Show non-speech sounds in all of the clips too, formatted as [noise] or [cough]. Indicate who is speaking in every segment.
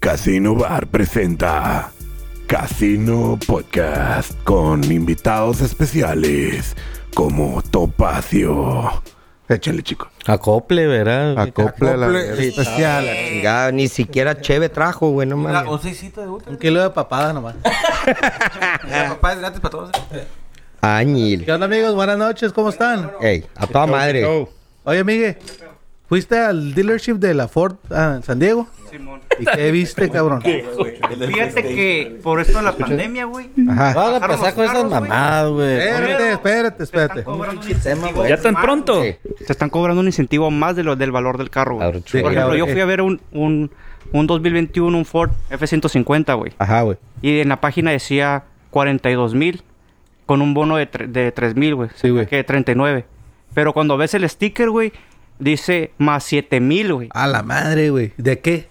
Speaker 1: Casino Bar presenta Casino Podcast con invitados especiales como Topacio. Échale, chico.
Speaker 2: Acople, ¿verdad?
Speaker 3: Acople la
Speaker 4: Acople.
Speaker 3: verga especial.
Speaker 5: Chingada, ni siquiera Cheve trajo, güey, no
Speaker 4: Una-
Speaker 5: mames.
Speaker 4: un seisito de útero.
Speaker 2: Un kilo de papada nomás.
Speaker 4: [laughs] La papá es gratis para todos. ¿eh?
Speaker 5: Añil.
Speaker 2: ¿Qué onda, amigos? Buenas noches, ¿cómo están?
Speaker 5: Ey, a toda madre.
Speaker 2: Oye, Migue, ¿fuiste al dealership de la Ford ah, en San Diego? ¿Y
Speaker 6: [laughs]
Speaker 2: qué viste, cabrón?
Speaker 7: Fíjate que por esto de la pandemia, güey.
Speaker 5: Ajá.
Speaker 2: Van a
Speaker 7: Bajaron
Speaker 2: pasar
Speaker 7: los
Speaker 2: con esas
Speaker 7: carros, güey.
Speaker 2: mamadas, güey.
Speaker 7: Pero-
Speaker 2: Espérate, espérate, espérate.
Speaker 7: ¿Ya
Speaker 8: ¿Ya tan pronto?
Speaker 5: Sí.
Speaker 9: Te están cobrando un incentivo más de lo, del valor del carro, güey.
Speaker 5: Ahora,
Speaker 9: Por ejemplo,
Speaker 2: ahora,
Speaker 9: yo
Speaker 2: eh.
Speaker 9: fui a ver un, un, un 2021, un Ford F-150, güey.
Speaker 5: Ajá, güey.
Speaker 9: Y en la página decía 42 mil con un bono de, tre- de 3 mil, güey.
Speaker 2: Sí, güey.
Speaker 9: Que 39. Pero cuando ves el sticker, güey, dice más 7 mil, güey.
Speaker 2: A la madre, güey. ¿De qué?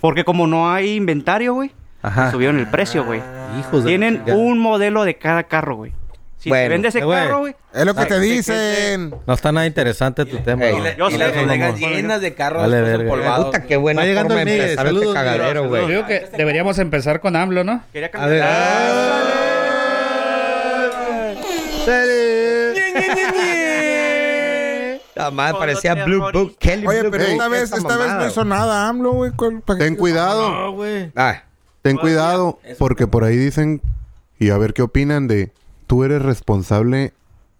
Speaker 9: Porque como no hay inventario, güey,
Speaker 2: Ajá.
Speaker 9: subieron el precio, güey.
Speaker 2: Hijos de
Speaker 9: Tienen
Speaker 2: la chingada.
Speaker 9: un modelo de cada carro, güey. Si
Speaker 5: Bueno, Ah,
Speaker 9: se vende ese
Speaker 2: eh, güey.
Speaker 9: carro, güey.
Speaker 3: Es lo que te
Speaker 9: Ay,
Speaker 3: dicen.
Speaker 2: No está nada interesante tu tema.
Speaker 5: Ey,
Speaker 2: güey.
Speaker 9: Yo sé,
Speaker 4: Las
Speaker 9: güey.
Speaker 4: bodegas llenas de carros
Speaker 2: Vale,
Speaker 5: pues,
Speaker 4: todos
Speaker 2: verga.
Speaker 4: empolvados.
Speaker 5: Puta, qué buena
Speaker 2: Va llegando
Speaker 5: forma de
Speaker 2: el Miguel.
Speaker 5: empezar este
Speaker 2: Saludos,
Speaker 5: cagadero,
Speaker 2: Miguel.
Speaker 8: Yo
Speaker 5: güey.
Speaker 8: digo que deberíamos empezar con AMLO, ¿no?
Speaker 9: Quería
Speaker 2: A ver. Dale.
Speaker 5: La madre parecía
Speaker 9: Todo
Speaker 5: Blue
Speaker 9: terrorista.
Speaker 5: Book. Kelly
Speaker 3: Oye,
Speaker 5: Blue
Speaker 3: pero
Speaker 5: Book,
Speaker 3: esta vez, esta vez no
Speaker 5: mamada,
Speaker 3: hizo nada AMLO, güey. ¿Cuál- pa' qué-
Speaker 1: Ten cuidado,
Speaker 2: No, güey.
Speaker 5: güey. Ah,
Speaker 1: ten cuidado, porque por ahí dicen, y a ver qué opinan de, tú eres responsable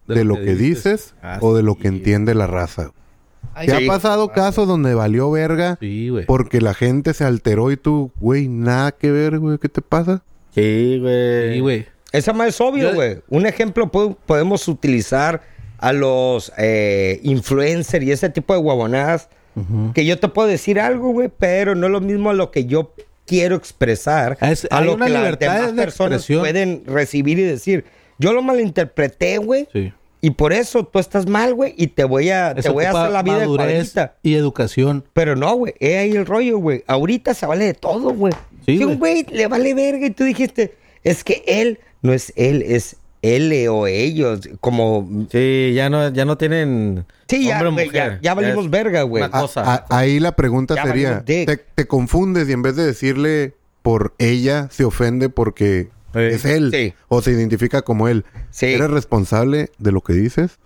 Speaker 1: de, lo que dices
Speaker 2: Ah,
Speaker 1: o de lo
Speaker 2: sí.
Speaker 1: que entiende la raza. ¿Te
Speaker 5: sí.
Speaker 1: ha
Speaker 2: Ah.
Speaker 1: pasado casos donde valió verga
Speaker 2: Sí, güey.
Speaker 1: porque la gente se alteró y tú, güey, nada que ver, güey, ¿qué te pasa?
Speaker 2: Sí, güey.
Speaker 8: Sí, güey.
Speaker 5: Esa más es obvio,
Speaker 2: Yo-
Speaker 5: güey. Un ejemplo po- podemos utilizar a los eh, influencers y ese tipo de guabonadas. Que yo te puedo decir algo, güey, pero no es lo mismo a lo que yo quiero expresar.
Speaker 2: Ah, Es-
Speaker 5: a
Speaker 2: hay
Speaker 5: lo
Speaker 2: una
Speaker 5: que las
Speaker 2: libertad
Speaker 5: demás
Speaker 2: de
Speaker 5: personas
Speaker 2: expresión.
Speaker 5: pueden recibir y decir. Yo lo malinterpreté, güey.
Speaker 2: Sí.
Speaker 5: Y por eso tú estás mal, güey, y te voy a, te
Speaker 2: Eso
Speaker 5: voy a
Speaker 2: ocupa
Speaker 5: hacer la vida de
Speaker 2: madurez
Speaker 5: cuadrita.
Speaker 2: y educación.
Speaker 5: Pero no, güey, es ahí el rollo, güey. Ahorita se vale de todo, güey.
Speaker 2: Sí,
Speaker 5: si un güey le vale verga y tú dijiste, es que él no es él, es él o ellos. Como,
Speaker 2: Sí, ya no, ya no tienen.
Speaker 5: sí, ya,
Speaker 2: hombre o
Speaker 5: güey,
Speaker 2: mujer.
Speaker 5: ya, ya valimos
Speaker 2: es
Speaker 5: verga, güey. Ah,
Speaker 2: una
Speaker 1: A-
Speaker 2: cosa.
Speaker 1: a- ahí la pregunta
Speaker 5: Ya
Speaker 1: sería,
Speaker 5: valimos dick.
Speaker 1: te, te confundes y en vez de decirle por ella, se ofende porque
Speaker 2: Eh,
Speaker 1: es él
Speaker 5: sí.
Speaker 1: o se identifica como él.
Speaker 5: Sí.
Speaker 1: ¿Eres responsable de lo que dices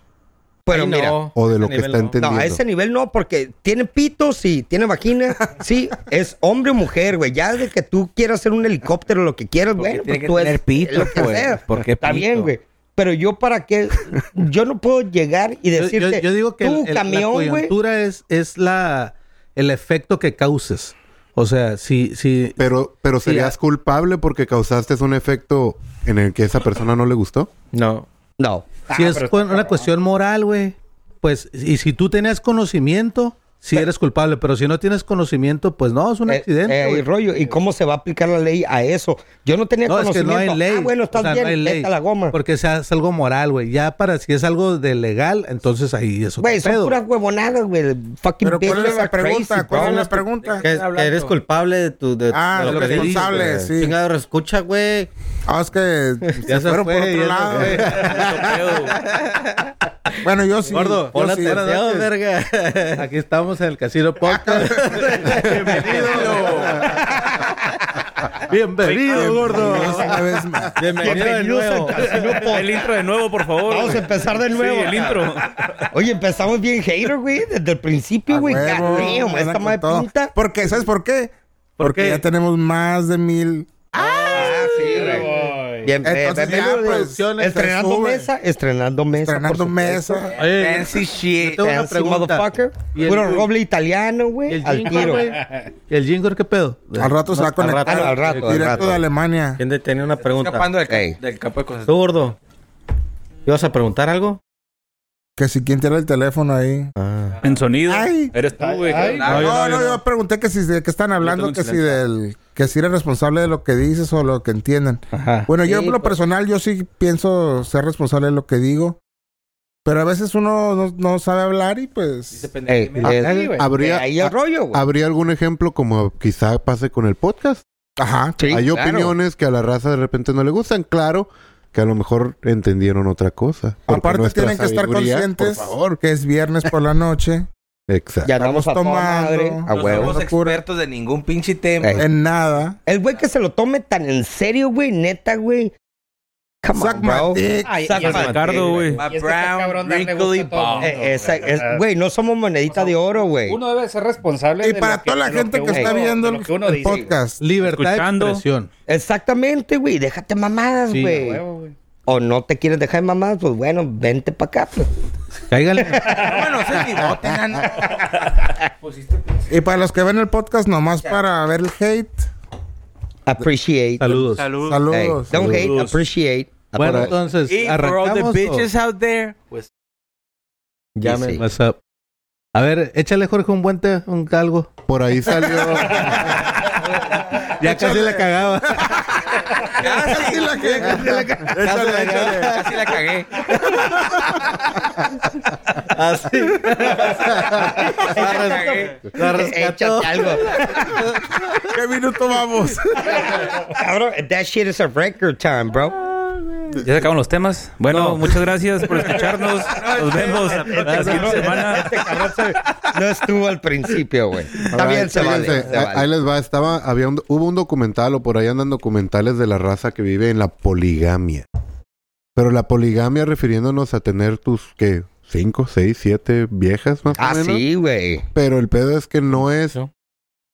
Speaker 5: Pero
Speaker 2: Ay,
Speaker 5: mira, no.
Speaker 2: no,
Speaker 1: o de
Speaker 2: ese
Speaker 1: lo que
Speaker 2: nivel
Speaker 1: está
Speaker 2: no.
Speaker 1: entendiendo?
Speaker 5: a ese nivel no, porque tiene pito, sí, tiene
Speaker 2: [laughs]
Speaker 5: vagina, sí, es hombre o mujer, güey. Ya de que tú quieras hacer un helicóptero, lo que quieras, bueno,
Speaker 4: tiene
Speaker 5: pues
Speaker 4: que
Speaker 5: tú
Speaker 4: tener
Speaker 5: es
Speaker 4: pito,
Speaker 5: lo que
Speaker 4: pues,
Speaker 5: sea.
Speaker 2: ¿por qué
Speaker 5: Está
Speaker 2: pito?
Speaker 5: bien, güey. Pero yo para qué, yo no puedo llegar y
Speaker 2: Yo-
Speaker 5: decirte,
Speaker 2: yo, yo digo que el-
Speaker 5: tú,
Speaker 2: el- la
Speaker 5: camión, güey.
Speaker 2: coyuntura es, es la, el efecto que causes. O sea, si, si
Speaker 1: Pero, pero serías
Speaker 2: ya.
Speaker 1: culpable porque causaste un efecto en el que esa persona no le gustó.
Speaker 2: No.
Speaker 5: No.
Speaker 2: Si es cu- una cuestión moral, güey, pues, y si tú tenías conocimiento, si eres culpable, pero si no tienes conocimiento, pues no, es un
Speaker 5: Eh,
Speaker 2: accidente.
Speaker 5: eh,
Speaker 2: güey.
Speaker 5: y rollo, ¿y cómo se va a aplicar la ley a eso? Yo no tenía
Speaker 2: no, es que no
Speaker 5: conocimiento.
Speaker 2: hay ley.
Speaker 5: Ah, bueno, estás
Speaker 2: O sea, no
Speaker 5: bien,
Speaker 2: hay
Speaker 5: vete
Speaker 2: ley.
Speaker 5: a la goma.
Speaker 2: Porque sea, es algo moral, güey. Ya para si es algo de legal, entonces ahí es otro
Speaker 5: Güey, son
Speaker 2: pedo.
Speaker 5: puras huevonadas, güey. Fucking
Speaker 3: Pero ¿cuál
Speaker 5: bitches
Speaker 3: es la
Speaker 5: are crazy,
Speaker 3: pregunta?
Speaker 5: bro.
Speaker 3: ¿Cuál es la pregunta?
Speaker 2: Que, que eres culpable de tu... De,
Speaker 3: Ah,
Speaker 2: de dices,
Speaker 3: responsable,
Speaker 2: güey.
Speaker 3: sí.
Speaker 2: Chingado, escucha, güey.
Speaker 3: Ah, es que se
Speaker 2: Ya se
Speaker 3: fueron por
Speaker 2: fue, ya
Speaker 3: otro
Speaker 2: se
Speaker 3: lado.
Speaker 2: fue.
Speaker 3: güey. Bueno, yo sí.
Speaker 2: Gordo,
Speaker 3: yo
Speaker 2: pon
Speaker 3: sí. [laughs]
Speaker 2: atención, verga. Aquí estamos en el Casino Podcast.
Speaker 3: Bienvenido.
Speaker 2: Bienvenido, gordo.
Speaker 3: Bienvenidos una vez
Speaker 8: [laughs]
Speaker 3: más.
Speaker 2: Bienvenido de nuevo.
Speaker 8: El intro de nuevo, por favor.
Speaker 5: Vamos a empezar de nuevo.
Speaker 8: Sí, el intro.
Speaker 5: Oye, empezamos bien hater, güey, desde el
Speaker 3: A
Speaker 5: principio, güey.
Speaker 3: huevo,
Speaker 5: Carreo,
Speaker 3: andan
Speaker 5: esta
Speaker 3: con
Speaker 5: madre
Speaker 3: todo.
Speaker 5: pinta.
Speaker 3: Porque, ¿sabes por qué? Porque ya tenemos más de mil.
Speaker 5: Ah, sí, güey. Bien, eh,
Speaker 3: Entonces
Speaker 5: bien, bien,
Speaker 3: ya,
Speaker 5: bien,
Speaker 3: pues,
Speaker 5: bien. estrenando
Speaker 3: sube.
Speaker 5: mesa, estrenando mesa.
Speaker 3: Estrenando
Speaker 5: por supuesto.
Speaker 3: mesa.
Speaker 2: Oye,
Speaker 4: Fancy shit.
Speaker 2: tengo una
Speaker 5: Fancy
Speaker 2: pregunta.
Speaker 5: motherfucker.
Speaker 2: ¿Y el-
Speaker 5: Puro roble italiano, güey.
Speaker 2: el
Speaker 5: Al
Speaker 2: jingle,
Speaker 5: tiro.
Speaker 2: güey? ¿Y el Jingor qué pedo?
Speaker 3: Al rato se va a conectar.
Speaker 5: rato, al rato, al
Speaker 3: Directo
Speaker 5: rato.
Speaker 3: de Alemania.
Speaker 2: ¿Quién de- tenía una pregunta?
Speaker 4: Escapando del, ca-
Speaker 5: Ey.
Speaker 4: del campo de cosas.
Speaker 2: ¿Tú, gordo? ¿Ibas a preguntar algo?
Speaker 3: Que si quien tiene el teléfono ahí.
Speaker 10: Ah.
Speaker 8: En sonido.
Speaker 3: Ay.
Speaker 8: Eres tú, güey.
Speaker 3: No, no, yo, pregunté que si de qué están hablando,
Speaker 8: Yo
Speaker 3: que
Speaker 8: tengo
Speaker 3: si del que si eres responsable de lo que dices o lo que entienden.
Speaker 5: Ajá.
Speaker 3: Bueno, yo
Speaker 5: Sí,
Speaker 3: en lo
Speaker 5: pues.
Speaker 3: personal, yo sí pienso ser responsable de lo que digo. Pero a veces uno no, no sabe hablar y pues. ah,
Speaker 5: Ey,
Speaker 3: Ahí,
Speaker 5: eh,
Speaker 3: güey.
Speaker 1: ¿Habría,
Speaker 5: Ahí el
Speaker 1: ha-
Speaker 5: rollo, güey.
Speaker 1: ¿Habría algún ejemplo como quizá pase con el podcast?
Speaker 3: Ajá.
Speaker 5: Sí,
Speaker 1: Hay
Speaker 5: claro.
Speaker 1: opiniones que a la raza de repente no le gustan, claro, que a lo mejor entendieron otra cosa. Porque
Speaker 3: Aparte
Speaker 1: nuestra
Speaker 3: tienen que estar
Speaker 1: sabiduría,
Speaker 3: conscientes
Speaker 1: Por favor.
Speaker 3: [laughs] que es viernes por la noche
Speaker 1: Exacto.
Speaker 5: Ya andamos a toda
Speaker 3: Estamos
Speaker 5: madre,
Speaker 3: tomando.
Speaker 5: a
Speaker 4: no
Speaker 5: huevo.
Speaker 4: somos
Speaker 3: Locura.
Speaker 4: expertos de ningún pinche
Speaker 11: [laughs]
Speaker 4: tema.
Speaker 5: Ey.
Speaker 3: En nada.
Speaker 5: El güey que se lo tome tan en serio, güey, neta, güey. Come
Speaker 3: Suck
Speaker 5: on,
Speaker 3: my
Speaker 5: bro.
Speaker 3: dick.
Speaker 5: Ay,
Speaker 8: y el
Speaker 5: my
Speaker 8: Ricardo,
Speaker 5: dick.
Speaker 8: güey.
Speaker 4: My
Speaker 8: Y es que está
Speaker 4: brown,
Speaker 8: cabrón darle gusto
Speaker 4: wrinkly
Speaker 8: a todo el
Speaker 4: bomb.
Speaker 8: mundo,
Speaker 5: Eh, esa-
Speaker 8: güey,
Speaker 5: es- Güey, no somos monedita de oro, güey.
Speaker 8: Uno debe ser responsable.
Speaker 3: Y
Speaker 8: de
Speaker 3: para
Speaker 8: lo
Speaker 3: toda la
Speaker 8: de lo
Speaker 3: gente que
Speaker 8: uno-
Speaker 3: está
Speaker 8: de
Speaker 3: viendo
Speaker 8: lo
Speaker 3: el
Speaker 8: que uno
Speaker 3: el
Speaker 8: dice, güey.
Speaker 3: podcast.
Speaker 2: Libertad
Speaker 8: Escuchando.
Speaker 2: de expresión.
Speaker 5: Exactamente, güey. Déjate mamadas,
Speaker 2: Sí,
Speaker 5: güey.
Speaker 8: Huevo, güey.
Speaker 5: o no te quieres dejar de mamadas, pues bueno, vente para acá. Pues.
Speaker 2: Cáigale.
Speaker 4: Bueno, ese es mi bote, nano.
Speaker 11: Pues
Speaker 3: Y para los que ven el podcast, nomás para ver el hate.
Speaker 5: [laughs] Appreciate.
Speaker 2: Saludos.
Speaker 9: Salud.
Speaker 5: Hey,
Speaker 3: Saludos.
Speaker 5: don't hate, appreciate.
Speaker 2: Bueno, entonces,
Speaker 4: Pues, Y for all the
Speaker 2: arrancamos.
Speaker 4: bitches out there. Pues,
Speaker 5: ya me.
Speaker 2: o- What's up? A ver, échale, Jorge, un buen te, un calgo.
Speaker 1: Por ahí salió.
Speaker 2: [laughs]
Speaker 1: [laughs]
Speaker 2: Ya casi la cagaba.
Speaker 4: casi la cagué.
Speaker 3: Échale, échale.
Speaker 2: [laughs]
Speaker 4: Casi la cagué.
Speaker 2: Así.
Speaker 8: [laughs]
Speaker 4: Casi la cagué.
Speaker 2: La rescató.
Speaker 5: Échate algo.
Speaker 3: [laughs] ¿Qué minuto vamos?
Speaker 5: Cabrón, Ah, that shit is a record time, bro.
Speaker 8: Ya se acabaron los temas. Bueno, muchas gracias por escucharnos. [laughs] Nos vemos la siguiente semana.
Speaker 5: Este cabrón se- no estuvo al principio, güey. Está
Speaker 1: Ahora,
Speaker 5: bien, se vale.
Speaker 1: fíjense,
Speaker 5: se
Speaker 1: ahí-
Speaker 8: ¿Ah,
Speaker 5: vale.
Speaker 1: Ahí les va. Estaba, había un- hubo un documental o por ahí andan documentales de la raza que vive en la poligamia. Pero la poligamia refiriéndonos a tener tus, ¿qué? Cinco, seis, siete viejas más
Speaker 5: Ah,
Speaker 1: o menos.
Speaker 5: sí, güey.
Speaker 1: Pero el pedo es que no es...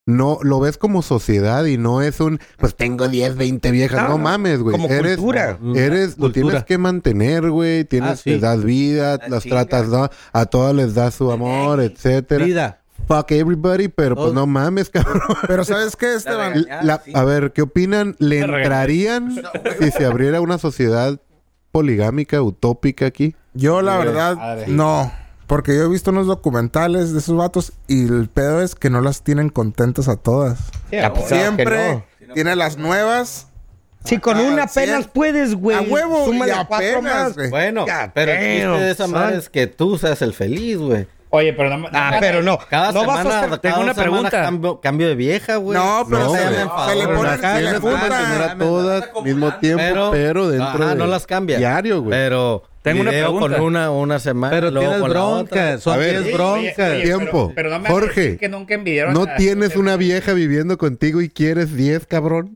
Speaker 1: No, lo ves como sociedad y no es un, pues tengo 10, 20 viejas.
Speaker 5: No,
Speaker 1: No,
Speaker 5: no.
Speaker 1: mames, güey.
Speaker 5: Como
Speaker 1: Eres,
Speaker 5: cultura.
Speaker 1: Eres, lo
Speaker 2: Mm, Cultura.
Speaker 1: tienes que mantener, güey. Tienes,
Speaker 2: Ah, sí.
Speaker 1: les das vida,
Speaker 4: La
Speaker 1: las
Speaker 4: chinga.
Speaker 1: tratas, ¿no? a todas les das su amor, etcétera.
Speaker 2: Vida.
Speaker 1: Fuck everybody, pero pues
Speaker 2: Oh.
Speaker 1: no mames, [laughs] cabrón.
Speaker 3: Pero este ¿sabes qué,
Speaker 4: La
Speaker 3: Esteban?
Speaker 4: regañé. regañada,
Speaker 1: La-
Speaker 4: sí.
Speaker 1: A ver, ¿qué opinan? ¿Le
Speaker 8: regañé.
Speaker 1: entrarían si se abriera una sociedad poligámica, utópica aquí?
Speaker 3: Yo, la verdad,
Speaker 8: madre.
Speaker 3: no. Porque yo he visto unos documentales de esos vatos y el pedo es que no las tienen contentas a todas.
Speaker 5: Ya, pues, claro que
Speaker 3: Siempre
Speaker 5: no.
Speaker 10: pues,
Speaker 3: tiene las nuevas.
Speaker 5: Si con una
Speaker 3: Ah, sí.
Speaker 5: apenas puedes, güey.
Speaker 3: A huevo,
Speaker 5: Súmale
Speaker 3: y
Speaker 5: cuatro
Speaker 3: apenas,
Speaker 5: más.
Speaker 3: güey.
Speaker 10: Bueno,
Speaker 5: God
Speaker 10: pero el
Speaker 5: damn,
Speaker 10: chiste de esa madre
Speaker 5: son.
Speaker 10: es que tú seas el feliz, güey.
Speaker 8: Oye, pero nada más-
Speaker 5: Ah, pero no.
Speaker 10: Cada
Speaker 5: no
Speaker 10: semana,
Speaker 5: vas a hacer...
Speaker 8: tengo
Speaker 10: cada
Speaker 8: una
Speaker 10: semana
Speaker 8: pregunta.
Speaker 10: Cambio, cambio de vieja, güey.
Speaker 3: No, pero
Speaker 1: No,
Speaker 3: se,
Speaker 1: güey.
Speaker 3: se le
Speaker 1: Pero
Speaker 3: ponen,
Speaker 1: las
Speaker 3: se le
Speaker 1: tienes que mantener a
Speaker 3: juntan.
Speaker 1: todas al mismo tiempo, pero, dentro
Speaker 10: Ajá,
Speaker 1: de...
Speaker 10: no las cambias.
Speaker 1: Diario, güey.
Speaker 10: Pero
Speaker 8: Tengo una
Speaker 10: video
Speaker 8: pregunta.
Speaker 10: con una una semana,
Speaker 2: Pero
Speaker 10: luego
Speaker 2: tienes
Speaker 10: con la
Speaker 2: bronca.
Speaker 10: otra.
Speaker 1: A
Speaker 2: Son
Speaker 1: ver.
Speaker 2: 10
Speaker 1: Oye,
Speaker 2: broncas.
Speaker 1: oye. Tiempo.
Speaker 8: pero- pero no me hagas
Speaker 1: Jorge,
Speaker 8: decir que nunca enviaron
Speaker 1: ¿No
Speaker 8: a-
Speaker 1: tienes una vieja viviendo contigo y quieres 10, cabrón?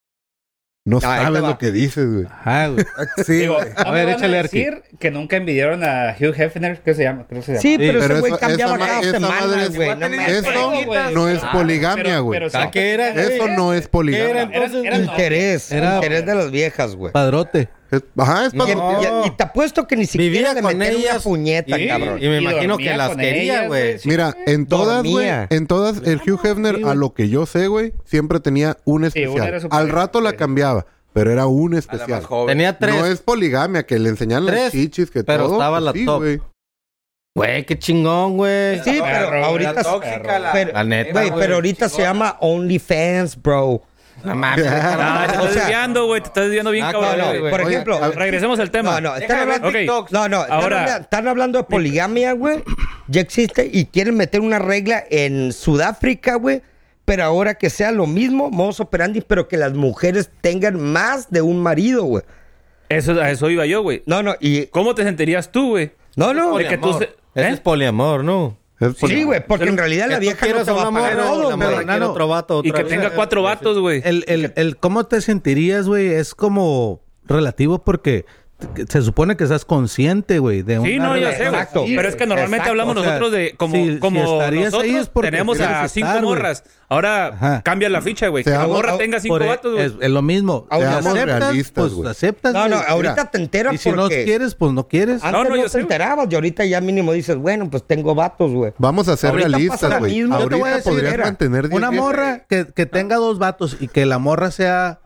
Speaker 1: No
Speaker 5: ahí te
Speaker 1: sabes
Speaker 5: va.
Speaker 1: lo que dices, güey.
Speaker 2: Ajá, güey.
Speaker 3: Sí,
Speaker 8: Digo,
Speaker 3: güey.
Speaker 8: no
Speaker 2: A
Speaker 8: me
Speaker 2: ver,
Speaker 8: van
Speaker 2: échale, Arqui.
Speaker 8: decir que nunca enviaron a Hugh Hefner, ¿qué se llama? Creo que se llama.
Speaker 5: Sí, pero
Speaker 1: pero
Speaker 5: ese güey
Speaker 1: esa-
Speaker 5: cambiaba
Speaker 1: esa ma-
Speaker 5: cada
Speaker 1: esa madre
Speaker 5: semana,
Speaker 1: es-
Speaker 5: güey. No
Speaker 4: Tenía
Speaker 5: mames.
Speaker 1: Esto
Speaker 4: freguitas.
Speaker 1: no
Speaker 12: Ah,
Speaker 1: es poligamia,
Speaker 8: pero-
Speaker 1: güey.
Speaker 8: pero sí.
Speaker 10: ¿A qué era? güey?
Speaker 1: Eso no es
Speaker 10: ¿Qué era
Speaker 1: poligamia.
Speaker 10: entonces?
Speaker 8: Era- era-
Speaker 5: Interés.
Speaker 2: Era-
Speaker 5: Interés de las viejas, güey.
Speaker 2: Padrote.
Speaker 1: Es- Ajá, es
Speaker 5: Y,
Speaker 1: para...
Speaker 10: No.
Speaker 5: y- y te apuesto que ni siquiera
Speaker 10: Vivía
Speaker 5: le
Speaker 10: con
Speaker 5: meter una
Speaker 10: ellas.
Speaker 5: puñeta,
Speaker 8: Sí.
Speaker 5: cabrón.
Speaker 10: Y me imagino
Speaker 8: dormía
Speaker 10: que las
Speaker 8: con
Speaker 10: quería,
Speaker 8: ellas,
Speaker 10: güey.
Speaker 8: sí.
Speaker 1: Mira, en todas, güey,
Speaker 5: Dormía.
Speaker 1: en todas, el Hugh Hefner, a lo que yo sé, güey, siempre tenía un
Speaker 8: Sí, una
Speaker 1: especial.
Speaker 8: era su
Speaker 1: Al
Speaker 8: pareja,
Speaker 1: rato la
Speaker 8: güey.
Speaker 1: cambiaba, pero era un
Speaker 4: A la
Speaker 1: especial.
Speaker 4: más joven.
Speaker 10: Tenía tres.
Speaker 1: No es poligamia, que le enseñan las
Speaker 10: Tres,
Speaker 1: chichis, que
Speaker 10: pero
Speaker 1: todo.
Speaker 10: estaba
Speaker 1: pues
Speaker 10: la top.
Speaker 1: güey.
Speaker 10: Güey, qué chingón, güey.
Speaker 5: Sí, pero
Speaker 8: Perro,
Speaker 5: ahorita...
Speaker 4: La tóxica, la...
Speaker 5: pero-
Speaker 10: La neta,
Speaker 5: Güey,
Speaker 10: güey.
Speaker 5: pero ahorita se llama OnlyFans, bro. No mames.
Speaker 8: Ah, te
Speaker 5: cabrón.
Speaker 8: estás
Speaker 5: [laughs] O sea,
Speaker 8: desviando, güey. Te estás desviando bien,
Speaker 10: Ah,
Speaker 8: cabrón.
Speaker 5: no, no,
Speaker 8: güey.
Speaker 5: por
Speaker 1: Oye,
Speaker 5: ejemplo,
Speaker 1: a ver,
Speaker 8: Regresemos al tema.
Speaker 5: no, no, están
Speaker 4: Deja de ver
Speaker 5: hablando,
Speaker 8: Ok.
Speaker 4: TikToks.
Speaker 5: no, no, están
Speaker 8: Ahora-
Speaker 5: habla- están hablando de poligamia, güey. Ya existe y quieren meter una regla en Sudáfrica, güey. Pero ahora que sea lo mismo, modus operandi, pero que las mujeres tengan más de un marido, güey.
Speaker 8: Eso, a eso iba yo, güey.
Speaker 5: No, no, y.
Speaker 8: ¿Cómo te sentirías tú, güey?
Speaker 5: No, no.
Speaker 8: De que tú se-
Speaker 10: Ese
Speaker 8: ¿Eh?
Speaker 10: es poliamor, ¿no?
Speaker 1: Es
Speaker 5: Sí,
Speaker 1: poligamia.
Speaker 5: güey, porque en realidad
Speaker 10: Que
Speaker 5: la
Speaker 10: tú
Speaker 5: vieja no
Speaker 10: quieras
Speaker 5: te va a
Speaker 10: una
Speaker 5: pagar
Speaker 10: morra,
Speaker 5: todo,
Speaker 10: una
Speaker 5: güey.
Speaker 10: morra quiere
Speaker 2: nano.
Speaker 10: otro vato,
Speaker 8: Y
Speaker 10: otra
Speaker 8: que
Speaker 10: vez.
Speaker 8: tenga cuatro vatos, güey.
Speaker 2: El, el, el cómo te sentirías, güey, es como relativo porque t- se supone que estás consciente, güey, de
Speaker 8: Sí,
Speaker 2: una
Speaker 8: no, yo
Speaker 2: relación.
Speaker 8: sé, güey.
Speaker 5: Exacto.
Speaker 8: Pero es que normalmente
Speaker 5: Exacto.
Speaker 8: hablamos
Speaker 2: O sea,
Speaker 8: nosotros de como,
Speaker 2: si- si
Speaker 8: como
Speaker 2: estarías
Speaker 8: nosotros
Speaker 2: ahí es porque
Speaker 8: tenemos a
Speaker 2: quieres
Speaker 8: cinco
Speaker 2: estar, güey.
Speaker 8: morras. Ahora
Speaker 2: Ajá.
Speaker 8: cambia la ficha, güey. Que la
Speaker 1: Seamos-
Speaker 8: morra tenga cinco
Speaker 2: Por-
Speaker 8: vatos,
Speaker 2: es,
Speaker 8: güey.
Speaker 2: es lo mismo.
Speaker 1: Ahora,
Speaker 2: Si
Speaker 1: seamos realistas,
Speaker 2: pues
Speaker 1: güey.
Speaker 2: aceptas.
Speaker 5: No, no,
Speaker 2: güey.
Speaker 5: ahorita
Speaker 2: Mira,
Speaker 5: te enteras
Speaker 2: Y si no
Speaker 5: porque-
Speaker 2: quieres, pues no quieres.
Speaker 5: Antes
Speaker 8: No, no,
Speaker 5: no,
Speaker 8: yo
Speaker 5: te
Speaker 8: sé, güey.
Speaker 5: enterabas y ahorita ya mínimo dices, bueno, pues tengo vatos, güey.
Speaker 1: Vamos a ser
Speaker 5: Ahorita pasa
Speaker 1: realistas,
Speaker 5: lo
Speaker 1: güey.
Speaker 5: mismo. Yo te voy a
Speaker 1: Ahorita
Speaker 5: decir,
Speaker 1: podrías
Speaker 5: era
Speaker 1: mantener diez
Speaker 2: Una
Speaker 1: viejas.
Speaker 2: morra que, que tenga dos vatos y que la morra sea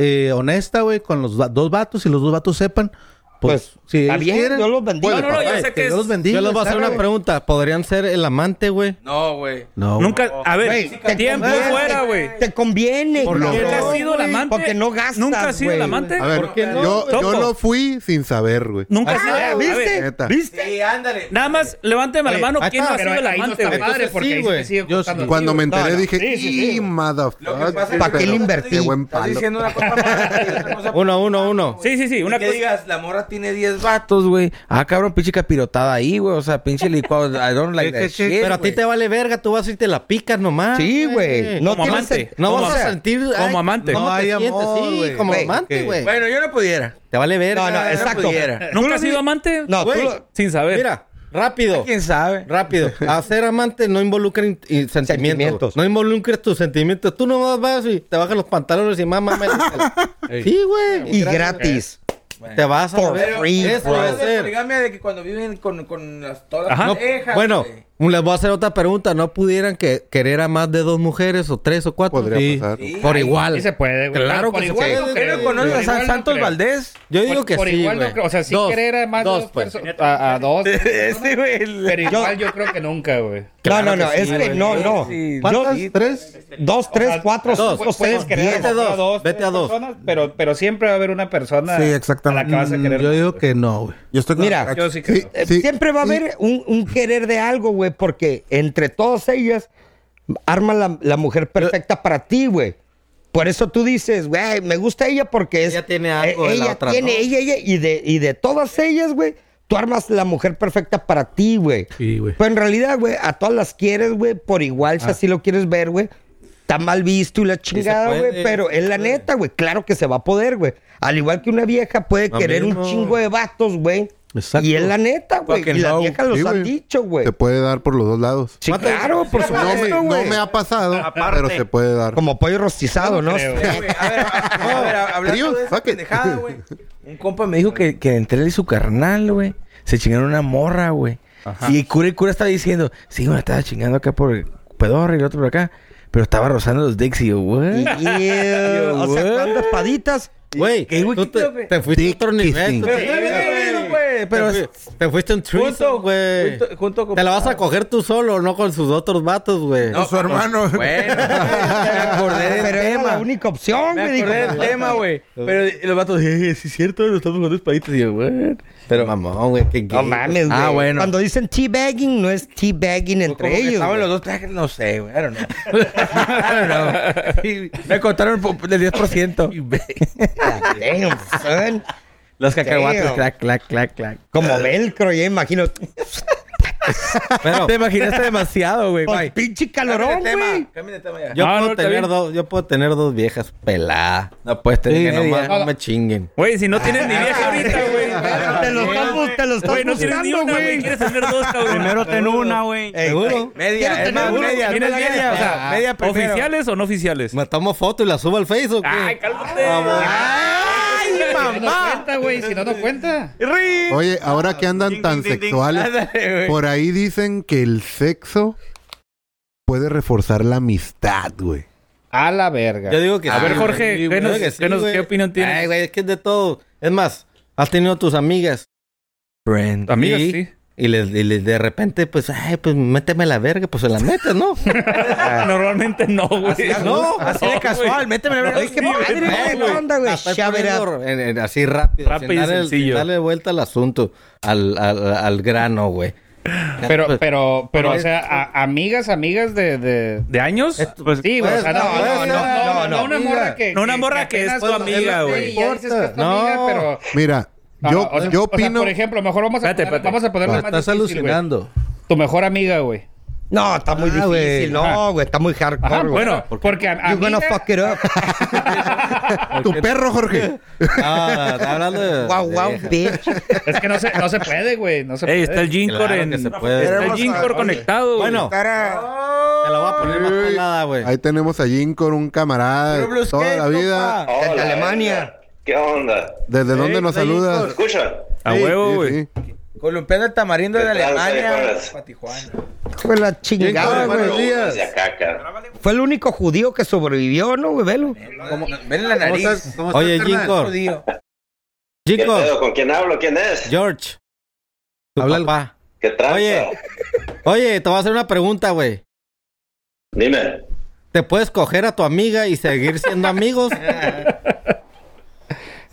Speaker 2: eh, honesta, güey, con los va- dos vatos y los dos vatos sepan, pues,
Speaker 5: Pues,
Speaker 2: si
Speaker 5: está
Speaker 2: ellos
Speaker 5: bien,
Speaker 2: quieren,
Speaker 5: yo los bendigo.
Speaker 8: No, no, no, yo
Speaker 5: papá.
Speaker 8: sé que
Speaker 2: que
Speaker 8: es-
Speaker 2: Dios los bendiga.
Speaker 10: Yo les voy a hacer
Speaker 2: ¿sabes?
Speaker 10: una pregunta. ¿Podrían ser el amante, güey?
Speaker 4: No, güey.
Speaker 2: No,
Speaker 8: Nunca, a ver,
Speaker 5: Güey, te
Speaker 8: tiempo
Speaker 5: conviene,
Speaker 8: fuera, güey.
Speaker 5: Te conviene,
Speaker 1: Por lo
Speaker 5: cabrón,
Speaker 1: menos.
Speaker 8: ¿Nunca has sido el
Speaker 5: güey,
Speaker 8: amante?
Speaker 5: Porque no gastas,
Speaker 8: ¿Nunca has sido el
Speaker 5: güey.
Speaker 8: amante?
Speaker 1: A ver,
Speaker 8: ¿Por qué no,
Speaker 1: yo, yo
Speaker 8: Topo?
Speaker 1: lo fui sin saber, güey.
Speaker 8: Nunca has sido
Speaker 5: Ah,
Speaker 8: a ver,
Speaker 5: ¿Viste?
Speaker 1: neta.
Speaker 5: ¿Viste?
Speaker 4: Sí, ándale.
Speaker 8: Nada más, levánteme la
Speaker 10: Oye,
Speaker 8: mano.
Speaker 10: ahí
Speaker 8: ¿Quién no
Speaker 10: está,
Speaker 8: ha sido
Speaker 10: pero
Speaker 8: el
Speaker 10: ahí no
Speaker 8: amante,
Speaker 10: está
Speaker 8: güey?
Speaker 10: padre, porque ahí sí te sigue
Speaker 2: Yo
Speaker 8: gustando.
Speaker 2: sí.
Speaker 1: Cuando me enteré
Speaker 5: No, no.
Speaker 1: dije,
Speaker 8: Sí, sí, sí.
Speaker 1: "Y, motherfucker,
Speaker 4: Lo que pasa es
Speaker 5: ¿Para qué
Speaker 1: pero
Speaker 5: le invertí?
Speaker 1: qué buen
Speaker 4: Estás
Speaker 1: palo".
Speaker 10: [laughs]
Speaker 4: diciendo una cosa mala y otra cosa
Speaker 10: Uno, uno, uno.
Speaker 8: Sí, sí, sí.
Speaker 4: Una
Speaker 8: Una
Speaker 4: que
Speaker 8: cosa.
Speaker 4: digas, la morra
Speaker 11: tiene 10 vatos, güey. Ah, cabrón, pinche capirotada ahí, güey. O sea, pinche licuado. I don't [laughs] like that shit,
Speaker 10: Pero a ti
Speaker 11: güey.
Speaker 10: te vale verga, tú vas y te la picas nomás. Eh,
Speaker 11: Sí, güey. No
Speaker 10: Como
Speaker 11: tiene
Speaker 10: amante.
Speaker 11: sen-
Speaker 10: No
Speaker 11: como
Speaker 10: vas a
Speaker 11: amante.
Speaker 10: sentir.
Speaker 11: Como
Speaker 10: ay,
Speaker 11: amante.
Speaker 10: ¿cómo
Speaker 11: No
Speaker 10: te
Speaker 11: hay
Speaker 10: sientes?
Speaker 11: amor,
Speaker 10: Sí,
Speaker 11: güey.
Speaker 10: como
Speaker 11: Güey,
Speaker 10: amante,
Speaker 11: que-
Speaker 10: güey.
Speaker 11: Bueno, yo no pudiera.
Speaker 10: Te vale verga.
Speaker 11: No, no,
Speaker 10: yo
Speaker 11: exacto.
Speaker 10: pudiera.
Speaker 11: ¿Nunca
Speaker 8: ¿Nunca
Speaker 11: has
Speaker 8: has
Speaker 11: sido
Speaker 8: sido amante?
Speaker 11: No, tú
Speaker 10: Güey,
Speaker 11: lo-
Speaker 8: Sin saber.
Speaker 10: Mira, rápido.
Speaker 11: quién sabe.
Speaker 10: Rápido. Hacer amante no involucra in- y sentimientos.
Speaker 5: Sentimientos.
Speaker 10: No involucras tus sentimientos. Tú nomás vas y te bajas los pantalones y mamá, mamá.
Speaker 12: [laughs]
Speaker 10: y- sí, güey.
Speaker 5: Y gratis.
Speaker 10: Te vas a
Speaker 5: For
Speaker 10: ver.
Speaker 5: free,
Speaker 10: Eso
Speaker 5: bro.
Speaker 10: va a
Speaker 11: Es
Speaker 10: ser.
Speaker 11: poligamia de que cuando viven con, con las, todas
Speaker 8: Ajá.
Speaker 10: No, bueno, les voy a hacer otra pregunta. ¿No pudieran que, querer a más de dos mujeres o tres o cuatro?
Speaker 1: Podría
Speaker 2: Sí.
Speaker 1: pasar.
Speaker 10: Por igual.
Speaker 12: Sí se puede, güey.
Speaker 10: Claro
Speaker 12: Por
Speaker 10: que se
Speaker 12: igual
Speaker 10: puede.
Speaker 12: no
Speaker 10: Pero
Speaker 12: creo,
Speaker 10: conoces
Speaker 12: por
Speaker 10: a
Speaker 12: igual no creo.
Speaker 11: Valdés.
Speaker 10: Yo digo
Speaker 12: Por-
Speaker 10: que
Speaker 12: por
Speaker 10: sí,
Speaker 12: igual
Speaker 10: güey.
Speaker 12: no creo. O sea, sí
Speaker 10: Dos,
Speaker 12: querer a más de
Speaker 10: dos,
Speaker 12: dos
Speaker 10: pues.
Speaker 12: personas- A, a dos.
Speaker 11: Este, güey.
Speaker 12: pero igual yo creo que nunca, güey.
Speaker 5: Claro
Speaker 11: no, no,
Speaker 5: que sí,
Speaker 11: es que
Speaker 5: güey.
Speaker 11: no, no.
Speaker 5: Sí.
Speaker 11: Yo,
Speaker 10: ¿Cuántas? ¿Tres?
Speaker 5: dos, tres, cuatro,
Speaker 10: dos,
Speaker 5: cinco, seis.
Speaker 12: Puedes querer
Speaker 10: vete
Speaker 12: a,
Speaker 10: a
Speaker 12: Pues dos,
Speaker 10: dos,
Speaker 12: tres
Speaker 10: vete a dos.
Speaker 12: personas, pero, pero siempre va a haber una persona
Speaker 13: Sí, exactamente.
Speaker 12: a la que vas a querer.
Speaker 2: Mm, Yo digo que no, güey.
Speaker 13: Yo estoy con-
Speaker 5: Mira,
Speaker 12: Yo sí creo.
Speaker 5: Eh,
Speaker 1: Sí,
Speaker 5: Siempre va a haber un, un querer de algo, güey, porque entre todas ellas arma la, la mujer perfecta para ti, güey. Por eso tú dices, güey, me gusta ella porque es.
Speaker 10: Ella tiene algo de la
Speaker 5: Eh, ella
Speaker 10: otra,
Speaker 5: tiene,
Speaker 10: ¿no?
Speaker 5: ella, ella, y de, y de todas ellas, güey, tú armas la mujer perfecta para ti, güey.
Speaker 2: Sí, güey.
Speaker 5: Pero en realidad, güey, a todas las quieres, güey, por igual, si así lo quieres ver, güey. Está mal visto y la chingada,
Speaker 10: puede,
Speaker 5: güey. Pero
Speaker 10: sí se
Speaker 5: es la
Speaker 10: puede.
Speaker 5: neta, güey. Claro que se va a poder, güey. Al igual que una vieja puede
Speaker 10: Lo
Speaker 5: querer
Speaker 10: mismo,
Speaker 5: un chingo
Speaker 10: güey.
Speaker 5: de vatos, güey.
Speaker 2: Exacto.
Speaker 5: Y es la neta, güey.
Speaker 11: Fucking
Speaker 5: Y las
Speaker 11: no.
Speaker 5: viejas los
Speaker 1: Sí,
Speaker 5: han
Speaker 1: güey. [laughs]
Speaker 5: dicho, güey.
Speaker 1: Se puede dar por los dos lados.
Speaker 5: Sí, claro, por
Speaker 1: No me,
Speaker 5: supuesto,
Speaker 1: no
Speaker 5: güey.
Speaker 1: me ha pasado,
Speaker 3: Aparte.
Speaker 1: pero se puede dar.
Speaker 5: Como pollo rostizado, ¿no?
Speaker 12: creo.
Speaker 11: Sí. güey.
Speaker 1: a ver,
Speaker 11: a ver,
Speaker 1: hablando de esa pendejada, güey.
Speaker 11: Un compa me dijo que, que entre él y su carnal, güey, se chingaron una morra, güey. Y el cura, el cura estaba diciendo, sí, me la estaba chingando acá por el pedorro y el otro por acá. Pero estaba rozando los dicks y yo, güey.
Speaker 5: Yeah, o sea, ¿cuántas paditas?
Speaker 10: Güey,
Speaker 11: ¿Qué, güey?
Speaker 10: tú
Speaker 11: ¿Qué
Speaker 10: te,
Speaker 11: pedo, güey?
Speaker 10: te fuiste a otro nivel. tú
Speaker 11: [laughs] Pero
Speaker 10: te-
Speaker 11: está bien, güey, güey, pero
Speaker 10: te,
Speaker 11: es- eh,
Speaker 10: fui- te fuiste un threesome,
Speaker 11: Junto,
Speaker 10: güey.
Speaker 11: junto- junto con-
Speaker 10: Te la vas a coger tú solo, no con sus otros vatos, güey.
Speaker 13: Con su hermano. [laughs]
Speaker 11: pues, Bueno, me acordé del
Speaker 5: Pero era
Speaker 11: tema.
Speaker 5: la única opción,
Speaker 11: Me
Speaker 5: güey.
Speaker 11: acordé
Speaker 5: dijo.
Speaker 11: del tema, güey. Pero los vatos, "Eh, sí es cierto, nos estamos jugando espaditas. Y yo, güey.
Speaker 10: Pero mamón, güey, qué
Speaker 5: No
Speaker 10: gay.
Speaker 5: mames, güey.
Speaker 11: Ah, bueno.
Speaker 5: Cuando dicen teabagging, no es teabagging
Speaker 10: Pues
Speaker 5: entre
Speaker 11: Como que
Speaker 5: ellos.
Speaker 11: Estaban
Speaker 5: güey.
Speaker 11: los dos trajes, [laughs] no sé, güey. I don't know. [laughs] I don't know. Sí, me contaron po- del [laughs] 10%.
Speaker 5: [laughs] Damn, son.
Speaker 11: Los cacahuates,
Speaker 5: Damn.
Speaker 11: clac, clac, clac, clac.
Speaker 5: Como velcro, ya imagino.
Speaker 10: Pero
Speaker 11: Te imaginaste demasiado, güey.
Speaker 5: Con
Speaker 11: Bye.
Speaker 5: Pues pinche calorón, güey.
Speaker 10: yo,
Speaker 8: No,
Speaker 10: puedo
Speaker 8: no, está
Speaker 10: tener
Speaker 8: bien.
Speaker 10: dos, yo puedo tener dos viejas peladas.
Speaker 11: No puedes
Speaker 10: Sí,
Speaker 11: tener
Speaker 10: que
Speaker 11: que
Speaker 10: nomás
Speaker 11: no Ah,
Speaker 10: no me chinguen.
Speaker 8: Güey, si no tienes ni vieja ahorita, güey.
Speaker 5: Te lo estás bus- te lo estás
Speaker 8: Güey, no tienes ni
Speaker 5: buscando,
Speaker 8: una, güey.
Speaker 5: güey.
Speaker 8: Quieres tener dos, cabrón.
Speaker 6: Primero ten una, güey.
Speaker 5: Ey,
Speaker 10: Seguro.
Speaker 5: Quiero
Speaker 11: Media, es
Speaker 5: tener
Speaker 11: más,
Speaker 5: uno,
Speaker 11: media.
Speaker 8: ¿Tienes
Speaker 11: Tienes media, o sea,
Speaker 10: Ah,
Speaker 11: media primero.
Speaker 8: ¿Oficiales o no oficiales?
Speaker 10: Me tomo foto y la subo al Facebook.
Speaker 8: Ay, cálmate.
Speaker 12: ¡Ay, mamá! Si no cuenta, güey. Si no, no cuenta.
Speaker 1: [laughs] Oye, ahora que andan
Speaker 6: Ding,
Speaker 1: tan
Speaker 6: ding, ding, ding.
Speaker 1: sexuales,
Speaker 11: Ándale, güey.
Speaker 1: por ahí dicen que el sexo puede reforzar la amistad, güey.
Speaker 12: A la verga.
Speaker 10: Yo digo que
Speaker 8: A
Speaker 10: sí,
Speaker 8: ver,
Speaker 10: güey.
Speaker 8: Jorge,
Speaker 10: Sí,
Speaker 8: ¿qué
Speaker 10: güey.
Speaker 8: nos-
Speaker 10: Yo digo que sí,
Speaker 8: qué nos-
Speaker 10: güey.
Speaker 8: qué opinión tienes?
Speaker 10: Ay, güey, es que es de todo. Es más, has tenido tus amigas.
Speaker 5: Friend.
Speaker 8: Amigas,
Speaker 10: y-
Speaker 8: sí.
Speaker 10: Y, les, y les- de repente, pues, ay, pues, méteme la verga. Pues, se la metes, ¿no?
Speaker 8: [laughs] Normalmente no, güey.
Speaker 10: no,
Speaker 11: Así de casual, méteme la verga.
Speaker 5: Ay, qué padre,
Speaker 10: no,
Speaker 5: güey. ¿Qué onda, güey?
Speaker 10: La estás
Speaker 5: Shove it up.
Speaker 10: poniendo en- en- así rápido.
Speaker 8: Rápido y
Speaker 10: sin darle,
Speaker 8: sencillo.
Speaker 10: sin darle vuelta al asunto, al, al, al grano, güey. Pues,
Speaker 12: Pero, pero, pero, o
Speaker 10: es-
Speaker 12: sea, a- amigas, amigas de. de...
Speaker 8: ¿De años?
Speaker 12: Pues, sí, güey. o sea,
Speaker 10: pues, no, no, no, no,
Speaker 12: no, una morra que.
Speaker 8: No, una morra que es
Speaker 12: apenas
Speaker 8: tu
Speaker 12: cuando-
Speaker 8: amiga,
Speaker 12: Sí,
Speaker 8: güey.
Speaker 12: ya dices que es tu
Speaker 10: No.
Speaker 12: amiga, pero.
Speaker 1: Mira,
Speaker 12: No,
Speaker 1: yo,
Speaker 12: no, o sea,
Speaker 1: yo
Speaker 12: o sea,
Speaker 1: opino.
Speaker 12: por ejemplo, mejor vamos a,
Speaker 8: Espérate,
Speaker 12: poner-
Speaker 8: espérate.
Speaker 12: vamos a ponerle más
Speaker 2: Estás
Speaker 12: difícil, güey.
Speaker 2: alucinando.
Speaker 12: Tu mejor amiga, güey.
Speaker 5: No, está muy
Speaker 10: Ah, güey.
Speaker 5: difícil.
Speaker 12: Ajá.
Speaker 5: No, güey, está muy
Speaker 12: Ajá,
Speaker 5: hardcore, güey.
Speaker 12: bueno, porque a,
Speaker 5: You're gonna
Speaker 12: amiga,
Speaker 5: fuck it
Speaker 12: [laughs]
Speaker 5: up.
Speaker 1: Tu perro, Jorge.
Speaker 10: No, no, está hablando de...
Speaker 5: Wow,
Speaker 10: de
Speaker 5: wow,
Speaker 10: viejas.
Speaker 5: bitch.
Speaker 12: es que no se, no se puede, güey, no se
Speaker 8: Ey,
Speaker 12: puede.
Speaker 8: está el Ginkor
Speaker 10: Claro
Speaker 8: en...
Speaker 10: que se puede.
Speaker 8: Está el Ginkor
Speaker 13: Oye.
Speaker 8: conectado, güey.
Speaker 10: Bueno, te
Speaker 13: Cara,
Speaker 10: la voy a poner más
Speaker 1: Uy,
Speaker 10: pelada, güey.
Speaker 1: Ahí tenemos a Jim con un camarada de toda la vida.
Speaker 5: En Alemania.
Speaker 14: Ah, ¿Qué onda?
Speaker 1: ¿Desde dónde
Speaker 11: pues
Speaker 1: nos saludas?
Speaker 14: ¿Escuchan?
Speaker 8: A
Speaker 1: Sí,
Speaker 8: huevo,
Speaker 1: sí,
Speaker 8: güey.
Speaker 1: sí.
Speaker 11: Columpiando el tamarindo de
Speaker 14: ¿Qué tal,
Speaker 11: Alemania
Speaker 14: señoras?
Speaker 11: para Tijuana.
Speaker 5: Hijo de la chingada,
Speaker 1: Buenos
Speaker 5: güey.
Speaker 1: días.
Speaker 14: Hacia acá, cabrón.
Speaker 5: Fue el único judío que sobrevivió, ¿no, güey? Velo.
Speaker 11: Como, ven la nariz.
Speaker 10: Oye, Ginkor.
Speaker 11: judío.
Speaker 14: ¿Qué
Speaker 10: Ginkor,
Speaker 14: pedo? ¿Con quién hablo? ¿Quién es?
Speaker 10: George. Tu
Speaker 2: Habla el-
Speaker 10: papá.
Speaker 14: ¿Qué tranza?
Speaker 10: Oye. Oye, te voy a hacer una pregunta, güey.
Speaker 14: Dime.
Speaker 5: [laughs]
Speaker 10: ¿Te puedes coger a tu amiga y seguir siendo amigos?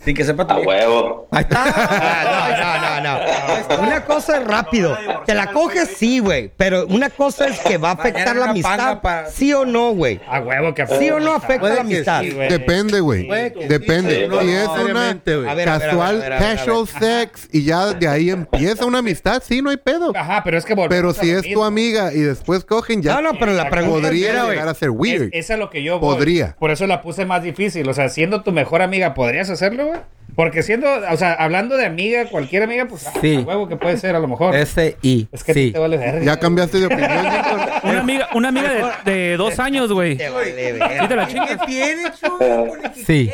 Speaker 5: Sin que sepa
Speaker 14: Ah,
Speaker 1: [laughs]
Speaker 5: A
Speaker 14: huevo.
Speaker 5: Ahí está. Ah, No, no, no, no. Una cosa es rápido. Te la coges, sí, güey. Pero una cosa es que va a afectar la
Speaker 1: una
Speaker 5: amistad.
Speaker 1: panga pa-
Speaker 5: Sí o no, güey. A huevo que Sí o no
Speaker 1: Ah,
Speaker 5: afecta la amistad.
Speaker 1: Depende, güey. Depende.
Speaker 5: sí, no,
Speaker 1: si es
Speaker 5: no,
Speaker 1: una
Speaker 5: obviamente, güey. A ver, a ver, a ver,
Speaker 1: casual
Speaker 5: a ver, a ver, a ver.
Speaker 1: casual sex y ya de ahí empieza una amistad, sí, no hay pedo.
Speaker 12: Ajá, pero es que volvemos
Speaker 1: Pero
Speaker 12: a
Speaker 1: si
Speaker 12: lo
Speaker 1: es tu
Speaker 12: mismo.
Speaker 1: amiga y después cogen ya.
Speaker 12: No, no, pero la pregunta
Speaker 1: podría
Speaker 12: era, güey,
Speaker 1: llegar a ser weird.
Speaker 12: Es, esa es lo que yo voy.
Speaker 1: Podría.
Speaker 12: Por eso la puse más difícil. O sea, siendo tu mejor amiga, ¿podrías hacerlo, güey? Porque siendo, o sea, hablando de amiga, cualquier amiga, pues,
Speaker 5: Sí.
Speaker 12: a huevo que puede ser a lo mejor.
Speaker 5: Ese y.
Speaker 12: Es que sí. te vale verga.
Speaker 1: Ya cambiaste
Speaker 12: [laughs]
Speaker 1: de opinión.
Speaker 8: Una amiga, una amiga de, de dos años, güey. Sí, te la chingas.
Speaker 5: Sí.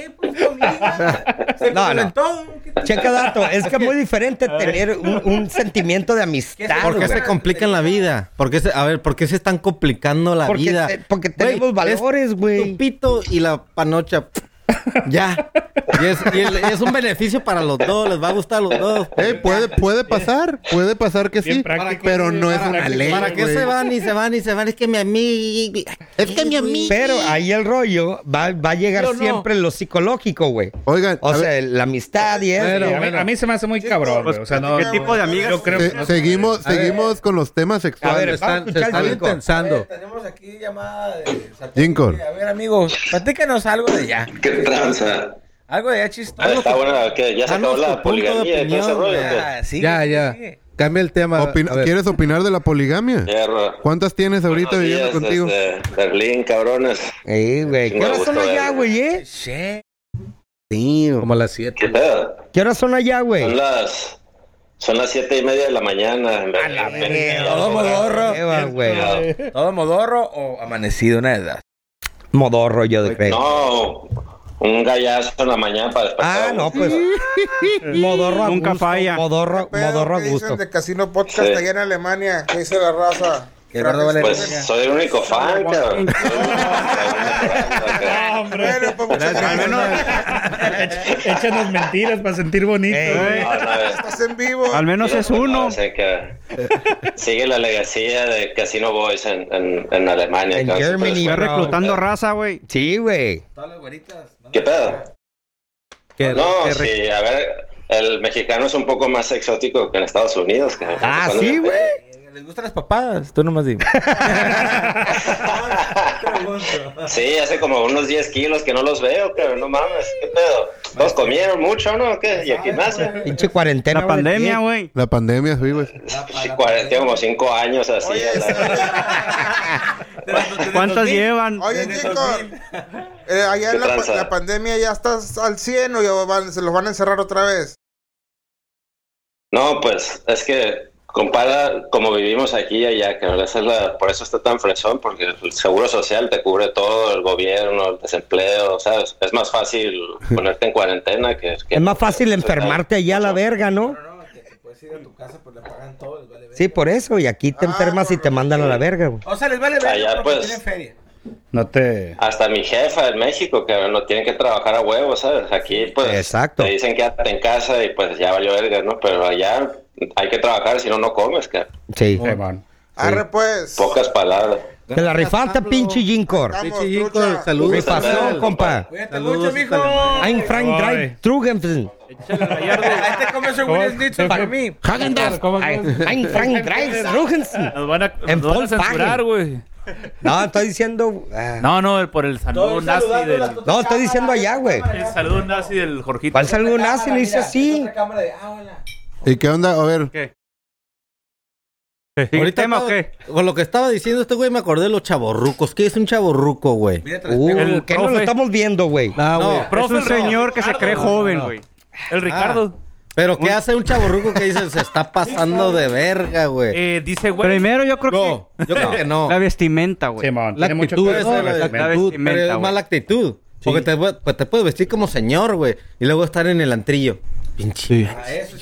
Speaker 5: No, no. Checa dato. Es que es muy diferente tener un, un sentimiento de amistad.
Speaker 10: ¿Por qué
Speaker 5: güey.
Speaker 10: se complican la vida? ¿Por qué se- a ver, ¿por qué se están complicando la
Speaker 5: Porque
Speaker 10: vida?
Speaker 5: te- porque
Speaker 10: Güey,
Speaker 5: tenemos
Speaker 10: es
Speaker 5: valores, güey.
Speaker 10: Tu pito y la panocha. Ya. Y es, y el- es un beneficio para los dos, les va a gustar a los dos.
Speaker 1: Eh, puede, puede pasar, puede pasar que sí, pero no es una ley.
Speaker 10: ¿Para qué
Speaker 1: güey.
Speaker 10: se van y se van y se van? Es que mi amiga. Es que mi amiga.
Speaker 5: Pero ahí el rollo va, va a llegar
Speaker 10: Pero no.
Speaker 5: siempre lo psicológico, güey.
Speaker 1: Oigan,
Speaker 5: o
Speaker 1: a
Speaker 5: sea,
Speaker 1: ver.
Speaker 5: la amistad y eso.
Speaker 12: Bueno, a, mí, a mí se me hace muy cabrón, güey. O sea, no. no, Yo creo
Speaker 1: Se-
Speaker 12: que no se
Speaker 1: seguimos
Speaker 12: puede.
Speaker 1: seguimos con los temas sexuales.
Speaker 5: ver, vamos a
Speaker 2: Se están intensando.
Speaker 15: Tenemos aquí llamada de
Speaker 1: Jincon.
Speaker 15: A ver, amigos, platícanos algo de allá.
Speaker 14: ¿Qué tranza?
Speaker 15: Algo de allá
Speaker 14: Ah,
Speaker 15: chistoso. Ah,
Speaker 14: está buena, que ya se acabó la poligamía y todo ese rollo. ¿o
Speaker 5: Ah,
Speaker 14: qué?
Speaker 1: ya, ya. Cambia el tema. ¿Quieres opinar de la poligamia?
Speaker 14: Hierro.
Speaker 1: ¿Cuántas tienes ahorita
Speaker 14: Buenos
Speaker 1: viviendo
Speaker 14: días, este.
Speaker 1: contigo?
Speaker 14: desde Berlín, cabrones.
Speaker 5: Ey, güey. ¿Qué
Speaker 14: Chingo
Speaker 5: horas
Speaker 14: gusto
Speaker 5: son allá,
Speaker 14: verlos.
Speaker 5: güey, eh?
Speaker 2: Como a las 7.
Speaker 14: ¿Qué pedo?
Speaker 5: ¿Qué horas son allá, güey?
Speaker 14: Son las... Son las siete y media de la mañana. en Berlín.
Speaker 15: Todo modorro.
Speaker 5: Eva, güey.
Speaker 15: Todo modorro o amanecido, una edad.
Speaker 5: Modorro, yo
Speaker 15: Pues
Speaker 5: de creo.
Speaker 14: No, un gallazo en la mañana para despertar.
Speaker 5: Ah, no, pues. modorro a
Speaker 9: Nunca
Speaker 5: gusto,
Speaker 12: Ah,
Speaker 9: falla.
Speaker 5: Modorro, modorro a
Speaker 3: ¿Qué dicen
Speaker 5: gusto.
Speaker 3: de Casino Podcast
Speaker 14: Sí.
Speaker 3: allá en Alemania? ¿Qué dice la raza?
Speaker 5: Que Eduardo
Speaker 3: Gracias.
Speaker 14: Pues soy el único fan, cabrón.
Speaker 12: Al menos échanos mentiras para sentir bonito. güey.
Speaker 14: No, eh. no, es-
Speaker 3: Estás en vivo.
Speaker 12: Al menos es uno.
Speaker 14: O sea que sigue la legacía de Casino Boys en, en, en Alemania.
Speaker 5: En
Speaker 14: cabrón.
Speaker 5: Germany,
Speaker 14: Siempre
Speaker 5: bro.
Speaker 14: les-
Speaker 9: Reclutando raza, güey.
Speaker 5: Sí, güey.
Speaker 14: ¿Qué pedo?
Speaker 5: Que-
Speaker 14: No,
Speaker 5: que-
Speaker 14: sí, a ver, el mexicano es un poco más exótico que en Estados Unidos. cabrón.
Speaker 5: Ah,
Speaker 14: Cuando
Speaker 5: sí,
Speaker 14: me-
Speaker 5: güey.
Speaker 15: ¿Les gustan las papadas? Tú nomás
Speaker 14: [laughs] Ah,
Speaker 15: dime.
Speaker 14: Sí, hace como unos 10 kilos que no los veo, pero no mames, ¿qué pedo? Todos comieron mucho, ¿no? ¿Qué? ¿Y aquí gimnasio?
Speaker 5: Pinche cuarentena.
Speaker 9: La
Speaker 5: güey,
Speaker 9: pandemia,
Speaker 5: aquí.
Speaker 9: güey.
Speaker 1: La pandemia, sí, güey.
Speaker 14: Pues, Sí, cuarenta, como 5 años así. a la-
Speaker 9: ¿Cuántas llevan?
Speaker 3: este, Oye, chicos, eh, allá
Speaker 14: ¿Qué
Speaker 3: en la, pa-
Speaker 14: tranza?
Speaker 3: la pandemia ya estás al 100 o ya van- se los van a encerrar otra vez.
Speaker 14: No, pues es que compara como vivimos aquí y allá, que esa es la- por eso está tan fresón, porque el seguro social te cubre todo, el gobierno, el desempleo, ¿sabes? Es más fácil
Speaker 5: [laughs]
Speaker 14: ponerte en cuarentena que... que-
Speaker 5: Es más fácil
Speaker 15: Pues,
Speaker 5: enfermarte allá a la verga, ¿no?
Speaker 15: Puedes ir a tu casa, pues le pagan todo, les vale
Speaker 5: Sí, por eso. Y aquí te enfermas y te mandan a la verga, güey.
Speaker 15: O sea, les vale
Speaker 14: verga, Allá, pero que pues.
Speaker 15: tienen
Speaker 14: tienen
Speaker 15: feria.
Speaker 12: No te.
Speaker 14: Hasta mi jefa en México, que no tienen que trabajar a huevo, ¿sabes? Aquí, pues,
Speaker 5: Exacto.
Speaker 14: te dicen quédate en casa y pues ya valió verga, ¿no? Pero allá hay que trabajar, si no, no comes, que
Speaker 5: Sí.
Speaker 3: Arre, pues.
Speaker 14: pocas palabras.
Speaker 5: Te la rifaste, pinche Gincor.
Speaker 3: Vamos,
Speaker 2: Pinche Jinko,
Speaker 3: trucha.
Speaker 2: saludos.
Speaker 14: Rifazón,
Speaker 2: Saludos,
Speaker 5: compa.
Speaker 15: Cuídate
Speaker 2: Saludos,
Speaker 15: mucho, mijo.
Speaker 2: Saludos.
Speaker 5: Ein Frank Drive Trugenfen.
Speaker 15: Ahí te comes un Will Snitch para mí.
Speaker 5: Hagendas. Ein Frank Drive Trugenfen.
Speaker 8: Nos van a,
Speaker 5: En
Speaker 8: nos van a
Speaker 5: full
Speaker 8: censurar,
Speaker 5: paje.
Speaker 8: güey.
Speaker 5: No, estoy diciendo. ah,
Speaker 8: No, no, el- por el saludo nazi del.
Speaker 5: No, estoy diciendo allá, güey.
Speaker 8: El saludo nazi del Jorgito.
Speaker 5: ¿Cuál saludo nazi? Le
Speaker 15: Ah,
Speaker 5: hice así.
Speaker 1: ¿Y qué onda? A ver,
Speaker 9: ¿Sigue el tema o
Speaker 10: estaba-
Speaker 9: qué?
Speaker 10: Con lo que estaba diciendo este güey, me acordé de los chavorrucos. ¿Qué es un chavorruco, güey?
Speaker 5: Uh,
Speaker 8: El
Speaker 5: que no lo
Speaker 8: profe.
Speaker 5: estamos viendo, güey.
Speaker 2: Ah, güey.
Speaker 10: No,
Speaker 9: Es
Speaker 8: Profe,
Speaker 9: un
Speaker 8: no.
Speaker 9: señor que se cree
Speaker 8: Ricardo,
Speaker 9: joven,
Speaker 8: no.
Speaker 9: güey.
Speaker 8: El Ricardo.
Speaker 10: Ah, Pero ¿qué hace un chavorruco que dice se está pasando de verga, güey?
Speaker 8: Eh, dice, güey.
Speaker 9: Primero, yo creo
Speaker 10: No,
Speaker 9: que.
Speaker 10: yo creo que no.
Speaker 9: La vestimenta, güey.
Speaker 12: Simón,
Speaker 10: La
Speaker 12: tiene mucho
Speaker 10: actitud,
Speaker 12: que ver
Speaker 10: ¿no?
Speaker 12: esa
Speaker 10: La
Speaker 12: vestimenta.
Speaker 10: actitud,
Speaker 9: vestimenta,
Speaker 10: pero es
Speaker 9: güey.
Speaker 10: mala actitud. Porque te, pu-
Speaker 12: Ah,
Speaker 10: pues te puedes vestir como señor, güey. Y luego estar en el antrillo. Pinche.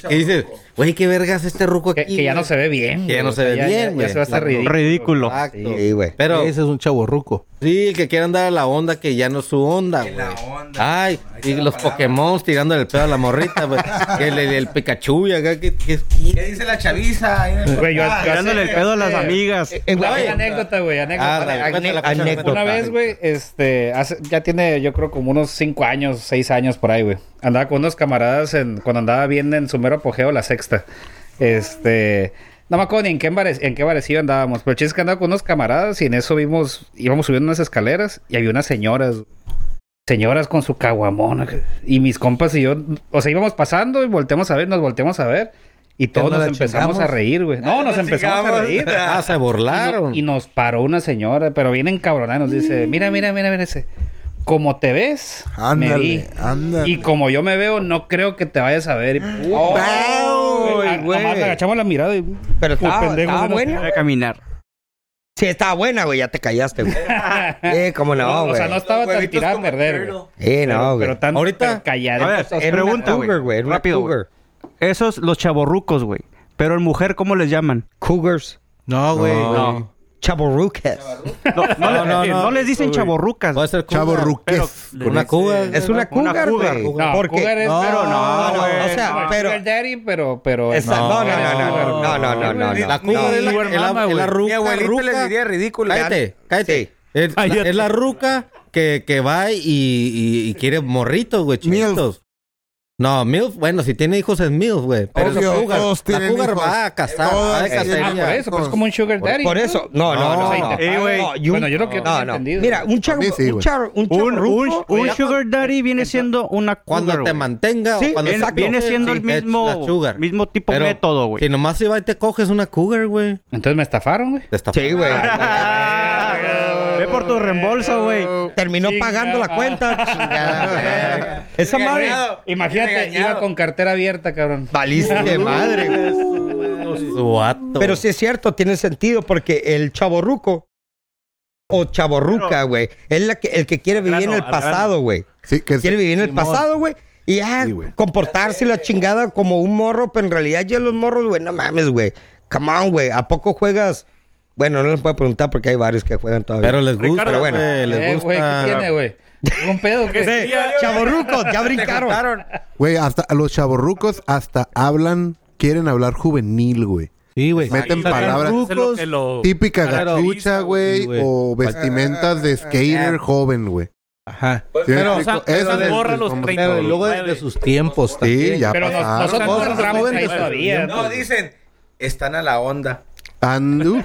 Speaker 10: ¿Qué dices? Güey, qué vergas este ruco aquí.
Speaker 12: que ya
Speaker 10: güey?
Speaker 12: no se ve bien,
Speaker 10: Que ya
Speaker 12: güey.
Speaker 10: no se ve
Speaker 12: Ya- ya-
Speaker 10: bien,
Speaker 12: ya
Speaker 10: güey.
Speaker 12: se va a estar
Speaker 10: Claro.
Speaker 12: ridículo.
Speaker 10: Exacto.
Speaker 12: Sí, güey.
Speaker 10: Pero
Speaker 2: Ese es un chavo ruco.
Speaker 10: sí, el que quiera andar a la onda que ya no es su onda, güey. Ay, y los Pokémon tirando el pedo a la morrita, güey. el, el, el Pikachu y acá que, que es
Speaker 4: ¿Qué dice la chaviza? Ahí en el-
Speaker 12: Güey, yo- yo
Speaker 4: Ah,
Speaker 12: hace- eh,
Speaker 10: Eh,
Speaker 12: eh,
Speaker 10: eh,
Speaker 12: güey,
Speaker 10: güey.
Speaker 12: anécdota, güey, anécdota.
Speaker 10: Ah, dale,
Speaker 12: Ane-
Speaker 10: cuéntala, cuéntala,
Speaker 12: anécdota.
Speaker 10: cuéntala.
Speaker 12: Una vez, güey, este, hace- ya tiene, yo creo, como unos 5 años, 6 años por ahí, güey. Andaba con unos camaradas en, cuando andaba bien en su mero apogeo, la sexta. Este, no me acuerdo ni en qué, bares, en qué barecillo andábamos, pero el chiste es que andaba con unos camaradas y en eso vimos, íbamos subiendo unas escaleras y había unas señoras, señoras con su caguamona. Y mis compas y yo, o sea, íbamos pasando y volteamos a ver, nos volteamos a ver. Y todos
Speaker 10: nos
Speaker 12: nos
Speaker 10: la
Speaker 12: empezamos
Speaker 10: chingamos?
Speaker 12: a reír, güey. No,
Speaker 10: Ah,
Speaker 12: nos
Speaker 10: nos
Speaker 12: empezamos a
Speaker 10: chingamos.
Speaker 12: reír.
Speaker 10: [laughs] Ah, se burlaron.
Speaker 12: Y, no- y nos paró una señora, pero bien encabronada. Nos dice, mira, mira, mira, mira ese. Como te ves, me
Speaker 3: Ándale,
Speaker 12: vi.
Speaker 3: ándale.
Speaker 12: Y como yo me veo, no creo que te vayas a ver. Y, ¡Oh!
Speaker 5: ¡Pau!
Speaker 12: Ah,
Speaker 5: Güey.
Speaker 12: nomás le agachamos la mirada y...
Speaker 5: Pero
Speaker 12: como
Speaker 5: estaba,
Speaker 12: pendejos
Speaker 5: estaba
Speaker 12: de los-
Speaker 5: buena. A caminar. Sí, estaba buena, güey. Ya te
Speaker 12: [laughs]
Speaker 5: callaste, güey. eh, cómo no,
Speaker 12: No,
Speaker 5: güey.
Speaker 12: o sea, no estaba tan tirada a perder, güey.
Speaker 5: Eh, no,
Speaker 12: Pero-
Speaker 5: güey.
Speaker 12: Pero tan
Speaker 5: Ahorita-
Speaker 12: pero calladito.
Speaker 5: A ver,
Speaker 12: O sea,
Speaker 5: era
Speaker 12: una
Speaker 5: pregunta,
Speaker 12: cougar,
Speaker 5: güey.
Speaker 12: güey, una
Speaker 5: Rápido,
Speaker 12: cougar.
Speaker 5: güey.
Speaker 7: Esos, los chavorrucos, güey. Pero en mujer, ¿cómo les llaman?
Speaker 5: Cougars.
Speaker 2: No,
Speaker 7: güey.
Speaker 5: No. Chaborrucas.
Speaker 7: No, no, le- no les dicen chavorrucas. Puede
Speaker 10: ser
Speaker 7: chavorruques.
Speaker 5: Una cougar. Es una cougar, güey.
Speaker 12: No,
Speaker 5: ¿Por qué?
Speaker 12: cougar es- pero no, güey.
Speaker 5: O sea,
Speaker 12: No,
Speaker 5: pero...
Speaker 12: sugar daddy, pero... pero
Speaker 5: Esa- No, no, no, no, no, no, no, no, no.
Speaker 10: La cougar es la,
Speaker 5: No,
Speaker 10: es la-
Speaker 5: mama,
Speaker 10: es la
Speaker 5: güey.
Speaker 10: ruca.
Speaker 5: Mi abuelita
Speaker 10: ruca.
Speaker 5: les diría ridícula.
Speaker 10: Cállate, cállate. Es, la,
Speaker 5: Cállate.
Speaker 10: es la ruca que, que va y, y- y quiere morritos, güey, chiquitos. No, MILF, bueno, si tiene hijos es MILF, güey. Pero
Speaker 3: Obvio,
Speaker 10: la cougar,
Speaker 3: todos
Speaker 10: la
Speaker 3: tienen
Speaker 10: cougar
Speaker 3: hijos.
Speaker 10: va a casar,
Speaker 3: Todos
Speaker 10: va de
Speaker 5: tienen
Speaker 10: cacería.
Speaker 12: Ah, por eso, pues es como un sugar daddy.
Speaker 5: Por eso, no, no,
Speaker 12: O
Speaker 5: no.
Speaker 12: sea, y te
Speaker 5: no.
Speaker 12: pagan.
Speaker 5: No, y un-
Speaker 12: Ah, Bueno, yo lo que
Speaker 5: no,
Speaker 12: tengo
Speaker 5: no.
Speaker 12: entendido.
Speaker 5: Mira, un char,
Speaker 1: A mí sí,
Speaker 5: un
Speaker 1: güey.
Speaker 5: char, un
Speaker 7: Un, un,
Speaker 5: chavorruco,
Speaker 7: un
Speaker 5: güey.
Speaker 7: sugar daddy viene siendo una cougar,
Speaker 10: Cuando te
Speaker 7: güey.
Speaker 10: mantenga
Speaker 7: Sí,
Speaker 10: o cuando
Speaker 7: él
Speaker 10: saque-
Speaker 7: viene siendo
Speaker 10: Sí,
Speaker 7: el
Speaker 10: es
Speaker 7: mismo-
Speaker 10: la sugar.
Speaker 7: mismo tipo
Speaker 10: Pero
Speaker 7: método, güey.
Speaker 10: Si nomás se va y te coges una cougar, güey.
Speaker 12: Entonces me estafaron, güey.
Speaker 10: Te está-
Speaker 5: Sí, güey.
Speaker 7: Ve por tu reembolso, güey.
Speaker 5: Terminó
Speaker 12: Chingada.
Speaker 5: pagando la
Speaker 6: [laughs]
Speaker 5: cuenta. Chingada. verga. Esa madre.
Speaker 12: Imagínate,
Speaker 7: Regañado.
Speaker 12: iba con cartera abierta, cabrón.
Speaker 5: Valiste madre, güey. Pero sí es cierto, tiene sentido, porque el chaborruco o chaborruca, güey, es la que, el que quiere vivir
Speaker 8: grano,
Speaker 5: en el
Speaker 8: al
Speaker 5: pasado, güey.
Speaker 1: Sí, que es-
Speaker 5: Quiere vivir en el pasado, güey. Y ya comportarse la chingada como un morro, pero en realidad ya los morros, güey, no mames, güey. Come on, güey. ¿A poco juegas? Bueno, no les puedo preguntar porque hay varios que juegan todavía.
Speaker 10: Pero les gusta,
Speaker 5: pero bueno.
Speaker 10: güey,
Speaker 12: Eh,
Speaker 10: les
Speaker 12: güey,
Speaker 10: gusta.
Speaker 12: ¿qué tiene, güey? Un pedo, güey.
Speaker 5: Sí, chavorrucos, ya brincaron.
Speaker 1: Güey, hasta a los chavorrucos hasta hablan, quieren hablar juvenil, güey.
Speaker 2: Sí, güey.
Speaker 1: Meten
Speaker 2: Sacan
Speaker 1: palabras
Speaker 2: rucos.
Speaker 1: típica
Speaker 2: Claro.
Speaker 1: gachucha, güey,
Speaker 2: Sí, güey.
Speaker 1: o vestimentas
Speaker 5: Ah,
Speaker 1: de skater joven, güey.
Speaker 2: Ajá.
Speaker 1: ¿Sí me
Speaker 2: Pero,
Speaker 1: explico?
Speaker 2: o sea,
Speaker 1: Eso
Speaker 2: esas
Speaker 1: es-
Speaker 2: morras
Speaker 1: es
Speaker 2: los
Speaker 1: como-
Speaker 2: 30, Pero luego de, de sus tiempos también.
Speaker 1: Sí, ya
Speaker 12: Pero nos-
Speaker 1: pasaron.
Speaker 12: nosotros no
Speaker 2: Nosotros
Speaker 12: entramos
Speaker 2: jóvenes
Speaker 12: ahí
Speaker 2: de
Speaker 12: todavía. pues.
Speaker 2: estudiantes.
Speaker 4: No, dicen, están a la onda.
Speaker 1: Andu.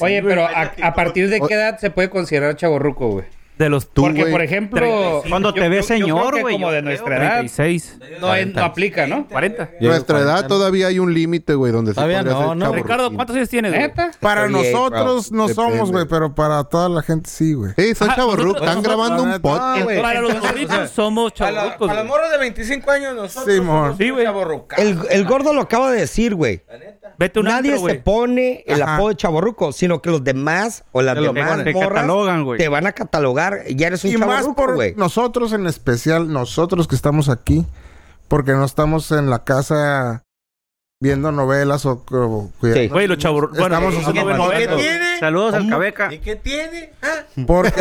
Speaker 12: Oye, pero a, a partir de
Speaker 1: O-
Speaker 12: qué edad se puede considerar chaborruco, güey?
Speaker 8: De los
Speaker 1: Tú,
Speaker 12: Porque,
Speaker 1: güey.
Speaker 12: por ejemplo,
Speaker 8: 35. Cuando te ves
Speaker 12: yo creo
Speaker 8: señor,
Speaker 12: que
Speaker 8: güey,
Speaker 12: Como
Speaker 8: yo
Speaker 12: de
Speaker 8: creo.
Speaker 12: nuestra edad,
Speaker 8: 36.
Speaker 12: no, es- no aplica, ¿no?
Speaker 8: 40.
Speaker 1: Nuestra edad todavía hay un límite, güey, donde se
Speaker 10: Todavía no, ¿no?
Speaker 8: Ricardo, ¿cuántos años tienes, güey?
Speaker 12: ¿Neta?
Speaker 3: Para
Speaker 5: 38,
Speaker 3: nosotros no
Speaker 1: Depende.
Speaker 3: somos, güey, pero para toda la gente sí, güey.
Speaker 1: Sí, son chavorrucos. Están grabando
Speaker 3: la
Speaker 1: un
Speaker 3: neta,
Speaker 1: podcast.
Speaker 3: güey.
Speaker 8: Para los gorditos somos
Speaker 4: A la-
Speaker 8: chavorrucos,
Speaker 4: a los
Speaker 8: güey.
Speaker 4: morros de 25 años nosotros
Speaker 3: Sí, mon.
Speaker 8: Sí, güey.
Speaker 4: chavorrucados.
Speaker 5: El, el gordo lo acaba de decir, güey.
Speaker 8: Vete a un
Speaker 5: Nadie
Speaker 8: antro,
Speaker 5: se
Speaker 8: güey.
Speaker 5: pone el
Speaker 3: Ajá.
Speaker 5: apodo de chaborruco, sino que los demás o las
Speaker 8: Te lo
Speaker 5: demás
Speaker 8: ponen. Te
Speaker 5: morras
Speaker 8: catalogan, güey.
Speaker 5: te van a catalogar. Ya eres un
Speaker 3: Y más
Speaker 5: chaborruco,
Speaker 3: por
Speaker 5: güey.
Speaker 3: nosotros en especial, nosotros que estamos aquí, porque no estamos en la casa viendo novelas o... o
Speaker 5: Sí.
Speaker 8: Güey, los chavorrucos.
Speaker 3: Estamos haciendo
Speaker 4: ¿Qué tiene?
Speaker 8: Saludos al Cabeca.
Speaker 4: ¿Y qué tiene? Ah,
Speaker 3: Porque...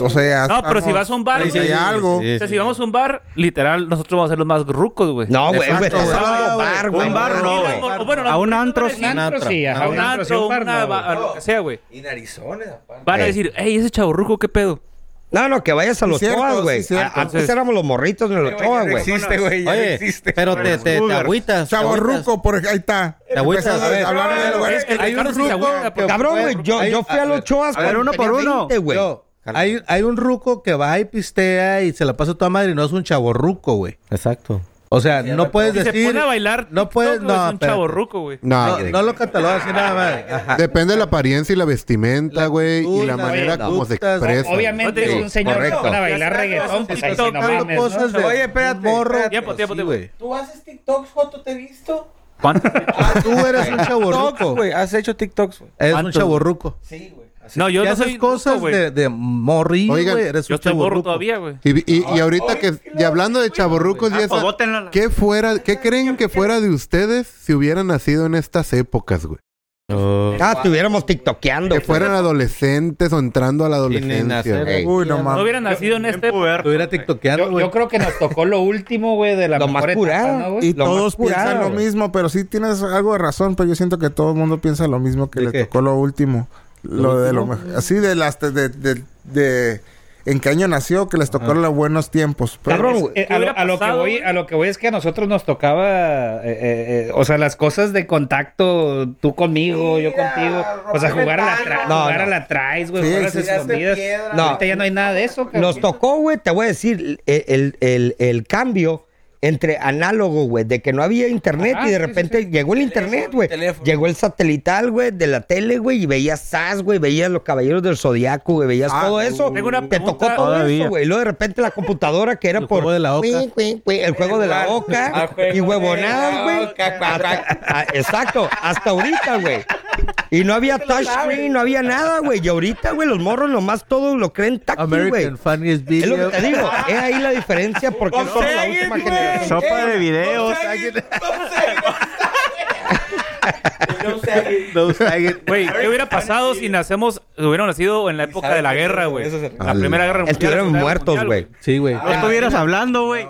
Speaker 3: o sea,
Speaker 8: No, pero si vas a un bar,
Speaker 3: Si hay
Speaker 8: güey.
Speaker 3: algo...
Speaker 8: O sea, si vamos a un bar, literal, nosotros vamos a ser los más rucos, güey.
Speaker 5: No, güey, güey,
Speaker 3: Exacto,
Speaker 5: estás
Speaker 3: güey.
Speaker 5: hablando de bar, güey.
Speaker 8: Un bar, no, güey. O bueno, no,
Speaker 7: A un
Speaker 8: no
Speaker 7: antro,
Speaker 8: es
Speaker 7: sí.
Speaker 12: Un antro, sí, ajá,
Speaker 8: A un antro,
Speaker 12: bar,
Speaker 8: una,
Speaker 12: no,
Speaker 8: ba- a
Speaker 12: güey.
Speaker 8: lo que sea, güey.
Speaker 4: y narizones, aparte.
Speaker 8: Van a
Speaker 5: Eh.
Speaker 8: decir, ey, ese chavorruco, ¿qué pedo?
Speaker 5: No, no, que vayas a
Speaker 3: Sí,
Speaker 5: los
Speaker 3: cierto,
Speaker 5: toas,
Speaker 3: sí,
Speaker 5: güey.
Speaker 3: cierto.
Speaker 5: A- Antes éramos los morritos de los toas,
Speaker 4: No
Speaker 5: güey.
Speaker 4: existe, güey. ya no
Speaker 10: Oye,
Speaker 4: existe.
Speaker 10: pero te, te, te agüitas. te agüitas.
Speaker 3: Chaborruco, por ahí está.
Speaker 10: Te agüitas,
Speaker 3: Empezando
Speaker 10: a ver.
Speaker 3: a hablar de
Speaker 4: Claro,
Speaker 3: lugares
Speaker 4: güey.
Speaker 3: que-
Speaker 8: Hay un
Speaker 5: Cabrón, güey, yo, yo fui a los Choas
Speaker 7: a ver,
Speaker 5: cuando
Speaker 7: uno por
Speaker 5: tenía
Speaker 7: uno.
Speaker 5: 20, güey.
Speaker 2: Yo, hay, hay un ruco que va y pistea y se la pasa a toda madre y no es un chavo ruco, güey.
Speaker 10: Exacto.
Speaker 2: O sea, no puedes
Speaker 8: Si se
Speaker 2: decir.
Speaker 8: pone a bailar,
Speaker 2: No puedes. No,
Speaker 8: es un
Speaker 2: espérate.
Speaker 8: chavorruco, güey.
Speaker 1: No,
Speaker 2: No, no lo catalogas así nada
Speaker 8: [laughs]
Speaker 2: más. Ajá.
Speaker 1: depende de la apariencia y la vestimenta, güey, y
Speaker 2: cultura,
Speaker 1: la manera
Speaker 2: güey,
Speaker 1: como se
Speaker 2: las-
Speaker 1: expresa.
Speaker 12: Obviamente,
Speaker 8: Sí,
Speaker 12: es un señor que
Speaker 5: correcto.
Speaker 12: van a bailar
Speaker 7: Ya está,
Speaker 12: reggaetón,
Speaker 7: pues,
Speaker 12: pues
Speaker 7: sí,
Speaker 12: ahí sí no
Speaker 2: tocando
Speaker 12: mames, ¿no?
Speaker 2: cosas de
Speaker 4: Oye, espérate,
Speaker 2: un morro.
Speaker 4: espérate.
Speaker 8: Tiempo, tiempo,
Speaker 2: Sí,
Speaker 8: tiempo.
Speaker 2: güey.
Speaker 4: ¿Tú haces TikToks, Joto? ¿Te he visto?
Speaker 8: ¿Cuánto? Ah,
Speaker 2: Tú eres un chavo
Speaker 4: [laughs]
Speaker 10: TikToks,
Speaker 2: ruco.
Speaker 10: güey. Has hecho TikToks, güey.
Speaker 2: Eres un
Speaker 8: ¿Cuántos?
Speaker 2: chavo ruco.
Speaker 4: Sí, güey.
Speaker 8: No, yo
Speaker 2: Ya
Speaker 8: no
Speaker 2: haces
Speaker 8: soy
Speaker 2: cosas
Speaker 8: ruco, güey.
Speaker 2: de, de morrillo,
Speaker 1: Oigan,
Speaker 2: güey. Eres
Speaker 8: yo
Speaker 2: un
Speaker 8: estoy
Speaker 2: chavorruco.
Speaker 8: morro todavía, güey.
Speaker 1: Y, y- y ahorita que, y hablando de chaborrucos y
Speaker 8: Ah,
Speaker 1: eso,
Speaker 8: pues bótenlo a la-
Speaker 1: ¿qué fuera, qué creen que fuera de ustedes si hubieran nacido en estas épocas, güey?
Speaker 5: Ah, estuviéramos tiktokeando.
Speaker 1: Que fueran adolescentes o entrando a la adolescencia. güey.
Speaker 8: No hubiera nacido en este
Speaker 2: Tuviera tiktokeando,
Speaker 12: Yo creo que nos tocó lo último, güey, de la
Speaker 5: Lo
Speaker 12: mejor
Speaker 5: más
Speaker 12: etapa,
Speaker 5: curado.
Speaker 12: ¿no, güey?
Speaker 3: Y todos piensan lo mismo, pero sí tienes algo de razón, pero yo siento que todo el mundo piensa lo mismo que le tocó lo último. Lo, de lo mejor. Así de las de, de, de- de- en qué año nació que les tocó los buenos tiempos. Pero-
Speaker 12: Eh, a, lo, a lo que voy, a lo que voy es que a nosotros nos tocaba, eh, eh, eh, o sea, las cosas de contacto, tú conmigo, yo contigo, o sea, jugar a la, tra
Speaker 5: No,
Speaker 12: jugar
Speaker 5: no.
Speaker 12: a la traes, güey,
Speaker 5: Sí,
Speaker 12: jugar a las
Speaker 5: sí, sí.
Speaker 12: escondidas.
Speaker 5: Piedra. No.
Speaker 12: Ahorita ya no hay nada de eso, cabrón.
Speaker 5: Nos tocó, güey, te voy a decir, el, el- el- el cambio entre análogo, güey, de que no había internet
Speaker 12: Ajá,
Speaker 5: y de
Speaker 12: sí, sí,
Speaker 5: repente llegó el internet, güey. Llegó el satelital, güey, de la tele, güey, y veías SAS, güey, veías los caballeros del zodiaco, güey, veías
Speaker 8: Ah,
Speaker 5: todo eso.
Speaker 8: tengo una
Speaker 5: te tocó
Speaker 8: pregunta.
Speaker 5: todo
Speaker 8: Todavía.
Speaker 5: eso, güey. Y luego de repente la computadora que era por.
Speaker 2: juego de la oca.
Speaker 5: Cuin, cuin, cuin, el juego de la
Speaker 10: Ah,
Speaker 5: oca. Y huevonadas, güey. Hasta- ah, Exacto, hasta ahorita, güey. Y no había touchscreen, no había nada, güey. Y ahorita, güey, los morros nomás todo lo creen táctil, güey.
Speaker 2: American Funniest
Speaker 5: Es
Speaker 2: Video.
Speaker 5: lo que te digo, es ahí la diferencia porque
Speaker 4: Pues
Speaker 5: somos la última generación.
Speaker 7: Sopa de videos.
Speaker 8: Güey, ¿qué hubiera pasado si nacemos, hubieran nacido en la época de la guerra, güey? La primera guerra mundial.
Speaker 5: Estuvieran
Speaker 8: la Segunda
Speaker 5: muertos,
Speaker 8: Mundial,
Speaker 5: güey.
Speaker 2: Sí, güey.
Speaker 10: Ah.
Speaker 8: No estuvieras
Speaker 7: hablando, güey.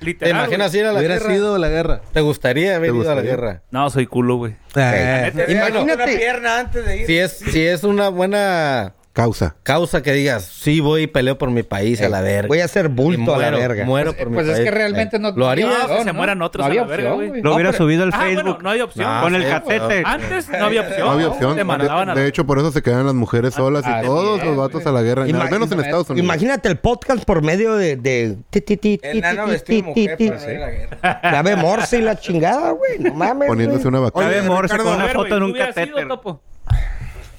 Speaker 8: Literal,
Speaker 10: ¿Te imaginas
Speaker 8: güey.
Speaker 10: ir a la
Speaker 2: Hubiera
Speaker 10: guerra?
Speaker 2: sido la guerra.
Speaker 10: ¿Te gustaría haber
Speaker 8: ¿Te
Speaker 10: ido a la
Speaker 8: gustaría?
Speaker 10: guerra?
Speaker 8: No, soy culo, güey.
Speaker 2: Ah,
Speaker 10: Te veo
Speaker 4: Imagínate.
Speaker 10: Imagínate.
Speaker 4: Una pierna antes de ir.
Speaker 10: Si es, si es una buena
Speaker 1: causa.
Speaker 10: Causa que digas, sí voy y peleo por mi país a la verga.
Speaker 5: Voy a hacer bulto
Speaker 10: Y
Speaker 5: a la
Speaker 10: muero,
Speaker 5: verga.
Speaker 10: Muero
Speaker 12: Pues-
Speaker 10: por mi
Speaker 12: pues es
Speaker 10: país.
Speaker 12: que realmente
Speaker 10: Eh,
Speaker 12: no-
Speaker 10: lo haría.
Speaker 12: no,
Speaker 8: Que se
Speaker 12: no,
Speaker 8: mueran otros
Speaker 12: no
Speaker 8: a
Speaker 12: había
Speaker 8: la
Speaker 12: opción,
Speaker 8: verga,
Speaker 12: güey.
Speaker 8: güey.
Speaker 12: Lo
Speaker 7: hubiera
Speaker 8: pero-
Speaker 7: subido al
Speaker 8: Ah, bueno,
Speaker 7: Facebook.
Speaker 8: no hay opción.
Speaker 7: No, Con el
Speaker 8: sí,
Speaker 6: pues,
Speaker 7: catete.
Speaker 6: ah.
Speaker 8: güey. Antes no había opción.
Speaker 1: No había opción.
Speaker 8: Te mandaban a
Speaker 1: De, de hecho, por eso se quedan las mujeres solas
Speaker 8: Ah,
Speaker 1: y todos
Speaker 8: sí,
Speaker 1: los vatos a la guerra.
Speaker 5: Ima-
Speaker 1: al menos en
Speaker 5: ima-
Speaker 1: Estados Unidos.
Speaker 5: Imagínate el podcast por medio de. de ti, ti, ti, ti,
Speaker 4: Enano
Speaker 5: ti,
Speaker 4: vestido de
Speaker 5: ti,
Speaker 4: mujer
Speaker 5: ti,
Speaker 4: para
Speaker 5: ti.
Speaker 4: no ir a la guerra.
Speaker 5: Ya ve Morse y la chingada, güey. No mames.
Speaker 1: Poniéndose
Speaker 5: güey.
Speaker 1: una vacuna.
Speaker 4: Oye,
Speaker 7: Morse con una
Speaker 4: Ricardo,
Speaker 7: foto en un
Speaker 8: ¿Tú hubieras ido,
Speaker 7: catéter.
Speaker 8: Topo?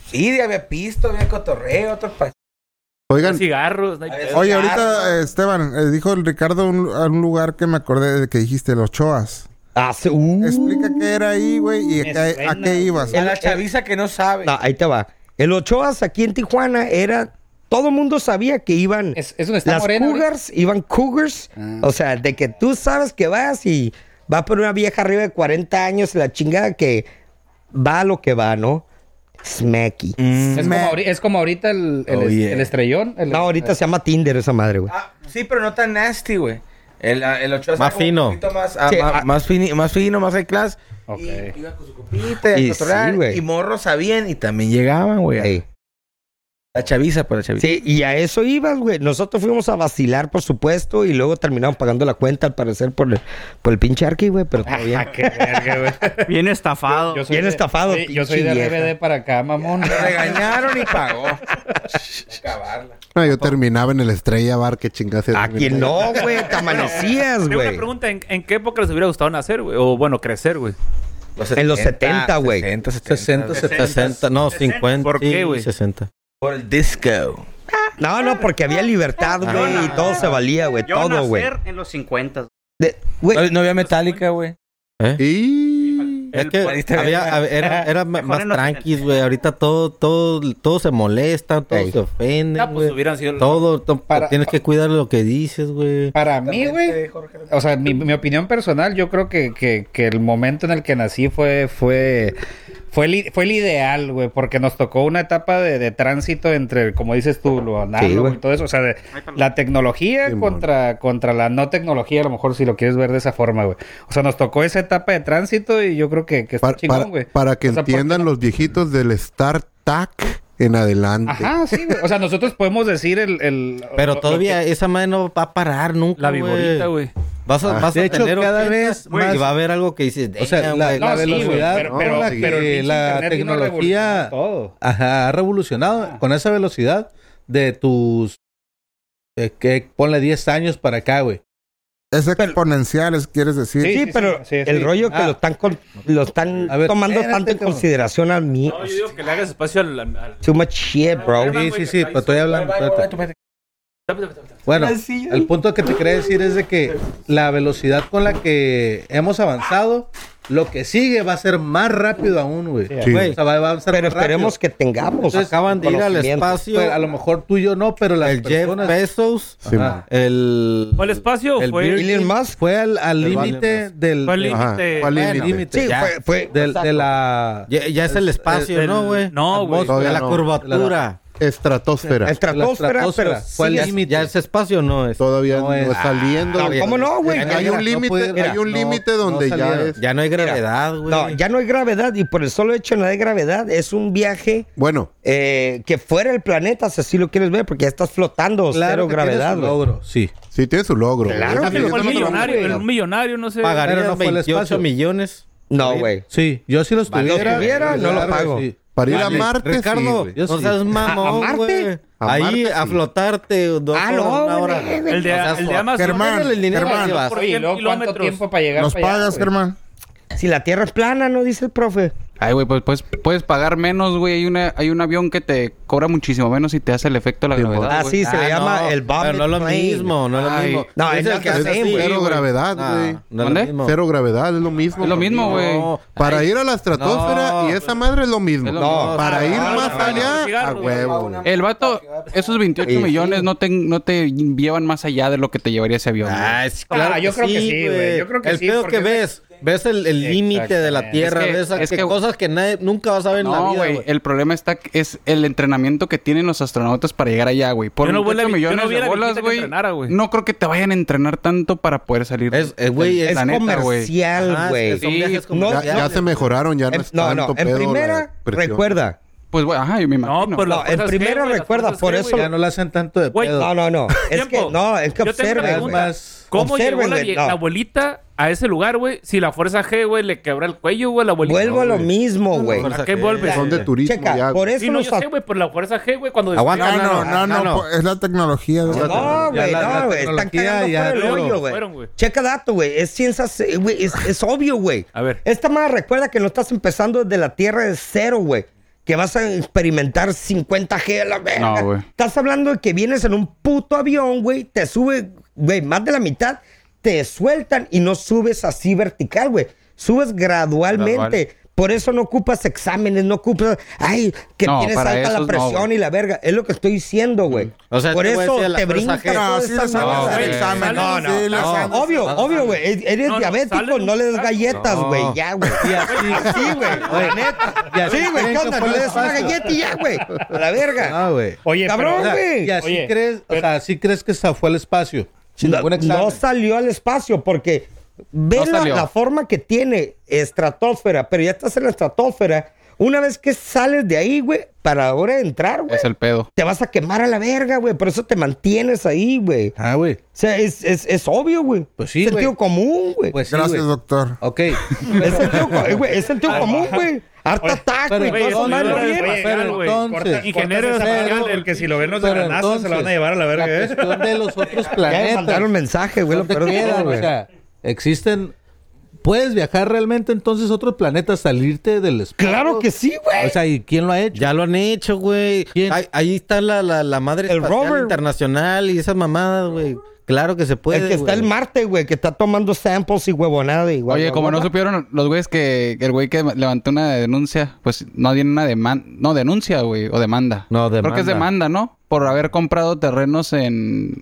Speaker 4: Sí, había pisto, había cotorreo, otro pa...
Speaker 1: Oigan,
Speaker 8: Cigarros. no hay pedo.
Speaker 3: Oye, ahorita eh, Esteban, eh, dijo el Ricardo un, a un lugar que me acordé de que dijiste, los Choas.
Speaker 5: Ah, sí, uh.
Speaker 3: Explica qué era ahí, güey, y a, qué- a qué ibas.
Speaker 4: En la chaviza que no sabe.
Speaker 5: No, ahí te va. El Ochoas aquí en Tijuana era. Todo el mundo sabía que iban.
Speaker 12: Es, es donde está
Speaker 5: Las
Speaker 12: Morena. Ah. ahorita.
Speaker 5: Cougars iban Cougars. O sea, de que tú sabes que vas y va por una vieja arriba de 40 años, la chingada que va a lo que va, ¿no? Smacky.
Speaker 15: Mm.
Speaker 12: Es como, ahori- es como ahorita el, el,
Speaker 10: Oh,
Speaker 12: es-
Speaker 10: yeah.
Speaker 12: el estrellón. el-
Speaker 5: No, ahorita se llama Tinder esa madre, güey.
Speaker 4: Ah, sí, pero no tan nasty, güey. El, ah, el ocho
Speaker 10: Más
Speaker 4: está como
Speaker 10: fino.
Speaker 4: Un poquito más, ah,
Speaker 5: Sí,
Speaker 4: más-
Speaker 5: ah,
Speaker 15: Más, fini- más fino, más high class.
Speaker 12: Ok.
Speaker 4: Y iba con su copita y,
Speaker 5: Y
Speaker 4: a cotorrear,
Speaker 5: sí, güey.
Speaker 4: y morros sabían y también.
Speaker 15: También llegaban, güey.
Speaker 5: Ey.
Speaker 15: La chaviza para la chaviza.
Speaker 5: Sí, y a eso ibas, güey. Nosotros fuimos a vacilar, por supuesto, y luego terminamos pagando la cuenta, al parecer, por el, por el pinche arqui, güey, pero todo
Speaker 12: [laughs]
Speaker 5: bien.
Speaker 12: Ah, qué verga, güey.
Speaker 7: Bien estafado.
Speaker 12: Yo soy
Speaker 5: Bien
Speaker 12: de-
Speaker 5: estafado,
Speaker 12: sí, Yo soy de
Speaker 5: pinche vieja.
Speaker 12: RBD para acá,
Speaker 7: [laughs]
Speaker 12: mamón.
Speaker 4: Lo regañaron y pagó. Acabarla.
Speaker 1: no, yo terminaba en el Estrella Bar, que chingase.
Speaker 8: Ah,
Speaker 5: ¿A quién no, güey? Te amanecías,
Speaker 8: Tengo una
Speaker 5: güey.
Speaker 8: pregunta. ¿en, en qué época les hubiera gustado nacer, güey? O, bueno, crecer, güey.
Speaker 5: En los 70, güey.
Speaker 10: 60,
Speaker 2: 60, 70.
Speaker 10: 60, no, 50.
Speaker 8: ¿Por qué, güey?
Speaker 10: 60.
Speaker 15: Por el disco.
Speaker 5: No, no, porque había libertad, güey, y todo se valía, güey,
Speaker 7: Yo
Speaker 5: todo, güey.
Speaker 7: nacer en los 50.
Speaker 5: De- güey,
Speaker 15: No, no había metálica, güey.
Speaker 1: Y...
Speaker 10: ¿Eh? Es
Speaker 7: El
Speaker 10: que
Speaker 7: puer-
Speaker 10: había, hab- era, era ma-
Speaker 7: Mejor
Speaker 10: más
Speaker 7: en los
Speaker 10: tranquis, güey. Ahorita todo, todo, todo se molesta, todo
Speaker 5: Ey.
Speaker 10: se ofende,
Speaker 8: Ah, pues
Speaker 10: güey.
Speaker 8: hubieran sido...
Speaker 10: Todo, to-
Speaker 12: Para-
Speaker 10: tienes que cuidar lo que dices, güey.
Speaker 12: Para mí, güey. O sea, mi, mi opinión personal, yo creo que, que, que el momento en el que nací fue fue fue el, i- fue el ideal, güey, porque nos tocó una etapa de, de tránsito entre, como dices tú, lo análogo
Speaker 5: güey.
Speaker 12: y todo eso, o sea, de la tecnología
Speaker 1: Simón.
Speaker 12: contra contra la no tecnología, a lo mejor si lo quieres ver de esa forma, güey. O sea, nos tocó esa etapa de tránsito y yo creo que, que está
Speaker 1: Para,
Speaker 12: chingón,
Speaker 1: para-
Speaker 12: güey.
Speaker 1: para que
Speaker 12: O sea, porque
Speaker 1: entiendan los viejitos del Star Tac en adelante.
Speaker 2: Ah,
Speaker 12: Ajá, sí, güey. O sea, nosotros podemos decir el... el- lo-
Speaker 10: Pero
Speaker 12: lo
Speaker 10: todavía
Speaker 12: que-
Speaker 10: esa madre no va a parar nunca,
Speaker 8: La viborita, güey.
Speaker 10: Vas a, vas
Speaker 2: Ah. De
Speaker 10: a
Speaker 2: hecho,
Speaker 10: tener
Speaker 2: cada
Speaker 10: ochentas,
Speaker 2: vez
Speaker 10: güey,
Speaker 2: más-
Speaker 10: y va a haber algo que dices,
Speaker 2: O sea,
Speaker 10: "Damn,
Speaker 2: la,
Speaker 10: güey".
Speaker 2: la
Speaker 12: No, sí, güey,
Speaker 2: velocidad,
Speaker 12: pero-
Speaker 2: ¿no?
Speaker 12: pero-
Speaker 2: la,
Speaker 12: pero el
Speaker 2: que
Speaker 12: pinche
Speaker 2: la
Speaker 12: internet vino a
Speaker 2: tecnología
Speaker 12: revolucionar todo.
Speaker 2: ajá, ha revolucionado con esa velocidad de tus eh, que ponle 10 años para acá, güey.
Speaker 3: Es exponencial, es- quieres decir.
Speaker 12: Sí,
Speaker 5: Sí,
Speaker 12: sí,
Speaker 5: pero
Speaker 12: sí, sí,
Speaker 5: el
Speaker 12: sí.
Speaker 5: rollo que
Speaker 2: Ah.
Speaker 5: lo están, con- lo están
Speaker 2: A ver,
Speaker 5: tomando
Speaker 2: espérate,
Speaker 5: tanto en
Speaker 2: cabrón.
Speaker 5: consideración a mí.
Speaker 8: No, yo digo que le hagas espacio al... al- al-
Speaker 5: Too much shit, bro.
Speaker 8: Ahí va,
Speaker 2: Sí,
Speaker 8: güey,
Speaker 2: sí,
Speaker 8: que
Speaker 2: sí,
Speaker 8: está ahí
Speaker 2: pero estoy hablando. espérate. Bueno, el punto que te quería decir es de que la velocidad con la que hemos avanzado, lo que sigue va a ser más rápido aún, güey.
Speaker 5: Sí.
Speaker 2: O sea, va a avanzar
Speaker 5: Pero
Speaker 2: más rápido.
Speaker 5: esperemos que tengamos
Speaker 10: acaban de ir al
Speaker 2: conocimiento.
Speaker 10: espacio.
Speaker 2: Pero a lo mejor tú y yo no, pero las
Speaker 10: el Jeff
Speaker 2: personas-
Speaker 10: Bezos,
Speaker 2: Sí,
Speaker 10: ajá, el
Speaker 8: ¿Fue al espacio o
Speaker 10: el
Speaker 8: fue?
Speaker 10: Bill Elon Musk
Speaker 2: fue al al
Speaker 10: El
Speaker 2: límite
Speaker 10: Elon
Speaker 2: del
Speaker 10: Fue al
Speaker 2: ajá,
Speaker 10: límite.
Speaker 2: fue al
Speaker 10: Bueno,
Speaker 2: límite
Speaker 10: sí,
Speaker 2: ya.
Speaker 10: fue- fue-
Speaker 2: Del- de
Speaker 10: exacto.
Speaker 2: la
Speaker 10: Ya- ya es el espacio, ¿no, güey?
Speaker 8: No, güey.
Speaker 10: Atmósfera, la curvatura.
Speaker 1: Estratosfera.
Speaker 10: Estratosfera, pero
Speaker 2: ¿Cuál
Speaker 10: sí es-
Speaker 2: límite?
Speaker 10: Ya es espacio o no es.
Speaker 1: Todavía no,
Speaker 10: es.
Speaker 1: está saliendo.
Speaker 10: Ah, ¿cómo no, güey?
Speaker 1: Hay un límite, hay un límite donde ya es.
Speaker 10: Ya no hay gravedad, güey.
Speaker 5: No, ya no hay gravedad y por el solo hecho de no hay gravedad es un viaje
Speaker 1: bueno
Speaker 5: eh, que fuera el planeta, si así lo quieres ver, porque ya estás flotando, cero gravedad. güey.
Speaker 2: sí.
Speaker 1: Sí, tiene su logro.
Speaker 5: Claro,
Speaker 1: güey.
Speaker 5: que
Speaker 1: Esa-
Speaker 8: Fue el
Speaker 5: Estamos
Speaker 8: millonario,
Speaker 5: hablando,
Speaker 8: el millonario, no sé.
Speaker 10: ¿Pagarías
Speaker 8: Pero no fue al
Speaker 10: 28
Speaker 8: espacio.
Speaker 10: millones?
Speaker 5: No, güey.
Speaker 2: Sí, yo si los
Speaker 10: Vale,
Speaker 2: tuviera,
Speaker 10: si tuviera, no lo
Speaker 2: claro,
Speaker 10: pago.
Speaker 2: sí.
Speaker 1: Para ir a
Speaker 10: Vale.
Speaker 1: Marte, sí,
Speaker 10: Ricardo,
Speaker 1: güey.
Speaker 2: Yo
Speaker 10: no
Speaker 2: sí.
Speaker 10: seas mamón,
Speaker 5: ¿A- a
Speaker 10: güey.
Speaker 5: Marte?
Speaker 1: A
Speaker 10: Ahí
Speaker 1: Marte,
Speaker 10: a
Speaker 1: sí.
Speaker 10: flotarte dos
Speaker 5: Ah,
Speaker 10: horas,
Speaker 5: no,
Speaker 10: una
Speaker 5: güey,
Speaker 10: hora.
Speaker 5: güey.
Speaker 8: El de,
Speaker 10: No seas
Speaker 8: el de
Speaker 10: fuck.
Speaker 8: Amazon.
Speaker 3: Germán,
Speaker 10: Dale el dinero
Speaker 3: Germán.
Speaker 10: ahí vas.
Speaker 8: Por
Speaker 12: Oye,
Speaker 8: 100
Speaker 12: luego, ¿cuánto
Speaker 8: kilómetros.
Speaker 12: tiempo para llegar
Speaker 3: Nos
Speaker 12: para allá,
Speaker 3: pagas,
Speaker 12: güey?
Speaker 3: Germán.
Speaker 5: Si la Tierra es plana, ¿no? Dice el profe.
Speaker 16: Ay, güey, pues, pues puedes pagar menos, güey. Hay, una, hay un avión que te cobra muchísimo menos y te hace el efecto de la
Speaker 1: Tiempo.
Speaker 16: gravedad.
Speaker 5: Ah,
Speaker 16: güey.
Speaker 5: sí, se le
Speaker 10: Ah,
Speaker 5: llama
Speaker 10: no,
Speaker 5: el
Speaker 10: Pero
Speaker 5: Bombing
Speaker 10: no es lo
Speaker 5: Plane.
Speaker 10: mismo, no es lo
Speaker 16: Ay.
Speaker 10: mismo.
Speaker 5: No,
Speaker 10: Ese
Speaker 5: es el que
Speaker 10: hace
Speaker 5: hacen,
Speaker 10: así,
Speaker 5: güey.
Speaker 1: Cero
Speaker 10: güey.
Speaker 1: gravedad,
Speaker 10: Ah,
Speaker 1: güey.
Speaker 10: no es lo
Speaker 16: ¿Dónde?
Speaker 10: mismo.
Speaker 1: Cero gravedad, es lo mismo.
Speaker 16: Es lo mismo, güey.
Speaker 10: No.
Speaker 1: Para ir a la estratosfera
Speaker 10: No.
Speaker 1: y esa madre es lo mismo.
Speaker 16: Es lo No. mismo.
Speaker 1: Para
Speaker 16: Ah,
Speaker 1: ir
Speaker 16: no,
Speaker 1: más
Speaker 16: no, no,
Speaker 8: no,
Speaker 1: allá,
Speaker 8: cigarro,
Speaker 1: a
Speaker 8: güey.
Speaker 1: Ah, huevo. güey.
Speaker 16: El vato, esos 28
Speaker 10: Sí, sí.
Speaker 16: millones no, te, no te llevan más allá de lo que te llevaría ese avión. güey.
Speaker 10: Ah, es
Speaker 12: Ah,
Speaker 10: claro
Speaker 12: yo creo que sí, güey. Yo creo que
Speaker 10: el
Speaker 12: sí,
Speaker 10: pedo
Speaker 12: porque
Speaker 10: que ves, ves el el límite de la tierra,
Speaker 16: Es que-
Speaker 10: ves a-
Speaker 16: es
Speaker 10: que
Speaker 16: que-
Speaker 10: cosas que nadie nunca vas a ver en la
Speaker 16: No,
Speaker 10: vida,
Speaker 16: güey.
Speaker 10: güey.
Speaker 16: El problema está que es el entrenamiento que tienen los astronautas para llegar allá, güey. Por
Speaker 8: Yo no
Speaker 16: 28
Speaker 8: vi la- yo no
Speaker 16: millones
Speaker 8: vi
Speaker 16: de
Speaker 8: la
Speaker 16: bolas,
Speaker 8: viejita que
Speaker 16: güey.
Speaker 8: entrenara, güey.
Speaker 16: No creo que te vayan a entrenar tanto para poder salir.
Speaker 10: Es- es, güey,
Speaker 16: del
Speaker 10: es
Speaker 16: planeta, güey.
Speaker 10: Ajá,
Speaker 5: Comercial,
Speaker 10: es
Speaker 5: güey.
Speaker 10: que son
Speaker 16: Sí,
Speaker 10: viajes
Speaker 5: no,
Speaker 1: Ya,
Speaker 10: comerciales.
Speaker 1: ya se mejoraron, ya no
Speaker 5: En-
Speaker 1: es
Speaker 5: No,
Speaker 1: tanto
Speaker 5: no, en
Speaker 1: pedo la
Speaker 5: primera,
Speaker 1: presión.
Speaker 5: recuerda.
Speaker 16: Pues, güey, ajá, yo me imagino.
Speaker 5: No,
Speaker 8: pero las
Speaker 5: en
Speaker 8: cosas que,
Speaker 5: primera
Speaker 8: güey, las
Speaker 5: recuerda,
Speaker 8: cosas
Speaker 5: por
Speaker 8: que,
Speaker 5: eso-
Speaker 8: güey.
Speaker 2: Ya no la hacen tanto de
Speaker 8: Güey,
Speaker 2: pedo.
Speaker 5: No, no, no. Es que,
Speaker 8: Tiempo.
Speaker 5: no, es que
Speaker 8: Yo tengo una
Speaker 5: observen, güey.
Speaker 8: pregunta.
Speaker 2: más-
Speaker 8: ¿Cómo
Speaker 5: Observen,
Speaker 8: llegó la,
Speaker 5: güey,
Speaker 8: vie-
Speaker 5: no.
Speaker 8: la abuelita a ese lugar, güey? Si la fuerza G, güey, le quebra el cuello, güey, la abuelita.
Speaker 5: Vuelvo a lo mismo, güey.
Speaker 10: fuerza
Speaker 8: ¿A qué
Speaker 10: G.
Speaker 8: vuelves?
Speaker 1: Son de turismo
Speaker 5: Checa,
Speaker 1: ya.
Speaker 5: por
Speaker 1: güey.
Speaker 5: eso
Speaker 8: Sí, no,
Speaker 5: los
Speaker 8: yo sé, Ah, güey, por la fuerza G, güey, cuando...
Speaker 10: Aguanta,
Speaker 8: despegaron,
Speaker 10: no,
Speaker 3: No, no, no,
Speaker 10: no.
Speaker 3: po- es la tecnología. güey.
Speaker 5: No,
Speaker 2: Ya
Speaker 5: güey,
Speaker 2: la- la
Speaker 5: no, güey. Están
Speaker 2: tecnología
Speaker 5: cagando
Speaker 2: ya
Speaker 5: fuera del
Speaker 2: lo-
Speaker 5: hoyo,
Speaker 8: fueron, güey.
Speaker 5: güey. Checa dato, güey. Es ciencia, se- güey. Es, es obvio, güey.
Speaker 8: A ver.
Speaker 5: Esta madre recuerda que no estás empezando desde la tierra de cero, güey. Que vas a experimentar 50G a la verga.
Speaker 16: No, güey.
Speaker 5: Estás hablando de que vienes en un puto avión, güey. Te sube, güey, más de la mitad. Te sueltan y no subes así vertical, güey. Subes gradualmente.
Speaker 16: Gradual.
Speaker 5: Por eso no ocupas exámenes, no ocupas, ay, que
Speaker 16: No,
Speaker 5: tienes
Speaker 16: para
Speaker 5: alta
Speaker 16: esos
Speaker 5: la
Speaker 16: no,
Speaker 5: presión
Speaker 16: güey.
Speaker 5: y la verga. Es lo que estoy diciendo, güey.
Speaker 10: O sea,
Speaker 5: Por
Speaker 10: este güey
Speaker 5: eso
Speaker 10: decía la
Speaker 5: te
Speaker 10: fuerza
Speaker 5: brinca
Speaker 10: G.
Speaker 5: toda
Speaker 3: No, sí
Speaker 5: esa
Speaker 3: les
Speaker 5: madre.
Speaker 3: hago
Speaker 16: No,
Speaker 3: el
Speaker 16: güey.
Speaker 3: examen. No,
Speaker 8: Salen-
Speaker 3: no. sí les
Speaker 10: no.
Speaker 3: hago-
Speaker 5: Obvio, obvio, güey. E- Eres
Speaker 8: No, no,
Speaker 5: diabético,
Speaker 8: salen-
Speaker 5: no le des galletas,
Speaker 10: No.
Speaker 5: güey. Ya, güey.
Speaker 2: Y así,
Speaker 5: Sí, güey.
Speaker 2: Oye,
Speaker 5: La neta.
Speaker 2: y así
Speaker 5: Sí, güey.
Speaker 2: creen
Speaker 5: ¿Qué
Speaker 2: que fue
Speaker 5: onda? No le
Speaker 2: el
Speaker 5: des una
Speaker 2: espacio.
Speaker 5: galleta y ya, güey. A la verga.
Speaker 2: Ah, güey.
Speaker 12: Oye,
Speaker 5: Cabrón,
Speaker 2: O sea,
Speaker 5: güey.
Speaker 2: y así
Speaker 12: Oye,
Speaker 2: crees, o
Speaker 12: pero-
Speaker 2: sea, así crees que se fue al espacio. Sin
Speaker 5: No,
Speaker 2: ningún examen.
Speaker 5: no salió al espacio porque ve
Speaker 16: No
Speaker 5: la,
Speaker 16: salió.
Speaker 5: la forma que tiene estratosfera, pero ya estás en la estratosfera. Una vez que sales de ahí, güey, para ahora entrar, güey,
Speaker 16: Es el pedo.
Speaker 5: te vas a quemar a la verga, güey. Por eso te mantienes ahí, güey. O
Speaker 2: Ah, güey.
Speaker 5: sea, es, es, es obvio, güey.
Speaker 2: Pues sí,
Speaker 5: Sentido
Speaker 2: güey.
Speaker 5: común, Uh, güey.
Speaker 2: Pues sí,
Speaker 3: Gracias,
Speaker 2: güey.
Speaker 3: doctor.
Speaker 5: [laughs]
Speaker 2: Ok.
Speaker 5: Es sentido, co- eh, güey, es sentido común, güey. Harta ataque,
Speaker 2: Pero
Speaker 5: güey. todo eso,
Speaker 2: entonces,
Speaker 5: madre,
Speaker 2: güey,
Speaker 5: oye,
Speaker 2: [laughs] pero
Speaker 12: güey,
Speaker 2: entonces-
Speaker 12: corta-
Speaker 8: Ingeniero
Speaker 12: cortas esa
Speaker 2: pero-
Speaker 12: parte, porque si lo ven los de
Speaker 2: pero
Speaker 12: granazo, se la van a
Speaker 2: entonces,
Speaker 12: llevar a la verga,
Speaker 2: La
Speaker 12: ¿eh?
Speaker 2: cuestión de
Speaker 12: [laughs]
Speaker 2: los otros
Speaker 5: Ya me mandaron
Speaker 2: planetas.
Speaker 5: mensaje, güey. Lo
Speaker 2: ¿Dónde
Speaker 5: peor de todo,
Speaker 2: quedan? O
Speaker 5: güey.
Speaker 2: sea, existen... ¿Puedes viajar realmente entonces a otros planetas, salirte del espacio?
Speaker 5: Claro que sí, güey.
Speaker 2: O sea, ¿y quién lo ha hecho?
Speaker 10: Ya lo han hecho, güey.
Speaker 2: ¿Quién?
Speaker 10: Ahí, ahí está la, la, la madre
Speaker 5: El
Speaker 10: espacial
Speaker 5: rover.
Speaker 10: internacional y esas mamadas, güey. Claro que se puede,
Speaker 5: el que está
Speaker 10: güey.
Speaker 5: el Marte, güey, que está tomando samples y huevonada igual.
Speaker 16: Oye, como no supieron los güeyes que el güey que levantó una denuncia, pues no tiene una demanda, no denuncia, güey, o demanda.
Speaker 10: No,
Speaker 16: Creo que es
Speaker 10: demanda.
Speaker 16: demanda, ¿no? Por haber comprado terrenos en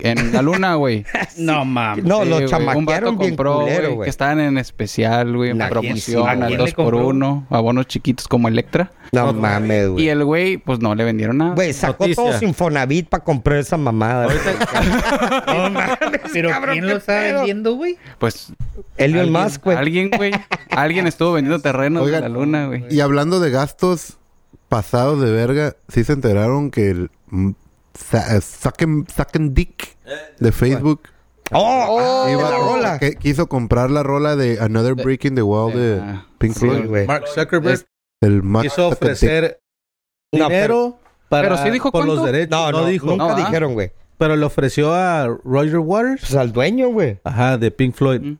Speaker 16: en la luna, güey.
Speaker 12: No mames.
Speaker 5: No,
Speaker 16: Ah, Sí,
Speaker 5: lo
Speaker 16: güey. Un vato
Speaker 5: chamaquearon bien
Speaker 16: compró, [laughs]
Speaker 5: culero,
Speaker 16: güey, que
Speaker 5: güey.
Speaker 16: estaban en especial, güey, en
Speaker 5: ¿A quién- a
Speaker 16: promoción,
Speaker 5: quién
Speaker 16: al
Speaker 5: le
Speaker 16: 2 por
Speaker 12: compró?
Speaker 16: 1 abonos chiquitos como Electra.
Speaker 5: No mames,
Speaker 16: Y
Speaker 5: Este, güey.
Speaker 16: el güey, pues no le vendieron nada.
Speaker 5: Güey, sacó
Speaker 10: Noticia.
Speaker 5: todo sin Fonavit para comprar esa mamada. güey.
Speaker 12: No mames. Pero ¿quién lo está vendiendo, güey?
Speaker 16: Pues
Speaker 5: Elon
Speaker 16: alguien-
Speaker 5: Musk, güey.
Speaker 16: Alguien, güey, alguien estuvo vendiendo terrenos en
Speaker 1: Oigan,
Speaker 16: la luna, güey.
Speaker 1: Y hablando de gastos pasados de verga, sí se enteraron que el mm, sa- eh, saquen, saquen Dick de Facebook
Speaker 10: ah,
Speaker 5: ¡Oh! oh
Speaker 1: iba-
Speaker 5: la rola!
Speaker 1: que quiso comprar la rola de Another Break in the Wall de
Speaker 16: Ah,
Speaker 1: Pink
Speaker 5: Sí,
Speaker 1: Floyd.
Speaker 5: güey.
Speaker 2: Mark Zuckerberg
Speaker 1: el Max
Speaker 2: quiso ofrecer
Speaker 5: No, pero-
Speaker 2: dinero para,
Speaker 16: pero sí dijo
Speaker 2: por los
Speaker 16: cuánto.
Speaker 2: derechos.
Speaker 5: No, no,
Speaker 2: dijo.
Speaker 5: nunca
Speaker 16: No, ¿ah?
Speaker 5: dijeron, güey.
Speaker 2: Pero le ofreció a Roger Waters,
Speaker 5: Pues al dueño, güey.
Speaker 2: ajá, de Pink Floyd,
Speaker 16: Mm.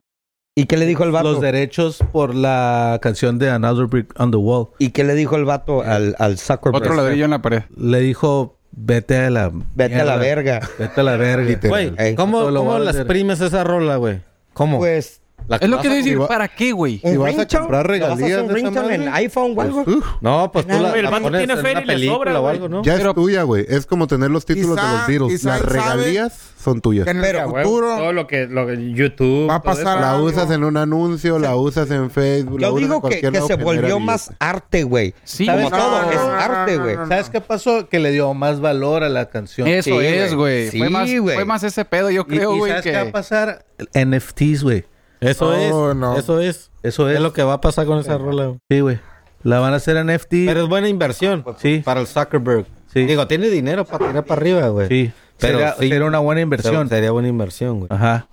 Speaker 5: ¿Y qué le dijo el vato?
Speaker 2: los derechos por la canción de Another Brick on the Wall. Eh,
Speaker 5: ¿Y qué le dijo el vato al, al Zuckerberg?
Speaker 16: Otro ladrillo en la pared.
Speaker 2: Le dijo, Vete a la.
Speaker 5: Vete a
Speaker 2: mierda.
Speaker 5: la verga.
Speaker 2: Vete a la verga.
Speaker 10: Güey,
Speaker 2: Ey.
Speaker 10: ¿cómo,
Speaker 2: Todo lo
Speaker 10: cómo
Speaker 2: va a
Speaker 10: las
Speaker 2: hacer.
Speaker 10: primes esa rola, güey? ¿Cómo?
Speaker 5: Pues.
Speaker 2: Es lo que
Speaker 10: vas a-
Speaker 2: te digo,
Speaker 10: si va-
Speaker 2: ¿para
Speaker 8: qué, güey?
Speaker 5: ¿Un
Speaker 10: Si vas a
Speaker 5: ringtone?
Speaker 10: comprar
Speaker 5: ¿Le vas a hacer
Speaker 10: regalías
Speaker 5: un
Speaker 10: de esa
Speaker 5: ringtone en
Speaker 10: madre?
Speaker 5: iPhone o algo?
Speaker 10: No, pues tú la,
Speaker 5: Güey, el
Speaker 10: la
Speaker 5: vato
Speaker 10: pones
Speaker 5: tiene
Speaker 10: en
Speaker 5: feria
Speaker 10: una
Speaker 5: y le
Speaker 10: película
Speaker 5: sobra,
Speaker 10: o
Speaker 5: güey.
Speaker 10: algo, ¿no?
Speaker 1: Ya es tuya, güey. Es como tener los títulos
Speaker 3: Quizá-
Speaker 1: de los virus.
Speaker 3: quizá
Speaker 1: Las
Speaker 3: él sabe-
Speaker 1: regalías son tuyas.
Speaker 3: En el
Speaker 12: güey,
Speaker 3: futuro
Speaker 12: todo lo que lo, que- YouTube.
Speaker 3: va a
Speaker 12: todo
Speaker 3: pasar
Speaker 1: La
Speaker 3: algo.
Speaker 1: usas en un anuncio, la usas en Facebook. la
Speaker 5: Yo
Speaker 1: usas en
Speaker 5: digo que,
Speaker 1: cualquier
Speaker 5: que
Speaker 1: lado
Speaker 5: se
Speaker 1: genera
Speaker 5: volvió
Speaker 1: billetes.
Speaker 5: más arte, güey.
Speaker 16: Sí,
Speaker 5: ¿Sabes
Speaker 16: como
Speaker 5: todo?
Speaker 16: todo.
Speaker 5: es arte, güey.
Speaker 2: ¿Sabes qué pasó? Que le dio más valor a la canción.
Speaker 16: Eso
Speaker 5: Sí,
Speaker 16: es, güey.
Speaker 5: Sí,
Speaker 16: fue, más,
Speaker 5: güey.
Speaker 16: fue más ese pedo, yo
Speaker 2: Y-
Speaker 16: creo,
Speaker 2: y
Speaker 16: güey.
Speaker 2: ¿Sabes
Speaker 16: que-
Speaker 2: qué va a pasar? NFTs, güey.
Speaker 10: Eso
Speaker 3: Oh,
Speaker 10: es.
Speaker 3: no.
Speaker 10: Eso es.
Speaker 2: Eso
Speaker 10: es.
Speaker 2: es.
Speaker 10: lo que va a pasar con este esa rola, güey.
Speaker 2: Sí, güey. La van a hacer NFT.
Speaker 10: Pero es buena inversión
Speaker 2: Ah, Sí.
Speaker 10: para el Zuckerberg. Digo, tiene dinero para tirar para arriba, güey.
Speaker 2: Sí.
Speaker 10: Pero
Speaker 2: sería,
Speaker 10: sí,
Speaker 2: sería una buena inversión.
Speaker 10: pero sería buena inversión, güey.
Speaker 2: Ajá.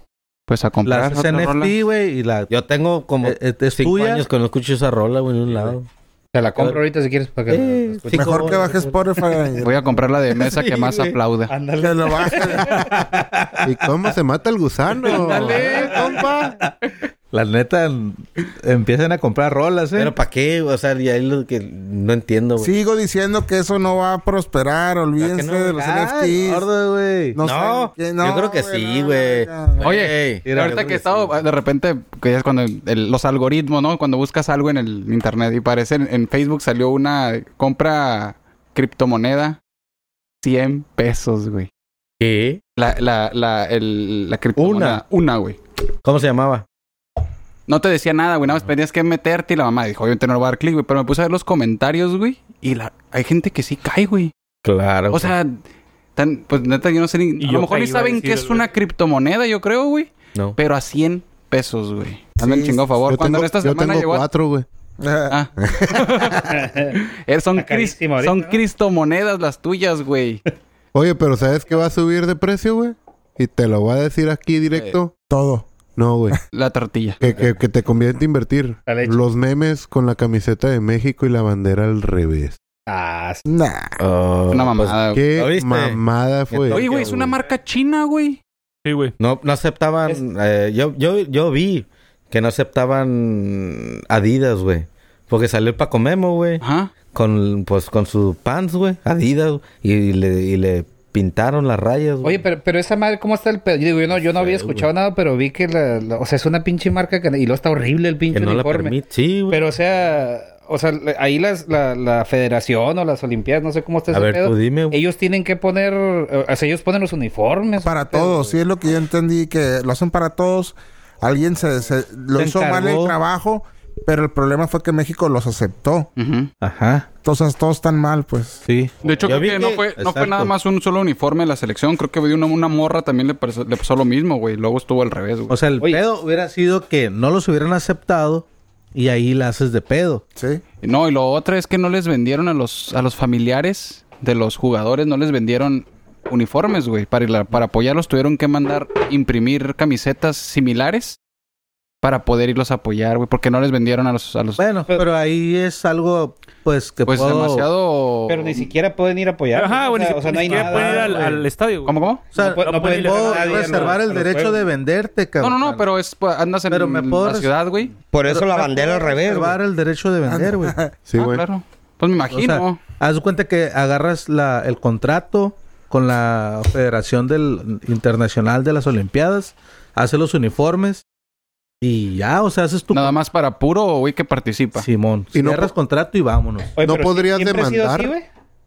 Speaker 16: Pues a comprar.
Speaker 2: La haces
Speaker 16: otra rola.
Speaker 2: NFT, güey, y la...
Speaker 10: Yo tengo como
Speaker 2: Eh, eh, ¿es
Speaker 10: cinco
Speaker 2: tuya?
Speaker 10: años que no escucho esa rola, güey, en un lado.
Speaker 12: Te la compro ahorita si quieres para que la
Speaker 10: Eh,
Speaker 12: escuches.
Speaker 10: sí,
Speaker 3: Mejor
Speaker 10: como-
Speaker 3: que bajes Spotify.
Speaker 10: [laughs]
Speaker 16: Voy a comprar la de
Speaker 2: [laughs]
Speaker 16: mesa
Speaker 10: Sí,
Speaker 16: que más
Speaker 10: güey.
Speaker 16: aplauda.
Speaker 12: Ándale.
Speaker 3: que lo bajes.
Speaker 1: ¿Y cómo se mata el gusano?
Speaker 16: Dale, compa.
Speaker 2: [laughs] La neta, n- empiezan a comprar rolas, ¿eh?
Speaker 10: Pero ¿para qué? O sea, y ahí lo que no entiendo, güey.
Speaker 3: Sigo diciendo que eso no va a prosperar. Olvídense
Speaker 10: no?
Speaker 3: de los
Speaker 2: Ay,
Speaker 3: NFTs.
Speaker 2: Ah, gordo, güey.
Speaker 3: No,
Speaker 10: No,
Speaker 3: sé, que-
Speaker 10: yo creo que sí,
Speaker 3: no,
Speaker 10: güey.
Speaker 3: no, no.
Speaker 16: Oye,
Speaker 2: Mira, yo
Speaker 16: ahorita
Speaker 2: creo
Speaker 16: que
Speaker 2: que
Speaker 16: he estado, de repente, que ya es cuando el- los algoritmos, ¿no? Cuando buscas algo en el internet y parece en, en Facebook salió una compra criptomoneda, 100 pesos, güey.
Speaker 10: ¿Qué?
Speaker 16: La, la, la, el- la criptomoneda. Una. Una, güey.
Speaker 10: ¿Cómo se llamaba?
Speaker 16: No te decía nada, güey. Nada más tenías que meterte y la mamá dijo, obviamente no le voy a dar clic, güey. Pero me puse a ver los comentarios, güey. Y la, hay gente que sí cae, güey.
Speaker 10: Claro.
Speaker 16: O sea, tan, pues neta, yo no sé ni. a
Speaker 8: Y yo
Speaker 16: lo mejor
Speaker 8: caí,
Speaker 16: ni
Speaker 8: iba a
Speaker 16: saben
Speaker 8: decir
Speaker 16: que es
Speaker 8: el-
Speaker 16: una criptomoneda, yo creo, güey.
Speaker 10: no.
Speaker 16: Pero a 100 pesos, güey. Anda
Speaker 3: Sí,
Speaker 16: un chingado favor.
Speaker 1: Yo
Speaker 16: Cuando
Speaker 1: tengo,
Speaker 16: en esta
Speaker 1: yo
Speaker 16: semana
Speaker 1: tengo
Speaker 16: llegó. a-
Speaker 1: cuatro, güey.
Speaker 16: Ah. [laughs] Eh, son
Speaker 12: Está
Speaker 16: cris-
Speaker 12: carísimo ahorita,
Speaker 16: son
Speaker 12: ¿no?
Speaker 16: criptomonedas las
Speaker 1: [laughs]
Speaker 16: tuyas, güey.
Speaker 1: [laughs] Oye, pero ¿sabes qué va a subir de precio, güey? Y te lo voy a decir aquí directo.
Speaker 3: Todo.
Speaker 1: No, güey.
Speaker 16: La tortilla.
Speaker 1: Que, que, que te conviene invertir.
Speaker 12: La leche.
Speaker 1: Los memes con la camiseta de México y la bandera al revés.
Speaker 12: Ah, sí.
Speaker 3: Nah.
Speaker 10: Oh,
Speaker 16: Una
Speaker 10: pues,
Speaker 16: mamada, güey.
Speaker 1: ¿Qué
Speaker 10: ¿Lo viste?
Speaker 1: mamada fue?
Speaker 16: Oye, güey, es una marca china, güey.
Speaker 8: Sí, güey.
Speaker 10: no, no aceptaban. eh, yo, yo, yo vi que no aceptaban Adidas, güey. Porque salió el Paco Memo, güey.
Speaker 16: Ajá.
Speaker 10: Con, pues, con su pants, güey. Adidas. güey, Y le, y le pintaron las rayas, güey.
Speaker 12: Oye, pero, pero esa madre, ¿cómo está el pedo? Yo digo, yo no, yo no había
Speaker 10: Sí,
Speaker 12: escuchado nada, pero vi que la, la- o sea, es una pinche marca que, y lo está horrible el pinche
Speaker 10: que no la
Speaker 12: uniforme.
Speaker 10: permite. Sí, güey.
Speaker 12: pero o sea, o sea, le- ahí las, la, la federación o las olimpiadas, no sé cómo está
Speaker 10: A
Speaker 12: ese
Speaker 10: ver,
Speaker 12: pedo.
Speaker 10: tú dime, güey.
Speaker 12: Ellos tienen que poner, eh, o sea, ellos ponen los uniformes.
Speaker 3: Para
Speaker 12: ese pedo,
Speaker 3: todos. Sí, es lo que yo entendí. Que lo hacen para todos. Alguien se, se- lo
Speaker 10: Se
Speaker 3: hizo mal el
Speaker 10: encargó.
Speaker 3: trabajo. Pero el problema fue que México los aceptó.
Speaker 16: Ujú.
Speaker 2: Ajá.
Speaker 3: Entonces todos están mal, pues.
Speaker 2: Sí.
Speaker 16: De hecho, creo
Speaker 10: Yo vi
Speaker 16: que, no,
Speaker 10: que-
Speaker 16: fue, no fue
Speaker 10: Exacto.
Speaker 16: nada más un solo uniforme de la selección. Creo que de una, una morra también le, pasó- le pasó lo mismo, güey. Luego estuvo al revés, güey.
Speaker 2: O sea, el
Speaker 12: Oye.
Speaker 2: pedo hubiera sido que no los hubieran aceptado y ahí la haces de pedo.
Speaker 3: Sí.
Speaker 16: No, y lo otro es que no les vendieron a los, a los familiares de los jugadores, no les vendieron uniformes, güey. Para, la- para apoyarlos tuvieron que mandar imprimir camisetas similares para poder irlos a apoyar, güey. Porque no les vendieron a los... A los
Speaker 2: Bueno, pero,
Speaker 12: Pero-
Speaker 2: ahí es algo, pues, que
Speaker 16: pues
Speaker 2: puedo-
Speaker 16: demasiado...
Speaker 12: Pero ni siquiera pueden ir a apoyar.
Speaker 8: Ajá,
Speaker 12: o
Speaker 8: güey.
Speaker 12: sea,
Speaker 8: ni
Speaker 12: o sea, no hay
Speaker 8: siquiera
Speaker 12: nada.
Speaker 8: pueden ir al,
Speaker 12: güey.
Speaker 8: al estadio, güey.
Speaker 16: ¿Cómo, cómo?
Speaker 2: O sea,
Speaker 12: No puede- no
Speaker 2: me
Speaker 12: puede ir a
Speaker 2: puedo
Speaker 12: nadie a los-
Speaker 2: reservar
Speaker 12: a
Speaker 2: el
Speaker 12: los
Speaker 2: derecho
Speaker 12: juegos.
Speaker 2: de venderte,
Speaker 16: No,
Speaker 2: cabrón.
Speaker 16: no, no, pero es... pues, Andas en
Speaker 2: Pero me puedo
Speaker 16: la
Speaker 2: res-
Speaker 16: ciudad, güey.
Speaker 5: Por eso la bandera al revés, güey.
Speaker 2: Reservar el derecho de
Speaker 12: [laughs]
Speaker 2: vender, güey.
Speaker 1: Sí,
Speaker 16: ah,
Speaker 1: güey.
Speaker 16: claro. Pues me
Speaker 2: O sea,
Speaker 16: imagino.
Speaker 2: haz de cuenta que agarras la, el contrato con la Federación del Internacional de las Olimpiadas, haces los uniformes y ya, o sea, haces tu
Speaker 16: Nada más para puro güey que participa.
Speaker 2: Simón.
Speaker 1: Y no
Speaker 2: cierras
Speaker 1: po-
Speaker 2: contrato y vámonos.
Speaker 12: Oye,
Speaker 1: ¿No
Speaker 12: pero
Speaker 1: podrías
Speaker 12: ¿siempre ha sido
Speaker 1: demandar?
Speaker 12: así, güey?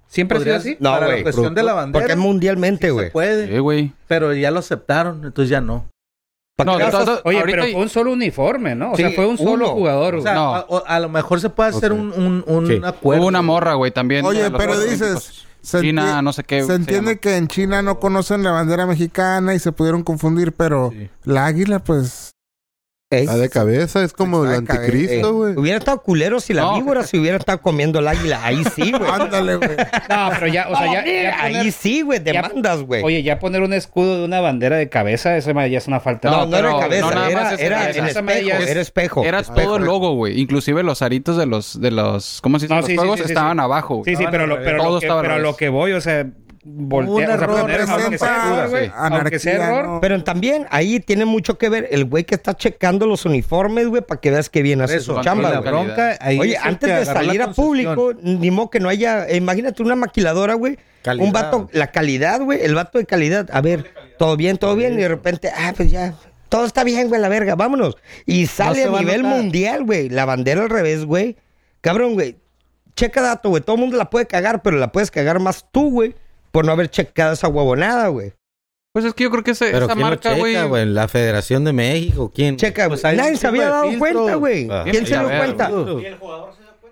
Speaker 12: ¿Siempre ha sido
Speaker 2: Podrías-
Speaker 12: así?
Speaker 5: No,
Speaker 2: para
Speaker 5: güey.
Speaker 2: la cuestión de la bandera.
Speaker 5: Porque es mundialmente, güey.
Speaker 2: se puede,
Speaker 16: Sí, güey.
Speaker 2: pero ya lo aceptaron, entonces ya no.
Speaker 16: No, de todas-
Speaker 12: Oye,
Speaker 16: ahorita-
Speaker 12: pero fue un solo uniforme, ¿no? O sea,
Speaker 5: Sí,
Speaker 12: fue un solo
Speaker 5: uno.
Speaker 12: jugador, ah,
Speaker 2: O
Speaker 12: güey.
Speaker 2: sea,
Speaker 16: No.
Speaker 2: a, o- a lo mejor se puede hacer
Speaker 1: Ok.
Speaker 2: un, un, un
Speaker 10: Sí.
Speaker 2: acuerdo.
Speaker 16: Hubo una morra, güey, también.
Speaker 3: Oye,
Speaker 16: de los
Speaker 3: pero
Speaker 16: Juegos
Speaker 3: dices.
Speaker 16: Olímpicos.
Speaker 3: se
Speaker 16: China,
Speaker 3: enti-
Speaker 16: no sé qué.
Speaker 3: Se entiende
Speaker 16: Eh, llama.
Speaker 3: que en China no conocen la bandera mexicana y se pudieron confundir, pero
Speaker 2: Sí.
Speaker 3: la águila, pues.
Speaker 5: Ey,
Speaker 1: La de cabeza es como el
Speaker 3: Está de cabeza,
Speaker 1: anticristo,
Speaker 5: ey.
Speaker 1: güey.
Speaker 5: eh, Hubiera estado culero si la
Speaker 16: No.
Speaker 5: víbora se hubiera estado comiendo el águila. Ahí sí, güey.
Speaker 3: [laughs]
Speaker 5: Oh,
Speaker 3: Ándale, güey.
Speaker 12: No, pero ya, o sea, ya, ya poner-
Speaker 5: Ah, Ahí sí, güey.
Speaker 12: ya-
Speaker 5: Demandas, güey.
Speaker 12: Oye, ya poner un escudo de una bandera de cabeza, esa madre ya es una falta.
Speaker 5: No, no, era
Speaker 16: pero-
Speaker 5: cabeza,
Speaker 16: no, nada
Speaker 5: era,
Speaker 16: más es-
Speaker 5: era
Speaker 12: esa
Speaker 5: el
Speaker 12: madre ya
Speaker 5: espejo,
Speaker 12: es-
Speaker 5: era espejo.
Speaker 16: Era
Speaker 5: espejo.
Speaker 16: todo el logo, güey. Inclusive los aritos de los, de los, ¿cómo se dice?
Speaker 12: No,
Speaker 16: los
Speaker 12: sí, sí,
Speaker 16: juegos
Speaker 12: sí, sí,
Speaker 16: estaban
Speaker 12: sí.
Speaker 16: abajo, güey.
Speaker 12: Sí, sí, pero, lo, pero,
Speaker 16: Todo
Speaker 12: lo que,
Speaker 16: estaba al
Speaker 12: pero
Speaker 16: revés.
Speaker 12: lo que voy, o sea, voltear, o sea,
Speaker 3: error
Speaker 12: poner, aunque sea
Speaker 3: presenta-
Speaker 12: error, güey,
Speaker 3: sí.
Speaker 12: aunque
Speaker 3: Anarquía,
Speaker 12: sea error,
Speaker 3: ¿no?
Speaker 5: Pero también ahí tiene mucho que ver el güey que está checando los uniformes, güey, para que veas que bien hace
Speaker 2: Eso,
Speaker 5: su
Speaker 2: con
Speaker 5: chamba,
Speaker 2: la
Speaker 5: güey.
Speaker 2: bronca, ahí
Speaker 5: Oye,
Speaker 2: es el
Speaker 5: antes
Speaker 2: que
Speaker 5: de
Speaker 2: agarró la
Speaker 5: salir a
Speaker 2: concesión.
Speaker 5: público, ni modo que no haya. eh, Imagínate una maquiladora, güey, Un vato, la calidad, güey, el vato de calidad. A ver, todo bien, todo bien, y de repente, ah, pues ya, todo está bien, güey, la verga, vámonos. Y sale
Speaker 10: se va
Speaker 5: a
Speaker 10: a
Speaker 5: nivel
Speaker 10: notar.
Speaker 5: mundial, güey, la bandera al revés, güey. Cabrón, güey, checa dato, güey, todo el mundo la puede cagar, pero la puedes cagar más tú, güey, por no haber checado esa huevonada, güey.
Speaker 16: Pues es que yo creo que ese-
Speaker 10: Pero
Speaker 16: esa
Speaker 10: ¿quién lo
Speaker 16: marca, güey.
Speaker 10: checa, güey? ¿La Federación de México? ¿Quién? Pues
Speaker 5: Checa, güey. Nadie se había dado cuenta, güey.
Speaker 10: Ah,
Speaker 2: Ah,
Speaker 5: ¿Quién se dio cuenta?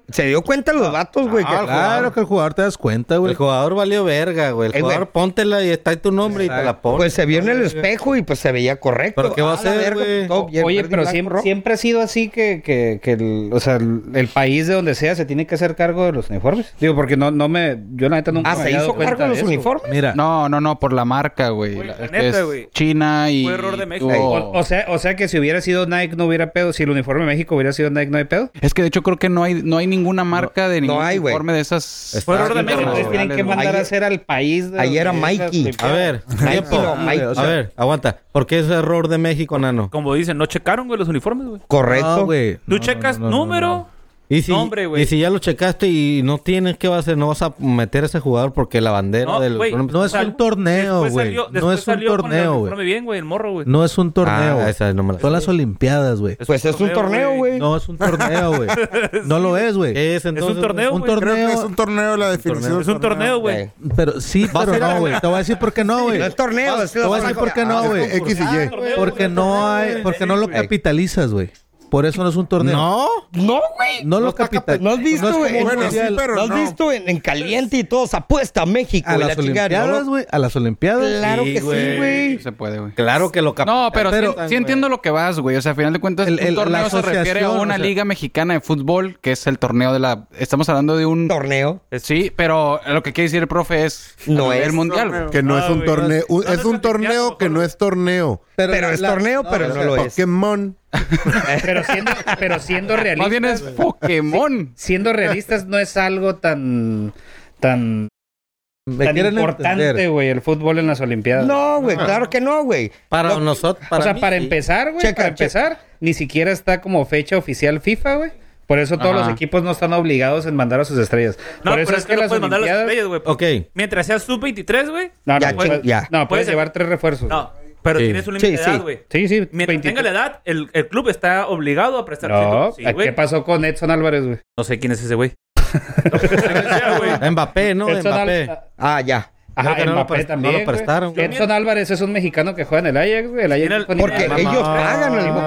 Speaker 5: Se dio cuenta los vatos, güey. que-
Speaker 10: Ah, Claro
Speaker 2: que el jugador te das cuenta,
Speaker 10: güey. El jugador valió verga, güey. El
Speaker 5: Eh, güey.
Speaker 10: jugador póntela y está ahí tu nombre y te la pones.
Speaker 5: Pues se vio en el espejo y pues se veía correcto.
Speaker 10: ¿Pero qué va a
Speaker 5: Ah, la
Speaker 10: hacer,
Speaker 5: verga,
Speaker 10: güey?
Speaker 5: todo bien,
Speaker 12: Oye,
Speaker 5: verde y
Speaker 12: pero
Speaker 5: blanco.
Speaker 12: siempre, siempre ha sido así que, que, que el, o sea, el, el país de donde sea se tiene que hacer cargo de los uniformes. Digo, porque no, no me, yo la neta nunca
Speaker 16: Ah,
Speaker 12: me
Speaker 16: ¿se
Speaker 12: había dado
Speaker 16: hizo cargo
Speaker 12: cuenta
Speaker 16: de los
Speaker 12: eso.
Speaker 16: uniformes?
Speaker 2: Mira.
Speaker 16: No, no, no, por la marca, güey. La- es que es China y.
Speaker 12: O,
Speaker 16: tuvo-
Speaker 12: o sea, o sea que si hubiera sido Nike no hubiera pedo. Si el uniforme de México hubiera sido Nike no hay pedo.
Speaker 16: Es que de hecho creo que no hay, no hay ninguna marca de ningún
Speaker 12: hay, güey.
Speaker 16: uniforme de esas.
Speaker 12: Fue error de México. Entonces tienen que mandar a
Speaker 16: Ayer-
Speaker 12: hacer al país. de
Speaker 16: ayer
Speaker 12: donde
Speaker 16: a [laughs]
Speaker 12: esas
Speaker 16: Mikey.
Speaker 5: Ah,
Speaker 12: limpiadas.
Speaker 10: A
Speaker 5: [laughs]
Speaker 10: ver, tiempo. A ver, aguanta. ¿Por qué es error de México, nano?
Speaker 8: Como dicen, no checaron, güey, los uniformes, güey.
Speaker 10: Correcto.
Speaker 8: No, güey. Tú
Speaker 10: No,
Speaker 8: checas
Speaker 10: no, no, no,
Speaker 8: número.
Speaker 10: Y si,
Speaker 8: Nombre, güey.
Speaker 10: y si ya lo checaste y no tienes, ¿qué vas a hacer? No vas a meter a ese jugador porque la bandera
Speaker 8: No,
Speaker 10: del...
Speaker 8: güey,
Speaker 2: No es un torneo,
Speaker 8: Después
Speaker 2: güey.
Speaker 8: salió-
Speaker 2: No
Speaker 8: después
Speaker 2: es un
Speaker 8: salió con el
Speaker 2: torneo, güey.
Speaker 8: uniforme bien, güey, el morro, güey.
Speaker 2: No es un torneo.
Speaker 10: Ah, esa no me la
Speaker 2: Son las Olimpiadas, güey.
Speaker 5: Pues es un torneo, güey.
Speaker 2: No es un torneo, güey. No lo es, güey.
Speaker 10: ¿Qué es
Speaker 8: entonces, torneo,
Speaker 2: Un
Speaker 8: güey?
Speaker 2: torneo.
Speaker 3: Creo que es un torneo la definición.
Speaker 8: Es un torneo, güey.
Speaker 2: Pero sí,
Speaker 8: Va a
Speaker 2: pero
Speaker 8: ser-
Speaker 2: no, güey. Te voy a decir por qué no, güey.
Speaker 5: No es torneo, es
Speaker 2: Te voy a decir por qué no, güey.
Speaker 1: X y Y.
Speaker 2: Porque no hay, porque no lo capitalizas, güey. Por eso no es un torneo.
Speaker 10: No,
Speaker 5: No, güey.
Speaker 2: No lo capitalizas.
Speaker 5: ¿No has visto,
Speaker 2: es como
Speaker 5: güey?
Speaker 2: un
Speaker 5: Bueno, sí,
Speaker 2: mundial.
Speaker 5: pero ¿No has visto en, en caliente y todos apuesta a México?
Speaker 2: A
Speaker 5: y la
Speaker 2: las
Speaker 5: chingada, ¿no?
Speaker 2: Olimpiadas, güey. A las Olimpiadas.
Speaker 5: Claro que sí, güey.
Speaker 16: Se puede, güey.
Speaker 10: Claro que lo cap-
Speaker 16: No, pero, sí- sí,
Speaker 10: Pero-
Speaker 16: entiendo lo que vas, güey. O sea, al final de cuentas,
Speaker 2: El-
Speaker 16: el,
Speaker 2: el- la
Speaker 16: torneo se refiere a
Speaker 2: asociación,
Speaker 16: una
Speaker 2: o sea.
Speaker 16: liga mexicana de fútbol, que es el torneo de la. Estamos hablando de un.
Speaker 5: Torneo.
Speaker 16: Sí, pero lo que quiere decir el profe es. a
Speaker 5: No
Speaker 16: nivel
Speaker 5: es
Speaker 16: mundial, güey.
Speaker 1: Que Ah, no es un
Speaker 8: güey.
Speaker 1: torneo. un- es un torneo que no es torneo.
Speaker 2: Pero,
Speaker 5: es torneo, pero no lo es.
Speaker 1: Pokémon.
Speaker 12: Pero siendo, pero siendo
Speaker 16: Más bien es
Speaker 12: realistas,
Speaker 16: Pokémon.
Speaker 12: siendo realistas no es algo tan, tan,
Speaker 2: Me
Speaker 12: tan
Speaker 2: quieren
Speaker 12: importante,
Speaker 2: entender.
Speaker 12: güey, el fútbol en las Olimpiadas.
Speaker 5: No, güey, claro que no, güey.
Speaker 10: Para
Speaker 5: No,
Speaker 10: nosotros...
Speaker 12: o sea,
Speaker 10: mí
Speaker 12: para
Speaker 10: sí.
Speaker 12: empezar, güey,
Speaker 5: Checa,
Speaker 12: para
Speaker 5: checa.
Speaker 12: empezar, ni siquiera está como fecha oficial FIFA, güey. Por eso todos
Speaker 16: Ajá.
Speaker 12: los equipos no están obligados en mandar a sus estrellas.
Speaker 8: No,
Speaker 12: Por eso
Speaker 8: pero es que no
Speaker 12: las
Speaker 8: puedes mandar a las
Speaker 12: Olimpiadas-
Speaker 8: estrellas, güey.
Speaker 10: Ok.
Speaker 8: Mientras seas sub-23, güey.
Speaker 12: No, no,
Speaker 5: Ya,
Speaker 12: puedes-
Speaker 5: checa, ya.
Speaker 12: no, puedes
Speaker 8: Puedes-
Speaker 12: llevar tres refuerzos.
Speaker 8: No, pero
Speaker 10: Sí.
Speaker 8: tienes un
Speaker 5: Sí,
Speaker 8: límite de
Speaker 5: sí.
Speaker 8: edad, güey.
Speaker 12: Sí, sí,
Speaker 8: Mientras
Speaker 12: 23.
Speaker 8: tenga la edad, el, el club está obligado a prestar.
Speaker 12: No,
Speaker 8: sí,
Speaker 12: ¿qué
Speaker 8: güey.
Speaker 12: pasó con Edson Álvarez, güey?
Speaker 8: No sé quién es ese güey. No sé quién sea, güey.
Speaker 10: Mbappé, ¿no?
Speaker 12: Edson
Speaker 10: Mbappé.
Speaker 12: Al-
Speaker 5: Ah, ya.
Speaker 12: Ajá,
Speaker 10: Creo que no lo
Speaker 12: Mbappé
Speaker 10: pres-
Speaker 12: también.
Speaker 10: no lo
Speaker 12: güey.
Speaker 10: prestaron.
Speaker 12: Edson Álvarez es un mexicano que juega en el Ajax, güey. El Ajax
Speaker 8: Mira,
Speaker 12: no fue ni nada.
Speaker 5: Porque
Speaker 10: Mamá,
Speaker 5: Eh, ellos pagan
Speaker 10: Ah.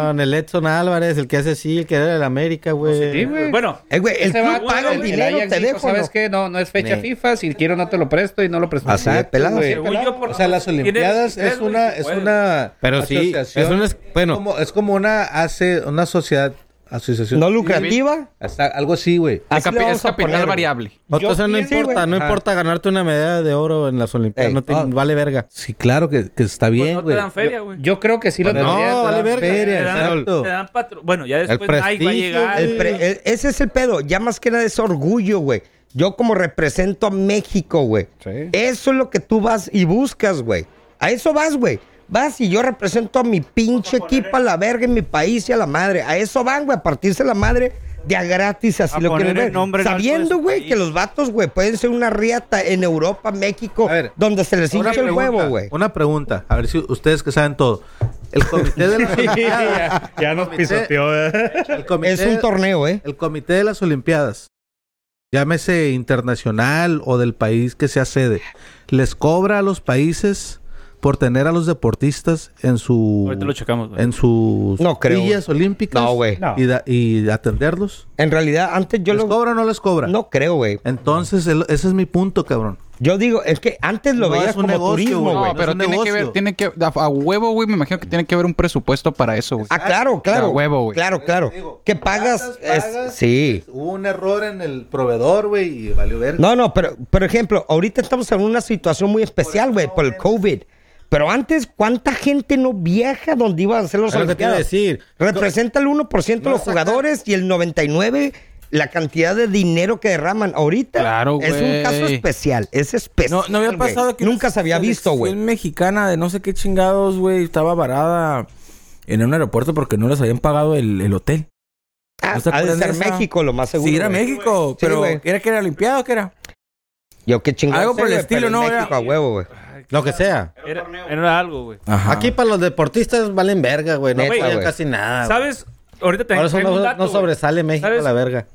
Speaker 5: al güey.
Speaker 10: El Edson Álvarez, el que hace sí, el que era del América,
Speaker 12: Sí,
Speaker 10: güey.
Speaker 12: güey.
Speaker 8: Bueno,
Speaker 5: Eh, güey, el
Speaker 12: Ese
Speaker 5: club
Speaker 12: vato,
Speaker 5: paga el
Speaker 12: güey,
Speaker 5: dinero,
Speaker 12: Ajax
Speaker 5: te
Speaker 12: dijo,
Speaker 5: dejo.
Speaker 12: ¿Sabes
Speaker 5: ¿no?
Speaker 12: qué? No, no es fecha
Speaker 5: Ni-
Speaker 12: FIFA. Si quiero, no te lo presto y no lo presto.
Speaker 5: Así de pelado.
Speaker 12: güey.
Speaker 8: Según yo, por-
Speaker 2: O sea, las Olimpiadas es
Speaker 8: 23, güey,
Speaker 2: una,
Speaker 8: sí
Speaker 2: es
Speaker 8: puedes.
Speaker 2: una
Speaker 10: Pero sí,
Speaker 2: asociación.
Speaker 10: es una- bueno.
Speaker 2: como, es como una hace una sociedad, asociación.
Speaker 5: No lucrativa.
Speaker 2: Hasta algo así, güey.
Speaker 16: Es,
Speaker 5: Así le
Speaker 16: capi-
Speaker 5: vamos
Speaker 16: es
Speaker 5: a
Speaker 16: capital
Speaker 5: poner, güey.
Speaker 16: variable.
Speaker 10: O sea,
Speaker 5: Yo
Speaker 10: no
Speaker 5: pienso,
Speaker 10: importa,
Speaker 5: güey.
Speaker 10: no importa ganarte una medalla de oro en las Olimpiadas,
Speaker 5: Ey.
Speaker 10: no te
Speaker 2: Ah.
Speaker 10: vale verga.
Speaker 2: Sí, claro que, que está
Speaker 8: Pues
Speaker 2: bien,
Speaker 8: no te
Speaker 2: güey.
Speaker 8: dan feria, güey.
Speaker 12: Yo creo que sí lo
Speaker 2: Pero no,
Speaker 12: tendría.
Speaker 10: Pues vale
Speaker 12: ¿verdad?
Speaker 10: verga.
Speaker 8: Te
Speaker 2: feria,
Speaker 8: dan,
Speaker 2: exacto.
Speaker 8: te dan patro- Bueno, ya
Speaker 9: Pues,
Speaker 8: después
Speaker 10: El
Speaker 8: Nike va a
Speaker 10: prestigio,
Speaker 8: llegar.
Speaker 5: El pre- el- ese es el pedo. Ya más que nada es orgullo, güey. Yo como represento a México, güey.
Speaker 12: Sí.
Speaker 5: Eso es lo que tú vas y buscas, güey. A eso vas, güey. Vas y yo represento a mi pinche equipo, a la verga, en mi país y a la madre. A eso van, güey, a partirse la madre de a gratis, así
Speaker 9: A
Speaker 5: lo quieren
Speaker 9: poner el
Speaker 5: ver.
Speaker 9: nombre en alto de
Speaker 5: Sabiendo,
Speaker 9: su
Speaker 5: güey,
Speaker 9: país.
Speaker 5: que los vatos, güey, pueden ser una riata en Europa, México,
Speaker 2: A ver,
Speaker 5: donde se les
Speaker 2: Una
Speaker 5: hincha el
Speaker 2: pregunta,
Speaker 5: huevo, güey.
Speaker 2: Una pregunta, a ver si ustedes que saben todo. El comité de
Speaker 12: [laughs]
Speaker 2: las Olimpiadas.
Speaker 12: ya, ya nos pisoteó. ¿eh? ¿verdad?
Speaker 2: el comité-
Speaker 5: Es un torneo, ¿eh?
Speaker 2: El comité de las Olimpiadas, llámese internacional o del país que sea sede, les cobra a los países por tener a los deportistas en su
Speaker 8: Ahorita lo checamos, güey.
Speaker 2: en sus
Speaker 5: No creo.
Speaker 2: villas olímpicas
Speaker 5: No, güey.
Speaker 12: No.
Speaker 2: y, da- y atenderlos.
Speaker 5: En realidad, antes yo
Speaker 2: ¿Les
Speaker 5: lo...
Speaker 2: cobra o no les cobra?
Speaker 5: No creo, güey.
Speaker 2: Entonces, el- ese es mi punto, cabrón.
Speaker 5: Yo digo, es que antes lo
Speaker 2: No,
Speaker 5: veías
Speaker 2: es un
Speaker 5: como
Speaker 2: negocio,
Speaker 5: turismo,
Speaker 2: güey.
Speaker 5: güey.
Speaker 2: No
Speaker 16: No,
Speaker 2: es
Speaker 16: pero
Speaker 2: un
Speaker 16: tiene que ver,
Speaker 2: negocio.
Speaker 16: tiene que. A, a huevo, güey, me imagino que tiene que haber un presupuesto para eso, güey.
Speaker 5: Ah, claro,
Speaker 16: De
Speaker 5: claro.
Speaker 16: a huevo, güey.
Speaker 5: Claro, claro.
Speaker 2: digo,
Speaker 5: que pagas.
Speaker 2: pagas,
Speaker 5: es-
Speaker 2: pagas,
Speaker 5: sí.
Speaker 2: Hubo un error en el proveedor, güey, y valió ver.
Speaker 5: No, no, pero por ejemplo, ahorita estamos en una situación muy especial, güey, por el COVID. Pero antes, ¿cuánta gente no viaja donde iban a hacer los
Speaker 10: Es lo que te iba a
Speaker 5: Olimpiadas?
Speaker 10: decir.
Speaker 5: Representa el 1% de los jugadores y el 99% la cantidad de dinero que derraman. Ahorita
Speaker 17: Claro,
Speaker 5: es un
Speaker 17: güey.
Speaker 5: caso especial, es especial.
Speaker 17: No, no había
Speaker 5: güey.
Speaker 17: pasado que
Speaker 5: Nunca se había visto, güey.
Speaker 17: selección mexicana de no sé qué chingados, güey, estaba varada en un aeropuerto porque no les habían pagado el, el hotel.
Speaker 5: Ah,
Speaker 17: ¿No se
Speaker 5: ha de
Speaker 17: acuerdan
Speaker 5: ser
Speaker 17: de esa?
Speaker 5: México lo más seguro.
Speaker 17: sí, era
Speaker 5: güey.
Speaker 17: México, pero
Speaker 5: güey.
Speaker 17: ¿era que era Olimpiado o qué era?
Speaker 5: Yo qué chingón.
Speaker 10: Algo por el estilo, ¿no?
Speaker 5: En México,
Speaker 10: Era-
Speaker 5: a huevo, güey.
Speaker 10: Lo que sea.
Speaker 8: Era, era algo, güey.
Speaker 10: Aquí para los deportistas valen verga, güey. No
Speaker 8: Neta,
Speaker 10: pagan
Speaker 8: güey.
Speaker 10: casi nada. güey.
Speaker 8: ¿Sabes? Ahorita te
Speaker 10: Por eso
Speaker 8: tengo
Speaker 10: no,
Speaker 8: un dato,
Speaker 10: no
Speaker 8: güey.
Speaker 10: sobresale México a la verga.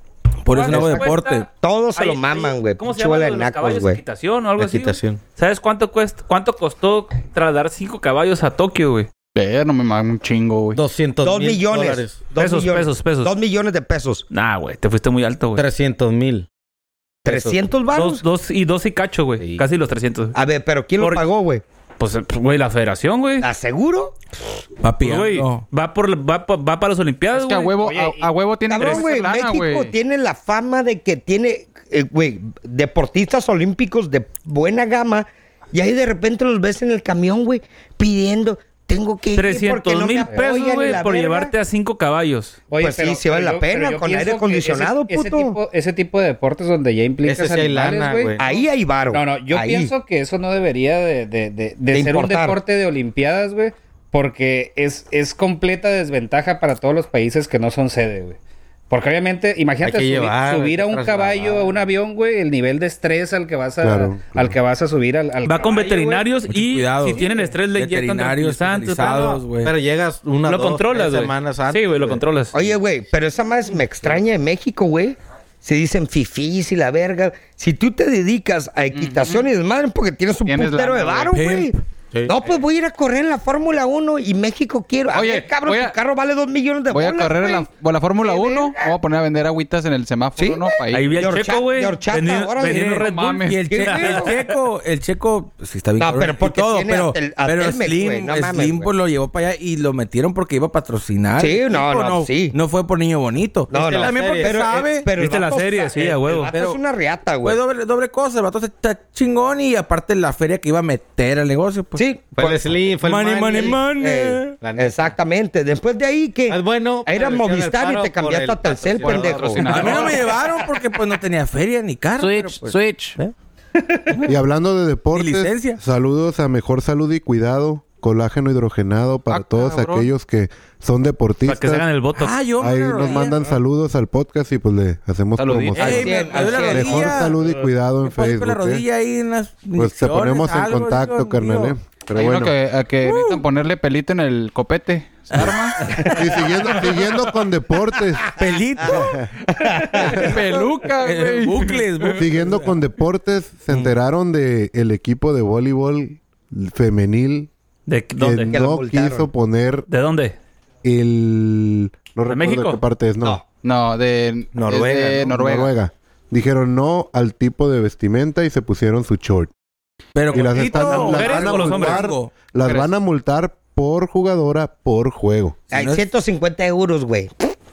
Speaker 8: Por eso no hago ¿Cuánto deporte. cuesta?
Speaker 5: Todos se
Speaker 8: Ahí-
Speaker 5: lo maman, güey.
Speaker 8: eh, ¿Cómo se
Speaker 5: Pinche bola
Speaker 8: llama?
Speaker 5: de
Speaker 8: lo de los
Speaker 5: nacos,
Speaker 8: caballos de
Speaker 5: güey.
Speaker 10: [laughs]
Speaker 8: equitación o algo así. güey?
Speaker 5: Equitación.
Speaker 8: ¿Sabes cuánto, cuesta, cuánto costó trasladar cinco caballos a Tokio, güey?
Speaker 16: no me mames un chingo, güey.
Speaker 10: 200
Speaker 5: Dos millones. Dos
Speaker 8: pesos,
Speaker 5: millones.
Speaker 8: pesos, pesos.
Speaker 5: Dos millones de pesos.
Speaker 8: Nah, güey, te fuiste muy alto, güey.
Speaker 10: 300 mil.
Speaker 5: 300 varos.
Speaker 8: Dos, dos y dos y cacho, güey. Casi los 300.
Speaker 5: A ver, pero ¿quién lo pagó, güey?
Speaker 8: Pues, eh, güey, la federación, güey.
Speaker 5: ¿Estás seguro?
Speaker 8: Papi, güey. Va, por, va, pa- va para las Olimpiadas,
Speaker 16: Es que a
Speaker 8: güey.
Speaker 16: huevo, a, a huevo tiene que
Speaker 5: Cabrón,
Speaker 16: ser
Speaker 5: güey.
Speaker 16: lana,
Speaker 5: México
Speaker 16: güey.
Speaker 5: tiene la fama de que tiene, eh, güey, deportistas olímpicos de buena gama. Y ahí de repente los ves en el camión, güey, pidiendo, tengo que ir porque
Speaker 8: 300
Speaker 5: no me
Speaker 8: mil
Speaker 5: apoyan y
Speaker 8: pesos, güey,
Speaker 5: la
Speaker 8: por
Speaker 5: verga".
Speaker 8: llevarte a cinco caballos.
Speaker 12: Oye,
Speaker 5: Pues sí,
Speaker 12: pero-
Speaker 5: sí vale
Speaker 12: pero
Speaker 5: la
Speaker 12: yo- pero
Speaker 5: pena,
Speaker 12: yo
Speaker 5: con
Speaker 12: pienso
Speaker 5: aire
Speaker 12: que
Speaker 5: acondicionado,
Speaker 12: ese,
Speaker 5: puto.
Speaker 12: Ese tipo, ese tipo de deportes donde ya implicas
Speaker 10: Ese sí hay lana,
Speaker 12: animales,
Speaker 10: güey.
Speaker 12: güey.
Speaker 5: Ahí hay varo.
Speaker 12: No, no, yo
Speaker 5: Ahí.
Speaker 12: pienso que eso no debería de, de- de- de
Speaker 5: De
Speaker 12: ser
Speaker 5: importar.
Speaker 12: un deporte de Olimpiadas, güey. Porque es, es completa desventaja para todos los países que no son sede, güey. Porque obviamente, imagínate
Speaker 10: Hay que
Speaker 12: subi-
Speaker 10: llevar, hay
Speaker 12: subir
Speaker 10: que
Speaker 12: a un caballo, a un avión, güey, el nivel de estrés al que vas a,
Speaker 1: Claro,
Speaker 12: Al que vas a subir al, al
Speaker 8: Va con
Speaker 12: caballo,
Speaker 8: veterinarios
Speaker 12: güey.
Speaker 8: y si tienen estrés le inyectan
Speaker 12: Veterinarios,
Speaker 8: tranquilizantes,
Speaker 12: especializados,
Speaker 8: tal.
Speaker 10: Pero llegas una,
Speaker 8: Lo
Speaker 10: dos,
Speaker 8: controlas,
Speaker 10: tres
Speaker 8: güey.
Speaker 10: semanas antes.
Speaker 8: Sí, güey, lo controlas.
Speaker 5: Oye, güey, pero esa más me extraña de México, güey. Se dicen fifís y la verga. Si tú te dedicas a equitación y desmadre, porque tienes un
Speaker 16: Tienes
Speaker 5: puntero
Speaker 16: lana,
Speaker 5: de varo,
Speaker 16: güey.
Speaker 5: güey.
Speaker 10: Sí.
Speaker 5: No, pues voy a ir a correr en la Fórmula 1 y México quiero. A
Speaker 16: Eh. Oye,
Speaker 5: ver, cabrón,
Speaker 16: voy a-
Speaker 5: tu carro vale dos millones de
Speaker 16: Voy a
Speaker 5: bolas,
Speaker 16: correr en la,
Speaker 5: güey.
Speaker 16: o la Fórmula 1. me Voy a poner a vender agüitas en el semáforo, ¿no? Pa'
Speaker 8: Ahí vi
Speaker 5: De
Speaker 8: al
Speaker 5: horcha-
Speaker 8: Checo, güey.
Speaker 5: de horchata,
Speaker 8: vendiendo-
Speaker 5: órale.
Speaker 8: Vendiendo
Speaker 16: Eh,
Speaker 8: Red Bull.
Speaker 16: mames.
Speaker 17: Y el, che-
Speaker 5: ¿Qué?
Speaker 17: el checo, el checo, sí está bien.
Speaker 5: No,
Speaker 17: cabrón
Speaker 5: pero
Speaker 17: y
Speaker 5: porque tiene
Speaker 17: pero,
Speaker 5: a Tel- a
Speaker 17: pero
Speaker 5: Telmex,
Speaker 17: Slim,
Speaker 5: güey, no mames,
Speaker 17: Slim,
Speaker 5: güey.
Speaker 17: pues, lo llevó para allá y lo metieron porque iba a patrocinar.
Speaker 5: Sí,
Speaker 17: El
Speaker 5: no,
Speaker 17: tipo
Speaker 5: no, sí.
Speaker 17: No fue por niño bonito.
Speaker 5: No,
Speaker 17: Este,
Speaker 5: no.
Speaker 17: También porque
Speaker 5: Pero, eh,
Speaker 17: sabe.
Speaker 5: pero el
Speaker 8: Viste la
Speaker 5: vato
Speaker 8: serie,
Speaker 5: está-
Speaker 8: sí,
Speaker 5: el-
Speaker 8: a huevo.
Speaker 5: el vato
Speaker 17: Pero-
Speaker 5: es una riata,
Speaker 17: Fue
Speaker 5: güey.
Speaker 17: doble, doble cosa. El vato está chingón y aparte la feria que iba a meter al negocio. Pues.
Speaker 5: Sí.
Speaker 10: Fue el Slim, fue el
Speaker 17: Money, money, money.
Speaker 5: Eh,
Speaker 10: La neta.
Speaker 5: exactamente. Después de ahí, que
Speaker 17: Ah,
Speaker 10: Es bueno.
Speaker 5: Era
Speaker 10: pero
Speaker 5: Movistar
Speaker 10: hicieron
Speaker 5: y
Speaker 10: el
Speaker 5: te
Speaker 10: paro
Speaker 5: cambiaste
Speaker 10: por
Speaker 5: a Telcel,
Speaker 10: el patrocinador.
Speaker 5: pendejo. [laughs]
Speaker 17: A mí no me llevaron porque pues no tenía feria ni carro. pero,
Speaker 16: Switch,
Speaker 17: pues,
Speaker 16: Switch.
Speaker 1: Y hablando de
Speaker 17: Y
Speaker 1: deportes,
Speaker 17: licencia.
Speaker 1: saludos a Mejor Salud y Cuidado, colágeno hidrogenado para
Speaker 16: Ah,
Speaker 1: todos
Speaker 16: cabrón.
Speaker 1: aquellos que son
Speaker 8: Para que se hagan
Speaker 1: deportistas.
Speaker 8: el voto.
Speaker 17: Ah, yo.
Speaker 1: Ahí
Speaker 17: me lo
Speaker 1: nos
Speaker 17: veía.
Speaker 1: mandan saludos al podcast y pues le hacemos
Speaker 8: Saluditos.
Speaker 1: promoción.
Speaker 17: Ey, me
Speaker 5: Al cien,
Speaker 17: duele la
Speaker 5: al cien.
Speaker 17: rodilla.
Speaker 1: Mejor Salud y Cuidado en
Speaker 17: Me pongo con la
Speaker 1: Facebook. ¿eh?
Speaker 17: rodilla ahí en las
Speaker 1: Pues te
Speaker 17: inyecciones,
Speaker 1: ponemos en
Speaker 17: algo,
Speaker 1: contacto,
Speaker 17: Dios
Speaker 1: carnal.
Speaker 17: mío.
Speaker 1: ¿eh? Pero
Speaker 16: Hay
Speaker 1: bueno.
Speaker 16: uno que, a
Speaker 8: Uh.
Speaker 16: que necesitan ponerle pelito en el copete. ¿Se arma?
Speaker 1: [laughs] Y siguiendo, siguiendo con deportes.
Speaker 17: [laughs] Pelito.
Speaker 16: [laughs]
Speaker 8: [laughs]
Speaker 16: Peluca,
Speaker 17: Eh,
Speaker 16: güey.
Speaker 17: bucles, bucles.
Speaker 1: Siguiendo con deportes, se
Speaker 8: Mm.
Speaker 1: enteraron de el equipo de voleibol femenil
Speaker 8: ¿De
Speaker 1: que
Speaker 8: dónde?
Speaker 5: Que la
Speaker 1: no
Speaker 5: multaron.
Speaker 1: quiso poner
Speaker 8: ¿De dónde?
Speaker 1: el no
Speaker 8: ¿De
Speaker 1: recuerdo
Speaker 8: México?
Speaker 1: qué parte es, no.
Speaker 5: No.
Speaker 16: No, de
Speaker 10: Noruega,
Speaker 16: es de
Speaker 10: ¿no?
Speaker 16: Noruega.
Speaker 1: Noruega. Dijeron no al tipo de vestimenta y se pusieron su short.
Speaker 17: Pero
Speaker 1: Y las
Speaker 17: cortito.
Speaker 1: están- las
Speaker 8: ¿Mujeres
Speaker 1: van a
Speaker 8: o los hombres?
Speaker 1: multar,
Speaker 17: Largo.
Speaker 1: las van a multar por jugadora por juego.
Speaker 5: Hay
Speaker 17: no es-
Speaker 5: 150 euros, güey.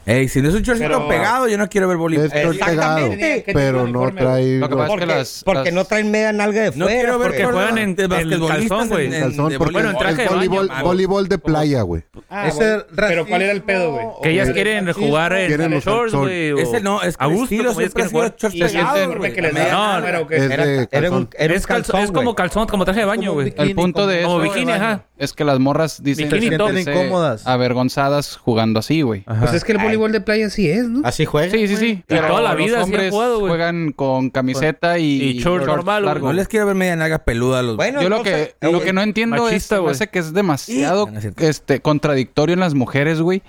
Speaker 17: Ey, si no es un chorcito
Speaker 12: Pero-
Speaker 17: pegado, yo no quiero ver voleibol.
Speaker 1: Es short pegado,
Speaker 5: Exactamente.
Speaker 1: pero no trae
Speaker 16: Lo que pasa es
Speaker 5: Porque,
Speaker 16: que las.
Speaker 5: porque
Speaker 16: las-
Speaker 5: no traen media nalga de
Speaker 17: No
Speaker 5: fuera.
Speaker 17: quiero ver
Speaker 5: porque-
Speaker 17: por-
Speaker 8: juegan en- en
Speaker 17: basquetbolistas
Speaker 8: calzón, güey.
Speaker 17: en- en-
Speaker 1: calzón
Speaker 17: de
Speaker 1: porque
Speaker 8: Bueno, en traje
Speaker 1: es
Speaker 8: de baño,
Speaker 1: voleibol,
Speaker 8: mago.
Speaker 1: voleibol de playa, güey.
Speaker 12: Ah, güey. Pero ¿cuál era el pedo, güey?
Speaker 8: Que ellas quieren jugar
Speaker 1: Quieren
Speaker 8: en
Speaker 1: los
Speaker 8: shorts,
Speaker 1: shorts.
Speaker 8: güey. o-
Speaker 17: Ese no, es que
Speaker 8: a
Speaker 17: el
Speaker 8: gusto,
Speaker 17: estilo
Speaker 8: como ellas
Speaker 17: siempre ha
Speaker 8: quieren
Speaker 17: sido
Speaker 8: jugar.
Speaker 17: short
Speaker 12: Y sienten
Speaker 17: pegado,
Speaker 12: porque
Speaker 17: güey.
Speaker 12: les
Speaker 17: La
Speaker 12: da la
Speaker 8: No,
Speaker 12: cámara o qué.
Speaker 1: Es
Speaker 5: Era,
Speaker 1: de
Speaker 5: era un,
Speaker 1: calzón.
Speaker 5: era un
Speaker 8: Es calzón,
Speaker 5: calzón,
Speaker 8: es como
Speaker 5: güey.
Speaker 8: calzón, como traje de baño, güey.
Speaker 16: El punto de
Speaker 8: O
Speaker 16: eso
Speaker 8: bikini, ajá.
Speaker 16: es que las morras dicen
Speaker 8: Bikini
Speaker 16: que
Speaker 8: top.
Speaker 16: se sienten
Speaker 10: incómodas.
Speaker 16: avergonzadas jugando así, güey.
Speaker 12: Pues es que el voleibol de playa sí es, ¿no?
Speaker 10: Así juega.
Speaker 16: Sí, sí, sí. Pero
Speaker 8: toda la vida así
Speaker 16: los
Speaker 8: han
Speaker 16: hombres
Speaker 8: jugado, güey.
Speaker 16: juegan con camiseta y,
Speaker 8: Y shorts normal, güey.
Speaker 17: No les quiero ver media naga peluda a los...
Speaker 5: Bueno,
Speaker 16: Yo lo
Speaker 5: entonces, eh,
Speaker 16: que, lo que no entiendo
Speaker 8: machista,
Speaker 16: es,
Speaker 8: güey.
Speaker 16: parece que es demasiado
Speaker 5: Ah,
Speaker 17: Sí. No, no es cierto.
Speaker 16: este, contradictorio en las mujeres, güey.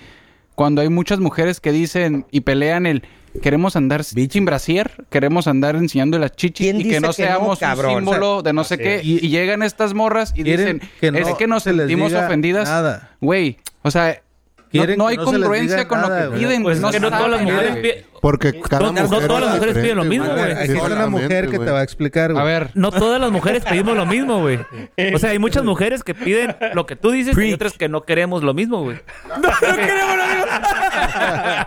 Speaker 16: Cuando hay muchas mujeres que dicen y pelean el queremos andar sin brasier, queremos andar enseñando las chichis
Speaker 5: ¿Quién
Speaker 16: y
Speaker 5: dice
Speaker 16: que no
Speaker 5: que no,
Speaker 16: seamos
Speaker 5: cabrón?
Speaker 16: un símbolo de no sé qué. Y, llegan estas morras y
Speaker 10: Quieren
Speaker 16: dicen,
Speaker 10: que no
Speaker 16: es que nos
Speaker 10: se les
Speaker 16: sentimos
Speaker 10: diga
Speaker 16: ofendidas.
Speaker 10: nada.
Speaker 16: Güey, o sea, no,
Speaker 10: Quieren
Speaker 16: no
Speaker 10: que
Speaker 16: hay
Speaker 10: no se les
Speaker 16: congruencia
Speaker 10: diga
Speaker 16: con
Speaker 10: nada,
Speaker 16: lo que
Speaker 10: güey.
Speaker 16: piden, güey.
Speaker 8: Pues es que no
Speaker 16: saben,
Speaker 8: todas las mujeres
Speaker 16: güey.
Speaker 8: pi-
Speaker 1: Porque cada
Speaker 8: no- no
Speaker 1: mujer
Speaker 8: todas las
Speaker 1: es
Speaker 8: mujeres piden lo
Speaker 1: diferente,
Speaker 8: mismo, güey.
Speaker 1: Sí,
Speaker 10: Aquí está una mujer que
Speaker 1: exactamente,
Speaker 10: te va a explicar,
Speaker 16: A
Speaker 10: güey.
Speaker 16: ver,
Speaker 8: No todas las mujeres pedimos lo mismo, güey. O sea, hay
Speaker 2: Este,
Speaker 8: muchas mujeres que piden lo que tú dices y
Speaker 17: Preach.
Speaker 8: otras que no queremos lo mismo, güey.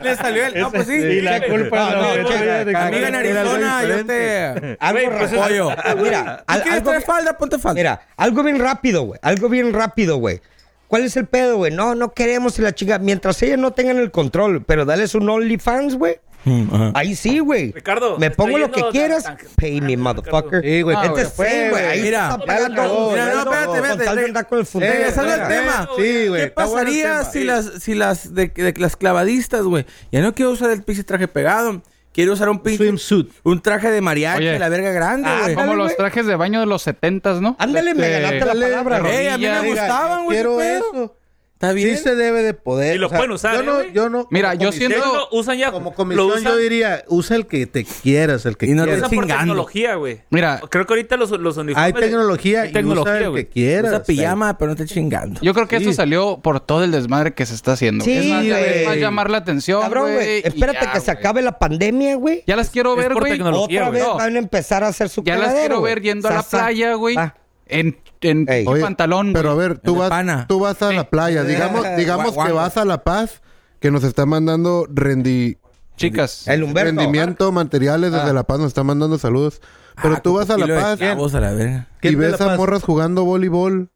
Speaker 17: Le salió el... No, pues sí.
Speaker 12: Y la
Speaker 10: Ah,
Speaker 12: culpa
Speaker 17: No,
Speaker 12: no,
Speaker 17: no,
Speaker 12: es de-
Speaker 17: que- Amiga en
Speaker 12: de-
Speaker 17: Arizona, yo te...
Speaker 5: algo
Speaker 17: [laughs] Apoyo.
Speaker 5: pues, [laughs] Mira,
Speaker 17: ¿Tú
Speaker 5: al-
Speaker 17: quieres
Speaker 5: algo,
Speaker 17: traer falda? Ponte falda.
Speaker 5: mira, algo bien rápido, güey. Algo bien rápido, güey. ¿Cuál es el pedo, güey? No, no queremos y la chica. Mientras ellas no tengan el control, pero dales un OnlyFans, güey.
Speaker 17: Mm, ajá.
Speaker 5: Ahí sí, güey.
Speaker 8: Ricardo,
Speaker 5: Me
Speaker 8: te
Speaker 5: pongo
Speaker 8: estoy
Speaker 5: lo que
Speaker 8: yendo
Speaker 5: quieras.
Speaker 8: tan- tan-
Speaker 5: Pay me, motherfucker.
Speaker 10: Sí, güey.
Speaker 16: Ah,
Speaker 10: te-
Speaker 5: Este
Speaker 16: güey.
Speaker 5: sí, güey. Ahí
Speaker 17: Mira.
Speaker 5: está
Speaker 17: Ya
Speaker 5: pagando
Speaker 10: la cagó,
Speaker 5: un
Speaker 10: ya
Speaker 17: la
Speaker 5: sueldo
Speaker 17: cagó.
Speaker 5: con tal de andar con el fundillo.
Speaker 17: regresando al
Speaker 5: Mira.
Speaker 17: tema.
Speaker 10: Sí, güey.
Speaker 17: ¿Qué
Speaker 10: está bueno el
Speaker 17: pasaría
Speaker 10: tema.
Speaker 17: si las, si las de, de- las clavadistas, güey? Ya no quiero usar el pinche traje pegado. Quiere usar un pinche. Swimsuit. Un traje de mariachi,
Speaker 16: Oye.
Speaker 17: la verga grande,
Speaker 16: Ah,
Speaker 17: güey.
Speaker 16: como los trajes de baño de los setentas, ¿no?
Speaker 17: Ándale, me ganaste la palabra, güey. Ey,
Speaker 16: Ey,
Speaker 17: a mí me gustaban, güey,
Speaker 2: Quiero
Speaker 17: ese
Speaker 2: eso. ¿Está bien? Sí se debe de poder.
Speaker 8: Y lo pueden usar,
Speaker 2: Yo
Speaker 8: ¿eh,
Speaker 2: no,
Speaker 8: güey?
Speaker 2: yo no.
Speaker 8: Mira,
Speaker 2: como
Speaker 8: yo
Speaker 2: comisión-
Speaker 8: siento- Lo usan ya-
Speaker 2: Como
Speaker 8: lo
Speaker 2: comisión,
Speaker 8: usan-
Speaker 2: yo diría, usa el que te quieras, el que
Speaker 8: Y no
Speaker 2: quieras.
Speaker 8: usan por tecnología, güey.
Speaker 16: Mira.
Speaker 8: Creo que ahorita los, los uniformes...
Speaker 2: Hay tecnología
Speaker 8: Hay
Speaker 2: y
Speaker 8: tecnología,
Speaker 2: usa el
Speaker 8: güey.
Speaker 2: que quieras.
Speaker 16: Usa
Speaker 15: Ah,
Speaker 16: pijama,
Speaker 17: pero no te chingando.
Speaker 16: Yo creo que esto salió por todo el desmadre que se está haciendo.
Speaker 5: Sí,
Speaker 16: es, más, es más
Speaker 5: güey.
Speaker 16: llamar la atención.
Speaker 5: Cabrón, güey. Espérate que se acabe la pandemia, güey.
Speaker 16: Ya las quiero ver, güey.
Speaker 5: Otra vez van a empezar a hacer su
Speaker 16: Ya las
Speaker 5: cagadero,
Speaker 16: quiero
Speaker 5: güey.
Speaker 16: ver yendo a la
Speaker 5: Sasa.
Speaker 16: playa, güey.
Speaker 5: Va.
Speaker 16: En, en
Speaker 1: Oye,
Speaker 16: pantalón,
Speaker 1: Pero a ver, tú vas, tú vas a la playa. Digamos, digamos que
Speaker 16: Guau,
Speaker 1: vas a La Paz, que nos está mandando rendi...
Speaker 16: Chicas.
Speaker 1: El
Speaker 5: Humberto.
Speaker 1: Rendimiento, materiales desde La Paz nos está mandando saludos. Pero tú vas a La Paz
Speaker 17: Vamos a la verga.
Speaker 1: y
Speaker 2: ¿Quién de
Speaker 1: ves
Speaker 2: La
Speaker 1: a
Speaker 2: Paz?
Speaker 1: morras jugando voleibol.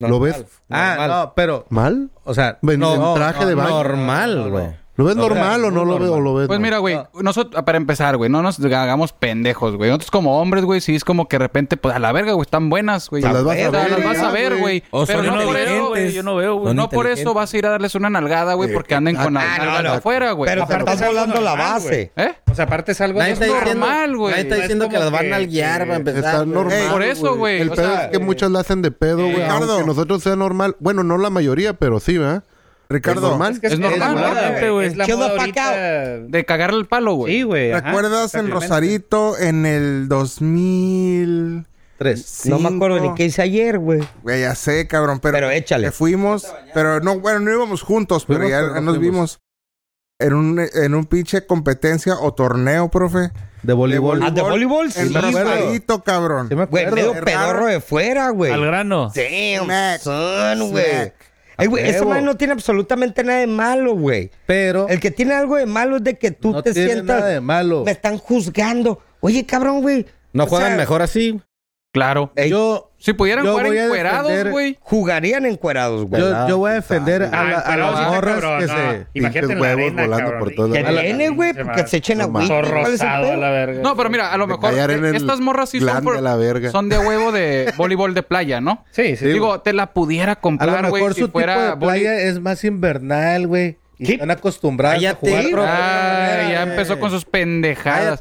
Speaker 1: ¿Lo ves?
Speaker 2: Ah, no, pero.
Speaker 1: ¿Mal?
Speaker 2: O sea,
Speaker 1: Ven-
Speaker 2: no,
Speaker 1: en traje
Speaker 2: no,
Speaker 1: de baño.
Speaker 10: Normal, güey.
Speaker 1: ¿Lo ves
Speaker 16: No,
Speaker 1: normal
Speaker 16: no,
Speaker 1: o no, lo, veo, lo ves?
Speaker 16: Pues mira, güey, nosotros, para empezar, güey, no nos hagamos pendejos, güey. Nosotros como hombres, güey, sí es como que de repente, pues a la verga, güey, están buenas, güey.
Speaker 1: Pues las vas a
Speaker 16: Verga,
Speaker 1: ver,
Speaker 16: las vas a
Speaker 1: güey.
Speaker 16: ver, güey.
Speaker 1: O
Speaker 16: Pero
Speaker 1: son
Speaker 16: no por eso, güey.
Speaker 1: inteligentes.
Speaker 16: Yo no veo, güey.
Speaker 1: Son
Speaker 16: No por eso
Speaker 1: inteligentes.
Speaker 16: vas a ir a darles una nalgada, güey, porque anden
Speaker 1: Ah,
Speaker 16: con la nalga afuera, güey.
Speaker 5: Pero te estás volando la base.
Speaker 16: ¿Eh?
Speaker 12: O sea, aparte es algo
Speaker 5: Nadie está diciendo-
Speaker 16: normal, güey.
Speaker 5: nadie está
Speaker 16: No es
Speaker 5: diciendo que
Speaker 16: como
Speaker 5: las van a alguear, va a empezar,
Speaker 1: Está
Speaker 16: güey.
Speaker 1: normal.
Speaker 16: Por eso, güey.
Speaker 1: El
Speaker 16: o
Speaker 1: pedo
Speaker 16: sea,
Speaker 1: es que muchas la hacen de pedo, güey.
Speaker 3: Ricardo.
Speaker 1: Aunque nosotros sea normal. Bueno, no la mayoría, pero sí, ¿verdad?
Speaker 3: Ricardo.
Speaker 1: Es normal.
Speaker 3: Es que es- Es normal, es la moda,
Speaker 16: Exactamente,
Speaker 3: güey.
Speaker 16: güey.
Speaker 3: Es la
Speaker 16: ¿Qué
Speaker 3: moda
Speaker 16: onda,
Speaker 3: ahorita.
Speaker 16: Paca? De cagarle el palo, güey. Sí, güey.
Speaker 3: ¿Recuerdas en Rosarito en el 2000?
Speaker 5: Tres. No me acuerdo ni qué hice ayer, güey.
Speaker 3: Güey, ya sé, cabrón, pero. Pero
Speaker 5: échale.
Speaker 3: fuimos, pero no, bueno, no íbamos juntos, pero
Speaker 5: Fuimos,
Speaker 3: ya
Speaker 5: pero no
Speaker 3: nos
Speaker 5: fuimos.
Speaker 3: vimos. En un, en un pinche competencia o torneo, profe.
Speaker 2: De voleibol.
Speaker 5: Ah, de voleibol, sí,
Speaker 3: En
Speaker 5: me acuerdo.
Speaker 3: Rosarito, cabrón.
Speaker 5: Güey, medio pedorro de fuera, güey.
Speaker 8: Al grano.
Speaker 5: Sí, un
Speaker 3: Smack.
Speaker 5: son, güey.
Speaker 3: Smack.
Speaker 5: Ey, güey, esa
Speaker 3: huevo.
Speaker 5: madre no tiene absolutamente nada de malo, güey.
Speaker 2: Pero.
Speaker 5: El que tiene algo de malo es de que tú
Speaker 2: No
Speaker 5: te
Speaker 2: tiene
Speaker 5: sientas.
Speaker 2: nada de malo.
Speaker 5: Me están juzgando. Oye, cabrón, güey.
Speaker 10: ¿No
Speaker 5: O
Speaker 10: juegan
Speaker 5: sea,
Speaker 10: mejor así?
Speaker 16: Claro.
Speaker 2: Yo.
Speaker 16: Si pudieran
Speaker 2: yo
Speaker 16: jugar
Speaker 2: voy a
Speaker 16: encuerados,
Speaker 2: defender-
Speaker 16: güey.
Speaker 5: Jugarían encuerados, güey.
Speaker 2: Yo, yo voy a defender a, la- a
Speaker 5: pero sí
Speaker 2: las
Speaker 5: está
Speaker 2: morras
Speaker 5: cabrón,
Speaker 2: que
Speaker 5: no.
Speaker 2: se.
Speaker 5: Imagínate
Speaker 2: pinches
Speaker 5: en la arena, cabrón. Que
Speaker 2: lados.
Speaker 5: tiene, güey, porque se echen agüita. ¿Cuál es el pedo?
Speaker 16: No, pero mira, a lo mejor
Speaker 1: callar en
Speaker 16: eh,
Speaker 1: el
Speaker 16: estas morras sí son,
Speaker 1: glande
Speaker 16: por-
Speaker 1: a la verga.
Speaker 16: son de huevo de voleibol de playa, ¿no? Sí,
Speaker 2: sí,
Speaker 16: Digo,
Speaker 2: güey.
Speaker 16: te la pudiera
Speaker 2: A lo
Speaker 16: comprar,
Speaker 2: mejor
Speaker 16: güey,
Speaker 2: su
Speaker 16: si
Speaker 2: tipo de
Speaker 16: fuera
Speaker 2: playa
Speaker 16: voleibol.
Speaker 2: es más invernal, güey. Y están acostumbrados a jugar. pero-
Speaker 16: Ah, ya empezó con sus pendejadas.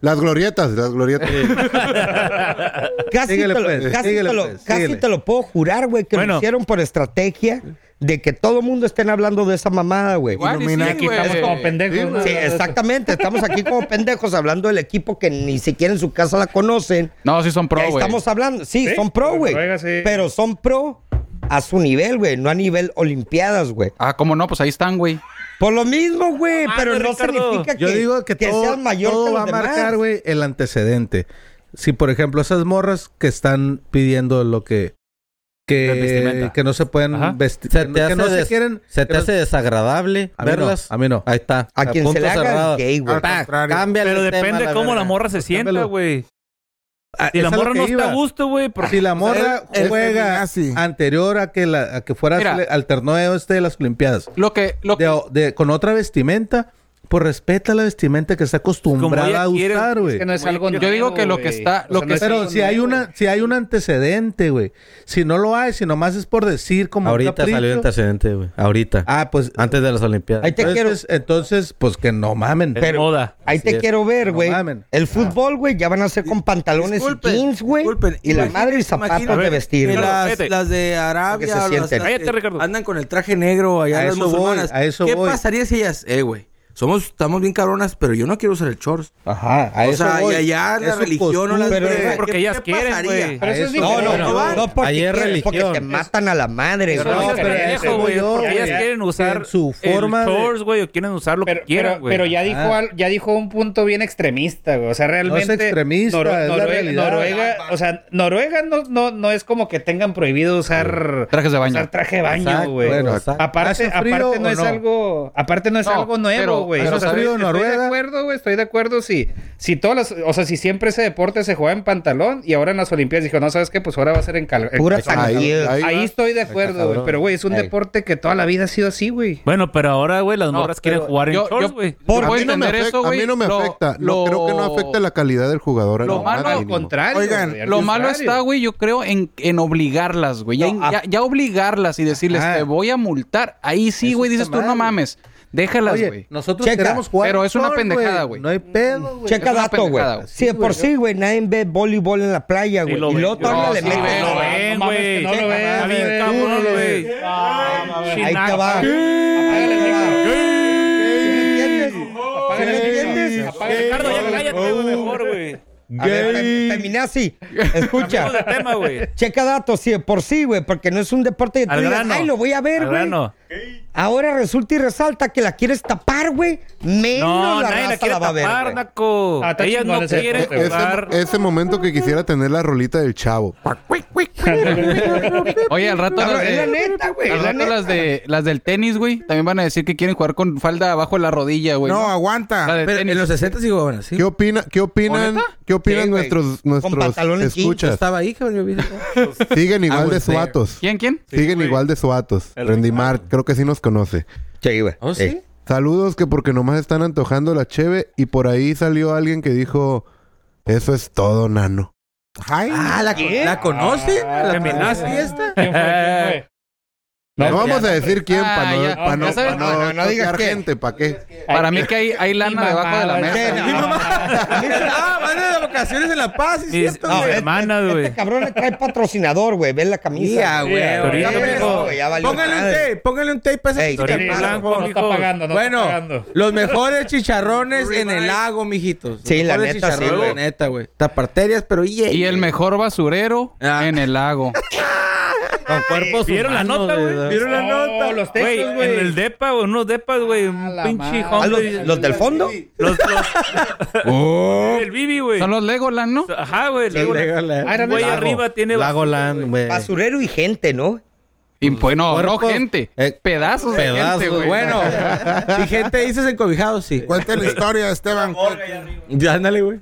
Speaker 1: Las glorietas, las glorietas.
Speaker 5: [laughs] Casi,
Speaker 1: Síguele,
Speaker 5: te, lo,
Speaker 1: pues,
Speaker 5: casi,
Speaker 1: síguele,
Speaker 5: te, lo,
Speaker 1: pues,
Speaker 5: casi
Speaker 1: síguele.
Speaker 5: te lo puedo jurar, güey, que
Speaker 8: Bueno.
Speaker 5: lo hicieron por estrategia de que todo el mundo estén hablando de esa mamada, güey.
Speaker 16: Igual y sí,
Speaker 5: Illuminati.
Speaker 16: Y aquí güey. estamos como pendejos,
Speaker 5: Sí,
Speaker 16: ¿no?
Speaker 5: sí, exactamente. Estamos aquí como pendejos hablando del equipo que ni siquiera en su casa la conocen.
Speaker 16: No, sí son pro,
Speaker 5: Ahí
Speaker 16: güey.
Speaker 5: Estamos hablando, sí,
Speaker 16: Sí,
Speaker 5: son pro,
Speaker 16: porque
Speaker 5: güey.
Speaker 16: juega, sí.
Speaker 5: Pero son pro a su nivel, güey, no a nivel olimpiadas, güey.
Speaker 16: Ah, cómo no, pues ahí están, güey.
Speaker 5: Por lo mismo, güey,
Speaker 16: Ah,
Speaker 5: pero no
Speaker 16: Ricardo.
Speaker 5: significa que,
Speaker 2: Yo digo que, todo,
Speaker 5: seas mayor
Speaker 2: todo
Speaker 5: que los
Speaker 2: va a
Speaker 5: demás.
Speaker 2: marcar, güey, el antecedente. Si, por ejemplo, esas morras que están pidiendo lo que... Que,
Speaker 10: vestimenta.
Speaker 2: que no se
Speaker 10: Ajá.
Speaker 2: pueden vestir.
Speaker 10: Se
Speaker 2: que
Speaker 10: te
Speaker 2: no- que no
Speaker 10: hace
Speaker 2: se
Speaker 10: des-
Speaker 2: quieren...
Speaker 10: se te
Speaker 2: que no-
Speaker 10: hace desagradable
Speaker 2: A mí no,
Speaker 10: verlas.
Speaker 2: a mí no.
Speaker 10: Ahí está.
Speaker 5: A quien se le haga el gay,
Speaker 8: Ah,
Speaker 5: güey.
Speaker 10: Al
Speaker 5: Al
Speaker 10: contrario. Cambia
Speaker 8: Pero
Speaker 10: el tema,
Speaker 8: depende
Speaker 10: la
Speaker 8: cómo
Speaker 10: verga.
Speaker 8: la morra se sienta,
Speaker 2: Cámbialo.
Speaker 8: güey.
Speaker 2: Ah,
Speaker 8: Si
Speaker 2: es
Speaker 8: la
Speaker 2: a lo
Speaker 8: morra
Speaker 2: que
Speaker 8: no está
Speaker 2: iba.
Speaker 8: a gusto, güey. porque-
Speaker 2: Si la morra
Speaker 8: O sea, el-
Speaker 2: juega anterior a que, la, a que fuera
Speaker 16: Mira.
Speaker 2: al torneo este de las Olimpiadas.
Speaker 16: Lo que, lo que-
Speaker 2: de- de- con otra vestimenta, pues respeta la vestimenta que está acostumbrada a
Speaker 8: Pues ella quiere.
Speaker 2: usar, güey.
Speaker 12: que no es algo
Speaker 16: Yo digo
Speaker 12: nuevo,
Speaker 16: que lo
Speaker 12: güey.
Speaker 16: que está,
Speaker 12: O
Speaker 16: lo que
Speaker 12: sea, no es
Speaker 16: está-
Speaker 12: algo
Speaker 2: Pero si hay una, si hay un antecedente, güey. Si no lo hay, si nomás es por decir como un
Speaker 10: Ahorita
Speaker 2: capricho.
Speaker 10: salió el antecedente, güey. Ahorita.
Speaker 2: Ah, pues
Speaker 10: Antes de las Olimpiadas.
Speaker 5: Ahí te quiero.
Speaker 2: entonces, entonces, pues que no mamen.
Speaker 5: Pero Ahí te quiero ver,
Speaker 2: No
Speaker 5: güey.
Speaker 2: mamen. Ah.
Speaker 5: el fútbol, güey, ya van a ser con pantalones
Speaker 15: disculpen,
Speaker 5: y jeans, güey.
Speaker 15: disculpen,
Speaker 5: Y la
Speaker 15: imagínate,
Speaker 5: madre y zapatos
Speaker 15: imagínate
Speaker 5: de vestir.
Speaker 15: que
Speaker 5: güey.
Speaker 15: las,
Speaker 8: vete.
Speaker 15: las de
Speaker 5: Porque
Speaker 15: Arabia
Speaker 5: se
Speaker 15: las-
Speaker 5: sienten.
Speaker 15: las que
Speaker 8: Cállate, Ricardo.
Speaker 15: andan con el traje negro allá
Speaker 2: A
Speaker 15: las
Speaker 2: eso voy,
Speaker 15: musulmanas.
Speaker 2: a eso
Speaker 15: ¿Qué
Speaker 2: voy.
Speaker 15: pasaría si ellas, eh, güey? Somos, estamos bien cabronas, pero yo no quiero usar el shorts.
Speaker 2: Ajá, a
Speaker 15: o
Speaker 2: eso
Speaker 15: sea,
Speaker 2: voy.
Speaker 15: y allá la
Speaker 2: Es su
Speaker 15: religión no las
Speaker 2: costumbre.
Speaker 15: ve.
Speaker 8: Porque
Speaker 15: ¿Qué-
Speaker 8: ellas
Speaker 15: qué
Speaker 8: quieren,
Speaker 15: pasaría?
Speaker 8: güey.
Speaker 12: Pero eso es
Speaker 5: No, no,
Speaker 12: diferente, güey.
Speaker 5: no, no, porque,
Speaker 10: Ahí es
Speaker 5: quieres, porque
Speaker 10: religión.
Speaker 5: te matan a la madre,
Speaker 8: Eso
Speaker 5: güey.
Speaker 8: no,
Speaker 12: No,
Speaker 8: es
Speaker 12: pero
Speaker 8: pendejo,
Speaker 12: eso
Speaker 8: güey.
Speaker 2: yo,
Speaker 8: porque
Speaker 2: güey.
Speaker 8: ellas quieren usar
Speaker 2: En su
Speaker 8: el
Speaker 2: forma de-
Speaker 8: shorts, güey, o quieren usar lo
Speaker 12: Pero,
Speaker 8: que quieran,
Speaker 12: pero-
Speaker 8: güey.
Speaker 12: pero ya dijo
Speaker 2: Ah.
Speaker 12: al- ya dijo un punto bien extremista, güey. O sea, realmente.
Speaker 2: extremista, es la
Speaker 12: Norue-
Speaker 2: realidad.
Speaker 12: Noruega, o sea, Noruega no, no, no es como que tengan prohibido usar
Speaker 16: Trajes de baño.
Speaker 12: usar traje de baño,
Speaker 10: Exacto,
Speaker 12: güey.
Speaker 2: bueno,
Speaker 10: exacto.
Speaker 12: aparte,
Speaker 2: ¿Hace frío
Speaker 12: aparte no
Speaker 2: o
Speaker 12: es
Speaker 2: no?
Speaker 12: algo, aparte no es
Speaker 16: No,
Speaker 12: algo
Speaker 16: pero-
Speaker 12: nuevo, güey.
Speaker 16: pero
Speaker 12: O sea,
Speaker 2: ¿hace frío en
Speaker 12: estoy- Estoy
Speaker 2: Noruega?
Speaker 12: de acuerdo, güey, estoy de acuerdo si si todas las, o sea, si siempre ese deporte se juega en pantalón y ahora en las Olimpiadas dijo, "No, ¿sabes qué? Pues ahora va a ser en calor."
Speaker 5: Pura
Speaker 1: Ahí,
Speaker 5: tranquilidad.
Speaker 1: ahí
Speaker 12: Ahí
Speaker 1: va.
Speaker 12: estoy de acuerdo, güey, pero güey, es un
Speaker 5: Ey.
Speaker 12: deporte que toda la vida ha sido así, güey.
Speaker 8: Bueno, pero ahora, güey, las
Speaker 16: No,
Speaker 8: morras quieren
Speaker 16: pero
Speaker 8: jugar en
Speaker 16: yo- yo-
Speaker 8: shorts, güey.
Speaker 5: Por-
Speaker 1: a
Speaker 16: Voy
Speaker 1: mí
Speaker 16: a
Speaker 1: no me
Speaker 16: entender
Speaker 1: afecta,
Speaker 16: eso,
Speaker 1: a
Speaker 16: güey.
Speaker 1: mí no me
Speaker 16: Lo-
Speaker 1: afecta.
Speaker 16: lo-
Speaker 1: No creo que no afecte la calidad del jugador. en
Speaker 16: Lo
Speaker 1: lo
Speaker 16: malo-
Speaker 1: más
Speaker 12: Al
Speaker 1: mínimo.
Speaker 12: contrario.
Speaker 3: Oigan,
Speaker 12: güey, al
Speaker 16: Lo malo
Speaker 12: contrario.
Speaker 16: está, güey, yo creo en, en obligarlas, güey. Ya,
Speaker 12: No, ah.
Speaker 16: ya- ya obligarlas y decirles,
Speaker 2: Ajá.
Speaker 16: te voy a multar. Ahí sí,
Speaker 2: Eso
Speaker 16: güey, dices
Speaker 2: está
Speaker 16: tú, no
Speaker 2: mal, güey.
Speaker 16: mames. Déjalas,
Speaker 2: Oye,
Speaker 16: güey.
Speaker 2: nosotros queremos jugar
Speaker 16: Pero es una
Speaker 2: fútbol,
Speaker 16: pendejada,
Speaker 2: güey.
Speaker 16: güey.
Speaker 2: No hay pedo, güey.
Speaker 5: Checa
Speaker 16: Es una
Speaker 5: dato, güey.
Speaker 16: pendejada,
Speaker 5: Si de por sí, güey, nadie ve voleibol en la playa, güey.
Speaker 8: lo
Speaker 5: Y
Speaker 8: ven.
Speaker 5: luego todavía
Speaker 8: No,
Speaker 5: le
Speaker 8: sí
Speaker 5: meten.
Speaker 8: ven, lo
Speaker 5: No,
Speaker 8: ven,
Speaker 5: mames,
Speaker 8: güey.
Speaker 5: no lo ven,
Speaker 8: Está bien,
Speaker 5: güey.
Speaker 8: cabrón,
Speaker 5: Tú no lo
Speaker 8: güey.
Speaker 5: ves.
Speaker 8: Ahí
Speaker 5: Ahí te va.
Speaker 8: Ricardo, ya cállate, güey, mejor, güey.
Speaker 5: A ver, Fe- Feminazi, escucha.
Speaker 8: Cambiamos de tema, güey.
Speaker 5: Checa datos, sí, de por sí, güey, porque no es un deporte que tú
Speaker 8: Al
Speaker 5: digas,
Speaker 8: grano.
Speaker 5: ay, lo voy a ver,
Speaker 8: Al
Speaker 5: güey.
Speaker 8: grano.
Speaker 5: Ahora resulta y resalta que la quieres tapar, güey. Menos
Speaker 8: No,
Speaker 5: la
Speaker 8: nadie la
Speaker 5: raza
Speaker 8: quiere
Speaker 5: la va a ver.
Speaker 8: tapar,
Speaker 5: güey.
Speaker 8: naco.
Speaker 5: Ah, está
Speaker 8: Ellas
Speaker 5: chingón
Speaker 8: no
Speaker 5: ese
Speaker 8: quieren
Speaker 5: deporte, güey.
Speaker 8: jugar.
Speaker 1: Ese momento que quisiera tener la rolita del chavo.
Speaker 16: Oye, al rato.
Speaker 5: No, eh,
Speaker 16: las
Speaker 5: es
Speaker 16: de-
Speaker 5: la neta, güey,
Speaker 16: Al
Speaker 5: es la
Speaker 16: rato
Speaker 5: neta.
Speaker 16: las, de, las del tenis, güey. También van a decir que quieren jugar con falda abajo de la rodilla, güey.
Speaker 3: No, aguanta.
Speaker 16: La de
Speaker 17: Pero
Speaker 16: tenis.
Speaker 17: en los 60 sí jugaban así.
Speaker 1: ¿Qué opina, qué opinan, qué opinan
Speaker 16: Sí, güey.
Speaker 1: nuestros,
Speaker 16: Con
Speaker 1: nuestros
Speaker 16: pantalón en
Speaker 17: Yo
Speaker 1: escuchas?
Speaker 17: estaba ahí, cabrón. Yo vi.
Speaker 1: Siguen igual de
Speaker 17: was there.
Speaker 1: suatos.
Speaker 16: Ah, ¿Quién, quién?
Speaker 1: Siguen igual de suatos. Randy Mark, creo que sí nos conoce.
Speaker 5: Sí, güey.
Speaker 17: ¿Oh, sí?
Speaker 5: Eh.
Speaker 1: Saludos que porque nomás están antojando la cheve y por ahí salió alguien que dijo, eso es todo, nano.
Speaker 3: Ay,
Speaker 17: Ah, ¿la,
Speaker 8: ¿Qué?
Speaker 17: ¿la conocen?
Speaker 1: Ah,
Speaker 17: ¿La
Speaker 16: Ah,
Speaker 8: Feminazi.
Speaker 17: conocen esta?
Speaker 1: No, vamos a decir quién
Speaker 16: Ah,
Speaker 1: para no,
Speaker 16: ya.
Speaker 1: pa' no-
Speaker 16: Ya sabes,
Speaker 1: pa' no,
Speaker 16: no, no, no
Speaker 1: choquear
Speaker 16: digas qué.
Speaker 1: gente, ¿para qué?
Speaker 16: Para mí que hay, hay lana debajo de la
Speaker 5: Sí,
Speaker 16: mesa.
Speaker 5: no,
Speaker 16: güey.
Speaker 17: Ah, van de vacaciones en La Paz, ¿sí
Speaker 8: Mis
Speaker 17: ¿cierto?
Speaker 8: mis
Speaker 17: güey?
Speaker 8: hermanas, güey.
Speaker 5: Este cabrón le trae patrocinador, güey. Ven la camisa.
Speaker 17: Ya, güey.
Speaker 8: Torito,
Speaker 17: ya,
Speaker 8: mijo.
Speaker 5: güey, ya valió
Speaker 17: Póngale un
Speaker 5: madre.
Speaker 17: tape, póngale un tape a ese
Speaker 5: Ey,
Speaker 17: chicharrón.
Speaker 5: tape
Speaker 8: blanco.
Speaker 12: No está pagando, no
Speaker 17: Bueno,
Speaker 12: está pagando.
Speaker 17: los mejores chicharrones en el lago, mijitos. Los
Speaker 5: Sí, la
Speaker 17: mejores
Speaker 5: neta, sí,
Speaker 17: chicharrones,
Speaker 5: güey.
Speaker 17: la neta, güey. Taparterias, pero yeah,
Speaker 16: Y el
Speaker 17: yeah.
Speaker 16: mejor basurero
Speaker 17: Ah.
Speaker 16: en el lago.
Speaker 17: Con cuerpos
Speaker 8: ¿Vieron la
Speaker 17: humanos,
Speaker 8: nota, güey?
Speaker 17: ¿Vieron la
Speaker 12: No,
Speaker 17: nota?
Speaker 12: los textos,
Speaker 8: Güey, en
Speaker 12: güey.
Speaker 8: el depa, güey, unos depas, güey, un
Speaker 12: la
Speaker 8: pinche
Speaker 12: madre.
Speaker 5: Ah,
Speaker 8: hombre.
Speaker 5: ¿los, los del fondo?
Speaker 8: Los,
Speaker 5: Oh.
Speaker 8: los- el Bibi, güey.
Speaker 16: Son los Legoland, ¿no?
Speaker 8: Ajá, güey.
Speaker 17: Los Legoland.
Speaker 12: Iron
Speaker 8: Güey,
Speaker 12: Man.
Speaker 8: arriba tiene
Speaker 17: Lagoland, güey.
Speaker 5: Basurero y gente, ¿no?
Speaker 16: Y pues no, no
Speaker 17: Cuerpos,
Speaker 16: gente.
Speaker 17: eh,
Speaker 16: pedazos de
Speaker 17: Pedazos,
Speaker 16: gente, güey.
Speaker 17: Bueno, si gente dices encobijados, sí.
Speaker 3: Cuenta la historia, Esteban.
Speaker 17: Ya, ándale, güey.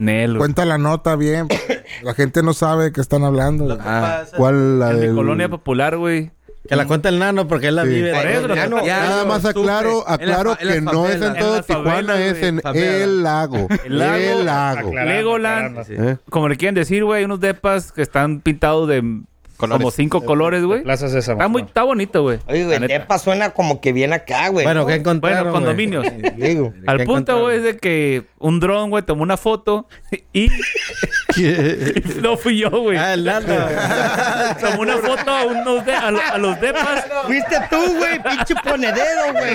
Speaker 8: Nelo.
Speaker 3: Cuenta la nota
Speaker 5: [coughs]
Speaker 3: bien. porque La gente no sabe de qué están hablando. güey.
Speaker 17: Ah,
Speaker 1: ¿Cuál la
Speaker 8: En mi
Speaker 1: del-
Speaker 8: colonia popular, güey.
Speaker 10: Que la cuenta el nano porque él la
Speaker 1: Sí.
Speaker 10: vive.
Speaker 8: Por eso,
Speaker 10: Ya,
Speaker 8: lo que-
Speaker 17: ya,
Speaker 1: Nada
Speaker 17: lo
Speaker 1: más
Speaker 17: estupe.
Speaker 1: aclaro,
Speaker 17: En la
Speaker 1: aclaro
Speaker 17: fa- en
Speaker 1: que
Speaker 17: las
Speaker 1: no es
Speaker 17: favelas.
Speaker 1: en todo
Speaker 8: En las
Speaker 1: Tijuana,
Speaker 8: favelas,
Speaker 1: es en
Speaker 17: güey.
Speaker 1: el lago.
Speaker 8: El lago.
Speaker 1: El lago.
Speaker 12: Aclarando,
Speaker 8: Legoland.
Speaker 12: aclarando.
Speaker 1: ¿Eh?
Speaker 8: Como le quieren decir, güey, unos depas que están pintados de como cinco colores, güey.
Speaker 12: Plaza Sésamo.
Speaker 8: Está muy, está bonito, güey.
Speaker 5: Oye, güey,
Speaker 8: La neta.
Speaker 5: Tepa suena como que viene acá, güey.
Speaker 17: Bueno,
Speaker 5: ¿no?
Speaker 17: ¿qué encontraron,
Speaker 8: Bueno,
Speaker 17: güey?
Speaker 8: condominios.
Speaker 5: [laughs]
Speaker 8: [laughs]
Speaker 5: Digo.
Speaker 8: Al punto, güey, es de que un dron, güey, tomó una foto y no fui yo, güey.
Speaker 17: Ah, el nano.
Speaker 8: [laughs] Tomó una foto a, unos de- a, lo- a los depas.
Speaker 5: Fuiste Este tú, güey, pinche ponedero, güey.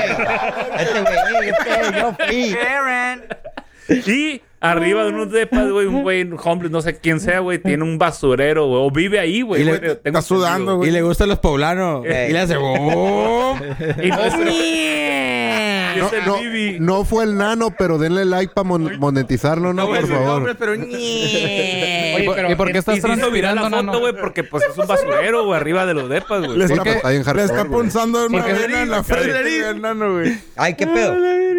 Speaker 5: Este güey, este, yo fui.
Speaker 7: Karen.
Speaker 8: Y arriba de unos depas, güey, un güey, un homeless, no sé quién sea, güey, tiene un basurero, güey, o vive ahí, güey.
Speaker 17: Y le-
Speaker 8: güey, tengo
Speaker 3: Está sudando,
Speaker 17: Y
Speaker 3: güey.
Speaker 17: le gustan los poblanos.
Speaker 5: Eh.
Speaker 17: Y le hace... "Oh".
Speaker 8: entendido. Y no es- y
Speaker 1: No,
Speaker 8: es el
Speaker 1: no,
Speaker 8: Bibi.
Speaker 1: no fue el nano, pero denle like para monetizarlo, ¿no? Por favor.
Speaker 17: pero...
Speaker 12: Oye, pero
Speaker 16: ¿Y por qué estás
Speaker 8: Y se hizo viral
Speaker 16: transpirando,
Speaker 8: la foto,
Speaker 16: nano?
Speaker 8: güey, porque pues es un basurero, güey, arriba de los depas, güey.
Speaker 3: Le está,
Speaker 1: Porque- Está bien
Speaker 3: le
Speaker 1: hardcore,
Speaker 3: está
Speaker 1: güey.
Speaker 3: punzando una
Speaker 16: Porque-
Speaker 3: vena en la frente al nano, güey.
Speaker 5: Ay, qué pedo.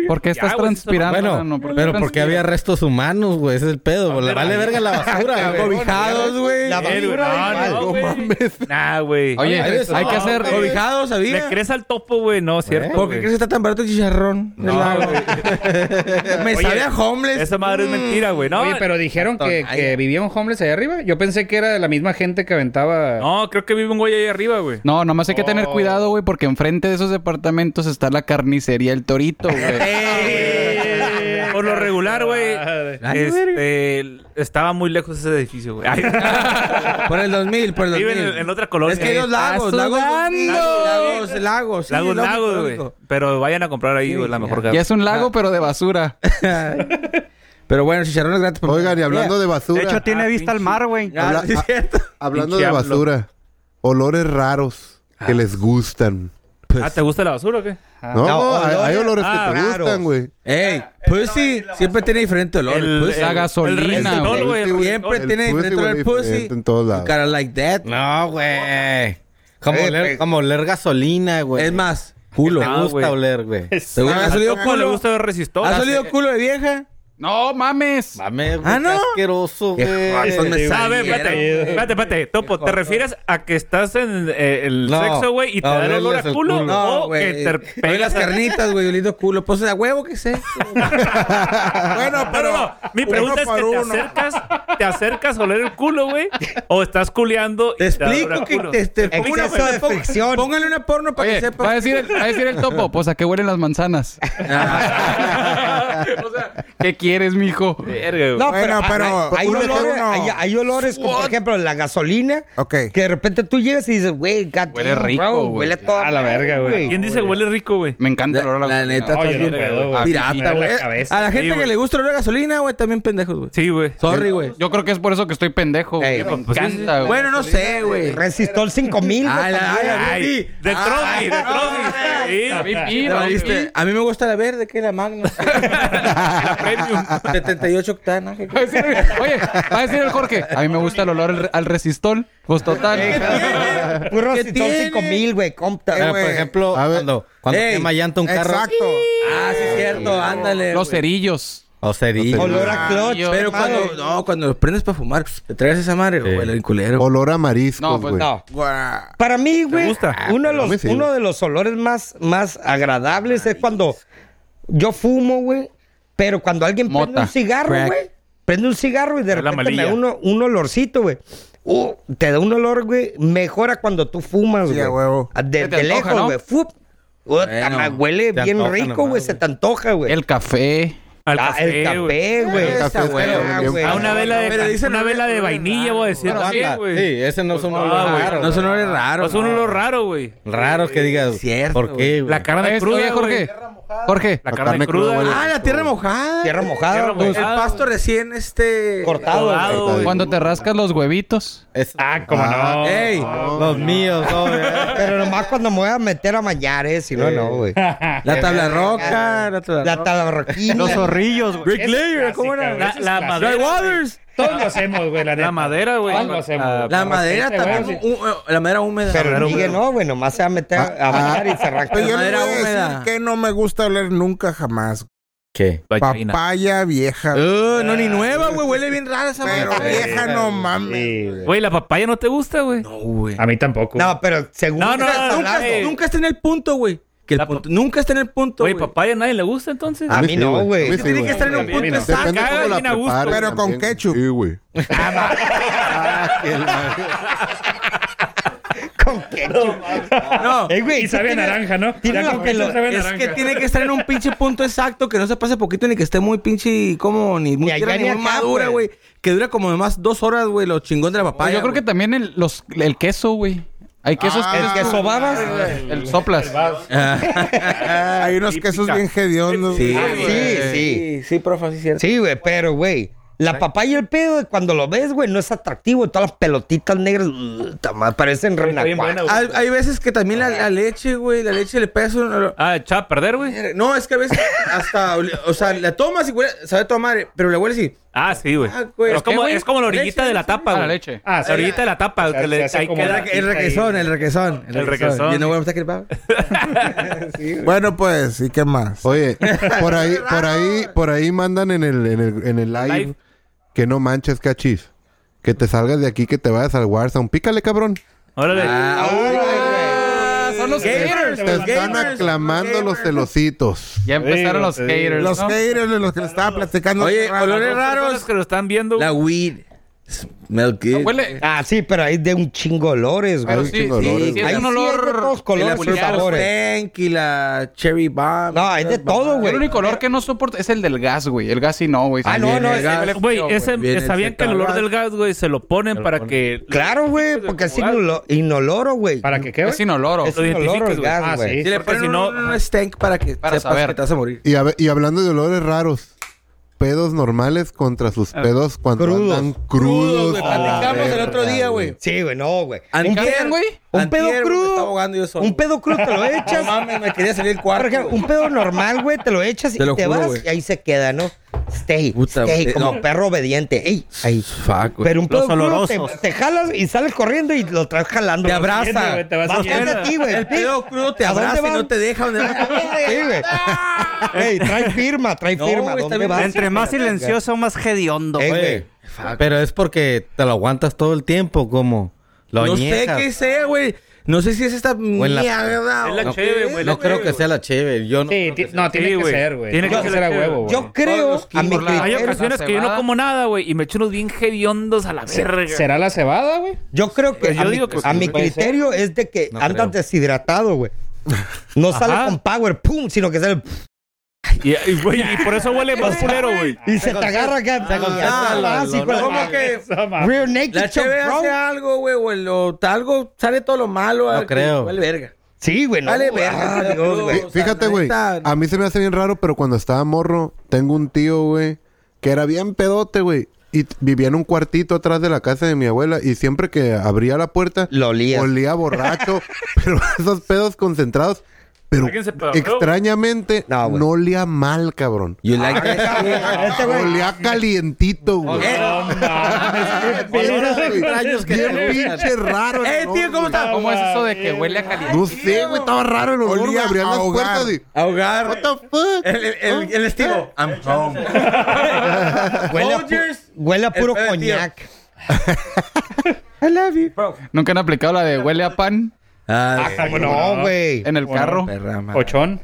Speaker 16: ¿Por qué estás
Speaker 8: Ya, güey,
Speaker 16: transpirando?
Speaker 17: Bueno,
Speaker 16: nano? ¿Por qué
Speaker 17: pero porque
Speaker 16: transpiras?
Speaker 17: había restos humanos, güey. Ese es el pedo. güey. Le vale verga la
Speaker 15: [laughs]
Speaker 17: basura, güey.
Speaker 5: Cobijados,
Speaker 17: güey.
Speaker 5: La
Speaker 8: Eh, güey,
Speaker 5: basura.
Speaker 8: no, no, güey. Nah, güey.
Speaker 16: Oye,
Speaker 17: Hay
Speaker 16: hay,
Speaker 17: de
Speaker 16: que
Speaker 17: todo,
Speaker 16: hacer...
Speaker 17: güey. Cobijados
Speaker 8: Le
Speaker 17: había.
Speaker 8: crees al topo, güey. No, cierto.
Speaker 17: ¿Por qué
Speaker 8: güey.
Speaker 17: crees que está tan barato el chicharrón? del lago? [laughs] Me
Speaker 8: Oye,
Speaker 17: sabe a homeless.
Speaker 8: Esa madre es mentira, güey. No,
Speaker 12: Oye, pero dijeron que,
Speaker 17: Ay,
Speaker 12: que vivía un homeless ahí arriba. Yo pensé que era de la misma gente que aventaba.
Speaker 8: no, creo que vive un güey ahí arriba, güey.
Speaker 16: No, nomás hay que tener cuidado, güey, porque enfrente de esos departamentos está la carnicería El Torito,
Speaker 8: [laughs]
Speaker 16: güey.
Speaker 17: Eh.
Speaker 8: Por lo regular, güey. Este, estaba muy lejos ese edificio, güey. Ay.
Speaker 17: [laughs] Por el 2000, por el 2000.
Speaker 8: Vive en, en otra colonia. Eh,
Speaker 17: Es que hay dos lagos,
Speaker 16: Está
Speaker 17: lagos,
Speaker 16: sudando.
Speaker 17: lagos,
Speaker 11: Pues
Speaker 17: lagos, sí,
Speaker 8: Lagos, lagos, güey.
Speaker 17: lógico.
Speaker 8: Pero vayan a comprar ahí, güey, la mejor
Speaker 16: Y
Speaker 8: casa.
Speaker 16: es un lago, pero de basura.
Speaker 17: Pero bueno, chicharrones gratis. por-
Speaker 1: Oigan, y hablando de
Speaker 7: De
Speaker 1: basura.
Speaker 7: hecho, tiene vista al mar, güey.
Speaker 17: Ah,
Speaker 1: Habla-
Speaker 17: sí,
Speaker 1: ah,
Speaker 17: cierto.
Speaker 1: [laughs] Hablando
Speaker 8: Pinche
Speaker 1: de
Speaker 8: AMLO.
Speaker 1: basura, olores raros que les gustan.
Speaker 8: Ah, ¿te gusta la basura o qué?
Speaker 1: no,
Speaker 5: no,
Speaker 1: hay- hay olores
Speaker 5: olores
Speaker 8: Ah,
Speaker 1: que te
Speaker 5: raros.
Speaker 1: gustan, güey.
Speaker 17: Ey, pussy siempre tiene diferente olor. El, pussy.
Speaker 16: la gasolina,
Speaker 8: el
Speaker 16: güey.
Speaker 8: resentol, güey. el
Speaker 1: Sí, güey,
Speaker 17: siempre
Speaker 1: el
Speaker 17: tiene
Speaker 1: pussy
Speaker 17: diferente olor
Speaker 1: huele
Speaker 17: el pussy.
Speaker 1: diferente en todos lados.
Speaker 17: You gotta like that.
Speaker 10: No, güey. Como,
Speaker 5: Eh,
Speaker 10: oler,
Speaker 5: pe-
Speaker 10: como oler gasolina, güey.
Speaker 17: Es más, culo.
Speaker 10: Me
Speaker 8: Ah,
Speaker 10: gusta
Speaker 8: güey.
Speaker 10: oler, güey.
Speaker 17: ¿Te gusta- ¿Has olido
Speaker 8: ¿Cómo le
Speaker 17: culo?
Speaker 8: gusta el resistor? Ah,
Speaker 17: ¿Has olido culo de vieja?
Speaker 16: No mames.
Speaker 10: Mames,
Speaker 16: güey, Ah, ¿no? qué
Speaker 10: asqueroso,
Speaker 8: A ver, espérate, espérate, espérate. Topo, ¿te refieres a que estás en eh, el
Speaker 10: No,
Speaker 8: sexo, güey, y te
Speaker 10: no,
Speaker 8: da el olor a
Speaker 10: olerles el
Speaker 8: culo?
Speaker 10: culo.
Speaker 8: No,
Speaker 10: No,
Speaker 8: o
Speaker 10: güey.
Speaker 8: que te
Speaker 10: Oler
Speaker 8: pegas
Speaker 10: las
Speaker 8: a-
Speaker 11: carnitas, güey, olido culo. Pues a huevo que sé.
Speaker 8: [laughs] bueno, pero mi pregunta es que te acercas, [laughs] te acercas a oler el culo, güey, o estás culeando. Te
Speaker 11: explico que te- te-
Speaker 8: explico
Speaker 11: Exceso de fricción. Póngale una porno para
Speaker 16: Oye,
Speaker 11: que sepa.
Speaker 16: va a decir el, va a decir el topo,
Speaker 8: [laughs]
Speaker 16: pues a qué huelen las manzanas. o sea, ¿qué quieres, mijo?
Speaker 5: [laughs] No, pero, ah, pero hay,
Speaker 16: uno
Speaker 5: olores-
Speaker 16: que uno-
Speaker 5: hay- hay olores como, por ejemplo, la gasolina. Que de repente tú llegas y dices, güey, gato.
Speaker 16: Huele rico, güey.
Speaker 5: Huele todo.
Speaker 16: A la verga, güey.
Speaker 8: ¿Quién dice huele rico, güey?
Speaker 16: Me encanta el olor a la
Speaker 11: La neta,
Speaker 16: Oye,
Speaker 11: estás bien
Speaker 16: no puedo, güey.
Speaker 11: pirata,
Speaker 16: Sí,
Speaker 11: güey.
Speaker 16: la cabeza.
Speaker 11: A la gente
Speaker 16: Sí,
Speaker 11: que
Speaker 16: güey.
Speaker 11: le gusta la gasolina, güey, también pendejos, güey.
Speaker 8: Sí, güey.
Speaker 11: Sorry, güey.
Speaker 16: Yo creo que es por eso que estoy pendejo. güey. me
Speaker 11: pues, sí, sí.
Speaker 16: encanta, güey.
Speaker 11: Bueno, no sé, güey.
Speaker 5: Resistol 5000.
Speaker 11: Ay, la- ay, la-
Speaker 8: Ay,
Speaker 11: sí. Ah,
Speaker 8: de Trovi, de Trovi. Sí.
Speaker 11: Te valiste. A mí me gusta la verde, que es la Magna.
Speaker 8: [laughs] La premium.
Speaker 11: 78 octanas.
Speaker 16: Va a decir- Oye, va a decir el Jorge. A mí me gusta el olor al, al resistol. Pues total.
Speaker 5: Puro resistol 5000, güey. Compta,
Speaker 10: Pero, por
Speaker 5: güey.
Speaker 10: ejemplo, cuando, cuando
Speaker 11: Ey,
Speaker 10: quema llanta un carro.
Speaker 11: Exacto. Ah, sí, es cierto. Ándale.
Speaker 16: Los
Speaker 11: güey.
Speaker 16: cerillos.
Speaker 10: O cerillo.
Speaker 11: Olor a
Speaker 16: clutch,
Speaker 11: Pero
Speaker 16: hermano.
Speaker 11: cuando, no, cuando los prendes para fumar, pues, te traes esa madre, güey, el culero.
Speaker 1: Olor a mariscos,
Speaker 5: No, pues
Speaker 1: güey.
Speaker 5: no. Para mí, güey, uno, de
Speaker 1: Pero a mí
Speaker 5: los,
Speaker 1: sí.
Speaker 5: uno de los olores más, más agradables es cuando yo fumo, güey, pero cuando alguien prende
Speaker 16: Mota.
Speaker 5: un cigarro,
Speaker 16: Crack.
Speaker 5: güey, prende un cigarro y de repente me
Speaker 16: malilla.
Speaker 5: da uno, un olorcito, güey. Uh, te da un olor, güey, mejora cuando tú fumas,
Speaker 3: Sí,
Speaker 5: güey.
Speaker 3: a huevo.
Speaker 5: Ah, De,
Speaker 16: Se te
Speaker 5: de
Speaker 16: antoja,
Speaker 5: lejos,
Speaker 16: ¿no?
Speaker 5: güey. Fup. Puta, ma, huele
Speaker 16: te
Speaker 5: bien
Speaker 16: antoja
Speaker 5: rico,
Speaker 16: nomás,
Speaker 5: güey. Se te antoja, güey.
Speaker 16: El café.
Speaker 8: Al
Speaker 5: Ah,
Speaker 8: café,
Speaker 5: el café,
Speaker 8: güey.
Speaker 5: güey.
Speaker 8: El café
Speaker 5: Ah,
Speaker 8: está bueno,
Speaker 5: güey.
Speaker 8: A una vela
Speaker 5: Pero
Speaker 8: de,
Speaker 5: dicen
Speaker 8: una vela de vainilla, voy a decir.
Speaker 10: Bueno,
Speaker 8: Sí,
Speaker 10: anda,
Speaker 8: güey.
Speaker 10: sí, ese no es un
Speaker 8: no,
Speaker 10: olor
Speaker 8: güey.
Speaker 10: raro.
Speaker 11: No son olores
Speaker 10: Pues
Speaker 11: raros.
Speaker 5: Pues
Speaker 8: Es un olor raro, güey.
Speaker 10: Raro que digas. Cierto. ¿Por qué, güey?
Speaker 8: La carne
Speaker 16: Oye,
Speaker 8: cruda,
Speaker 16: oye,
Speaker 8: Jorge.
Speaker 16: Jorge. Jorge.
Speaker 8: La carne cruda. güey.
Speaker 11: Ah, la tierra mojada.
Speaker 5: Tierra mojada,
Speaker 8: Tierra
Speaker 11: El
Speaker 8: mojada.
Speaker 11: pasto recién este.
Speaker 5: Cortado, güey.
Speaker 8: Dorado, güey.
Speaker 16: Cuando te rascas los huevitos.
Speaker 10: Ah,
Speaker 8: cómo no.
Speaker 11: ¡Ey!
Speaker 10: Los míos, no, güey.
Speaker 5: [laughs] Pero nomás cuando me voy a meter a mañar, eh. Si no, no, güey.
Speaker 11: La tabla roca. La tabla
Speaker 5: La tabarroquina.
Speaker 18: Los zorrillos, güey.
Speaker 11: Rick Layer, ¿cómo era?
Speaker 8: La, la
Speaker 11: Dry
Speaker 8: madera.
Speaker 11: Waters.
Speaker 6: Todos lo hacemos, güey, la neta.
Speaker 8: La madera, güey.
Speaker 6: Todos lo hacemos.
Speaker 8: Ah,
Speaker 6: güey.
Speaker 11: La madera
Speaker 6: Este, güey,
Speaker 11: también. eh, hú- hú- La madera húmeda.
Speaker 5: Pero el Miguel no, güey, nomás se va a meter a bañar y se arranca.
Speaker 3: Ah, Pero yo le
Speaker 11: Madera
Speaker 3: voy a decir
Speaker 11: húmeda.
Speaker 3: que no me gusta oler nunca jamás.
Speaker 10: ¿Qué?
Speaker 8: Vagina.
Speaker 3: Papaya vieja.
Speaker 11: Uh, no, ni nueva, güey. Huele bien rara esa madre.
Speaker 3: Pero vieja no mames.
Speaker 6: sí, güey.
Speaker 8: Güey, la papaya no te gusta, güey.
Speaker 11: No, güey.
Speaker 6: A mí tampoco.
Speaker 5: No, pero según
Speaker 8: No, no,
Speaker 5: estás
Speaker 8: no,
Speaker 5: hablando,
Speaker 8: no, no.
Speaker 11: Nunca está en el punto, güey. Que el
Speaker 8: La
Speaker 11: punto- Nunca está en el punto,
Speaker 8: Güey,
Speaker 11: güey.
Speaker 8: papaya a nadie le gusta entonces.
Speaker 5: A mí
Speaker 1: sí,
Speaker 5: no,
Speaker 1: güey. A mí
Speaker 5: güey.
Speaker 1: sí,
Speaker 11: Tiene que estar en
Speaker 6: A
Speaker 11: un
Speaker 6: mí
Speaker 11: punto
Speaker 6: no.
Speaker 11: exacto.
Speaker 1: Depende
Speaker 8: Caga
Speaker 1: cómo la
Speaker 8: bien a gusto,
Speaker 1: prepares
Speaker 3: pero con
Speaker 1: también.
Speaker 3: ketchup.
Speaker 1: Sí, güey.
Speaker 5: Con ketchup.
Speaker 11: No.
Speaker 6: Eh, güey,
Speaker 5: Y
Speaker 6: y sabe a
Speaker 5: tiene-
Speaker 6: naranja, ¿no?
Speaker 5: tiene
Speaker 6: Ya
Speaker 5: lo
Speaker 6: con
Speaker 5: que
Speaker 6: queso
Speaker 5: lo-
Speaker 6: sabe a
Speaker 11: Es que
Speaker 6: naranja.
Speaker 11: tiene que estar en un pinche punto exacto, que no se pase poquito ni que esté muy pinche, como ni muy
Speaker 5: allá
Speaker 11: tierna, ni
Speaker 5: ni
Speaker 11: muy
Speaker 5: acá, pues.
Speaker 11: madura,
Speaker 5: güey.
Speaker 11: güey. Que dura como nomás dos horas, güey, lo chingón de la papaya.
Speaker 16: yo creo que también el, los, el queso, güey. Hay
Speaker 11: Ah,
Speaker 16: quesos
Speaker 5: El
Speaker 16: que...
Speaker 5: que sobabas.
Speaker 16: El soplas.
Speaker 3: Hay unos quesos bien hediondos.
Speaker 11: Sí,
Speaker 3: güey.
Speaker 11: güey.
Speaker 5: Sí, sí.
Speaker 11: Sí, sí, profe, sí es cierto.
Speaker 5: Sí, güey, pero, güey. La papaya y el pedo, güey, cuando lo ves, güey, no es atractivo. Todas las pelotitas negras, uh, tama, parecen renacuajos.
Speaker 11: Hay, hay veces que también la, la leche, güey, la leche le pega un...
Speaker 8: Ah, echaba a perder, güey.
Speaker 11: Eh, No, es que a veces hasta, ole- o sea, la tomas y huele, sabe toda madre, pero la huele así.
Speaker 8: Ah, sí, güey.
Speaker 11: Ah, güey.
Speaker 8: Pero es,
Speaker 11: ¿Qué,
Speaker 8: como,
Speaker 11: güey?
Speaker 8: es como la orillita
Speaker 11: Leche,
Speaker 8: de la tapa,
Speaker 16: Ah, la
Speaker 8: güey.
Speaker 16: leche.
Speaker 6: Ah,
Speaker 8: La orillita de la tapa,
Speaker 6: sea,
Speaker 8: que le
Speaker 6: se hace
Speaker 8: ahí
Speaker 6: como
Speaker 8: queda.
Speaker 6: la-
Speaker 11: El requesón, el requesón.
Speaker 8: El requesón.
Speaker 11: Yo no voy a meter que le
Speaker 3: Bueno, pues, ¿y qué más? [laughs]
Speaker 1: Oye, por ahí, por ahí, por ahí mandan en el, en el, en el live,
Speaker 8: Live.
Speaker 1: que no manches, cachis. Que te salgas de aquí, que te vayas al Warzone. Pícale, cabrón.
Speaker 8: Órale.
Speaker 3: Ah,
Speaker 16: Ah, Son los
Speaker 1: Te
Speaker 16: haters.
Speaker 1: están aclamando los telocitos.
Speaker 16: Ya empezaron los
Speaker 6: Te digo,
Speaker 16: haters,
Speaker 3: Los
Speaker 16: ¿no?
Speaker 3: haters de los que les estaba platicando.
Speaker 11: Oye,
Speaker 3: Raro.
Speaker 11: olores
Speaker 8: Raros
Speaker 11: raros.
Speaker 8: que lo están viendo.
Speaker 11: La
Speaker 8: güey.
Speaker 11: weed. Smell good.
Speaker 16: Huele...
Speaker 5: Ah, sí, pero hay de un chingo de olores,
Speaker 16: Pero
Speaker 5: güey.
Speaker 1: Hay un
Speaker 16: sí,
Speaker 1: chingo de
Speaker 16: sí,
Speaker 1: olores,
Speaker 16: sí,
Speaker 1: güey.
Speaker 16: es un
Speaker 5: Ahí sí
Speaker 16: olor...
Speaker 5: hay de
Speaker 11: Y
Speaker 5: todos
Speaker 11: la
Speaker 5: colores,
Speaker 11: fruta
Speaker 5: sabores.
Speaker 11: Spank y la cherry bomb.
Speaker 5: No, hay de todo,
Speaker 16: El
Speaker 5: güey.
Speaker 16: único olor que no soporto es el del gas, güey. El gas sí no, güey.
Speaker 5: Ah, no, no,
Speaker 16: El
Speaker 5: ese
Speaker 16: gas.
Speaker 5: huele
Speaker 8: Güey, ese-
Speaker 11: Viene
Speaker 8: sabían
Speaker 11: el
Speaker 8: que el olor
Speaker 11: cetabal.
Speaker 8: del gas, güey, se lo ponen para que
Speaker 5: Claro, güey, porque es
Speaker 8: Igual.
Speaker 5: inolo- inoloro, güey.
Speaker 6: ¿Para qué qué, güey?
Speaker 16: Es inoloro.
Speaker 5: Es
Speaker 8: Lo
Speaker 5: inoloro
Speaker 8: identificas,
Speaker 5: el
Speaker 8: güey.
Speaker 6: Ah,
Speaker 5: gas, güey.
Speaker 6: sí.
Speaker 11: Y le
Speaker 8: porque
Speaker 11: ponen
Speaker 8: si
Speaker 11: un,
Speaker 8: no-
Speaker 11: un stank para que
Speaker 16: Para
Speaker 11: sepas
Speaker 16: saber.
Speaker 11: que te vas a morir.
Speaker 1: Y, a ve- y hablando de olores raros, pedos normales contra sus
Speaker 16: Ah.
Speaker 1: pedos cuando
Speaker 5: Crudos.
Speaker 1: andan crudos. Ah. a la
Speaker 11: Platicamos el
Speaker 1: verga,
Speaker 11: otro día, güey.
Speaker 5: Sí, güey, no, güey.
Speaker 11: Antier,
Speaker 16: ¿Cambian, güey?
Speaker 5: Un pedo
Speaker 11: Antier,
Speaker 5: crudo.
Speaker 11: me estaba ahogando yo solo.
Speaker 5: Un pedo
Speaker 11: [laughs]
Speaker 5: crudo te lo echas.
Speaker 11: No mames, me quería salir el
Speaker 5: Por
Speaker 11: cuarto.
Speaker 5: ejemplo, un pedo normal, güey, te lo echas
Speaker 11: Te
Speaker 5: y
Speaker 11: lo
Speaker 5: te
Speaker 11: juro,
Speaker 5: vas
Speaker 11: güey.
Speaker 5: y ahí se queda, ¿no? stay, stay,
Speaker 10: eh,
Speaker 5: como
Speaker 10: no.
Speaker 5: perro obediente. Ey, ahí. Pero
Speaker 10: Los
Speaker 5: un pedo culo te,
Speaker 10: olorosos.
Speaker 5: te jalas y sales corriendo y lo traes jalando.
Speaker 10: Te abraza.
Speaker 5: Siguiendo, güey, te vas
Speaker 10: Va
Speaker 5: siguiendo.
Speaker 10: atrás de ti, güey.
Speaker 5: El pedo crudo
Speaker 10: te abraza y no te deja donde vas.
Speaker 5: Sí, güey. [laughs] Ey, trae firma, trae
Speaker 10: No,
Speaker 5: firma.
Speaker 10: güey, está
Speaker 5: ¿Dónde
Speaker 10: bien.
Speaker 5: vas?
Speaker 10: Entre más silencioso,
Speaker 5: más hediondo.
Speaker 10: Oye, Pero es porque te lo aguantas todo el tiempo, como lo
Speaker 11: No sé
Speaker 10: añejas.
Speaker 11: qué sea, güey. No sé si es esta
Speaker 10: O en la-
Speaker 11: mierda.
Speaker 10: Es la cheve, güey, la
Speaker 11: No creo que sea
Speaker 10: la cheve. Yo no.
Speaker 12: no, tiene que ser, güey. Tiene que ser a huevo, güey.
Speaker 5: Yo creo, a mi
Speaker 8: Hay
Speaker 5: criterio-
Speaker 8: ocasiones que yo no como nada, güey, y me echo unos bien hediondos a la verga.
Speaker 12: ¿Será la cebada, güey?
Speaker 5: Yo creo que
Speaker 8: Pues yo
Speaker 5: a, mi,
Speaker 8: digo que
Speaker 5: a
Speaker 8: sí,
Speaker 5: mi
Speaker 8: güey.
Speaker 5: criterio es de que
Speaker 8: No
Speaker 5: andas
Speaker 8: creo.
Speaker 5: deshidratado, güey. No
Speaker 8: Ajá.
Speaker 5: sale con power, pum, sino que sale.
Speaker 8: Y, y, güey, y por eso
Speaker 5: [laughs]
Speaker 8: huele más culero, güey.
Speaker 5: Y se te agarra acá.
Speaker 8: se concentra
Speaker 5: Ah,
Speaker 8: lo-
Speaker 5: ah,
Speaker 8: lo-
Speaker 5: sí,
Speaker 8: lo-
Speaker 5: con la-
Speaker 8: ¿Cómo que-
Speaker 5: Real naked
Speaker 11: La cheve
Speaker 5: chop, bro.
Speaker 11: hace algo, güey, o el- o algo sale todo lo malo. al-
Speaker 10: creo.
Speaker 11: Vale verga.
Speaker 5: Sí, güey, no.
Speaker 11: Vale
Speaker 5: güey.
Speaker 11: verga.
Speaker 5: Ah, Dios, güey.
Speaker 11: O sea,
Speaker 1: Fíjate,
Speaker 11: la
Speaker 1: güey.
Speaker 11: neta,
Speaker 1: A mí se me hace bien raro, pero cuando estaba morro, tengo un tío, güey, que era bien pedote, güey. Y t- vivía en un cuartito atrás de la casa de mi abuela. Y siempre que abría la puerta,
Speaker 5: olía.
Speaker 1: borracho. pero esos pedos concentrados. Pero
Speaker 8: Sáquense pedo, ¿no?
Speaker 1: extrañamente, no, olía mal, cabrón.
Speaker 10: You like
Speaker 1: [laughs] Olía calientito, güey.
Speaker 11: Olores
Speaker 1: güey.
Speaker 11: extraños que
Speaker 1: Bien
Speaker 11: te gustan.
Speaker 1: pinche raro el
Speaker 11: Eh,
Speaker 1: olor,
Speaker 11: tío, ¿cómo
Speaker 1: güey.
Speaker 11: está?
Speaker 16: ¿Cómo es eso de que huele a caliente?
Speaker 1: No sé, güey, estaba raro el olor, güey.
Speaker 11: Olía
Speaker 1: Abrían
Speaker 11: a
Speaker 1: las
Speaker 11: ahogar.
Speaker 1: puertas y...
Speaker 11: Ahogar.
Speaker 1: What the fuck?
Speaker 11: El, el, el, el estilo. I'm
Speaker 5: [laughs]
Speaker 11: home.
Speaker 5: Huele a pu-
Speaker 11: Folgers.
Speaker 5: Huele a puro
Speaker 16: pedo, tío.
Speaker 5: coñac.
Speaker 16: I love you, bro. ¿Nunca han aplicado la de huele a pan?
Speaker 11: Ah,
Speaker 5: cómo no, güey.
Speaker 16: En el carro.
Speaker 12: ¿Ochón?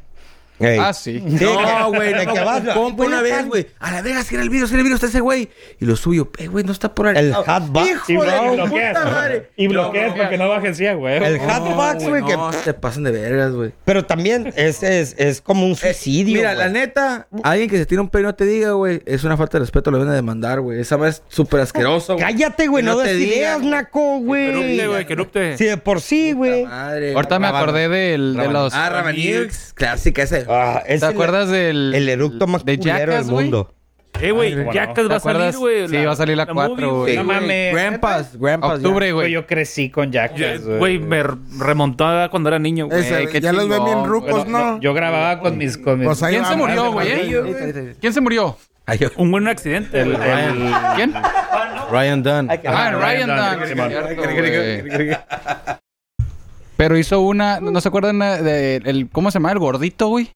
Speaker 16: Ah, sí.
Speaker 11: No, güey,
Speaker 5: de
Speaker 11: no,
Speaker 5: que vas,
Speaker 11: compa una vez, güey. A la verga, cierra el virus, cierra el virus, está ese güey. Y lo suyo, eh, güey, no está por ahí.
Speaker 5: El
Speaker 11: Ah,
Speaker 5: hatback.
Speaker 11: Hijo
Speaker 12: Y
Speaker 11: de
Speaker 12: bro,
Speaker 11: tu
Speaker 12: bloqueas.
Speaker 11: puta madre.
Speaker 12: Y bloqueas para que no bajen sí, güey.
Speaker 5: El hatbox, güey. que-
Speaker 11: No, te pasan de vergas, güey. Eh,
Speaker 5: Pero también es, es, es como un suicidio.
Speaker 11: Mira,
Speaker 5: güey.
Speaker 11: la neta, alguien que se tira un pedo y no te diga, güey, es una falta de respeto, lo van a demandar, güey. Esa madre es súper asqueroso, güey.
Speaker 5: Cállate, Este güey,
Speaker 11: Que
Speaker 5: no,
Speaker 11: no te
Speaker 5: des ideas,
Speaker 11: digan.
Speaker 5: "Ah, naco,
Speaker 8: Erupte,
Speaker 5: güey.
Speaker 8: güey, que erupte.
Speaker 5: Si de por sí, güey.
Speaker 11: Madre.
Speaker 16: Ahorita me
Speaker 11: Raban-
Speaker 16: acordé del, de
Speaker 11: Raban-
Speaker 16: los...
Speaker 11: Ah, Rabanix, clásica ese.
Speaker 5: Ah, es
Speaker 16: ¿Te
Speaker 5: el-
Speaker 16: acuerdas del...
Speaker 5: El eructo más
Speaker 16: de
Speaker 5: culero del
Speaker 16: Jackass, güey?
Speaker 5: mundo.
Speaker 8: Eh, güey,
Speaker 16: Ay, güey.
Speaker 8: Jackass
Speaker 16: ¿Te
Speaker 8: va a salir,
Speaker 16: acuerdas?
Speaker 8: güey.
Speaker 16: Sí, va a salir la cuatro,
Speaker 8: movie,
Speaker 16: güey.
Speaker 8: No
Speaker 16: Sí,
Speaker 8: mames.
Speaker 11: Grandpas, grandpas.
Speaker 16: Octubre, güey.
Speaker 12: Yo crecí con Jackass,
Speaker 8: Yo- Güey, me r- remontó a cuando era niño, güey.
Speaker 6: Ese,
Speaker 16: Ey, qué
Speaker 6: ya los ven bien
Speaker 16: chingón,
Speaker 6: rucos, ¿no?
Speaker 12: Yo grababa con mis... Con mis
Speaker 6: Pues ahí
Speaker 16: ¿Quién se
Speaker 6: vamos,
Speaker 16: murió,
Speaker 6: ahí
Speaker 16: güey?
Speaker 6: vamos.
Speaker 16: eh? ¿Quién se murió?
Speaker 8: Un buen accidente,
Speaker 12: el-
Speaker 8: güey.
Speaker 12: el-
Speaker 16: ¿Quién?
Speaker 10: Ryan Dunn.
Speaker 16: Ah, Ryan
Speaker 12: Ryan
Speaker 16: Dunn.
Speaker 12: Dunn,
Speaker 16: sí,
Speaker 12: Simón.
Speaker 16: cierto, güey. Pero hizo una... ¿No se acuerdan de, de- el, cómo se llama? El gordito, güey.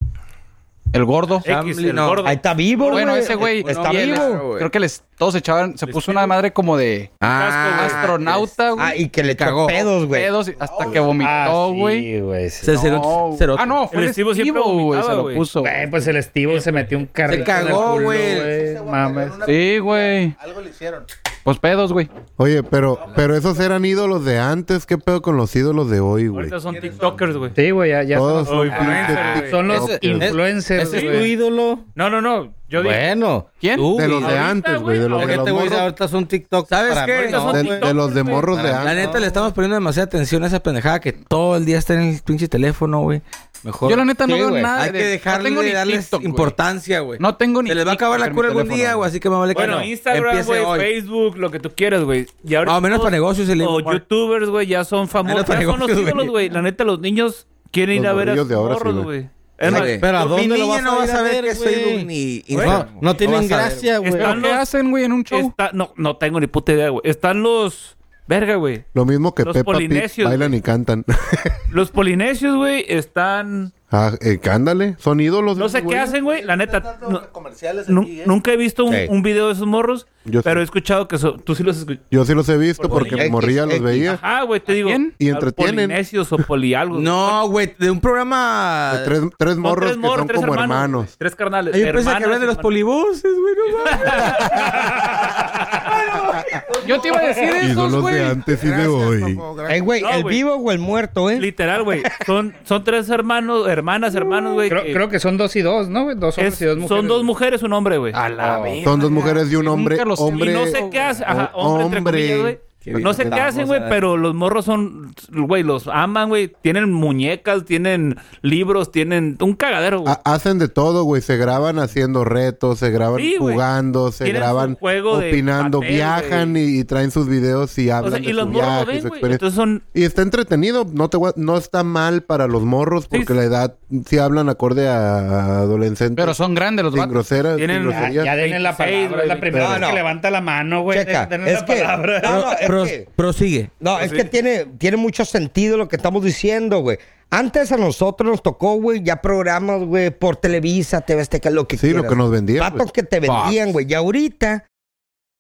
Speaker 16: El gordo.
Speaker 8: X, el
Speaker 11: no.
Speaker 8: gordo.
Speaker 5: Ahí está vivo, güey.
Speaker 16: Bueno, ese güey
Speaker 5: Está
Speaker 16: y el-
Speaker 5: vivo.
Speaker 16: Creo que les, todos echaban, se puso una madre como de
Speaker 11: Ah,
Speaker 16: astronauta, güey.
Speaker 5: Ah, y que le
Speaker 11: Cagó.
Speaker 5: cagó pedos, güey.
Speaker 16: pedos y- hasta que vomitó, güey.
Speaker 12: Ah, sí, güey. sí.
Speaker 11: Se, se,
Speaker 16: No,
Speaker 11: se-
Speaker 16: ah, no, fue
Speaker 8: El
Speaker 16: el
Speaker 8: Steve siempre
Speaker 16: Steve, güey.
Speaker 8: vomitaba,
Speaker 16: Se lo
Speaker 8: güey.
Speaker 16: puso.
Speaker 12: Güey, pues el Estivo se metió un carrito
Speaker 11: cagó,
Speaker 12: en el
Speaker 11: güey.
Speaker 12: culo, güey. Mames.
Speaker 16: Sí, güey.
Speaker 10: Algo le hicieron.
Speaker 16: Pues pedos, güey.
Speaker 1: Oye, pero, pero esos eran ídolos de antes. ¿Qué pedo con los ídolos de hoy, güey?
Speaker 8: Ahorita son TikTokers, güey.
Speaker 12: Sí, güey, ya, ya son
Speaker 1: Todos
Speaker 12: los,
Speaker 1: son
Speaker 8: Ay,
Speaker 1: pinches
Speaker 8: güey.
Speaker 1: tic-
Speaker 12: son los
Speaker 10: Ese-
Speaker 12: influencers,
Speaker 10: Ese es tu
Speaker 12: güey.
Speaker 10: ídolo.
Speaker 8: No, no, no. Yo digo.
Speaker 10: Bueno.
Speaker 16: ¿Quién?
Speaker 10: tú,
Speaker 1: de los
Speaker 10: güey.
Speaker 1: de
Speaker 8: Ahorita,
Speaker 1: antes, güey. De, los-
Speaker 8: güey,
Speaker 1: de
Speaker 10: Porque
Speaker 1: los
Speaker 10: te voy
Speaker 1: morros-
Speaker 10: ahorita son TikTok.
Speaker 11: ¿Sabes
Speaker 10: para
Speaker 11: qué?
Speaker 10: mí,
Speaker 8: Ahorita
Speaker 10: no.
Speaker 8: son
Speaker 1: de-
Speaker 8: TikTokers,
Speaker 1: de los de morros de
Speaker 16: Ah,
Speaker 10: La
Speaker 11: la
Speaker 1: antes.
Speaker 11: neta, le estamos poniendo demasiada atención a esa pendejada que todo el día está en el pinche teléfono, güey. Mejor.
Speaker 16: Yo la neta no
Speaker 10: Sí,
Speaker 16: veo
Speaker 10: güey.
Speaker 16: nada.
Speaker 11: Hay
Speaker 16: de-
Speaker 11: que dejarle
Speaker 16: no tengo ni
Speaker 11: darles
Speaker 16: TikTok, güey.
Speaker 11: importancia, güey.
Speaker 16: No tengo ni
Speaker 11: Se les va a acabar la
Speaker 16: TikTok
Speaker 11: cura
Speaker 16: en mi
Speaker 11: algún día,
Speaker 16: teléfono,
Speaker 11: güey, así que me vale que
Speaker 8: Bueno,
Speaker 11: no.
Speaker 8: Instagram,
Speaker 11: Empiece
Speaker 8: güey,
Speaker 11: hoy.
Speaker 8: Facebook, lo que tú quieras, güey. Y ahorita
Speaker 11: No, menos
Speaker 8: todos-
Speaker 11: para negocios el
Speaker 8: O
Speaker 11: Instagram.
Speaker 8: youtubers, güey, ya son famosos.
Speaker 11: Menos para
Speaker 8: Ya son los
Speaker 11: negocios,
Speaker 8: ídolos,
Speaker 11: güey.
Speaker 8: güey. La neta, los niños quieren ir
Speaker 1: Los
Speaker 8: a ver a
Speaker 1: morrillos
Speaker 8: sus
Speaker 1: de ahora sí,
Speaker 8: morros,
Speaker 1: güey.
Speaker 8: güey. Es más,
Speaker 11: güey.
Speaker 10: Pero ¿a dónde
Speaker 11: Mi
Speaker 10: lo vas
Speaker 11: niña no
Speaker 10: a
Speaker 11: va a
Speaker 10: ir a
Speaker 11: saber
Speaker 10: ver,
Speaker 11: qué es
Speaker 10: güey?
Speaker 11: Facebook ni
Speaker 10: No,
Speaker 11: Instagram.
Speaker 10: no tienen
Speaker 11: vas a ver,
Speaker 10: gracia, güey.
Speaker 8: Están
Speaker 16: ¿Pero ¿Qué
Speaker 8: los-
Speaker 16: hacen, güey, en un show?
Speaker 8: está- no, no tengo ni puta idea, güey. Están los... Verga, güey.
Speaker 1: Lo mismo que
Speaker 8: Los
Speaker 1: Peppa Pig.
Speaker 8: polinesios,
Speaker 1: Bailan y cantan. [laughs]
Speaker 8: Los polinesios, güey, están...
Speaker 1: ah, eh, cándale. Son ídolos.
Speaker 8: No
Speaker 1: esos
Speaker 8: sé qué
Speaker 1: güeyes.
Speaker 8: hacen, güey. La neta, no-
Speaker 10: comerciales
Speaker 8: nu- nunca he visto un,
Speaker 5: Sí.
Speaker 8: un video de esos morros,
Speaker 1: Yo
Speaker 8: pero
Speaker 1: sí.
Speaker 8: he escuchado que son... Tú sí los escuchas.
Speaker 1: Yo sí los he visto porque
Speaker 5: X,
Speaker 1: morría los
Speaker 5: X.
Speaker 1: veía.
Speaker 8: Ajá, güey, te digo.
Speaker 16: quién?
Speaker 1: Y
Speaker 8: a
Speaker 1: entretienen.
Speaker 8: Polinesios o poli algo.
Speaker 11: No, güey, de un programa.
Speaker 1: Tres, tres
Speaker 8: Son
Speaker 1: morros
Speaker 8: tres morros,
Speaker 1: que
Speaker 8: tres
Speaker 1: son como
Speaker 8: hermanos.
Speaker 1: hermanos.
Speaker 8: güey. Tres carnales.
Speaker 11: Ay, Yo pensé que
Speaker 8: hermanas,
Speaker 11: hablas de los
Speaker 8: hermanos.
Speaker 11: polivoces, güey, no
Speaker 16: Yo te iba a decir esos,
Speaker 1: Ídolos
Speaker 16: güey.
Speaker 1: de antes y de hoy.
Speaker 6: Topo,
Speaker 5: Eh,
Speaker 6: gracias.
Speaker 5: güey,
Speaker 8: No,
Speaker 5: el
Speaker 8: güey.
Speaker 5: vivo o el muerto, ¿eh?
Speaker 8: Literal, güey. Son, son tres hermanos, hermanas, hermanos, güey.
Speaker 12: Creo,
Speaker 8: que
Speaker 12: creo que son dos y dos, ¿no? güey? Dos hombres
Speaker 8: es-
Speaker 12: y dos mujeres.
Speaker 8: son dos mujeres, un hombre, güey.
Speaker 16: A la vez.
Speaker 1: Son dos mujeres y un hombre.
Speaker 16: los-
Speaker 1: hombre
Speaker 8: y no sé qué hace. Ajá,
Speaker 1: o-
Speaker 8: hombre, entre comillas, güey. No sé qué hacen, güey, pero los morros son, güey, los aman, güey. Tienen muñecas, tienen libros, tienen un cagadero, güey.
Speaker 1: Ha- Hacen de todo, güey. Se graban haciendo retos, se graban
Speaker 8: Sí, güey.
Speaker 1: jugando, se
Speaker 8: Tienen su
Speaker 1: graban
Speaker 8: juego de
Speaker 1: opinando,
Speaker 8: papel,
Speaker 1: viajan y, y traen sus videos y hablan
Speaker 8: sea, y
Speaker 1: de
Speaker 8: los
Speaker 1: su
Speaker 8: morros lo
Speaker 1: viaje,
Speaker 8: ven,
Speaker 1: su
Speaker 8: güey.
Speaker 1: experiencia.
Speaker 8: Entonces son-
Speaker 1: Y está entretenido. No te voy a- no está mal para los morros porque la edad sí hablan acorde a adolescentes.
Speaker 16: Pero son grandes los
Speaker 1: sin
Speaker 16: vatos.
Speaker 1: groseras, sin
Speaker 12: Tienen- ya,
Speaker 1: groserías.
Speaker 12: ya denle la palabra. Es la primera
Speaker 5: No,
Speaker 12: vez
Speaker 5: no.
Speaker 12: que levanta la mano, güey.
Speaker 5: Checa,
Speaker 12: Denle
Speaker 5: es
Speaker 12: la
Speaker 5: que-
Speaker 12: palabra.
Speaker 5: no, no, es
Speaker 12: Pero-
Speaker 5: que-
Speaker 15: Prosigue.
Speaker 5: No,
Speaker 1: ¿Ah,
Speaker 5: es que tiene, tiene mucho sentido lo que estamos diciendo, güey. Antes a nosotros nos tocó, güey, ya programas, güey, por Televisa, TV Azteca, lo que
Speaker 1: Sí, lo
Speaker 5: quieras.
Speaker 1: que nos vendían,
Speaker 5: Vatos
Speaker 1: güey.
Speaker 5: que te vendían, güey. Y ahorita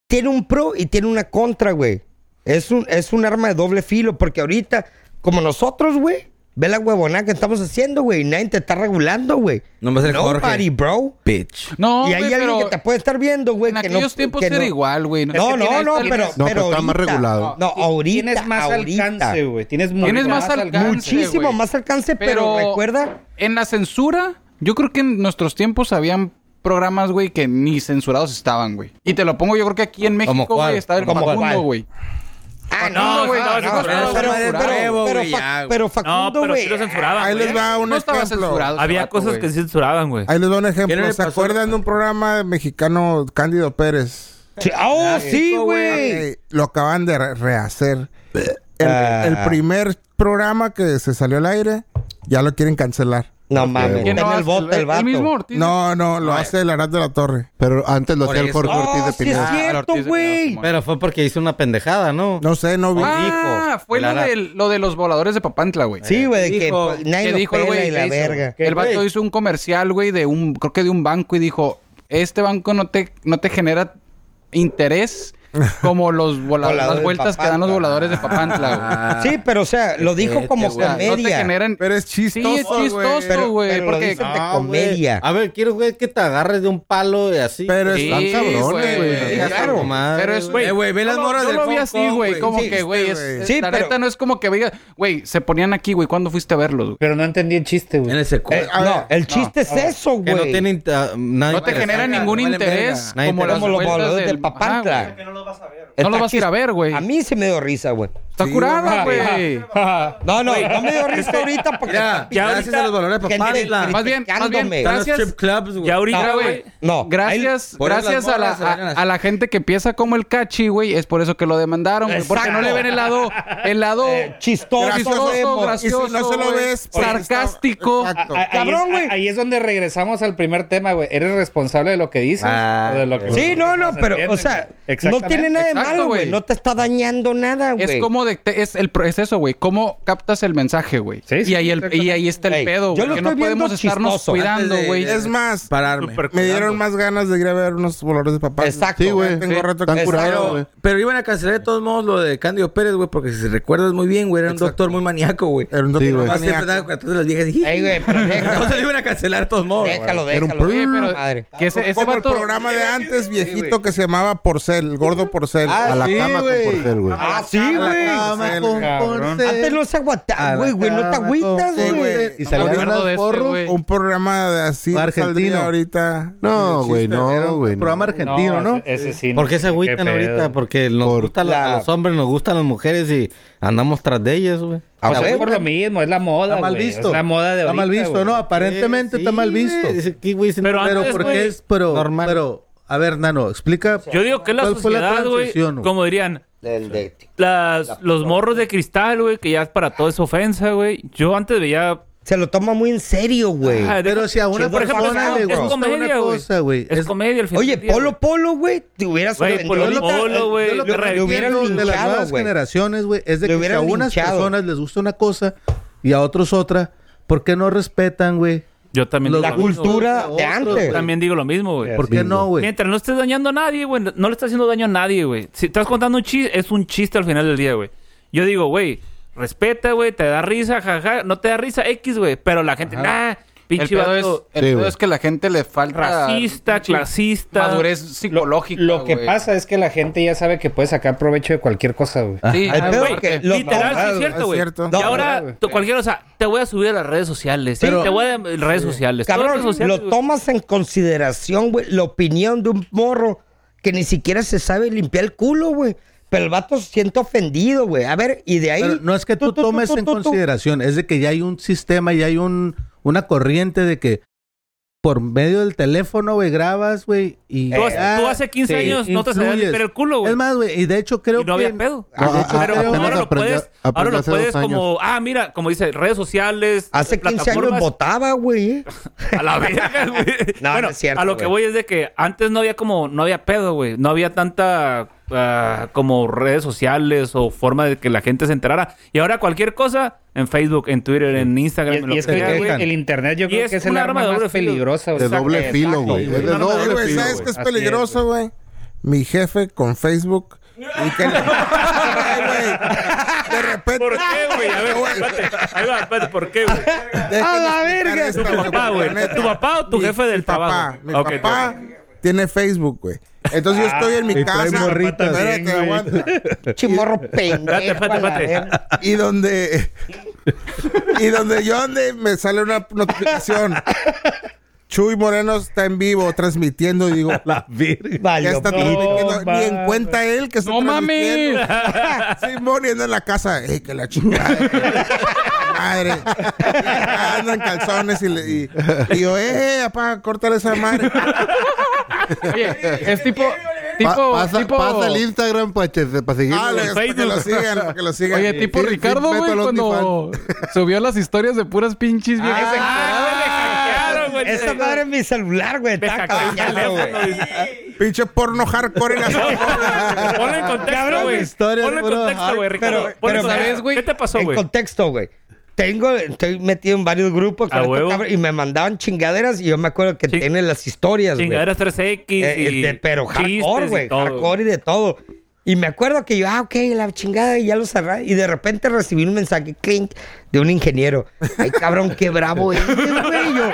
Speaker 5: tiene un pro y tiene una contra, güey. Es un, es un arma de doble filo, porque ahorita, como nosotros, güey, ve la huevonada que estamos haciendo, güey. y Nadie te está regulando, güey.
Speaker 10: Nomás el Jorge.
Speaker 5: Nobody, bro.
Speaker 15: Bitch.
Speaker 16: No,
Speaker 5: y hay
Speaker 16: güey,
Speaker 5: alguien
Speaker 16: pero
Speaker 5: que te puede estar viendo, güey.
Speaker 16: en
Speaker 5: que no-
Speaker 16: aquellos tiempos
Speaker 5: que
Speaker 16: era
Speaker 5: no-
Speaker 16: igual, güey.
Speaker 5: No, no, no, pero,
Speaker 1: No, pero está más
Speaker 5: ahorita-
Speaker 1: regulado.
Speaker 5: No, ahorita.
Speaker 12: Tienes más
Speaker 5: ahorita.
Speaker 12: alcance, güey. Tienes, mucho
Speaker 16: Tienes más alcance,
Speaker 5: Muchísimo
Speaker 16: güey.
Speaker 5: más alcance, pero, recuerda.
Speaker 16: En la censura, yo creo que en nuestros tiempos habían programas, güey, que ni censurados estaban, güey. Y te lo pongo, yo creo que aquí en México,
Speaker 10: cuál?
Speaker 16: güey, estaba el
Speaker 10: ¿Cómo cuál?
Speaker 16: Facundo, güey.
Speaker 5: Ah,
Speaker 8: no,
Speaker 16: güey,
Speaker 8: no,
Speaker 16: no, no,
Speaker 8: no, no,
Speaker 16: no,
Speaker 5: Pero,
Speaker 16: no,
Speaker 5: pero,
Speaker 16: no,
Speaker 5: pero,
Speaker 16: no,
Speaker 5: pero,
Speaker 16: güey,
Speaker 5: Fac-
Speaker 16: ya, güey.
Speaker 5: pero
Speaker 8: No,
Speaker 5: Facundo,
Speaker 8: pero sí
Speaker 5: güey.
Speaker 8: lo censuraban.
Speaker 3: Ahí
Speaker 8: güey.
Speaker 3: les va un
Speaker 16: No estaba
Speaker 3: ejemplo.
Speaker 16: censurado. ese
Speaker 8: Había
Speaker 16: vato,
Speaker 8: cosas
Speaker 16: güey.
Speaker 8: que sí censuraban, güey.
Speaker 3: Ahí les va un
Speaker 17: ¿Quién
Speaker 3: ejemplo.
Speaker 17: le
Speaker 3: ¿Se
Speaker 17: pasó?
Speaker 3: acuerdan de un programa mexicano Cándido Pérez?
Speaker 5: Sí, ah, oh, sí, güey.
Speaker 3: Ok, lo acaban de re- rehacer. El,
Speaker 5: Ah.
Speaker 3: el primer programa que se salió al aire, ya lo quieren cancelar.
Speaker 5: No mames.
Speaker 16: ¿Quién
Speaker 5: Está
Speaker 16: no
Speaker 5: en el
Speaker 16: hace?
Speaker 5: bote el vato.
Speaker 16: mismo Ortiz.
Speaker 3: No, no, lo hace el Arad de la Torre.
Speaker 1: Pero antes lo hacía el
Speaker 10: eso.
Speaker 1: Jorge Ortiz
Speaker 5: Oh,
Speaker 1: de
Speaker 5: sí es
Speaker 1: Pineda.
Speaker 5: cierto,
Speaker 16: Ortiz de
Speaker 5: güey.
Speaker 16: Pineda,
Speaker 10: Pero fue porque hizo una pendejada, ¿no?
Speaker 3: No sé, no vi.
Speaker 16: Ah,
Speaker 10: Hijo,
Speaker 16: fue lo
Speaker 10: Lara.
Speaker 16: de, lo de los voladores de Papantla, güey.
Speaker 5: Sí, güey, que
Speaker 16: Dijo-
Speaker 5: pues, nadie
Speaker 16: que
Speaker 5: lo
Speaker 16: dijo el
Speaker 5: pela
Speaker 16: güey
Speaker 5: y
Speaker 16: que
Speaker 5: la
Speaker 16: hizo.
Speaker 5: verga.
Speaker 16: El vato hizo un comercial, güey, de un, creo que de un banco y dijo, este banco no te, no te genera interés como
Speaker 5: [laughs]
Speaker 16: los vola-
Speaker 5: Volador de
Speaker 16: las vueltas que dan los
Speaker 5: Papantla.
Speaker 16: voladores de Papantla,
Speaker 5: [laughs] Sí, pero o sea, lo dijo
Speaker 10: Vete,
Speaker 5: como
Speaker 16: Ah, güey. O sea, no te
Speaker 5: comedia.
Speaker 16: generan...
Speaker 3: Pero es chistoso,
Speaker 16: Sí, es chistoso, güey,
Speaker 5: pero lo
Speaker 16: porque...
Speaker 5: dicen de
Speaker 10: Ah, güey.
Speaker 5: comedia.
Speaker 10: A ver, quiero güey, que te agarres de un palo y así.
Speaker 3: Pero
Speaker 16: Sí,
Speaker 3: están cabrones,
Speaker 16: güey.
Speaker 3: güey.
Speaker 10: Chingas a tu
Speaker 16: Claro,
Speaker 10: madre,
Speaker 16: pero es,
Speaker 10: güey.
Speaker 17: Eh, güey, ve las
Speaker 16: yo lo-
Speaker 17: morras
Speaker 16: yo
Speaker 17: del
Speaker 16: lo vi
Speaker 17: Hong
Speaker 16: así,
Speaker 17: Kong,
Speaker 16: güey,
Speaker 17: güey.
Speaker 16: como
Speaker 3: Sí,
Speaker 16: que, güey, es,
Speaker 3: güey.
Speaker 16: es-
Speaker 5: Sí,
Speaker 16: la
Speaker 5: pero-
Speaker 16: neta no es como que veía, güey, se ponían aquí, güey, ¿cuándo fuiste a verlos, güey?
Speaker 12: Pero no entendí el chiste, güey.
Speaker 17: En ese
Speaker 5: Eh,
Speaker 17: cuadro.
Speaker 5: no, el chiste es eso,
Speaker 10: Que
Speaker 5: güey.
Speaker 10: no tiene inter- nadie
Speaker 16: No te
Speaker 10: interesa.
Speaker 16: genera ningún
Speaker 17: valen
Speaker 16: interés
Speaker 10: verga.
Speaker 16: como
Speaker 10: Nadie
Speaker 16: las
Speaker 5: como los
Speaker 16: vueltas
Speaker 5: voladores
Speaker 16: del
Speaker 5: del Papantla.
Speaker 16: Ajá, güey. No lo vas a ir a ver, güey.
Speaker 5: A mí sí me dio risa, güey.
Speaker 16: Está curada, güey.
Speaker 5: [laughs] No, no, no me dio risa ahorita porque
Speaker 17: Mira,
Speaker 5: está
Speaker 17: ya gracias
Speaker 8: ahorita-
Speaker 17: a los valores de
Speaker 5: gente
Speaker 17: Papantla.
Speaker 16: Más bien, más bien,
Speaker 5: criticándome.
Speaker 17: Están los
Speaker 16: gracias.
Speaker 17: strip clubs, güey.
Speaker 8: Ya ahorita,
Speaker 16: No,
Speaker 8: güey.
Speaker 5: No,
Speaker 16: Gracias,
Speaker 17: por eso
Speaker 16: gracias
Speaker 17: las
Speaker 16: a la,
Speaker 17: morras se
Speaker 16: a,
Speaker 17: vengan así.
Speaker 16: a la gente que empieza como el cachi, güey, es por eso que lo demandaron, güey, porque no
Speaker 5: Exacto.
Speaker 16: le ven el lado, el lado
Speaker 5: Eh, chistoso,
Speaker 16: chistoso,
Speaker 5: vemos.
Speaker 12: pues,
Speaker 16: gracioso,
Speaker 3: Y si no se lo
Speaker 16: güey,
Speaker 3: ves, pues,
Speaker 16: sarcástico.
Speaker 3: está- exacto.
Speaker 12: A- a- ahí
Speaker 5: Cabrón,
Speaker 12: es-
Speaker 5: güey.
Speaker 12: a- Ahí es donde regresamos al primer tema, güey. ¿Eres responsable de lo que dices?
Speaker 10: Ah,
Speaker 12: o de lo que-
Speaker 5: Sí, no, no,
Speaker 12: ¿Se
Speaker 5: pero, o
Speaker 12: entiende,
Speaker 5: sea,
Speaker 12: güey?
Speaker 5: no
Speaker 12: Exactamente.
Speaker 5: tiene nada de
Speaker 16: Exacto,
Speaker 5: malo, güey.
Speaker 16: güey.
Speaker 5: No te está dañando nada, güey.
Speaker 16: Es como de, es el proceso, güey, cómo captas el mensaje, güey.
Speaker 12: Sí, sí,
Speaker 16: y ahí el y ahí está el
Speaker 5: Ey,
Speaker 16: pedo,
Speaker 5: yo
Speaker 16: güey,
Speaker 5: lo
Speaker 16: que no
Speaker 5: estoy viendo
Speaker 16: podemos estarnos
Speaker 5: chistoso.
Speaker 16: cuidando,
Speaker 17: Antes de-
Speaker 16: güey.
Speaker 17: de-
Speaker 3: Es más,
Speaker 17: Pararme.
Speaker 3: me dieron más ganas de ir a ver unos valores de papá.
Speaker 5: Exacto.
Speaker 1: Sí, güey.
Speaker 3: Tengo rato
Speaker 1: Están
Speaker 5: que-
Speaker 1: curados,
Speaker 5: Pero-
Speaker 1: güey.
Speaker 17: Pero iban a cancelar de todos modos lo de Cándido Pérez, güey, porque si se recuerdas muy bien, güey, era un doctor muy maníaco, güey.
Speaker 3: Era un
Speaker 1: Sí,
Speaker 3: doctor
Speaker 1: güey.
Speaker 17: Nomás siempre
Speaker 3: maníaco.
Speaker 17: andaba con todas las viejas y-
Speaker 5: Ey, güey, pero déjalo.
Speaker 17: No se lo iban a cancelar de todos modos.
Speaker 5: Déjalo,
Speaker 1: Era un
Speaker 5: déjalo.
Speaker 16: Oye, pero
Speaker 5: Madre.
Speaker 16: que ese, ese
Speaker 3: Como el
Speaker 16: vato-
Speaker 3: programa de antes, viejito, que se llamaba Porcel, el gordo Porcel.
Speaker 1: A la
Speaker 10: sí,
Speaker 1: cama con
Speaker 10: güey.
Speaker 1: Porcel, güey.
Speaker 5: Ah, sí, güey.
Speaker 3: Porcel,
Speaker 5: Antes no se aguantaba, güey, güey. No te agüitas,
Speaker 3: Sí,
Speaker 5: güey.
Speaker 3: güey.
Speaker 10: Y
Speaker 16: Me
Speaker 10: salían
Speaker 16: acuerdo
Speaker 10: los
Speaker 16: de ese,
Speaker 10: porros.
Speaker 16: güey.
Speaker 3: Un programa de así
Speaker 10: Argentino.
Speaker 3: saldría ahorita.
Speaker 1: No,
Speaker 3: El
Speaker 1: güey,
Speaker 3: chiste era
Speaker 1: no,
Speaker 3: un
Speaker 1: güey. no.
Speaker 10: Programa argentino, ¿no?
Speaker 12: Ese, ese sí.
Speaker 10: ¿Por qué se agüitan
Speaker 12: Qué pedo.
Speaker 10: ahorita? Porque nos
Speaker 1: Por-
Speaker 10: gustan la-
Speaker 5: la-
Speaker 10: los hombres, nos gustan las mujeres y andamos tras de ellas, güey.
Speaker 5: Ah,
Speaker 12: O sea, es
Speaker 5: güey,
Speaker 12: por lo mismo, es la moda,
Speaker 19: Está mal
Speaker 12: güey.
Speaker 19: visto.
Speaker 12: Es la moda de
Speaker 19: Está
Speaker 12: ahorita,
Speaker 19: mal visto,
Speaker 12: güey.
Speaker 19: ¿no? Aparentemente
Speaker 10: Sí,
Speaker 19: está mal
Speaker 10: güey.
Speaker 19: visto.
Speaker 10: Dice, ¿qué, güey? Si no-
Speaker 8: Pero
Speaker 19: Pero
Speaker 8: antes,
Speaker 19: porque
Speaker 8: güey,
Speaker 19: es, pero,
Speaker 10: normal.
Speaker 19: pero, a ver, Nano, explica.
Speaker 8: Yo digo que la
Speaker 19: ¿Cuál fue la
Speaker 8: sociedad, güey,
Speaker 19: transición, güey?
Speaker 8: como dirían,
Speaker 5: El de-
Speaker 8: las, los morros de cristal, güey, que ya es para todo es ofensa, güey. Yo antes veía...
Speaker 5: Se lo toma muy en serio, güey.
Speaker 8: Ah,
Speaker 19: Pero si a una
Speaker 8: Sí, por ejemplo,
Speaker 19: persona
Speaker 8: es-
Speaker 19: le
Speaker 8: es
Speaker 19: gusta una
Speaker 8: comedia, güey.
Speaker 19: cosa, güey.
Speaker 8: Es
Speaker 19: es-
Speaker 8: comedia al final
Speaker 5: Oye,
Speaker 8: del día,
Speaker 5: Polo Polo, güey, te hubieras
Speaker 8: Güey,
Speaker 5: aventado.
Speaker 8: Polo
Speaker 19: Yo lo que-
Speaker 8: Polo,
Speaker 19: yo
Speaker 8: güey,
Speaker 19: Lo
Speaker 8: te
Speaker 19: que
Speaker 5: hubieran
Speaker 19: refiero de las
Speaker 5: linchado,
Speaker 19: nuevas
Speaker 5: güey.
Speaker 19: generaciones, güey, es de
Speaker 5: Lo
Speaker 19: que si
Speaker 5: hubieran
Speaker 19: a unas
Speaker 5: linchado.
Speaker 19: personas les gusta una cosa y a otros otra, ¿por qué no respetan, güey?
Speaker 8: Yo también
Speaker 19: Los-
Speaker 8: digo
Speaker 5: La
Speaker 8: lo mismo,
Speaker 5: cultura
Speaker 19: güey.
Speaker 5: de
Speaker 8: güey.
Speaker 5: antes.
Speaker 8: También digo lo mismo, güey.
Speaker 19: ¿Por qué no, güey?
Speaker 8: Mientras no estés dañando a nadie, güey, no le estás haciendo daño a nadie, güey. Si estás contando un chiste, es un chiste al final del día, güey. Yo digo, güey, respeta, güey, te da risa, jaja, no te da risa X, güey, pero la gente, nah,
Speaker 16: el
Speaker 8: pinche
Speaker 16: pedo, es,
Speaker 8: vato
Speaker 16: el
Speaker 1: Sí,
Speaker 16: pedo
Speaker 1: güey.
Speaker 16: es que la gente le falta
Speaker 8: racista,
Speaker 16: pinche
Speaker 8: clasista.
Speaker 16: madurez psicológica,
Speaker 12: Lo
Speaker 8: Ah,
Speaker 12: que
Speaker 16: güey.
Speaker 12: pasa es que la gente ya sabe que puede sacar provecho de cualquier cosa, güey.
Speaker 8: Ah,
Speaker 16: Sí,
Speaker 5: El pedo
Speaker 16: güey,
Speaker 5: es que
Speaker 16: que-
Speaker 5: lo-
Speaker 8: Literal,
Speaker 5: no,
Speaker 8: sí es
Speaker 3: no,
Speaker 8: cierto,
Speaker 3: es
Speaker 8: güey.
Speaker 3: cierto.
Speaker 8: y
Speaker 5: No,
Speaker 8: ahora, tú- cualquiera, o sea, te voy a subir a las redes sociales. sí,
Speaker 19: Pero-
Speaker 8: te voy a redes sociales. todas las
Speaker 5: Cabrón,
Speaker 8: redes sociales,
Speaker 5: lo
Speaker 8: güey.
Speaker 5: tomas en consideración, güey, la opinión de un morro que ni siquiera se sabe limpiar el culo, güey. Pero el vato se siente ofendido, güey. A ver, y de ahí.
Speaker 2: Pero no es que tú, tomes en consideración, es de que ya hay un sistema, ya hay un, una corriente de que por medio del teléfono, güey, grabas, güey, y...
Speaker 8: Tú, hace-
Speaker 2: ya
Speaker 8: tú hace 15 años no te
Speaker 2: Ah,
Speaker 8: sabías
Speaker 2: influyes.
Speaker 8: limpiar el culo, güey.
Speaker 2: Es más, güey, y de hecho creo
Speaker 8: Y no había
Speaker 2: que-
Speaker 8: pedo.
Speaker 2: No, de hecho,
Speaker 8: pero
Speaker 2: creo-
Speaker 8: ahora lo
Speaker 2: aprendió-
Speaker 8: puedes, ahora
Speaker 2: aprendió
Speaker 8: lo
Speaker 2: hace dos
Speaker 8: puedes como,
Speaker 2: años.
Speaker 8: ah, mira, como dice, redes sociales.
Speaker 5: Hace 15 años
Speaker 8: plataformas.
Speaker 5: votaba, güey. ¿eh?
Speaker 8: A
Speaker 2: [laughs]
Speaker 5: [laughs]
Speaker 8: la verga, güey. bueno,
Speaker 5: es cierto,
Speaker 8: a lo que
Speaker 5: güey.
Speaker 8: voy es de que antes no había como, no había pedo, güey. No había tanta ah, como redes sociales o forma de que la gente se enterara. Y ahora cualquier cosa en Facebook, en Twitter, en Instagram. en lo
Speaker 12: Y es
Speaker 8: que
Speaker 12: que
Speaker 8: sea,
Speaker 12: el,
Speaker 8: güey.
Speaker 12: el internet yo
Speaker 8: Y
Speaker 12: creo que es el
Speaker 8: un
Speaker 12: arma,
Speaker 8: de
Speaker 12: más
Speaker 8: doble filo.
Speaker 12: peligrosa. güey. Exacto, exacto,
Speaker 3: Es de doble
Speaker 12: Sí, güey,
Speaker 3: filo,
Speaker 12: ¿sabes
Speaker 3: güey.
Speaker 12: qué
Speaker 3: es peligroso, güey? Mi jefe con Facebook. Y que
Speaker 8: ¿Por qué, güey? A ver, espérate. Ahí va, espérate, ¿por qué, güey?
Speaker 3: A la verga.
Speaker 8: Tu papá, güey. ¿Tu papá o tu jefe del trabajo?
Speaker 3: Mi
Speaker 8: Ok,
Speaker 3: papá tiene Facebook, güey. Entonces yo estoy en mi
Speaker 5: Ah, y
Speaker 3: casa.
Speaker 5: trae morritas.
Speaker 3: Espérate,
Speaker 5: También, güey.
Speaker 3: aguanta.
Speaker 5: [laughs] Chimorro pendejo.
Speaker 3: Espérate, espérate,
Speaker 5: a la
Speaker 3: espérate.
Speaker 5: verga.
Speaker 3: Y donde. Y donde yo ande, me sale una notificación. Chuy Moreno está en vivo transmitiendo y
Speaker 5: [laughs]
Speaker 3: digo. La virgen.
Speaker 5: Valió,
Speaker 3: Ya está
Speaker 5: no,
Speaker 3: transmitiendo. Ni
Speaker 5: mames.
Speaker 3: en cuenta él que está ¡No mames! [laughs] Simón y anda en la casa. ¡Ey, que la chingada! que la madre. Andan calzones y, le- y, y yo, ¡eh, apá, córtale esa
Speaker 8: [laughs]
Speaker 3: madre!
Speaker 16: Oye, es tipo.
Speaker 1: Pa-
Speaker 16: Tipo.
Speaker 1: pasa,
Speaker 16: tipo
Speaker 1: pasa el Instagram para seguir.
Speaker 16: Ah, les-
Speaker 3: para que lo sigan, para que lo sigan.
Speaker 16: Oye, tipo
Speaker 1: Sí, sí,
Speaker 16: Ricardo,
Speaker 1: Beto
Speaker 16: güey,
Speaker 1: al
Speaker 16: cuando subió las historias de puras pinches viejas
Speaker 5: Esa madre en mi celular, güey. Está cañado, güey.
Speaker 3: Pinche porno hardcore en
Speaker 8: [laughs]
Speaker 3: la
Speaker 8: Ponlo en contexto,
Speaker 5: Cabrón,
Speaker 8: güey.
Speaker 5: historia,
Speaker 8: Ponlo en
Speaker 5: bro.
Speaker 8: contexto, güey,
Speaker 5: Ay,
Speaker 8: Ricardo.
Speaker 5: pero-
Speaker 8: Ponlo en
Speaker 5: pero
Speaker 8: contexto.
Speaker 5: ¿sabes, güey?
Speaker 8: ¿Qué te pasó,
Speaker 5: En
Speaker 8: güey?
Speaker 5: contexto, güey. Tengo, estoy metido en varios grupos con
Speaker 8: ¿A
Speaker 5: estos
Speaker 8: huevo?
Speaker 5: cabros y me mandaban chingaderas y yo me acuerdo que tienen las historias, güey.
Speaker 8: Chingaderas 3X
Speaker 5: Eh,
Speaker 8: y
Speaker 5: este, pero hardcore,
Speaker 8: chistes y
Speaker 5: güey.
Speaker 8: todo,
Speaker 5: Hardcore y de todo. Y me acuerdo que yo, ah, ok, la chingada, y ya lo cerré. Y de repente recibí un mensaje, clink, de un ingeniero. Ay, cabrón, qué bravo eres, güey. Y Yo,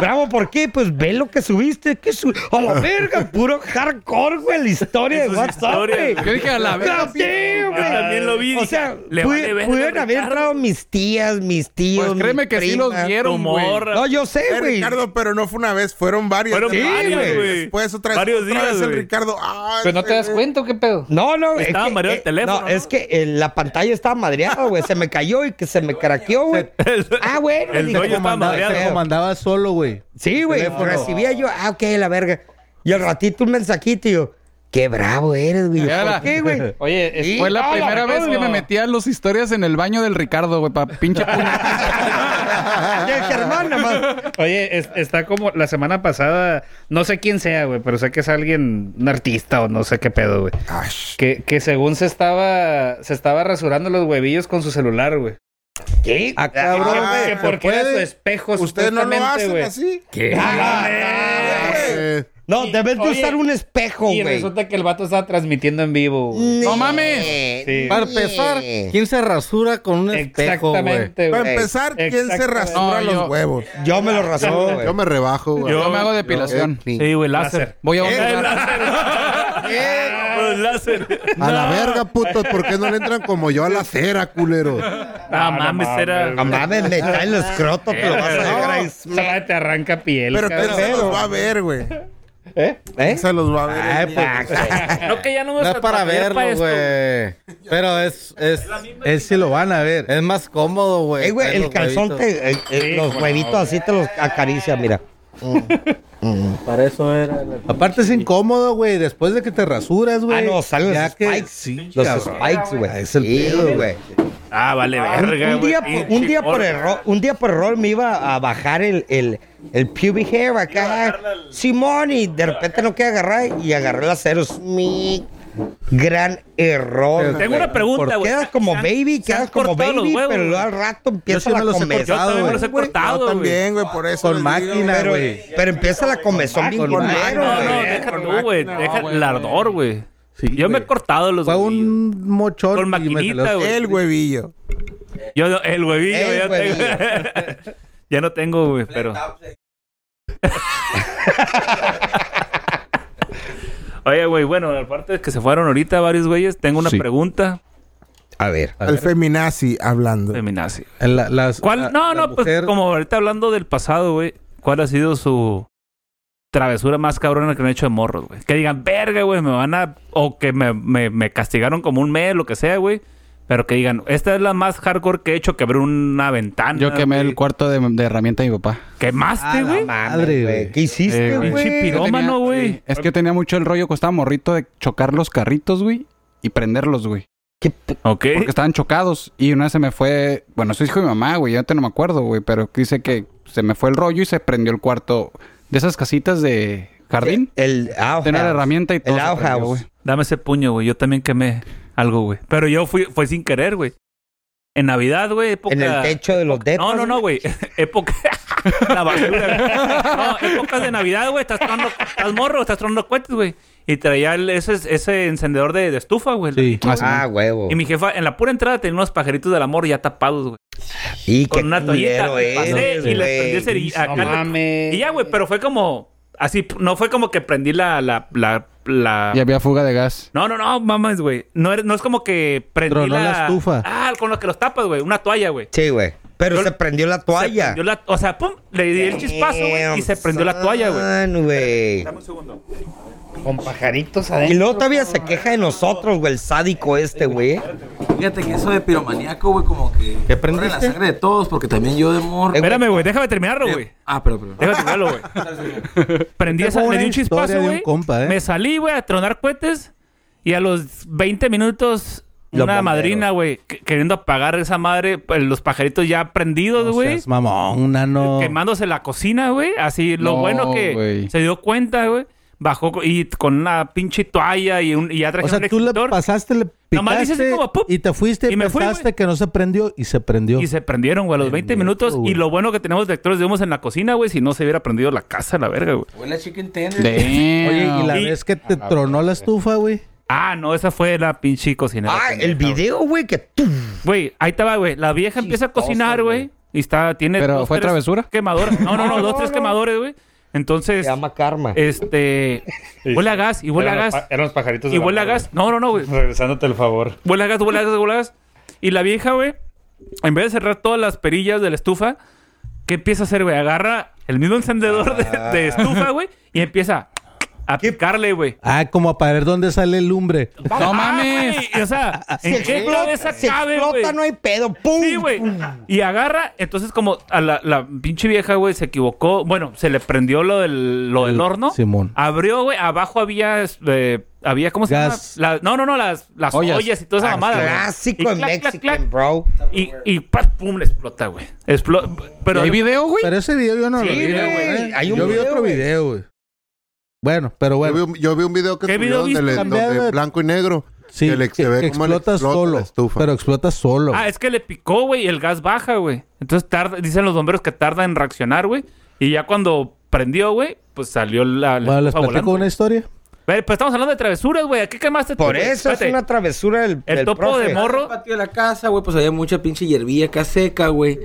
Speaker 5: bravo, ¿por qué? Pues ve lo que subiste. ¿Qué su A la verga, puro hardcore, güey, la historia de WhatsApp,
Speaker 8: historias,
Speaker 5: güey.
Speaker 8: güey. Yo dije, a la verga,
Speaker 5: Pero,
Speaker 8: sí,
Speaker 5: sí,
Speaker 8: yo
Speaker 5: güey.
Speaker 8: también lo vi,
Speaker 5: O
Speaker 8: dije,
Speaker 5: sea,
Speaker 8: le
Speaker 5: pu-
Speaker 8: vale verga,
Speaker 5: pudieron haber entrado mis tías, mis tíos.
Speaker 16: Pues créeme que sí los vieron, güey.
Speaker 5: No, yo sé,
Speaker 3: Eh,
Speaker 5: güey.
Speaker 3: Ricardo, pero no fue una vez, fueron varios.
Speaker 8: Fueron varios, güey.
Speaker 3: Después otra vez,
Speaker 8: Varios
Speaker 3: otra
Speaker 8: días,
Speaker 3: vez el
Speaker 8: güey.
Speaker 3: Ricardo. ah,
Speaker 16: Pero no te das cuenta, ¿o ¿qué pedo?
Speaker 5: No, no,
Speaker 8: Estaba
Speaker 5: es que,
Speaker 8: mareado el
Speaker 5: eh,
Speaker 8: teléfono,
Speaker 5: No,
Speaker 8: ¿no?
Speaker 5: es que eh, la pantalla estaba madreada, güey. Se me cayó y que se me craqueó, güey. Ah, bueno.
Speaker 8: el
Speaker 5: dije,
Speaker 8: dueño estaba
Speaker 5: "Mamá,
Speaker 8: madreado".
Speaker 5: qué
Speaker 8: Se
Speaker 5: pedo". [laughs]
Speaker 2: Comandaba solo, güey.
Speaker 5: Sí, güey.
Speaker 2: Teléfono.
Speaker 5: Recibía yo, ah, ok, la verga. Y al ratito un mensajito y yo, qué bravo eres, güey. Yo,
Speaker 16: Ya
Speaker 5: ¿Por
Speaker 16: la- [laughs]
Speaker 5: qué, güey?
Speaker 12: Oye,
Speaker 5: Sí,
Speaker 16: Fue la
Speaker 5: no,
Speaker 16: primera vez que me
Speaker 5: verga.
Speaker 16: metía en las historias en el baño del Ricardo, güey, para pinche puño.
Speaker 5: De Germán, nomás.
Speaker 12: Oye, es- está como la semana pasada, no sé quién sea, güey, pero sé que es alguien, un artista o no sé qué pedo, güey. Que, que según se estaba, se estaba rasurando los huevillos con su celular, güey.
Speaker 5: ¿Qué?
Speaker 12: Ah,
Speaker 5: cabrón,
Speaker 12: que-
Speaker 5: güey,
Speaker 12: que
Speaker 5: ¿se
Speaker 12: porque era
Speaker 5: puede?
Speaker 12: su espejo,
Speaker 3: Ustedes no lo
Speaker 12: supuestamente,
Speaker 3: hacen
Speaker 12: güey.
Speaker 3: así.
Speaker 5: ¿Qué? Ah,
Speaker 12: Ah,
Speaker 5: No,
Speaker 12: Y-
Speaker 5: debes de
Speaker 12: oye,
Speaker 5: usar un espejo,
Speaker 12: Y
Speaker 5: güey. Mm,
Speaker 12: resulta que el vato estaba transmitiendo en vivo, güey.
Speaker 16: ¡No mames!
Speaker 12: Sí.
Speaker 10: Para empezar, ¿quién se rasura con un espejo, güey?
Speaker 12: Exactamente, güey.
Speaker 3: Para empezar, ¿quién se
Speaker 12: Exactamente.
Speaker 3: rasura
Speaker 16: No,
Speaker 3: los
Speaker 16: yo-
Speaker 3: huevos?
Speaker 5: Yo me lo rasuro, güey.
Speaker 1: Yo me rebajo, güey.
Speaker 16: Yo me hago depilación.
Speaker 8: Sí, güey, láser.
Speaker 16: Voy
Speaker 1: Eh,
Speaker 16: a buscar.
Speaker 8: Los Pues, láser.
Speaker 1: A la verga, putos, ¿por qué no le entran como yo a la cera, culero?
Speaker 8: Ah, mames, era.
Speaker 5: No mames, me cae el escroto, te lo vas
Speaker 16: Eh,
Speaker 5: a dejar ahí.
Speaker 12: Esa madre te arranca piel,
Speaker 3: Pero
Speaker 12: cabrón.
Speaker 3: quién se los va a ver, güey.
Speaker 12: ¿Eh?
Speaker 5: ¿Eh?
Speaker 3: Se los va a ver.
Speaker 5: Ay, pues,
Speaker 8: No, que ya no me
Speaker 10: No es para
Speaker 8: ver
Speaker 10: verlo, güey. Pero es, es,
Speaker 2: Él sí lo van a ver.
Speaker 10: es más cómodo, güey.
Speaker 5: Ey, güey,
Speaker 10: Traer
Speaker 5: el
Speaker 10: los
Speaker 5: calzón
Speaker 10: huevitos.
Speaker 5: te. eh, eh, los huevitos así te los acaricia, mira.
Speaker 2: Mm. Para eso era. [laughs] Aparte es incómodo, güey. Después de que te rasuras, güey.
Speaker 5: Ah, no, salen
Speaker 2: ya
Speaker 5: los
Speaker 2: que-
Speaker 5: spikes.
Speaker 2: Sí,
Speaker 5: Los
Speaker 2: cabrón.
Speaker 5: spikes, güey.
Speaker 2: Es el
Speaker 5: Sí,
Speaker 2: pedo,
Speaker 5: güey.
Speaker 8: Ah, vale, verga,
Speaker 5: Un
Speaker 8: güey.
Speaker 5: día, por- un día por error, un día por error me iba a bajar el, el, el pubic hair acá. Simón, y de repente no quería agarrar y agarré el acero. Es mi gran error.
Speaker 8: Tengo
Speaker 5: güey.
Speaker 8: una pregunta, güey.
Speaker 5: Quedas como
Speaker 8: Se han-
Speaker 5: baby,
Speaker 8: se han
Speaker 5: quedas como
Speaker 8: cortado los
Speaker 5: baby,
Speaker 8: huevos,
Speaker 5: pero luego
Speaker 8: güey.
Speaker 5: al
Speaker 2: sí
Speaker 5: rato empieza
Speaker 2: me
Speaker 5: la
Speaker 2: los he
Speaker 8: Yo
Speaker 5: comezón.
Speaker 8: también me los he
Speaker 5: güey.
Speaker 3: Yo
Speaker 8: cortado, güey.
Speaker 3: también, güey, por eso.
Speaker 2: Con
Speaker 3: les digo,
Speaker 2: máquina,
Speaker 3: güey. Ah,
Speaker 5: Pero,
Speaker 2: güey.
Speaker 5: pero empieza la comezón bien
Speaker 2: Con
Speaker 5: culero,
Speaker 8: No, no,
Speaker 5: güey.
Speaker 8: deja tú, güey. Deja el ardor, güey.
Speaker 2: Sí,
Speaker 8: Yo me he
Speaker 2: güey.
Speaker 8: cortado los
Speaker 2: Fue
Speaker 8: huevillos.
Speaker 2: un mochón.
Speaker 8: Con
Speaker 2: y me
Speaker 8: maquinita,
Speaker 2: salió-
Speaker 8: güey.
Speaker 3: El huevillo.
Speaker 8: Yo no- el huevillo,
Speaker 5: El
Speaker 8: ya tengo. [laughs] ya no tengo, güey, pero. Oye, güey, bueno, aparte de que se fueron ahorita varios güeyes, tengo una
Speaker 16: Sí.
Speaker 8: pregunta.
Speaker 5: A ver.
Speaker 3: El feminazi hablando.
Speaker 8: Feminazi.
Speaker 2: La- las-
Speaker 5: ah,
Speaker 8: ¿Cuál?
Speaker 2: la- la
Speaker 8: No, no, pues
Speaker 2: mujer-
Speaker 8: como ahorita hablando del pasado, güey, ¿cuál ha sido su travesura más cabrona que me han hecho de morros, güey. Que digan, verga, güey, me van a. O que me, me, me castigaron como un mes, lo que sea, güey. Pero que digan, esta es la más hardcore que he hecho, quebré una ventana.
Speaker 16: Yo quemé
Speaker 8: güey.
Speaker 16: el cuarto de, de herramienta de mi papá.
Speaker 8: ¿Quemaste, güey? Eh,
Speaker 5: Madre, Ah, güey. ¿Qué hiciste,
Speaker 8: güey? Pinche pirómano, güey.
Speaker 16: eh, Es que tenía mucho el rollo que estaba morrito de chocar los carritos, güey, y prenderlos, güey.
Speaker 8: Ok.
Speaker 16: Porque estaban chocados. Y una vez se me fue. Bueno, eso dijo mi mamá, güey. Yo ahorita no me acuerdo, güey. Pero dice que se me fue el rollo y se prendió el cuarto de esas casitas de jardín.
Speaker 5: El ah,
Speaker 16: Tenía
Speaker 8: Ah,
Speaker 16: la herramienta y todo. se prendió, güey.
Speaker 8: Dame ese puño, güey. Yo también quemé algo, güey. Pero yo fui, fue sin querer, güey. En Navidad, güey, época...
Speaker 5: En el techo de los dedos.
Speaker 8: No, no, no, güey. [laughs] época... la basura, güey. No, épocas de Navidad, güey. Estás tronando... Estás morro, estás tronando cohetes, güey. Y traía el- ese, ese encendedor de, de estufa, güey. Sí.
Speaker 5: Ah, huevo.
Speaker 8: Y mi jefa, en la pura entrada, tenía unos pajeritos del amor ya tapados, güey.
Speaker 5: Y
Speaker 8: Con una toallita.
Speaker 5: culero
Speaker 8: pasé
Speaker 5: eres,
Speaker 8: y le
Speaker 5: güey.
Speaker 8: prendí el cerillo.
Speaker 5: No
Speaker 8: acá le- Y ya, güey, pero fue como... Así, no fue como que prendí la... la, la, la...
Speaker 16: Y había fuga de gas.
Speaker 8: No, no, no, mames, güey. No, era- no es como que prendí
Speaker 2: Tronó
Speaker 8: la...
Speaker 2: la estufa.
Speaker 8: Ah, con lo que los tapas, güey. Una toalla, güey.
Speaker 5: Sí, güey. Pero se prendió la
Speaker 8: Se
Speaker 5: toalla.
Speaker 8: prendió la- o sea, pum, le di el chispazo, güey, y se prendió la toalla, güey.
Speaker 5: Son, güey.
Speaker 12: Con pajaritos
Speaker 5: Y luego todavía se queja de nosotros, güey, el sádico este, güey.
Speaker 11: Fíjate que eso de piromaníaco, güey, como que
Speaker 5: ¿Qué
Speaker 11: corre la sangre de todos, porque también yo de morro.
Speaker 8: Espérame, güey, déjame terminarlo, güey.
Speaker 11: Ah, pero, pero.
Speaker 8: Déjame terminarlo, güey. Prendí
Speaker 11: Esta
Speaker 8: esa,
Speaker 11: fue
Speaker 8: le di
Speaker 11: una
Speaker 8: un chispazo,
Speaker 11: historia de un
Speaker 8: güey.
Speaker 11: compa, ¿eh?
Speaker 8: Me salí, güey, a tronar cohetes. Y a los 20 minutos,
Speaker 11: Los
Speaker 8: una
Speaker 11: bomberos.
Speaker 8: madrina, güey, que- queriendo apagar esa madre, pues, los pajaritos ya prendidos, güey.
Speaker 2: Es mamón, nano.
Speaker 8: quemándose la cocina, güey. Así, lo
Speaker 2: No,
Speaker 8: bueno que
Speaker 2: güey.
Speaker 8: se dio cuenta, güey. Bajó co- y con una pinche toalla y, un, y ya
Speaker 2: O sea,
Speaker 8: trajeron un
Speaker 2: tú le pasaste, le
Speaker 8: Nomás le hice así
Speaker 2: picaste
Speaker 8: como,
Speaker 2: y te fuiste y,
Speaker 8: y me fui,
Speaker 2: pensaste que no se prendió y se prendió.
Speaker 8: Y se prendieron, güey, a los 20 minutos. Y lo bueno que tenemos lectores de humos en la cocina, güey. Si no, se hubiera prendido la casa, a la verga, güey.
Speaker 11: Huele chicken
Speaker 2: Oye, y la vez que te
Speaker 5: Ah,
Speaker 2: tronó la estufa, güey.
Speaker 8: Ah, no, esa fue la pinche cocinera. Ah, el video,
Speaker 5: güey, que...
Speaker 8: Güey, ahí estaba, güey. La vieja empieza a cocinar, güey. Y está, tiene...
Speaker 16: ¿Pero fue
Speaker 8: tres
Speaker 16: travesura?
Speaker 8: Quemadoras. No, no, [laughs] no, dos, tres quemadores, güey. Entonces... Se
Speaker 5: llama karma.
Speaker 8: Este... Huele a gas, y huele a
Speaker 12: Eran los
Speaker 8: gas.
Speaker 12: pa- eran los pajaritos
Speaker 8: Y
Speaker 12: del
Speaker 8: huele a
Speaker 12: amor,
Speaker 8: gas. No, no, no, güey.
Speaker 12: Regresándote el favor.
Speaker 8: Huele a gas, huele a gas, huele a gas. Y la vieja, güey, en vez de cerrar todas las perillas de la estufa, ¿qué empieza a hacer, güey? Agarra el mismo encendedor de, de estufa, güey, y empieza a picarle, güey.
Speaker 2: Ah, como para ver dónde sale el lumbre.
Speaker 8: ¡No mames! o sea,
Speaker 2: Si
Speaker 8: ¿en qué
Speaker 2: explota-
Speaker 8: cabeza
Speaker 2: si
Speaker 8: cabe,
Speaker 2: explota,
Speaker 8: güey?
Speaker 5: no hay pedo. ¡Pum!
Speaker 8: Sí, güey. Y agarra, entonces como a la, la pinche vieja, güey, se equivocó. Bueno, se le prendió lo del, lo del horno.
Speaker 2: Simón.
Speaker 8: Abrió, güey, abajo había, eh, había ¿cómo se
Speaker 2: Gas.
Speaker 8: llama? La- no, no, no, las, las
Speaker 5: Ollas.
Speaker 8: ollas. y toda esa
Speaker 5: Ah,
Speaker 8: mamada. güey.
Speaker 5: clásico
Speaker 8: Y clac,
Speaker 5: Mexican,
Speaker 8: clac, clac.
Speaker 5: bro.
Speaker 8: Y, y ¡pum! pum, le explota, güey. Explo- pero
Speaker 2: ¿Hay
Speaker 16: video, güey?
Speaker 2: Pero ese video yo no lo
Speaker 8: Sí,
Speaker 2: vi,
Speaker 8: güey.
Speaker 2: güey.
Speaker 8: Hay un
Speaker 2: yo vi
Speaker 8: video,
Speaker 2: otro
Speaker 8: güey.
Speaker 2: video, güey. Bueno, pero bueno.
Speaker 1: Yo vi un, yo vi un video que
Speaker 2: ¿Qué
Speaker 1: subió
Speaker 2: video
Speaker 1: donde
Speaker 2: viste?
Speaker 1: le- donde
Speaker 2: Cambiado de-
Speaker 1: blanco y negro.
Speaker 2: Sí,
Speaker 1: que le, se
Speaker 2: que-
Speaker 1: ve
Speaker 2: que
Speaker 1: cómo le
Speaker 2: explota solo.
Speaker 1: la estufa.
Speaker 2: Pero explota solo.
Speaker 8: Ah, es que le picó, güey, y el gas baja, güey. Entonces tarda, dicen los bomberos que tarda en reaccionar, güey. Y ya cuando prendió, güey, pues salió la... la
Speaker 2: bueno, les
Speaker 8: estufa
Speaker 2: platico
Speaker 8: volando.
Speaker 2: una historia.
Speaker 8: Pero, pero estamos hablando de travesuras, güey. ¿A qué quemaste tú,
Speaker 5: Por
Speaker 8: güey?
Speaker 5: eso es
Speaker 8: Espérate.
Speaker 5: una travesura del,
Speaker 8: El
Speaker 5: del
Speaker 8: topo
Speaker 5: profe.
Speaker 8: de morro.
Speaker 11: el patio de la casa, güey, pues había mucha pinche hierbilla acá seca, güey.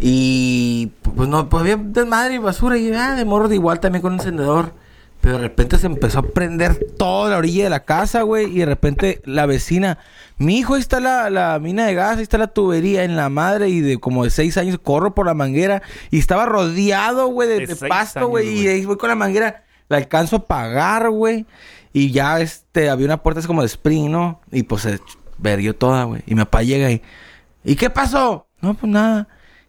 Speaker 11: Y pues no, pues había desmadre y basura. Y ah, de morro de igual también con un encendedor. Pero de repente se empezó a prender
Speaker 17: toda la orilla de la casa, güey, y de repente la vecina, mi hijo, ahí está la, la mina de gas, ahí está la tubería en la madre, y de como de seis años corro por la manguera, y estaba rodeado, güey, de, De de seis pasto, años, güey, y ahí voy con la manguera, la alcanzo a pagar, güey, y ya, este, había una puerta así como de spring, ¿no? Y pues se verguió toda, güey, y mi papá llega y, ¿y qué pasó? No, pues nada.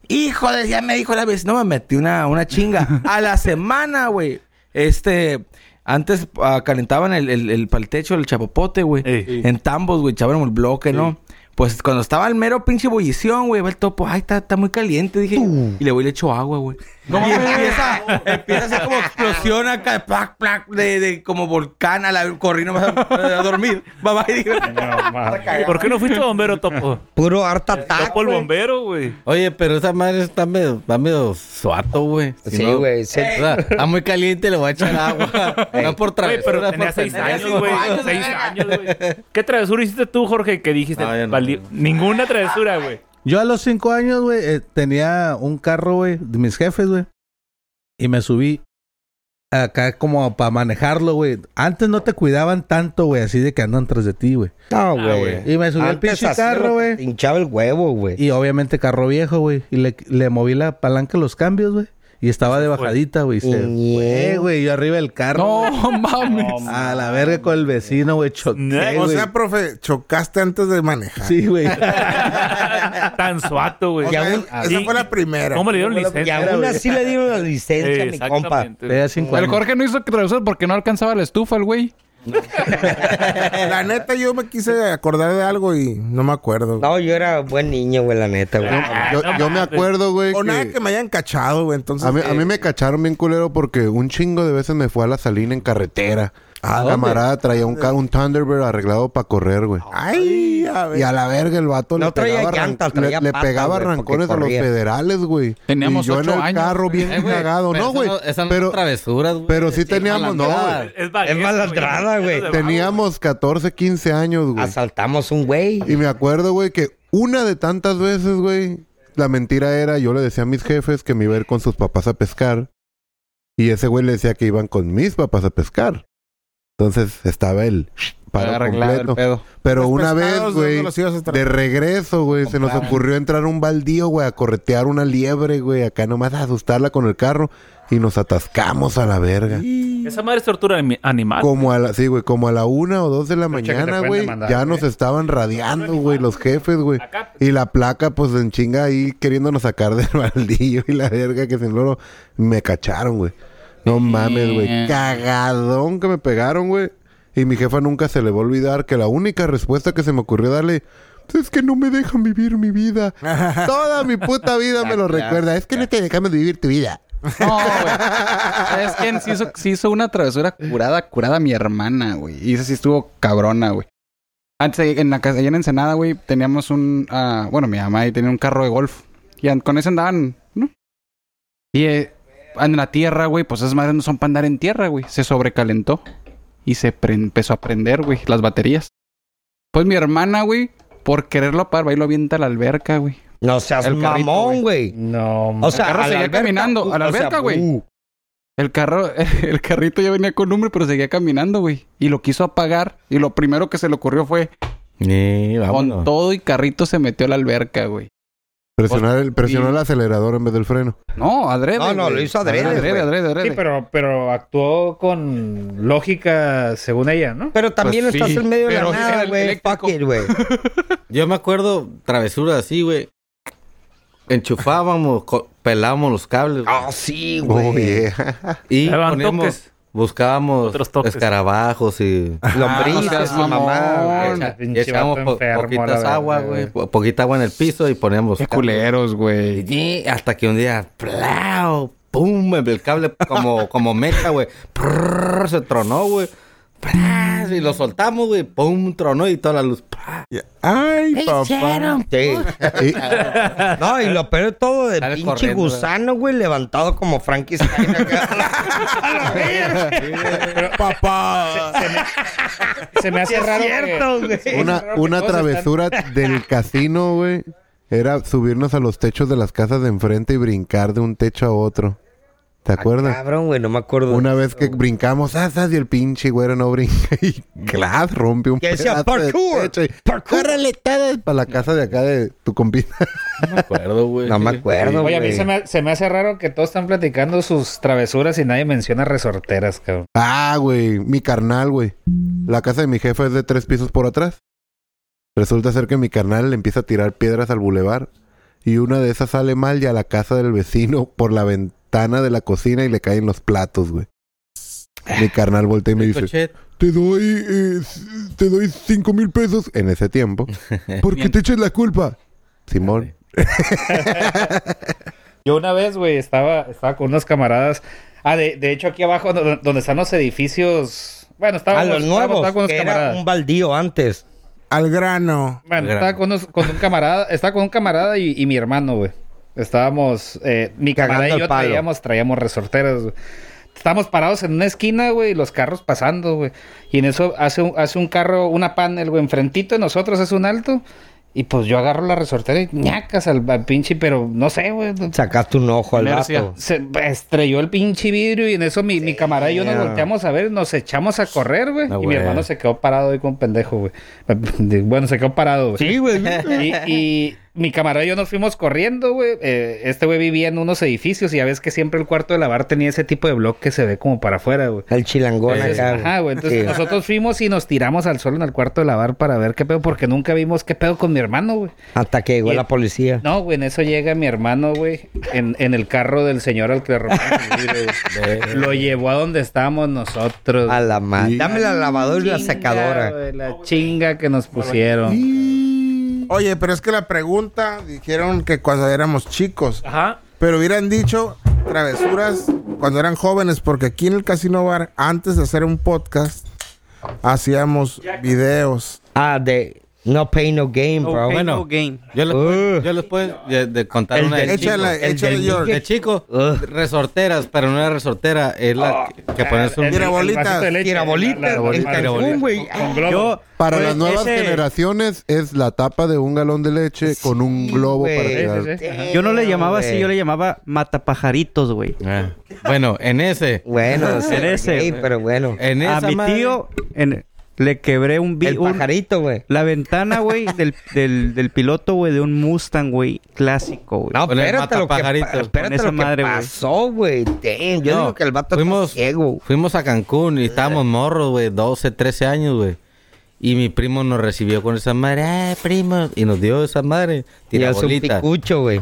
Speaker 17: Hijo, de- ya me dijo la vez, no me metí una, una chinga. A la semana, güey. Este, antes ah, calentaban el, el, el pa'l techo, el chapopote, güey. En tambos, güey, echaban el bloque, ¿no? Pues cuando estaba el mero pinche ebullición, güey, va el topo, ay, está, está muy caliente, dije. Y le voy y le echo agua, güey. Y empieza, empieza a hacer como explosión acá, plac, plac, de, de como volcán a la corrí nomás a, a dormir. Bye bye, dije.
Speaker 8: ¿Por qué no fuiste bombero, Topo?
Speaker 5: Puro harta ataque.
Speaker 8: Topo el bombero, güey.
Speaker 10: Oye, pero esa madre está medio, está medio suato, güey. Si
Speaker 5: Sí,
Speaker 10: no-
Speaker 5: güey, sí.
Speaker 10: O sea, está muy caliente, le voy a echar
Speaker 8: [laughs]
Speaker 10: agua. no por
Speaker 8: Güey, pero
Speaker 10: travesura,
Speaker 8: tenía
Speaker 10: por
Speaker 8: seis
Speaker 10: pendejo.
Speaker 8: años, güey. Seis años, güey. ¿Qué travesura hiciste tú, Jorge, que dijiste? "Valió-". Ninguna travesura, güey.
Speaker 2: Yo a los cinco años, güey, eh, tenía un carro, güey, de mis jefes, güey. Y me subí acá como para manejarlo, güey. Antes no te cuidaban tanto, güey, así de que andan tras de ti, güey.
Speaker 5: No, güey.
Speaker 2: Y me subí al
Speaker 5: Antes
Speaker 2: pinche
Speaker 5: así
Speaker 2: carro,
Speaker 5: era-
Speaker 2: güey.
Speaker 5: te Hinchaba el huevo, güey.
Speaker 2: Y obviamente carro viejo, güey. Y le, le moví la palanca a los cambios, güey. Y estaba de bajadita, güey. y Se fue, güey. Yo arriba del carro.
Speaker 6: No, [laughs] mames.
Speaker 2: A la verga con el vecino, güey.
Speaker 5: eh,
Speaker 2: Choqué,
Speaker 3: o
Speaker 2: güey.
Speaker 3: sea, profe, chocaste antes de manejar.
Speaker 2: Sí, güey.
Speaker 8: Tan suato, güey.
Speaker 3: O
Speaker 8: Y
Speaker 3: sea,
Speaker 8: aún-
Speaker 3: esa
Speaker 8: y-
Speaker 3: fue la primera.
Speaker 8: ¿Cómo le dieron licencia?
Speaker 5: Y aún así le dieron la licencia, mi
Speaker 8: Exactamente.
Speaker 5: compa.
Speaker 6: El Jorge no hizo traducir porque no alcanzaba la estufa, el güey.
Speaker 3: La neta, yo me quise acordar de algo y no me acuerdo.
Speaker 5: No, yo era buen niño, güey, la neta, güey.
Speaker 1: Yo, yo me acuerdo, güey.
Speaker 3: Ah, O
Speaker 1: que-
Speaker 3: nada que me hayan cachado, güey. Entonces, eh,
Speaker 1: A mí, a mí
Speaker 5: eh,
Speaker 1: me cacharon bien culero porque un chingo de veces me fue a la salina en carretera. Ah,
Speaker 3: dónde?
Speaker 1: camarada traía un, ca- un Thunderbird arreglado para correr, güey.
Speaker 3: Ay, a ver.
Speaker 1: Y a la verga el vato
Speaker 5: No
Speaker 1: le
Speaker 5: Ah, traía
Speaker 1: pegaba, arran-
Speaker 5: llantas,
Speaker 1: le-
Speaker 5: traía
Speaker 1: le
Speaker 5: patas,
Speaker 1: pegaba
Speaker 5: güey,
Speaker 1: arrancones
Speaker 5: porque
Speaker 1: a los
Speaker 5: corría.
Speaker 1: federales, güey.
Speaker 6: Teníamos
Speaker 1: y yo en
Speaker 6: ocho
Speaker 1: el
Speaker 6: años,
Speaker 1: carro
Speaker 6: güey.
Speaker 1: bien
Speaker 6: Eh, güey,
Speaker 1: cagado,
Speaker 6: pero
Speaker 1: no,
Speaker 6: eso
Speaker 1: güey.
Speaker 6: no- esas no
Speaker 1: pero
Speaker 6: son travesuras, güey.
Speaker 1: Pero sí
Speaker 6: Es
Speaker 1: teníamos, no,
Speaker 5: malandrada.
Speaker 1: güey.
Speaker 8: Es
Speaker 5: Es malandrada, güey.
Speaker 1: Teníamos 14, 15 años, güey.
Speaker 5: Asaltamos un güey.
Speaker 1: Y me acuerdo, güey, que una de tantas veces, güey, la mentira era, yo le decía a mis jefes que me iba a ir con sus papás a pescar. Y ese güey le decía que iban con mis papás a pescar. Entonces estaba el paro
Speaker 6: Arreglado el
Speaker 1: completo.
Speaker 6: pedo.
Speaker 1: Pero
Speaker 3: Los
Speaker 1: una vez,
Speaker 3: pescados, ¿de
Speaker 1: güey,
Speaker 3: dónde los ibas a traer?
Speaker 1: de regreso, güey, se nos ocurrió entrar a un baldío, güey, a corretear una liebre, güey, acá nomás a asustarla con el carro. Y nos atascamos a la verga.
Speaker 8: Esa madre es tortura ani- animal.
Speaker 1: Como a la, sí, güey, como a la una o dos de la
Speaker 8: que te
Speaker 1: mañana,
Speaker 8: pueden
Speaker 1: güey,
Speaker 8: demandar,
Speaker 1: ya
Speaker 8: güey.
Speaker 1: nos estaban radiando, güey, los jefes, güey.
Speaker 8: Acá,
Speaker 1: Y la placa, pues, en chinga ahí queriéndonos sacar del [laughs] baldillo y la verga que sin loro. Me cacharon, güey. No mames, güey. Cagadón que me pegaron, güey. Y mi jefa nunca se le va a olvidar que la única respuesta que se me ocurrió darle... "Pues Es que no me dejan vivir mi vida. Toda mi puta vida me lo recuerda. Es que no te dejamos vivir tu vida.
Speaker 6: No, güey.
Speaker 16: ¿Sabes quién? Sí hizo, sí hizo una travesura curada, curada a mi hermana, güey. Y esa sí estuvo cabrona, güey. Antes, ahí en la casa, allá en Ensenada, güey, teníamos un... ah, bueno, mi mamá ahí tenía un carro de golf. Y an- con eso andaban, ¿no? Y eh, en la tierra, güey, pues esas madres no son para andar en tierra, güey. Se sobrecalentó. Y se pre- empezó a prender, güey, las baterías. Pues mi hermana, güey, por quererlo apagar, va y lo avienta a la alberca, güey.
Speaker 5: No seas
Speaker 16: El carrito,
Speaker 5: mamón, güey.
Speaker 6: No,
Speaker 5: O
Speaker 6: mames.
Speaker 5: sea,
Speaker 16: el carro
Speaker 5: a la
Speaker 16: seguía
Speaker 5: alberca,
Speaker 16: caminando, a la
Speaker 5: o sea,
Speaker 16: alberca, güey.
Speaker 5: uh.
Speaker 16: El carro, [laughs] el carrito ya venía con número, pero seguía caminando, güey. Y lo quiso apagar. Y lo primero que se le ocurrió fue,
Speaker 1: Ah,
Speaker 16: con todo y carrito se metió a la alberca, güey.
Speaker 1: Presionar el, presionar el acelerador en vez del freno.
Speaker 16: No, adrede.
Speaker 5: No, no,
Speaker 16: güey.
Speaker 5: lo hizo adrede,
Speaker 16: Adrede,
Speaker 5: güey.
Speaker 16: adrede,
Speaker 12: Sí,
Speaker 16: adrede.
Speaker 12: pero, pero actuó con lógica según ella, ¿no?
Speaker 5: Pero también
Speaker 10: Pues
Speaker 5: estás
Speaker 10: sí,
Speaker 5: en medio de la
Speaker 10: pero era
Speaker 5: nada,
Speaker 10: el
Speaker 5: güey.
Speaker 10: eléctrico.
Speaker 5: Fuck it, güey.
Speaker 10: [laughs] Yo me acuerdo travesuras así, güey. Enchufábamos, co- pelábamos los cables. güey.
Speaker 5: Ah, sí,
Speaker 1: Oh,
Speaker 5: güey.
Speaker 1: yeah.
Speaker 10: Y
Speaker 8: Daban
Speaker 10: poníamos-
Speaker 8: toques.
Speaker 10: buscábamos
Speaker 8: Otros toques.
Speaker 10: escarabajos y
Speaker 16: no seas
Speaker 10: lombrices y
Speaker 16: mamón.
Speaker 10: mamá. güey. Y
Speaker 12: Pinche
Speaker 10: echábamos
Speaker 12: vato
Speaker 10: po-
Speaker 12: enfermo, la
Speaker 10: poquitas
Speaker 12: verdad,
Speaker 10: agua,
Speaker 12: güey.
Speaker 10: güey. po- Poquita agua en el piso y poníamos.
Speaker 16: Qué
Speaker 10: cables.
Speaker 16: culeros, güey.
Speaker 10: Y hasta que un día, plao, pum, el cable como, [laughs] como mecha, güey. Prrr, Se tronó, güey. Plas, Y lo soltamos, güey. Pum, tronó y toda la luz. Plas.
Speaker 3: Ay, papá.
Speaker 5: Sí.
Speaker 10: [laughs]
Speaker 1: Y-
Speaker 5: No, y lo peor de todo, de
Speaker 10: Sale
Speaker 5: pinche
Speaker 10: corriendo,
Speaker 5: gusano, güey, levantado como Frankenstein.
Speaker 1: [laughs]
Speaker 3: Papá.
Speaker 12: Se me hace raro. que-
Speaker 1: Una,
Speaker 12: Claro que
Speaker 1: una
Speaker 12: todos
Speaker 1: travesura
Speaker 12: [laughs]
Speaker 1: del casino, güey, era subirnos a los techos de las casas de enfrente y brincar de un techo a otro.
Speaker 12: Ah,
Speaker 1: ¿Te acuerdas?
Speaker 5: [laughs] Cabrón, güey, no me acuerdo.
Speaker 1: Una vez que brincamos, ah, y el pinche güero no brinca y [laughs] Glass rompe un
Speaker 5: Que decía
Speaker 1: pedazo de
Speaker 5: parkour,
Speaker 1: techo y
Speaker 5: parkour.
Speaker 1: ¡Córrele, todos! Para la casa de acá de tu compita.
Speaker 10: No me
Speaker 1: [laughs]
Speaker 10: acuerdo, güey.
Speaker 5: No me acuerdo,
Speaker 12: Oye, a mí
Speaker 5: güey.
Speaker 12: se me, se me hace raro que todos están platicando sus travesuras y nadie menciona resorteras, cabrón.
Speaker 1: Ah, güey, mi carnal, güey. La casa de mi jefa es de tres pisos por atrás. Resulta ser que mi carnal le empieza a tirar piedras al bulevar y una de esas sale mal y a la casa del vecino por la ventana de la cocina y le caen los platos, güey. Mi carnal voltea y me dice,
Speaker 10: Cochet.
Speaker 1: te doy, eh, c- te doy cinco mil pesos en ese
Speaker 6: [laughs]
Speaker 1: tiempo porque te eches la culpa. Simón.
Speaker 12: Yo una vez, güey, estaba, estaba con unos camaradas. Ah, de, de hecho, aquí abajo, donde, donde están los edificios. Bueno, estaba,
Speaker 5: A Ah, los nuevos,
Speaker 12: estaba con unos
Speaker 5: que era
Speaker 12: camaradas.
Speaker 5: un baldío antes.
Speaker 3: Al grano.
Speaker 12: Bueno,
Speaker 10: Gran.
Speaker 12: estaba con, unos- con un camarada, estaba con un camarada y, y mi hermano, güey. Estábamos, eh, mi
Speaker 5: Cagando
Speaker 12: camarada y
Speaker 5: el
Speaker 12: yo
Speaker 5: palo.
Speaker 12: traíamos, traíamos resorteras, güey. Estábamos parados en una esquina, güey, y los carros pasando, güey. Y en eso hace un, hace un carro, una panel, güey, enfrentito de nosotros, hace un alto. Y pues yo agarro la resortera y ñacas al, al pinche, pero no sé, güey.
Speaker 5: Sacaste un ojo al
Speaker 10: Inercia.
Speaker 5: vato.
Speaker 12: Se estrelló el pinche vidrio y en eso mi, mi camarada y yo nos volteamos a ver, nos echamos a correr, güey.
Speaker 10: No,
Speaker 12: y mi
Speaker 10: güey.
Speaker 5: [laughs]
Speaker 12: hermano se quedó parado ahí con pendejo, güey. Bueno, se quedó parado, güey.
Speaker 5: Sí, güey.
Speaker 12: Y, y, mi camarada y yo nos fuimos corriendo, güey. Eh, este güey vivía en unos edificios y ya ves que siempre el cuarto de lavar tenía ese tipo de bloque que se ve como para afuera, güey.
Speaker 5: El chilangón
Speaker 12: Entonces,
Speaker 5: acá.
Speaker 12: Ajá, güey. Entonces
Speaker 5: Sí.
Speaker 12: nosotros fuimos y nos tiramos al suelo en el cuarto de lavar para ver qué pedo, porque nunca vimos qué pedo con mi hermano, güey.
Speaker 5: Hasta que llegó
Speaker 12: Y-
Speaker 5: la policía.
Speaker 12: No, güey, en eso llega mi hermano, güey, en, en el carro del señor al que le robaron el vidrio, güey. Lo llevó a donde estábamos nosotros.
Speaker 5: A la madre. Dame la lavadora y la secadora.
Speaker 12: la chinga que nos pusieron.
Speaker 3: Oye, pero es que la pregunta, dijeron que cuando éramos chicos.
Speaker 20: Ajá.
Speaker 3: Pero hubieran dicho travesuras cuando eran jóvenes, porque aquí en el Casino Bar, antes de hacer un podcast, hacíamos videos.
Speaker 5: Ah, de No Pain No Game,
Speaker 10: Oh,
Speaker 3: No
Speaker 5: bro.
Speaker 3: pain,
Speaker 5: bueno,
Speaker 3: no gain.
Speaker 5: Yo les, puedo,
Speaker 10: yo les puedo de, de contar
Speaker 5: El
Speaker 10: una
Speaker 5: del
Speaker 10: de chico.
Speaker 5: Échala,
Speaker 10: El
Speaker 5: échale,
Speaker 10: del
Speaker 5: George.
Speaker 10: de chico. Resorteras, pero no era resortera. Es la que, que pones un... Tirabolitas, güey.
Speaker 1: Yo- para
Speaker 10: Pues,
Speaker 1: las nuevas
Speaker 10: ese-
Speaker 1: generaciones es la tapa de un galón de leche con un globo para tirar.
Speaker 6: Yo no le llamaba así, yo le llamaba matapajaritos, güey.
Speaker 10: Ah. Bueno, en ese.
Speaker 5: Bueno, sí,
Speaker 6: [laughs] en ese.
Speaker 5: gay, pero bueno.
Speaker 10: En
Speaker 6: a
Speaker 10: esa
Speaker 6: mi
Speaker 10: madre.
Speaker 6: tío en- le quebré un...
Speaker 5: El pajarito, güey.
Speaker 6: La ventana,
Speaker 5: [laughs]
Speaker 6: güey, del, del, del piloto, güey, de un Mustang, güey, clásico, güey.
Speaker 5: No, espérate lo que, pa-
Speaker 6: Con
Speaker 5: espérate
Speaker 6: esa
Speaker 5: lo que
Speaker 6: madre, güey.
Speaker 5: pasó, güey. Damn, Yo
Speaker 10: No,
Speaker 5: digo que el vato
Speaker 10: fuimos, Fuimos a Cancún y estábamos morros, güey, 12, 13 años, güey. Y mi primo nos recibió con esa madre, "Ay, primo! Y nos dio esa madre.
Speaker 5: Y hace un
Speaker 10: tirabolita.
Speaker 5: picucho, güey.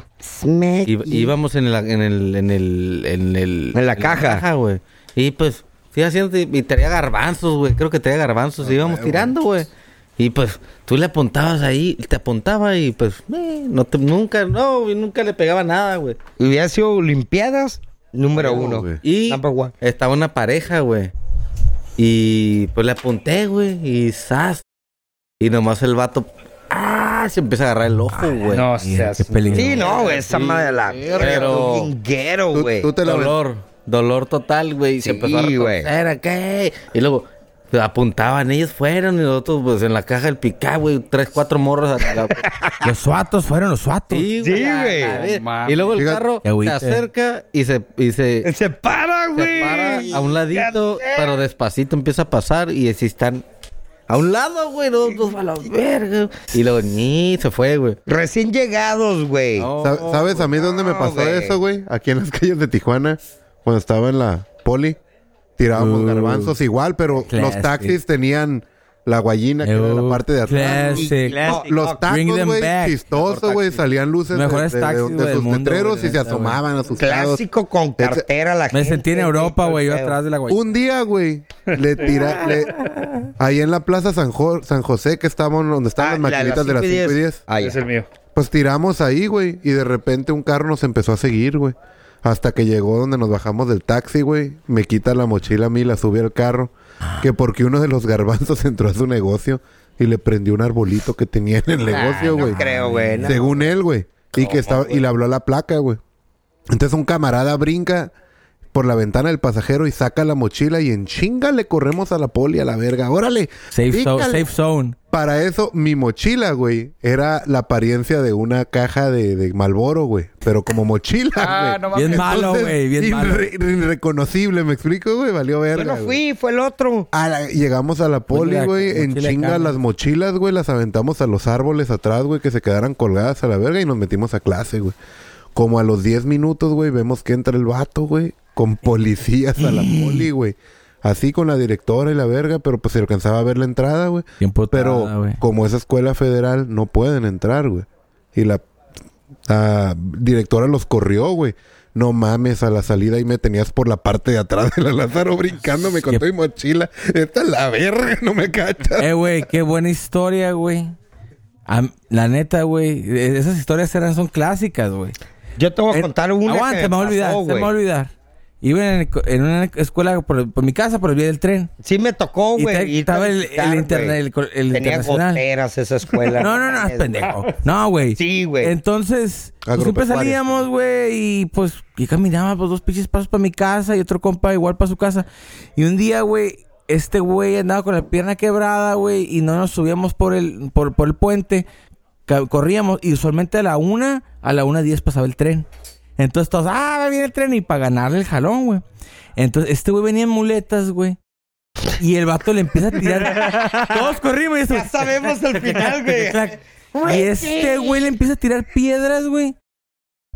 Speaker 10: Y- Íbamos en, la, en el... En, el, en, el,
Speaker 5: En la caja.
Speaker 10: güey. Y pues fui haciendo... Y traía garbanzos, güey. Creo que traía
Speaker 5: Ah,
Speaker 10: garbanzos. y íbamos tirando, güey. Y pues tú le apuntabas ahí. Te apuntaba y pues... eh, no te- nunca... No, güey, nunca le pegaba nada, güey.
Speaker 5: Y hubiera sido Olimpiadas número uno.
Speaker 10: Y estaba una pareja, güey. Y pues le apunté, güey. Y zas. Y nomás el vato. ¡Ah! Se empieza a agarrar el ojo, güey.
Speaker 5: no
Speaker 10: seas.
Speaker 5: Sí, no, güey. Esa madre de la
Speaker 10: Pero-
Speaker 5: pero... guinguero,
Speaker 10: Tú-
Speaker 5: güey.
Speaker 10: tú te la- Dolor, dolor total, güey. Se empezó a retorcer acá. Y luego pues, apuntaban, ellos fueron. Y nosotros, pues en la caja del picá, güey. Tres, cuatro morros.
Speaker 5: [laughs]
Speaker 10: los suatos fueron los suatos. Sí,
Speaker 5: Sí,
Speaker 10: güey. la-
Speaker 5: güey. Ah,
Speaker 10: la vez.
Speaker 5: Mames.
Speaker 10: Y luego el
Speaker 5: Fíjate,
Speaker 10: carro
Speaker 5: qué
Speaker 10: se
Speaker 5: agüita.
Speaker 10: acerca y se. Y se
Speaker 5: [laughs] Se para, güey.
Speaker 10: para a un ladito, pero despacito empieza a pasar y si están a un lado, güey, no, no, a la [laughs] verga. Y luego ni se fue, güey.
Speaker 5: Recién llegados, güey.
Speaker 1: Sa- ¿Sabes a mí dónde me pasó
Speaker 5: güey.
Speaker 1: eso, güey? Aquí en las calles de Tijuana, cuando estaba en la poli, tirábamos
Speaker 5: Uh,
Speaker 1: garbanzos igual, pero
Speaker 5: classic. Oh,
Speaker 1: los taxis tenían la guayina que era la parte de atrás.
Speaker 5: classic.
Speaker 1: Y- no,
Speaker 5: Classic.
Speaker 1: los
Speaker 5: Bring
Speaker 1: tacos,
Speaker 5: them
Speaker 1: güey,
Speaker 5: back.
Speaker 1: chistoso, güey, salían luces de,
Speaker 5: Mejores
Speaker 1: de- de-
Speaker 5: taxis,
Speaker 1: de
Speaker 5: güey, del
Speaker 1: sus
Speaker 5: mundo,
Speaker 1: letreros
Speaker 5: güey,
Speaker 1: y se
Speaker 5: neta, güey.
Speaker 1: asomaban asustados.
Speaker 5: Clásico con cartera la
Speaker 1: Me
Speaker 5: gente.
Speaker 1: sentí en Europa, güey, yo atrás de la guayina. Un día, güey, le tira... le- ahí en la Plaza San, Jo- San José, que estaban donde estaban las
Speaker 5: Ah, la de las
Speaker 1: maquinitas de las 5
Speaker 5: cinco y
Speaker 1: y 10.
Speaker 5: diez. Ah, ya. Es el
Speaker 12: mío.
Speaker 1: Pues tiramos ahí, güey, y de repente un carro nos empezó a seguir, güey. Hasta que llegó donde nos bajamos del taxi, güey. Me quita la mochila a mí, la sube al carro.
Speaker 5: Ah.
Speaker 1: Que porque uno de los garbanzos [laughs] entró a su negocio y le prendió un arbolito que tenía en el
Speaker 5: Nah,
Speaker 1: negocio,
Speaker 5: no
Speaker 1: güey.
Speaker 5: creo, güey, no.
Speaker 1: Según él, güey. Y que estaba, y le habló a la placa, güey. Entonces un camarada brinca por la ventana del pasajero y saca la mochila y en chinga le corremos a la poli a la verga. Órale.
Speaker 11: Safe zone,
Speaker 1: pícale.
Speaker 11: safe zone.
Speaker 1: Para eso, mi mochila, güey, era la apariencia de una caja de, de Malboro, güey. Pero como mochila, güey.
Speaker 11: [laughs] Ah, no mames. Bien malo, güey, bien malo.
Speaker 1: irre- Irreconocible, ¿me explico, güey? Valió verga,
Speaker 5: Yo no
Speaker 1: güey.
Speaker 5: fui, fue el otro.
Speaker 1: A la- Llegamos a la poli,
Speaker 5: Mochila-
Speaker 1: güey, en
Speaker 5: Pues mochila de
Speaker 1: chinga
Speaker 5: cama.
Speaker 1: las mochilas, güey, las aventamos a los árboles atrás, güey, que se quedaran colgadas a la verga y nos metimos a clase, güey. Como a los 10 minutos, güey, vemos que entra el vato, güey,
Speaker 5: [laughs]
Speaker 1: con policías a la poli, güey. Así con la directora y la verga, pero pues se alcanzaba a ver la entrada, güey. Pero como es escuela federal, no pueden entrar, güey. Y la la directora los corrió, güey. No mames, a la salida y me tenías por la parte de atrás de la Lázaro brincándome con toda mi mochila. Esta es la verga, no me cachas.
Speaker 11: Eh, güey, qué buena historia, güey. Am- la neta, güey. eh, Esas historias eran, son clásicas, güey.
Speaker 5: Yo te voy a contar una que
Speaker 11: Aguanta,
Speaker 5: me
Speaker 11: me voy a
Speaker 5: pasó,
Speaker 11: olvidar, se me
Speaker 5: güey.
Speaker 11: va a olvidar. Iba en, el co- en una escuela por, por mi casa, por el vía del tren.
Speaker 5: Sí, me tocó, güey, irte
Speaker 11: Y estaba
Speaker 5: a
Speaker 11: el,
Speaker 5: visitar,
Speaker 11: el internet,
Speaker 5: güey.
Speaker 11: el, co- el
Speaker 5: Tenía
Speaker 11: internacional.
Speaker 5: goteras esa escuela.
Speaker 11: No, no, no,
Speaker 5: mames,
Speaker 11: pendejo. No, güey.
Speaker 5: Sí, güey.
Speaker 11: Entonces, pues, siempre
Speaker 5: Agropecuario.
Speaker 11: salíamos, güey, y pues yo caminaba pues, dos pinches pasos para mi casa y otro compa igual para su casa. Y un día, güey, este güey andaba con la pierna quebrada, güey, y no nos subíamos por el, por, por el puente, ca- corríamos, y usualmente a la una, a la una diez pasaba el tren. Entonces todos, ah, va bien el tren, y para ganarle el jalón, güey. Entonces, este güey venía en muletas, güey.
Speaker 5: [laughs]
Speaker 11: Y el vato le empieza a tirar. Todos corrimos y eso.
Speaker 5: Ya sabemos el final, güey.
Speaker 11: Clac. Y este güey le empieza a tirar piedras, güey.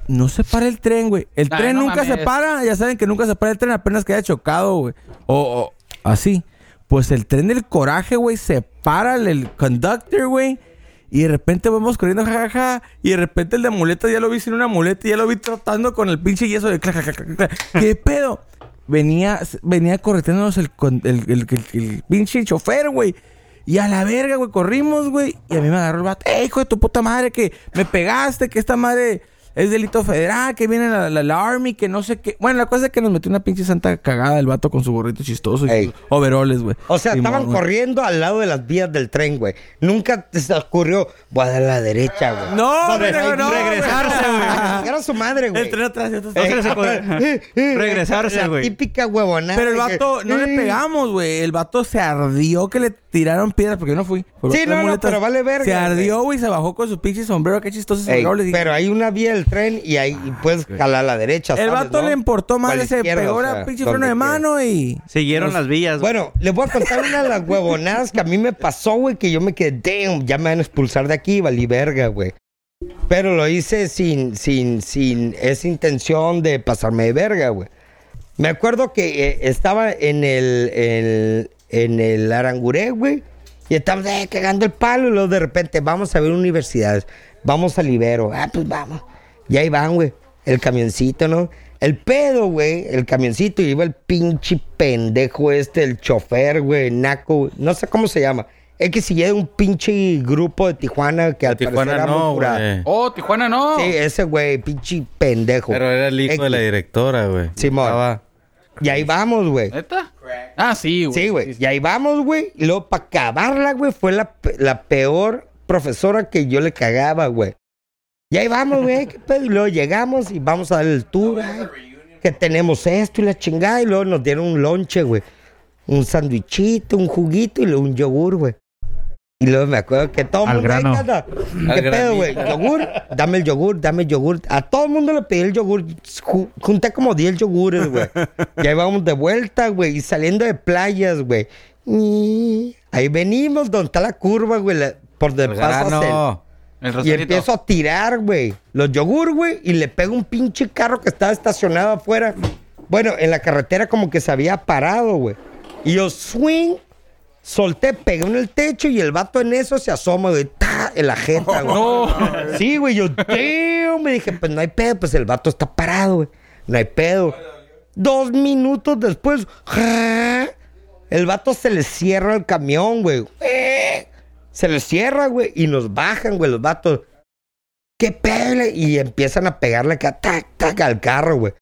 Speaker 11: No se para el tren, güey. El
Speaker 16: Ay,
Speaker 11: tren
Speaker 16: no
Speaker 11: nunca se
Speaker 16: mames.
Speaker 11: para. Ya saben que nunca se para el tren apenas que haya chocado, güey. O, o así. Pues el tren del coraje, güey, se para el, el conductor, güey. Y de repente vamos corriendo, jajaja. y de repente el de muleta ya lo vi sin una muleta. Ya lo vi trotando con el pinche yeso de... clac, clac, clac, clac. ¿Qué pedo? Venía, venía correteándonos el, con- el, el- el- el pinche chofer, güey. Y a la verga, güey, corrimos, güey. Y a mí me agarró el vato. ¡Eh, hijo de tu puta madre! Que me pegaste, que esta madre es delito federal, que viene la, la, la Army, que no sé qué. Bueno, la cosa es que nos metió una pinche santa cagada el vato con su gorrito chistoso y sus overoles, güey.
Speaker 5: O sea, estaban
Speaker 11: Simón, güey.
Speaker 5: corriendo al lado de las vías del tren, güey. Nunca te se ocurrió, voy a dar la derecha, güey.
Speaker 11: No,
Speaker 5: Sobre-
Speaker 11: no, no,
Speaker 5: regresarse,
Speaker 11: güey. [laughs]
Speaker 5: güey. A chingar a su madre, güey.
Speaker 11: El tren atrás, el tren
Speaker 5: Eh,
Speaker 11: atrás.
Speaker 5: eh, eh,
Speaker 11: Regresarse,
Speaker 5: la
Speaker 11: güey.
Speaker 5: Típica huevonada.
Speaker 11: Pero el
Speaker 5: de que,
Speaker 11: vato, no le
Speaker 5: eh,
Speaker 11: pegamos, güey. El vato se ardió que le tiraron piedras porque yo no fui. Fue
Speaker 5: Sí,
Speaker 11: vato de
Speaker 5: no, no,
Speaker 11: muletas.
Speaker 5: pero vale verga,
Speaker 11: Se ardió, güey, se bajó con su pinche sombrero. Qué chistoso
Speaker 5: Ey,
Speaker 11: sombrero. le Ah,
Speaker 5: pero hay una vía del tren y ahí y puedes jalar a la derecha.
Speaker 11: El
Speaker 5: ¿sabes,
Speaker 11: vato
Speaker 5: no?
Speaker 11: le importó
Speaker 5: O a la
Speaker 11: madre, se
Speaker 5: izquierda,
Speaker 11: pegó
Speaker 5: o
Speaker 11: la
Speaker 5: sea,
Speaker 11: pinche
Speaker 5: donde
Speaker 11: freno de
Speaker 5: quiera.
Speaker 11: mano y.
Speaker 5: Siguieron
Speaker 11: las
Speaker 5: vías. Bueno, les voy a contar una
Speaker 11: [laughs]
Speaker 5: de las huevonadas que a mí me pasó, güey, que yo me quedé, damn, ya me van a expulsar de aquí, valí verga, güey. Pero lo hice sin, sin, sin esa intención de pasarme de verga, güey. Me acuerdo que eh, estaba en el, el- en el Aranguré, güey. Y estábamos eh, cagando el palo y luego de repente vamos a ver universidades. Vamos al Ibero. Ah, pues vamos. Y ahí van, güey. El camioncito, ¿no? El pedo, güey. El camioncito. Y iba el pinche pendejo este, el chofer, güey. Naco. güey, No sé cómo se llama. Es que si llega un pinche grupo de Tijuana que al
Speaker 10: Tijuana
Speaker 5: parecer era
Speaker 10: no,
Speaker 5: muy curado.
Speaker 10: güey.
Speaker 16: Oh, Tijuana no.
Speaker 5: Sí, ese güey, pinche pendejo.
Speaker 10: Pero era el hijo de la
Speaker 5: X.
Speaker 10: directora, güey.
Speaker 5: Simón. Y ahí vamos, güey.
Speaker 16: ¿Neta? Ah, sí, güey.
Speaker 5: Sí, güey. Y ahí vamos, güey. Y luego, para acabarla, güey, fue la, pe- la peor profesora que yo le cagaba, güey. Y ahí vamos, güey. qué pedo. Y luego llegamos y vamos a dar el tour. ay, que tenemos esto y la chingada. Y luego nos dieron un lonche, güey. Un sandwichito, un juguito y luego un yogur, güey. Y luego me acuerdo que todo el
Speaker 12: Al
Speaker 5: mundo...
Speaker 12: grano.
Speaker 5: "Ay, Cata, ¿Qué pedo, güey? ¿Yogur? Dame el yogur, dame el yogur. A todo el mundo le pedí el yogur. Ju- Junté como 10 yogures, güey. Y ahí vamos de vuelta, güey. Y saliendo de playas, güey. Y Ahí venimos donde está la curva, güey. la- Por donde pasas el...
Speaker 10: Grano.
Speaker 5: Y empiezo a tirar, güey, los yogur, güey, y le pego un pinche carro que estaba estacionado afuera. Bueno, en la carretera como que se había parado, güey. Y yo swing, solté, pegué en el techo y el vato en eso se asoma, güey, ta, en la jeta, güey. Sí, güey, yo, damn, me dije, pues no hay pedo, pues el vato está parado, güey. No hay pedo. Dos minutos después, el vato se le cierra el camión, güey. ¡Eh! Se les cierra, güey, y nos bajan, güey, los vatos. ¡Qué pedo! Y empiezan a pegarle acá, tac, tac, al carro, güey.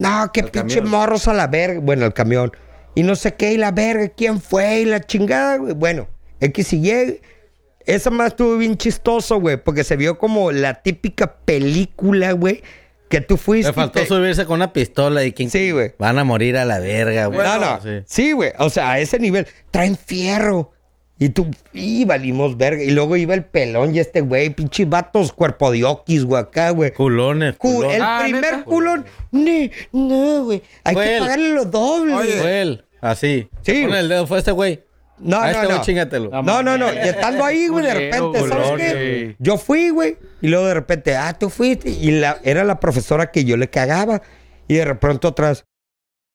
Speaker 5: No, qué pinche morros a la verga. Bueno, al camión. Y no sé qué, y la verga, quién fue, y la chingada, güey. Bueno, X y Y. Esa más estuvo bien chistoso, güey, porque se vio como la típica película, güey, que tú fuiste.
Speaker 10: Le faltó subirse con una pistola y quien...
Speaker 5: Sí, güey.
Speaker 10: Van a morir a la verga, güey.
Speaker 5: No, no.
Speaker 10: Sí.
Speaker 5: Sí, güey. O sea, a ese nivel. Traen fierro. Y tú, y valimos verga. Y luego iba el pelón y este güey, pinche vatos, cuerpo de oquis, güey, acá, güey.
Speaker 10: Culones.
Speaker 5: Cu-
Speaker 10: culones.
Speaker 5: el primer Ah, culón, ne- no, güey. Hay
Speaker 10: Fue
Speaker 5: que
Speaker 10: él.
Speaker 5: pagarle lo doble.
Speaker 10: Fue él. Así.
Speaker 5: Sí.
Speaker 10: Con el dedo fue este güey.
Speaker 5: No,
Speaker 10: A
Speaker 5: no,
Speaker 10: este
Speaker 5: no.
Speaker 10: güey, chingatelo.
Speaker 5: No, no, no. Y estando ahí, güey, de repente, ¿sabes
Speaker 10: culero,
Speaker 5: qué? Yo fui, güey. Y luego de repente, ah, tú fuiste. Y la, era la profesora que yo le cagaba. Y de pronto atrás,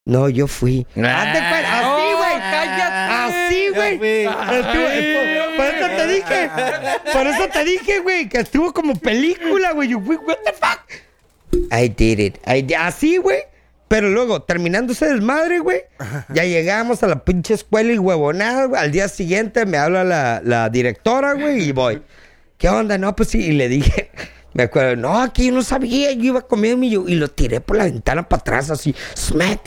Speaker 5: no, yo fui. Haz de cuenta, así, güey.
Speaker 10: Ah,
Speaker 5: Así, güey. Estuvo- estuvo- Por eso te dije. Por eso te dije, güey, que estuvo como película, güey. Yo, güey, what the fuck? I did it. I di- Así, güey. Pero luego, terminándose del madre, güey, ya llegamos a la pinche escuela y huevonada, güey. Al día siguiente me habla la, la directora, güey, y voy. ¿Qué onda? No, pues sí. Y le dije, [laughs] me acuerdo, no, aquí yo no sabía, yo iba comiendo y, yo, y lo tiré por la ventana para atrás, así, smet.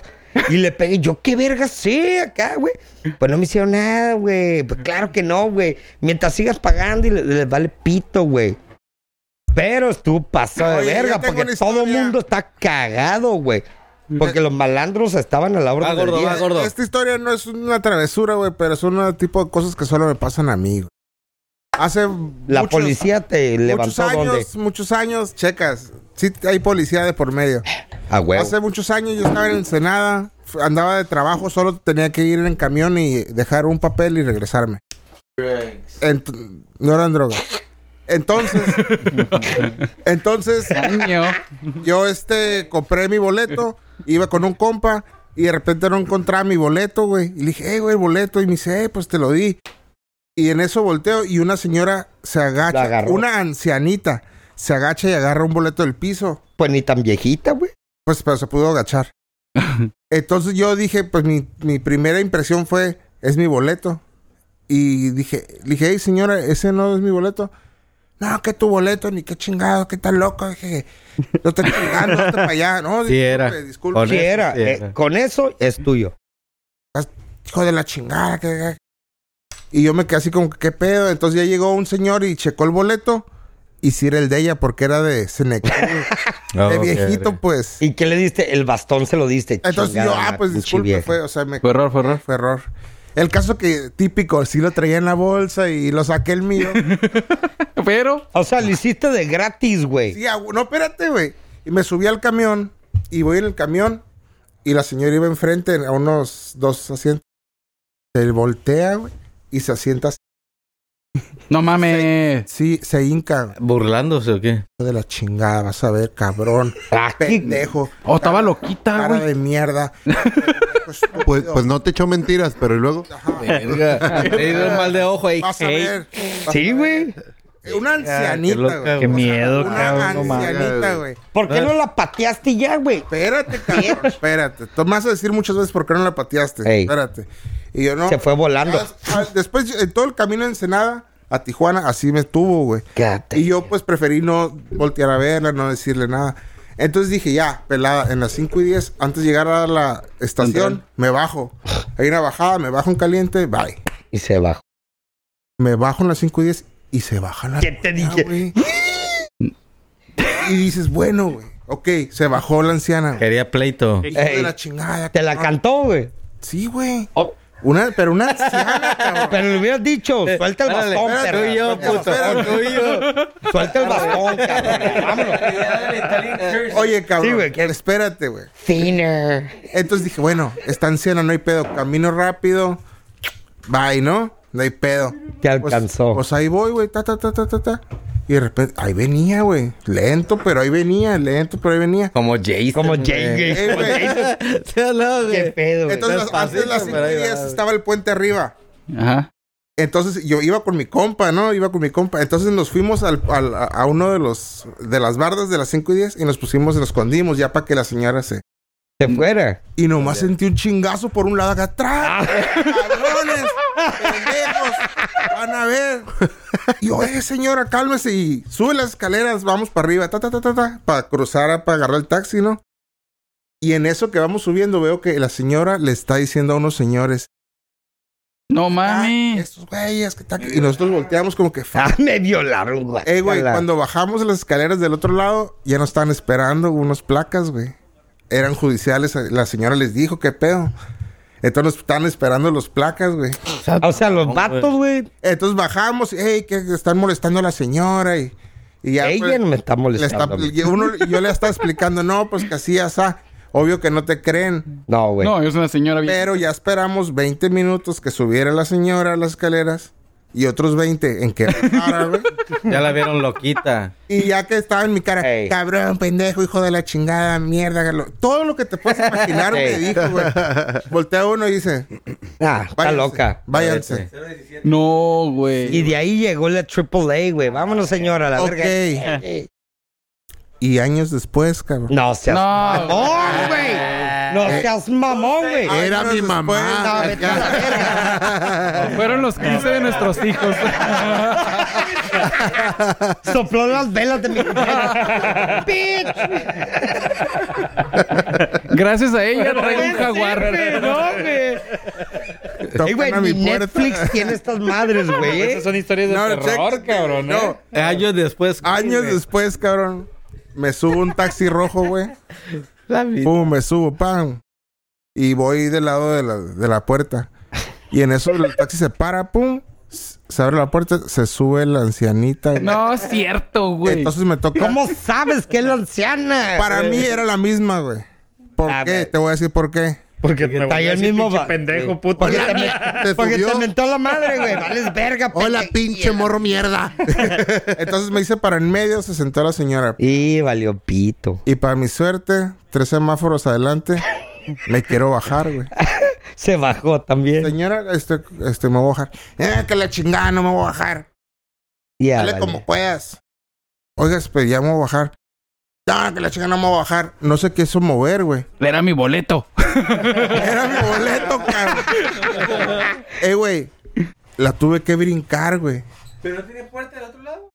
Speaker 5: Y le pegué, yo, ¿qué verga sé acá, güey? Pues no me hicieron nada, güey. Pues claro que no, güey. Mientras sigas pagando y le- les vale pito, güey. Pero estuvo pasado de
Speaker 3: Oye, yo
Speaker 5: verga
Speaker 3: tengo
Speaker 5: porque
Speaker 3: una
Speaker 5: todo el mundo está cagado, güey. Porque los malandros estaban a la orden del día.
Speaker 3: Esta historia no es una travesura, güey, pero es un tipo de cosas que solo me pasan a mí. güey. Hace
Speaker 5: La
Speaker 3: muchos-
Speaker 5: policía te
Speaker 3: muchos
Speaker 5: levantó donde
Speaker 3: años, muchos años, checas. Sí, hay policía de por medio.
Speaker 5: a huevo.
Speaker 3: Hace muchos años yo estaba en Ensenada, f- andaba de trabajo, solo tenía que ir en camión y dejar un papel y regresarme. Ent- no eran drogas. Entonces, entonces, yo este compré mi boleto, iba con un compa y de repente no encontraba mi boleto, güey. Y le dije, hey, güey, el boleto. Y me dice, eh, pues te lo di. Y en eso volteo y una señora se agacha, una ancianita se agacha y agarra un boleto del piso.
Speaker 5: Pues ni tan viejita, güey.
Speaker 3: Pues pero se pudo agachar.
Speaker 5: [laughs]
Speaker 3: Entonces yo dije, pues mi, mi primera impresión fue, es mi boleto. Y dije, le dije, hey señora, ese no es mi boleto. No, que tu boleto, ni qué chingado, que tan loco. Dije, no te chingando, no te para allá. No,
Speaker 5: sí era. disculpe. Con, sí era. Sí era. Eh, con eso es tuyo.
Speaker 3: Hijo de la chingada. Que, que. Y yo me quedé así como, ¿qué pedo? Entonces ya llegó un señor y checó el boleto y si era el de ella porque era de Seneca.
Speaker 10: Ah,
Speaker 5: Ah,
Speaker 3: no, de viejito, okay, pues.
Speaker 5: ¿Y qué le diste? El bastón se lo diste.
Speaker 3: Entonces yo, ah, pues disculpe, fue, o sea, me...
Speaker 16: Fue error, fue error.
Speaker 3: Fue error. El caso que típico, sí lo traía en la bolsa y lo saqué el
Speaker 16: [laughs]
Speaker 3: mío.
Speaker 5: Pero. O sea, lo hiciste de gratis, güey.
Speaker 3: Sí, ah, no, espérate, güey. Y me subí al camión y voy en el camión y la señora iba enfrente a unos dos asientos. Se voltea, güey, y se asienta así.
Speaker 16: No mames.
Speaker 3: sí, se hinca.
Speaker 10: ¿Burlándose o qué?
Speaker 3: De la chingada, vas a ver, cabrón.
Speaker 5: Ah,
Speaker 3: Pendejo.
Speaker 16: Oh, estaba loquita,
Speaker 3: Cara
Speaker 16: güey.
Speaker 3: de mierda.
Speaker 1: pues, pues no te echó mentiras, pero luego.
Speaker 5: [laughs]
Speaker 10: Verga. Te dio el mal de ojo ahí.
Speaker 3: Vas a ver. vas
Speaker 5: Sí,
Speaker 3: a ver.
Speaker 5: güey.
Speaker 3: Una ancianita, güey.
Speaker 5: Qué miedo,
Speaker 3: Una
Speaker 5: cabrón. no mames.
Speaker 3: ancianita, güey.
Speaker 5: ¿Por qué no la pateaste ya, güey?
Speaker 3: Espérate, cabrón. [laughs] Espérate. Tú me vas a decir muchas veces por qué no la pateaste.
Speaker 5: Ey.
Speaker 3: Espérate. Y yo no.
Speaker 5: Se fue volando.
Speaker 3: Ah, Después, en todo el camino a Ensenada, a Tijuana, así me estuvo, güey.
Speaker 5: Cállate.
Speaker 3: Y yo, pues, preferí no voltear a verla, no decirle nada. Entonces dije, ya, pelada, en las 5 y 10, antes de llegar a la estación,
Speaker 5: Entrón.
Speaker 3: me bajo. Hay una bajada, me bajo un caliente, bye.
Speaker 5: Y se bajó.
Speaker 3: Me bajo en las 5 y 10 y se baja la.
Speaker 5: ¿Qué te dije? [laughs]
Speaker 3: güey. y dices, bueno, güey. Ok, se bajó la anciana. güey.
Speaker 10: Quería pleito.
Speaker 3: Hijo de
Speaker 5: Ey.
Speaker 3: la chingada.
Speaker 5: Te la
Speaker 3: cabrón.
Speaker 5: cantó, güey.
Speaker 3: Sí, güey.
Speaker 5: Oh.
Speaker 3: Una, pero una
Speaker 5: [laughs]
Speaker 3: anciana, cabrón.
Speaker 5: Pero le hubieras dicho, suelta el
Speaker 10: Órale,
Speaker 5: bastón,
Speaker 10: espérate,
Speaker 5: perra.
Speaker 10: tú y yo, puto.
Speaker 3: Espérate.
Speaker 10: tú y yo.
Speaker 5: Suelta el bastón, cabrón. Vámonos.
Speaker 3: [laughs] Oye, cabrón.
Speaker 5: Sí, güey, que-
Speaker 3: Espérate, güey.
Speaker 5: Thinner.
Speaker 3: Entonces dije, bueno, está anciana, no hay pedo. Camino rápido. Bye, ¿no? No hay pedo.
Speaker 5: Te
Speaker 3: Pues-
Speaker 5: alcanzó.
Speaker 3: Pues, ahí voy, güey. Ta, ta, ta, ta, ta, ta. Y de repente, ahí venía, güey. Lento, pero ahí venía. Lento, pero ahí venía.
Speaker 10: Como Jason.
Speaker 5: Como
Speaker 10: güey.
Speaker 5: Jane,
Speaker 3: Eh,
Speaker 5: güey. Como
Speaker 3: güey.
Speaker 5: Jane.
Speaker 10: Te hablaba, güey.
Speaker 5: Qué pedo, güey.
Speaker 3: Entonces,
Speaker 10: Despacito,
Speaker 3: antes de las 5
Speaker 10: pero ahí va,
Speaker 3: días
Speaker 10: güey.
Speaker 3: estaba el puente arriba.
Speaker 16: Ajá.
Speaker 3: Entonces yo iba con mi compa, ¿no? Iba con mi compa. Entonces nos fuimos al, al- a- a uno de los de las bardas de las 5 y 10 y nos pusimos y nos escondimos ya para que la señora se.
Speaker 5: Se fuera. Ah.
Speaker 3: Y nomás sentí un chingazo por un lado acá atrás. ¡Cabrones! ¡Pendejos! ¡Van a ver! Y yo, eh, señora, cálmese y sube las escaleras, vamos para arriba, ta, ta, ta, ta, ta, para cruzar, para agarrar el taxi, ¿no? Y en eso que vamos subiendo, veo que la señora le está diciendo a unos señores,
Speaker 16: No
Speaker 3: "Ah,
Speaker 16: mames.
Speaker 3: estos güeyes que están aquí". Y nosotros volteamos como que,
Speaker 5: Ah, me violaron, güey.
Speaker 3: Eh, güey,
Speaker 5: Cala.
Speaker 3: cuando bajamos las escaleras del otro lado, ya nos estaban esperando unos placas, güey. Eran judiciales, eh, la señora les dijo, qué pedo. Entonces nos estaban esperando los placas, güey.
Speaker 5: O sea, los
Speaker 16: pues.
Speaker 5: vatos, güey.
Speaker 3: Entonces bajamos, hey, que están molestando a la señora y, y ya.
Speaker 5: Ella
Speaker 3: pues,
Speaker 5: no me está
Speaker 3: le está-
Speaker 5: molestando. güey.
Speaker 3: y uno- yo le estaba explicando, no, pues que así, asá. Obvio que no te creen,
Speaker 5: No, güey.
Speaker 16: No, es una señora bien.
Speaker 3: pero ya esperamos 20 minutos que subiera la señora a las escaleras y otros 20 en que bajara, güey.
Speaker 10: Ya la vieron loquita.
Speaker 3: Y ya que estaba en mi cara,
Speaker 5: Ey.
Speaker 3: cabrón, pendejo, hijo de la chingada, mierda, galo- todo lo que te puedes imaginar me
Speaker 5: [laughs] Ey.
Speaker 3: dijo, güey. [laughs] Voltea uno y dice,
Speaker 5: Ah, está
Speaker 3: váyanse,
Speaker 5: loca.
Speaker 3: váyanse.
Speaker 16: No, güey.
Speaker 5: Y de ahí llegó la AAA, güey. Vámonos, señora, a la
Speaker 3: Ok.
Speaker 5: verga.
Speaker 3: Y años después, cabrón. Eh,
Speaker 5: No seas
Speaker 16: No,
Speaker 5: mamón, güey. No seas mamón, güey.
Speaker 1: Era mi
Speaker 5: No,
Speaker 1: mamá.
Speaker 5: vete a la verga.
Speaker 16: [laughs] Fueron los 15 de nuestros hijos. [laughs]
Speaker 5: Sopló las velas de mi compañero. ¡Bitch!
Speaker 16: Gracias a ella traigo un
Speaker 5: Sí,
Speaker 16: jaguar.
Speaker 5: No, güey.
Speaker 3: Tocan
Speaker 5: Ey, güey,
Speaker 3: a
Speaker 5: ni
Speaker 3: mi puerta.
Speaker 5: Netflix tiene estas madres, güey. ¿eh?
Speaker 7: Esas son historias de
Speaker 3: No,
Speaker 7: terror,
Speaker 3: checa-
Speaker 7: cabrón, ¿eh?
Speaker 3: no,
Speaker 10: Años después.
Speaker 3: años después, cabrón. Me subo un taxi rojo, güey. Pum, me subo, pam. Y voy del lado de la, de la puerta. Y en eso el taxi se para, pum. s- Se abre la puerta, se sube la ancianita. güey.
Speaker 16: No, es cierto, güey.
Speaker 3: Entonces me toca.
Speaker 5: ¿Cómo sabes que es la anciana?
Speaker 3: Para
Speaker 5: güey?
Speaker 3: mí era la misma, güey. ¿Por
Speaker 5: A
Speaker 3: qué?
Speaker 5: ver.
Speaker 3: Te voy a decir por qué.
Speaker 7: Porque me
Speaker 5: está ahí el mismo va-
Speaker 7: pendejo,
Speaker 5: güey.
Speaker 7: puto.
Speaker 5: Porque te me-
Speaker 3: [laughs]
Speaker 5: porque te mentó la madre, güey.
Speaker 7: Vales
Speaker 5: verga,
Speaker 3: Hola, pinche morro mierda. Entonces me hice para en medio, se sentó la señora.
Speaker 5: Y valió pito.
Speaker 3: Y para mi suerte, tres semáforos adelante, me quiero bajar, güey.
Speaker 5: [laughs] Se bajó también.
Speaker 3: Señora, este, este, me voy a bajar. Eh, que la chingada, no me voy a bajar.
Speaker 5: Ya,
Speaker 3: Dale
Speaker 5: vale.
Speaker 3: como puedas. Oiga, pues ya me voy a bajar. No, que la chingada no me voy a bajar. No sé qué eso mover, güey.
Speaker 16: Era mi boleto.
Speaker 3: Era mi boleto, cabrón. Eh, güey. La tuve que brincar, güey.
Speaker 11: [laughs] ¿Pero no tiene puerta del otro lado?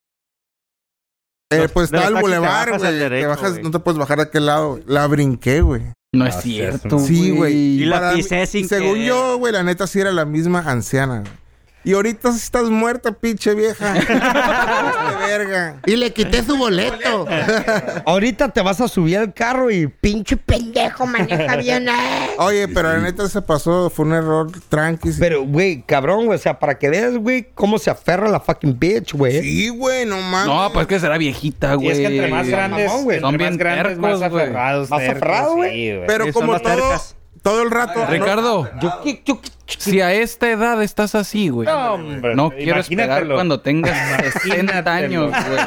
Speaker 3: Eh, pues
Speaker 11: de
Speaker 3: estaba el
Speaker 11: los taxis te
Speaker 3: bulevar,
Speaker 11: bajas
Speaker 3: güey.
Speaker 11: al
Speaker 3: Te
Speaker 11: derecho,
Speaker 3: bajas,
Speaker 11: güey. Ah,
Speaker 3: no te puedes bajar de aquel lado. güey. La brinqué, güey.
Speaker 16: No es cierto.
Speaker 3: Sí, güey.
Speaker 16: Y la
Speaker 3: Para mí-
Speaker 16: pisé sin
Speaker 3: Según
Speaker 16: querer.
Speaker 3: yo, güey, la neta sí era la misma anciana. güey. Y ahorita sí estás muerta, pinche
Speaker 11: [laughs]
Speaker 3: vieja. De verga.
Speaker 5: Y le quité su boleto.
Speaker 11: [laughs]
Speaker 5: Ahorita te vas a subir al carro y pinche pendejo maneja bien. eh.
Speaker 3: Oye, pero la neta se pasó, fue un error tranqui.
Speaker 5: Pero, güey, cabrón, güey. O sea, para que veas, güey, cómo se aferra la fucking bitch, güey.
Speaker 3: Sí, güey, no mames.
Speaker 16: No, pues que será viejita,
Speaker 5: Y
Speaker 16: güey.
Speaker 5: es que entre más
Speaker 7: grandes,
Speaker 16: Mamón, güey.
Speaker 7: entre más grandes,
Speaker 16: tercos,
Speaker 7: más
Speaker 16: güey.
Speaker 7: aferrados,
Speaker 16: Más
Speaker 7: tercos,
Speaker 16: aferrado, güey.
Speaker 7: sí, güey.
Speaker 3: Pero
Speaker 16: Sí, son
Speaker 3: como
Speaker 16: más
Speaker 3: todo,
Speaker 16: tercas.
Speaker 3: todo el rato. no-
Speaker 16: Ricardo, si a esta edad estás así, güey.
Speaker 7: No,
Speaker 16: No,
Speaker 7: hombre,
Speaker 16: quiero esperar
Speaker 7: imagínatelo.
Speaker 16: cuando tengas [laughs] 60 años, güey.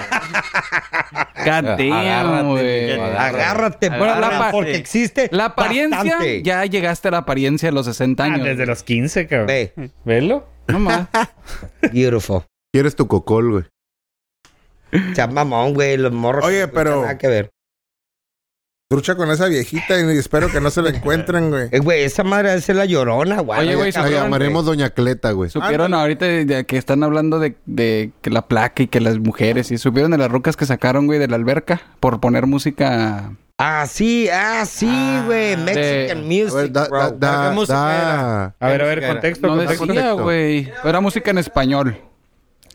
Speaker 16: Cadea,
Speaker 5: Agárrate,
Speaker 16: güey.
Speaker 5: Miguel, agárrate, agárrate,
Speaker 16: pa-
Speaker 5: porque existe
Speaker 16: La apariencia,
Speaker 5: bastante.
Speaker 16: ya llegaste a la apariencia de los 60 años.
Speaker 7: Ah, desde los 15, cabrón.
Speaker 5: Ve.
Speaker 7: Velo.
Speaker 16: No más.
Speaker 5: Beautiful.
Speaker 1: Quieres tu cocol, güey.
Speaker 5: sea, mamón, güey, los morros.
Speaker 3: Oye,
Speaker 5: no
Speaker 3: pero-
Speaker 5: tienen Nada que ver.
Speaker 3: Trucha con esa viejita y espero que no
Speaker 5: [laughs]
Speaker 3: se la encuentren, güey.
Speaker 5: Eh, güey, esa madre es la llorona, güey.
Speaker 16: Oye, güey,
Speaker 1: La
Speaker 16: supieron-
Speaker 1: llamaremos Doña Cleta, güey.
Speaker 16: Supieron ahorita de- de que están hablando de, de que la placa y que las mujeres y supieron de las rucas que sacaron, güey, de la alberca por poner música.
Speaker 5: Ah, sí, ah, sí, güey. Mexican
Speaker 1: A ver,
Speaker 5: music,
Speaker 1: da,
Speaker 5: bro.
Speaker 1: da, Ah, da, da.
Speaker 7: A ver, a ver, contexto,
Speaker 16: No
Speaker 7: contexto.
Speaker 16: decía, güey. Era música en español.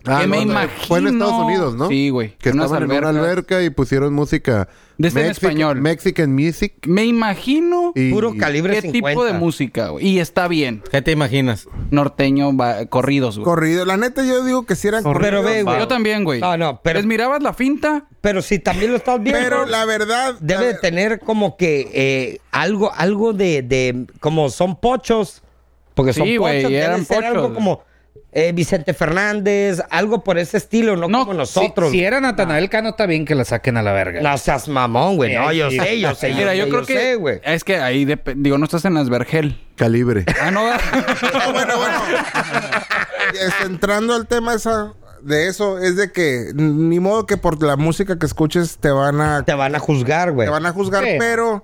Speaker 1: Ah,
Speaker 16: que
Speaker 1: no,
Speaker 16: me
Speaker 1: no,
Speaker 16: imagino.
Speaker 1: Fue en Estados Unidos, ¿no?
Speaker 16: Sí, güey.
Speaker 1: Que
Speaker 16: en unas
Speaker 1: estaban en una
Speaker 16: albercas.
Speaker 1: alberca y pusieron música.
Speaker 16: De este esta en
Speaker 1: Mexican-
Speaker 16: español.
Speaker 1: Mexican music.
Speaker 16: Me imagino
Speaker 1: Y-
Speaker 5: Puro calibre
Speaker 16: qué
Speaker 5: 50.
Speaker 16: tipo de música, güey. Y está bien.
Speaker 10: ¿Qué te imaginas?
Speaker 16: Norteño, va- corridos, güey.
Speaker 3: Corrido. La neta, yo digo que si eran
Speaker 5: Pero ve,
Speaker 3: corridos,
Speaker 5: güey.
Speaker 16: Yo también, güey.
Speaker 5: No, no, pero,
Speaker 16: ¿Les mirabas la finta?
Speaker 5: pero si también lo estás viendo.
Speaker 3: Pero la verdad.
Speaker 5: debe de tener como que eh, algo, algo de, de- como son pochos, porque son
Speaker 16: Sí, güey,
Speaker 5: pochos, debe
Speaker 16: eran
Speaker 5: ser algo
Speaker 16: pochos.
Speaker 5: como eh, Vicente Fernández, algo por ese estilo, no, como nosotros.
Speaker 7: Si, si era Natanael Cano, está bien que la saquen a la verga.
Speaker 5: No seas mamón, güey. Pues No,
Speaker 7: Sí,
Speaker 5: yo
Speaker 7: sí.
Speaker 5: sé, yo sé.
Speaker 16: Mira, yo,
Speaker 5: sé,
Speaker 16: creo que
Speaker 5: sé, güey.
Speaker 16: es que ahí dep- digo, no estás en las vergel.
Speaker 1: Calibre.
Speaker 16: Ah, [laughs] no. va.
Speaker 3: Ah, bueno, bueno. Este, [laughs] entrando al tema esa, de eso, es de que ni modo que por la música que escuches te van a,
Speaker 5: Te van a juzgar, güey.
Speaker 3: te van a juzgar,
Speaker 7: Sí.
Speaker 3: pero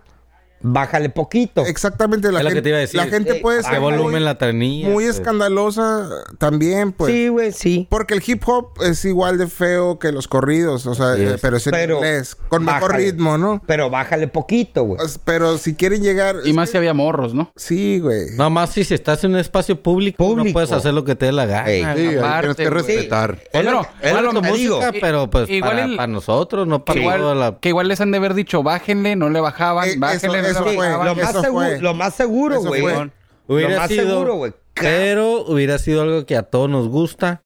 Speaker 5: Bájale poquito.
Speaker 3: exactamente la
Speaker 10: Es lo
Speaker 3: gente,
Speaker 10: que te iba a decir.
Speaker 3: La gente
Speaker 5: Sí, ah,
Speaker 3: puede
Speaker 10: ¿Qué
Speaker 3: ser
Speaker 10: volumen
Speaker 3: muy,
Speaker 10: la tranilla?
Speaker 3: muy
Speaker 10: pues?
Speaker 3: escandalosa también, pues.
Speaker 5: sí, güey, sí.
Speaker 3: Porque el hip hop es igual de feo que los corridos, o sea, eh, pero es en
Speaker 5: Pero
Speaker 3: inglés, con mejor
Speaker 5: bájale.
Speaker 3: ritmo, ¿no?
Speaker 5: Pero bájale poquito, güey.
Speaker 3: Pues, Pero si quieren llegar...
Speaker 16: Y más si había morros, ¿no?
Speaker 3: Sí, güey.
Speaker 10: No más si si estás en un espacio público,
Speaker 5: Público.
Speaker 10: no puedes hacer lo que te dé la gana.
Speaker 5: Ey.
Speaker 1: Sí, ahí tienes
Speaker 16: Ah, Aparte,
Speaker 1: que
Speaker 16: güey.
Speaker 1: respetar.
Speaker 5: Es lo-
Speaker 16: Bueno,
Speaker 5: es
Speaker 10: Claro,
Speaker 5: lo
Speaker 10: tu
Speaker 5: que te digo.
Speaker 10: música, pero pues
Speaker 16: Igual
Speaker 10: para,
Speaker 16: el-
Speaker 10: para nosotros, no para
Speaker 16: Que
Speaker 10: toda
Speaker 16: igual,
Speaker 10: la...
Speaker 16: que igual les han de haber dicho, bájenle, no le bajaban,
Speaker 3: Eh,
Speaker 16: bájenle,
Speaker 3: eso-
Speaker 16: no le
Speaker 3: eso
Speaker 5: Sí,
Speaker 16: bajaban.
Speaker 5: lo, más
Speaker 3: eso fue.
Speaker 5: seguro, lo más seguro,
Speaker 3: Eso
Speaker 5: güey.
Speaker 3: fue.
Speaker 5: Lo
Speaker 10: Hubiera
Speaker 5: más
Speaker 10: sido,
Speaker 5: seguro, güey.
Speaker 10: pero hubiera sido algo que a todos nos gusta.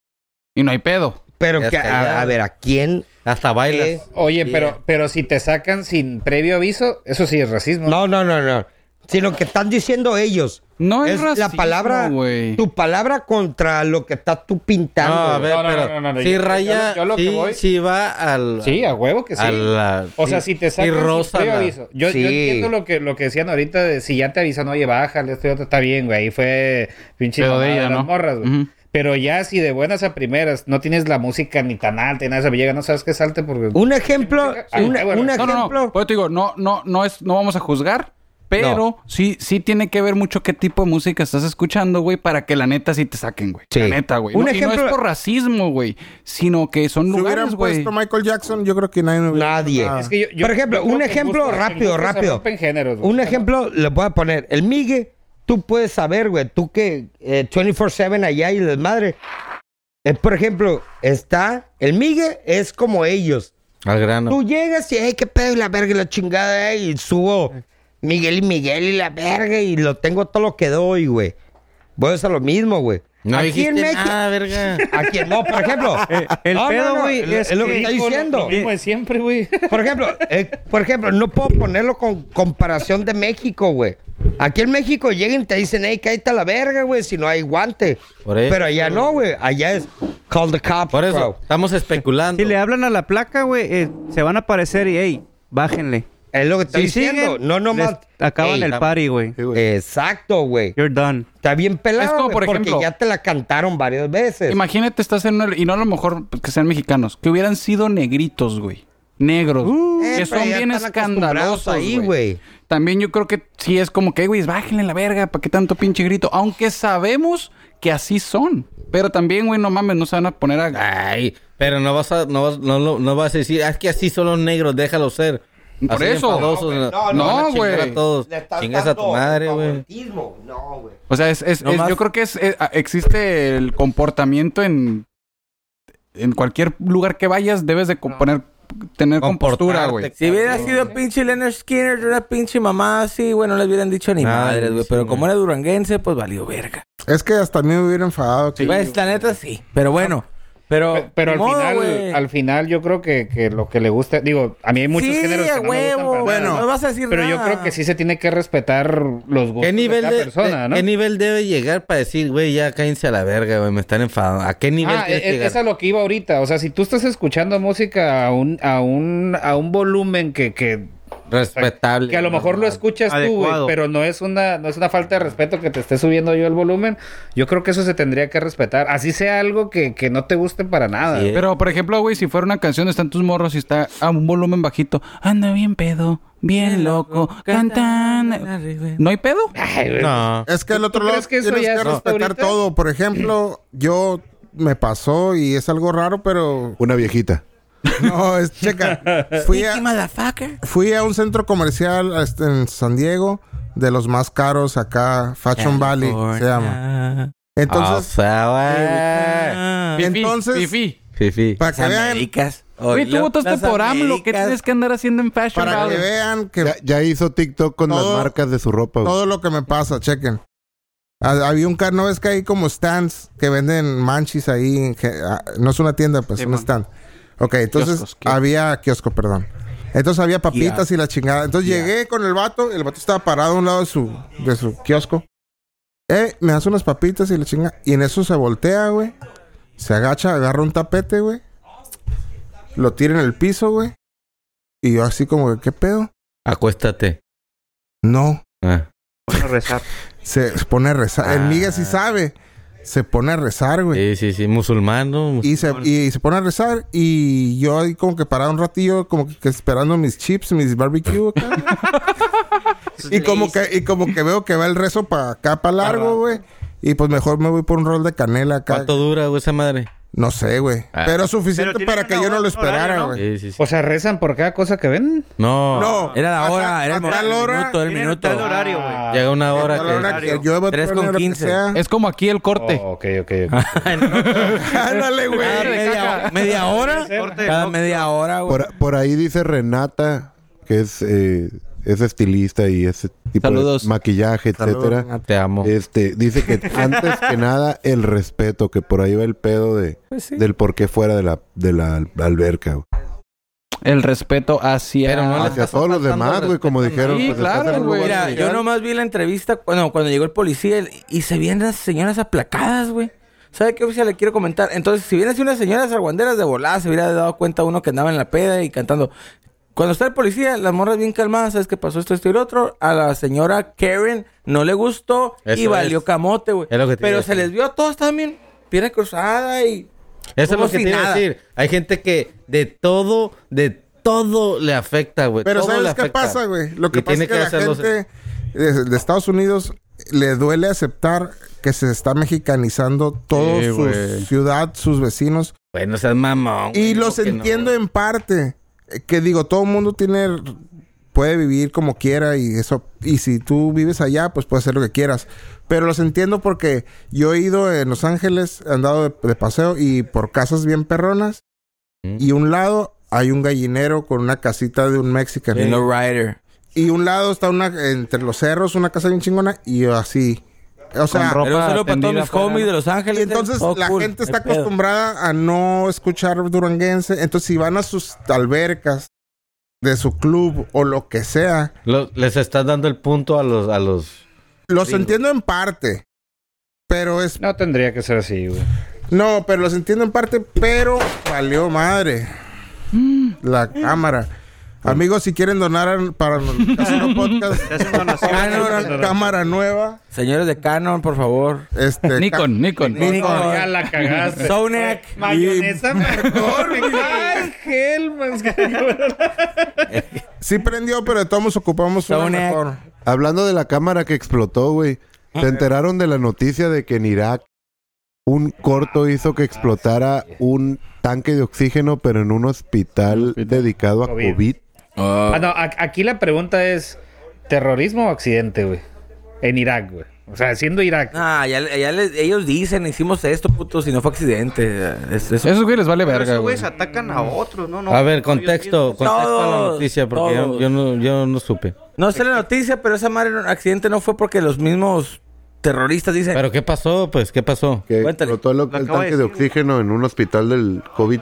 Speaker 16: Y no hay pedo.
Speaker 5: Pero
Speaker 10: Ya
Speaker 5: que,
Speaker 10: está,
Speaker 5: a,
Speaker 10: ya.
Speaker 5: a ver, ¿a quién?
Speaker 10: Hasta bailas.
Speaker 5: Eh,
Speaker 7: Oye,
Speaker 10: Sí.
Speaker 7: pero, pero si te sacan sin previo aviso, eso sí es racismo.
Speaker 5: No, no, no, no. Sino que están diciendo ellos.
Speaker 16: No es,
Speaker 5: es la
Speaker 16: racismo,
Speaker 5: palabra,
Speaker 16: güey.
Speaker 5: tu palabra contra lo que estás tú
Speaker 10: No,
Speaker 5: pintando.
Speaker 10: a
Speaker 5: güey.
Speaker 10: ver,
Speaker 7: No, no,
Speaker 10: pero
Speaker 7: no, no, no,
Speaker 10: si
Speaker 7: yo- yo-
Speaker 10: raya,
Speaker 7: yo lo que
Speaker 10: si,
Speaker 7: voy-
Speaker 10: si va al...
Speaker 7: Sí, a huevo que sí.
Speaker 10: a la-
Speaker 7: O sea,
Speaker 10: sí,
Speaker 7: si te sacan
Speaker 10: sí
Speaker 7: sin
Speaker 10: roza
Speaker 7: previo
Speaker 10: la-
Speaker 7: aviso. Yo, yo
Speaker 5: Sí.
Speaker 7: entiendo lo que, lo que decían ahorita de si ya te avisan, oye, bájale, esto y otro, está bien, güey. Ahí fue pinche
Speaker 16: Pedo de
Speaker 7: mamada
Speaker 16: ella,
Speaker 7: las
Speaker 16: ¿no?
Speaker 7: morras, güey.
Speaker 16: Ujú.
Speaker 7: Pero ya si de buenas a primeras no tienes la música ni tan alta ni nada de eso, llega, no sabes qué salte porque...
Speaker 5: Un ejemplo,
Speaker 7: Ah,
Speaker 5: un,
Speaker 7: bueno.
Speaker 5: un
Speaker 7: No,
Speaker 16: No,
Speaker 5: ejemplo.
Speaker 16: no, no. Por eso te digo, no, no, no es, no vamos a juzgar. Pero sí, sí tiene que ver mucho qué tipo de música estás escuchando, güey, para que la neta sí te saquen, güey.
Speaker 5: Sí.
Speaker 16: La neta, güey.
Speaker 5: Un
Speaker 16: No, y no
Speaker 5: ejemplo-
Speaker 16: es por racismo, güey, sino que son
Speaker 3: Si hubieran
Speaker 16: lugares, güey.
Speaker 3: puesto Michael Jackson, yo creo que nadie... me hubiera-
Speaker 5: Nadie.
Speaker 3: Ah.
Speaker 7: Es que yo- yo-
Speaker 5: Por ejemplo,
Speaker 7: yo creo
Speaker 5: un
Speaker 7: que en
Speaker 5: ejemplo
Speaker 7: gusto- en
Speaker 5: rápido,
Speaker 7: gusto se
Speaker 5: rápido.
Speaker 7: rompen géneros, güey.
Speaker 5: Un ejemplo, le voy a poner. El Migue, tú puedes saber, güey. Tú que eh, 24-7 allá y la madre. Eh, por ejemplo, está. El Migue es como ellos.
Speaker 10: al grano.
Speaker 5: Tú llegas y, hey, qué pedo, y la verga, y la chingada, eh, y subo Miguel y Miguel y la verga, y lo tengo todo lo que doy, güey. Voy a hacer lo mismo, güey.
Speaker 10: No
Speaker 5: Aquí
Speaker 10: dijiste
Speaker 5: en México.
Speaker 7: [laughs]
Speaker 10: nada, verga.
Speaker 5: Aquí, no, por ejemplo.
Speaker 9: el
Speaker 5: No, no,
Speaker 9: pedo,
Speaker 5: no,
Speaker 9: güey,
Speaker 5: es,
Speaker 9: es
Speaker 5: es lo
Speaker 9: que
Speaker 5: que está
Speaker 9: dijo-
Speaker 5: diciendo.
Speaker 7: Lo mismo de siempre, güey.
Speaker 5: Por ejemplo, eh, por ejemplo, no puedo ponerlo con comparación de México, güey. Aquí en México llegan y te dicen, hey, cállate a la verga, güey, si no hay guante. Pero allá no, güey. Allá es call the cop.
Speaker 10: Por eso, estamos especulando.
Speaker 6: Si le hablan a la placa, güey, eh, se van a aparecer y, hey, bájenle.
Speaker 5: Es lo que estoy diciendo. no nomás.
Speaker 6: les acaban el party, güey.
Speaker 5: Exacto, güey.
Speaker 6: You're done.
Speaker 5: Está bien
Speaker 16: Es
Speaker 5: pelado.
Speaker 16: como,
Speaker 5: güey,
Speaker 16: por ejemplo-
Speaker 5: porque ya te la cantaron varias veces.
Speaker 16: Imagínate, estás en una. Y no a lo mejor pues, que sean mexicanos. Que hubieran sido negritos, güey. Negros. que
Speaker 5: Uh, eh, pero
Speaker 16: son
Speaker 5: ya
Speaker 16: bien
Speaker 5: están acostumbrados
Speaker 16: escandalosos.
Speaker 5: ahí, güey.
Speaker 16: También yo creo que sí es como que, güey, bájenle la verga. ¿Para qué tanto pinche grito? Aunque sabemos que así son. Pero también, güey, no mames, no se van a poner a.
Speaker 10: Ay, pero no vas a, no vas, no, lo- no vas a decir, "Ah, es que así son los negros, déjalo ser.
Speaker 7: Pues,
Speaker 16: Por
Speaker 10: Así
Speaker 16: eso.
Speaker 10: enfadosos,
Speaker 16: No,
Speaker 10: no,
Speaker 16: no,
Speaker 10: van a chingar
Speaker 16: güey.
Speaker 10: a todos. Chingas a tu madre, güey.
Speaker 16: O sea, es, es-
Speaker 10: No
Speaker 16: es-
Speaker 10: más.
Speaker 16: yo creo que es, eh, a- existe el comportamiento en en cualquier lugar que vayas debes de componer, tener compostura, güey.
Speaker 11: Si hubiera sido pinche Leonard Skinner, yo era pinche mamá así, güey, no les hubieran dicho ni
Speaker 16: Ay,
Speaker 11: madres, güey.
Speaker 16: sí,
Speaker 11: pero como era duranguense, pues valió verga.
Speaker 3: Es que hasta a mí me hubiera
Speaker 7: Ah,
Speaker 3: enfadado. que-
Speaker 11: pues, la neta sí. Pero bueno. Pero,
Speaker 7: Pero al
Speaker 11: ni modo,
Speaker 7: final,
Speaker 11: güey.
Speaker 7: al final yo creo que, que lo que le gusta, digo, a mí hay muchos
Speaker 11: Sí,
Speaker 7: géneros
Speaker 11: a
Speaker 7: que no me gustan
Speaker 11: huevo,
Speaker 7: para
Speaker 11: bueno,
Speaker 7: nada,
Speaker 11: no vas a decir
Speaker 7: Pero yo
Speaker 11: nada.
Speaker 7: creo que sí se tiene que respetar los gustos
Speaker 10: ¿Qué
Speaker 7: pues, de
Speaker 10: nivel,
Speaker 7: cada
Speaker 10: de-
Speaker 7: persona,
Speaker 10: de-
Speaker 7: ¿no?
Speaker 10: ¿Qué nivel debe llegar para decir, güey, ya cállense a la verga, güey, me están enfadando? ¿A qué nivel
Speaker 7: Ah,
Speaker 10: tienes que
Speaker 7: e-
Speaker 10: llegar?
Speaker 7: es a lo que iba ahorita. O sea, si tú estás escuchando música a un, a un, a un volumen que, que
Speaker 10: Respetable.
Speaker 7: que a lo mejor lo escuchas tú, güey,
Speaker 10: Adecuado.
Speaker 7: pero no es una no es una falta de respeto que te esté subiendo yo el volumen. Yo creo que eso se tendría que respetar, así sea algo que, que no te guste para nada.
Speaker 16: Pero, por ejemplo, güey, si fuera una canción, están tus morros y está a un volumen bajito. Anda bien pedo, bien loco, cantan. ¿No hay pedo?
Speaker 10: No.
Speaker 3: Es que el otro
Speaker 16: ¿Tú
Speaker 3: lado
Speaker 16: crees que eso
Speaker 3: tienes
Speaker 16: ya
Speaker 3: que
Speaker 16: es hasta
Speaker 3: respetar
Speaker 16: ahorita?
Speaker 3: todo. Por ejemplo, yo me pasó y es algo raro, pero.
Speaker 1: Una viejita.
Speaker 3: No, es checa. Fui a,
Speaker 11: Pinche motherfucker.
Speaker 3: fui a un centro comercial este, en San Diego, de los más caros acá, Fashion Valley se llama. Entonces,
Speaker 10: O sea, güey.
Speaker 3: Entonces-
Speaker 16: Fifi.
Speaker 10: Fifi.
Speaker 3: para que
Speaker 10: Las
Speaker 3: vean-
Speaker 10: Américas.
Speaker 16: Güey, tú
Speaker 10: Oílo.
Speaker 16: votaste
Speaker 10: Las
Speaker 16: por AMLO. ¿Qué
Speaker 10: Américas.
Speaker 16: tienes que andar haciendo en Fashion
Speaker 3: para que
Speaker 16: Valley?
Speaker 3: vean que
Speaker 1: Ya, ya hizo TikTok con
Speaker 3: Todo-
Speaker 1: las marcas de su ropa, güey.
Speaker 3: todo lo que me pasa, chequen. Ha- Había un car, no es que hay como stands que venden manchis ahí, en ge- ah, no es una tienda, pues un stand. Ok, entonces
Speaker 1: Kioscos, kioscos.
Speaker 3: había kiosco, perdón. Entonces había papitas y la chingada. Entonces llegué con el vato, el vato estaba parado a un lado de su, de su kiosco. Eh, me hace unas papitas y la chingada. Y en eso se voltea, güey. Se agacha, agarra un tapete, güey. Lo tira en el piso, güey. Y yo así como, que, ¿qué pedo?
Speaker 10: Acuéstate.
Speaker 3: No.
Speaker 10: Ah.
Speaker 8: Bueno, rezar.
Speaker 3: [laughs] Se pone a rezar. El Miguel sí sabe. Se pone a rezar, güey.
Speaker 10: Sí, sí, sí, musulmano.
Speaker 3: Y se, y se pone a rezar. Y yo ahí como que paraba un ratillo, como que, que esperando mis chips, mis barbecue acá. y, como que, y como que veo que va el rezo para acá, para largo, güey. Y pues mejor me voy por un rol de canela acá.
Speaker 10: ¿Cuánto dura, güey, esa madre?
Speaker 3: No sé, güey.
Speaker 11: Ah.
Speaker 3: Pero suficiente
Speaker 10: Pero tiene
Speaker 3: para que yo no lo esperara, güey.
Speaker 10: Sí, sí, sí.
Speaker 7: O sea, rezan por cada cosa que ven.
Speaker 10: No.
Speaker 3: No.
Speaker 11: Era la hora,
Speaker 3: A-
Speaker 11: era el,
Speaker 3: a tal
Speaker 11: el
Speaker 3: hora,
Speaker 11: minuto, era el
Speaker 8: tiene
Speaker 11: minuto.
Speaker 8: tal horario, güey.
Speaker 10: Ah. Llega una hora
Speaker 3: A la hora
Speaker 10: que...
Speaker 3: que yo voy a
Speaker 11: Tres
Speaker 3: poner
Speaker 11: con
Speaker 3: lo que
Speaker 11: 15.
Speaker 3: sea.
Speaker 16: Es como aquí el corte.
Speaker 7: Oh, ok, ok,
Speaker 11: [laughs]
Speaker 3: [laughs]
Speaker 7: ok.
Speaker 3: Ándale, Ah, güey.
Speaker 11: Ah, Media, media hora. Cada media hora, Ah, güey.
Speaker 1: Por, por ahí dice Renata, que es, eh, es estilista y ese tipo
Speaker 15: Saludos.
Speaker 1: de maquillaje,
Speaker 3: Saludos,
Speaker 1: etcétera.
Speaker 3: Renata.
Speaker 10: Te amo.
Speaker 1: Este, dice que antes que nada el respeto, que por ahí va el pedo de del por qué fuera de la, de la alberca. güey.
Speaker 16: El respeto hacia.
Speaker 10: Pero no le
Speaker 1: Hacia
Speaker 10: estás
Speaker 1: todos los
Speaker 10: faltando
Speaker 1: demás, güey,
Speaker 10: respeto,
Speaker 1: como
Speaker 10: ¿no?
Speaker 1: dijeron.
Speaker 16: Sí,
Speaker 1: pues,
Speaker 16: claro,
Speaker 1: estás en un
Speaker 16: güey.
Speaker 1: lugar
Speaker 11: Mira, yo
Speaker 1: ilegal.
Speaker 11: nomás vi la entrevista cuando, cuando llegó el policía el- y se vieron las señoras aplacadas, güey. ¿Sabe qué oficial le quiero comentar? Entonces, si hubieran sido unas señoras argüanderas de volada, se hubiera dado cuenta uno que andaba en la peda y cantando. Cuando está el policía, las morras bien calmadas, ¿sabes qué pasó esto, esto y lo otro? A la señora Karen no le gustó y
Speaker 10: Eso
Speaker 11: valió
Speaker 10: es.
Speaker 11: camote, güey.
Speaker 10: Es lo que te iba
Speaker 11: Pero
Speaker 10: a
Speaker 11: se
Speaker 10: decir.
Speaker 11: les vio a todos también, pierna cruzada y...
Speaker 10: Eso es
Speaker 11: como
Speaker 10: lo que
Speaker 11: si
Speaker 10: te iba a
Speaker 11: nada.
Speaker 10: decir. Hay gente que de todo, de todo le afecta, güey.
Speaker 3: Pero
Speaker 10: Todo le
Speaker 3: ¿sabes qué
Speaker 10: afecta.
Speaker 3: pasa, güey? Lo que
Speaker 10: Y
Speaker 3: pasa es
Speaker 10: tiene
Speaker 3: que, la
Speaker 10: hacerlo-
Speaker 3: gente de, de Estados Unidos le duele aceptar que se está mexicanizando toda
Speaker 10: Sí,
Speaker 3: su
Speaker 10: güey.
Speaker 3: ciudad, sus vecinos.
Speaker 10: Bueno, seas mamón.
Speaker 3: Y los entiendo en parte. Eh, Que digo, todo el mundo tiene... Puede vivir como quiera y eso... Y si tú vives allá, pues puedes hacer lo que quieras. Pero los entiendo porque yo he ido en Los Ángeles, he andado de, de paseo y por casas bien perronas. Y un lado hay un gallinero con una casita de un mexicano.
Speaker 11: En los Rider.
Speaker 3: Y un lado está una entre los cerros, una casa bien chingona y yo así. O sea,
Speaker 16: ropa
Speaker 11: Pero un saludo para todos
Speaker 16: tendida
Speaker 11: mis
Speaker 16: afuera,
Speaker 11: homies
Speaker 16: ¿no?
Speaker 11: de Los Ángeles.
Speaker 3: y entonces
Speaker 11: Todo
Speaker 3: la
Speaker 11: cool,
Speaker 3: gente
Speaker 11: no
Speaker 3: está
Speaker 11: hay pedo.
Speaker 3: acostumbrada a no escuchar duranguense. Entonces, si van a sus albercas de su club o lo que sea,
Speaker 10: Lo- les estás dando el punto a los, a los
Speaker 3: Los Digo. entiendo en parte. Pero es.
Speaker 12: No tendría que ser así, güey.
Speaker 3: No, pero los entiendo en parte, pero valió madre. Mm. La mm. cámara. Mm. Amigos, si quieren donar para el Casino Podcast, Canon, cámara nueva.
Speaker 11: Señores de Canon, por favor.
Speaker 17: [laughs]
Speaker 3: Este,
Speaker 12: Nikon, Nikon.
Speaker 3: Nikon. Nikon.
Speaker 12: Ya la cagaste.
Speaker 11: Sonic.
Speaker 12: Mayonesa marcón. Ay, Helmans.
Speaker 3: sí prendió, pero de todos modos ocupamos una mejor. Ah.
Speaker 1: Hablando de la cámara que explotó, güey. ¿Se enteraron de la noticia de que en Irak un corto hizo que explotara un tanque de oxígeno, pero en un hospital dedicado a COVID? COVID.
Speaker 12: Oh. Ah, no, aquí la pregunta es: ¿terrorismo o accidente, güey? En Irak, güey. O sea, siendo Irak.
Speaker 11: Ah, ya, ya les, ellos dicen, hicimos esto, puto, si no fue accidente. Es,
Speaker 17: es... Eso güey les vale verga. Esos
Speaker 6: güeyes atacan a otros, ¿no? no
Speaker 10: a ver, contexto, contexto a la noticia, porque yo, yo, no, yo no supe.
Speaker 11: No sé la noticia, pero esa madre, accidente no fue porque los mismos terroristas dicen.
Speaker 10: Pero ¿qué pasó? Pues, ¿qué pasó?
Speaker 1: Que explotó el, el tanque de, de oxígeno en un hospital del COVID.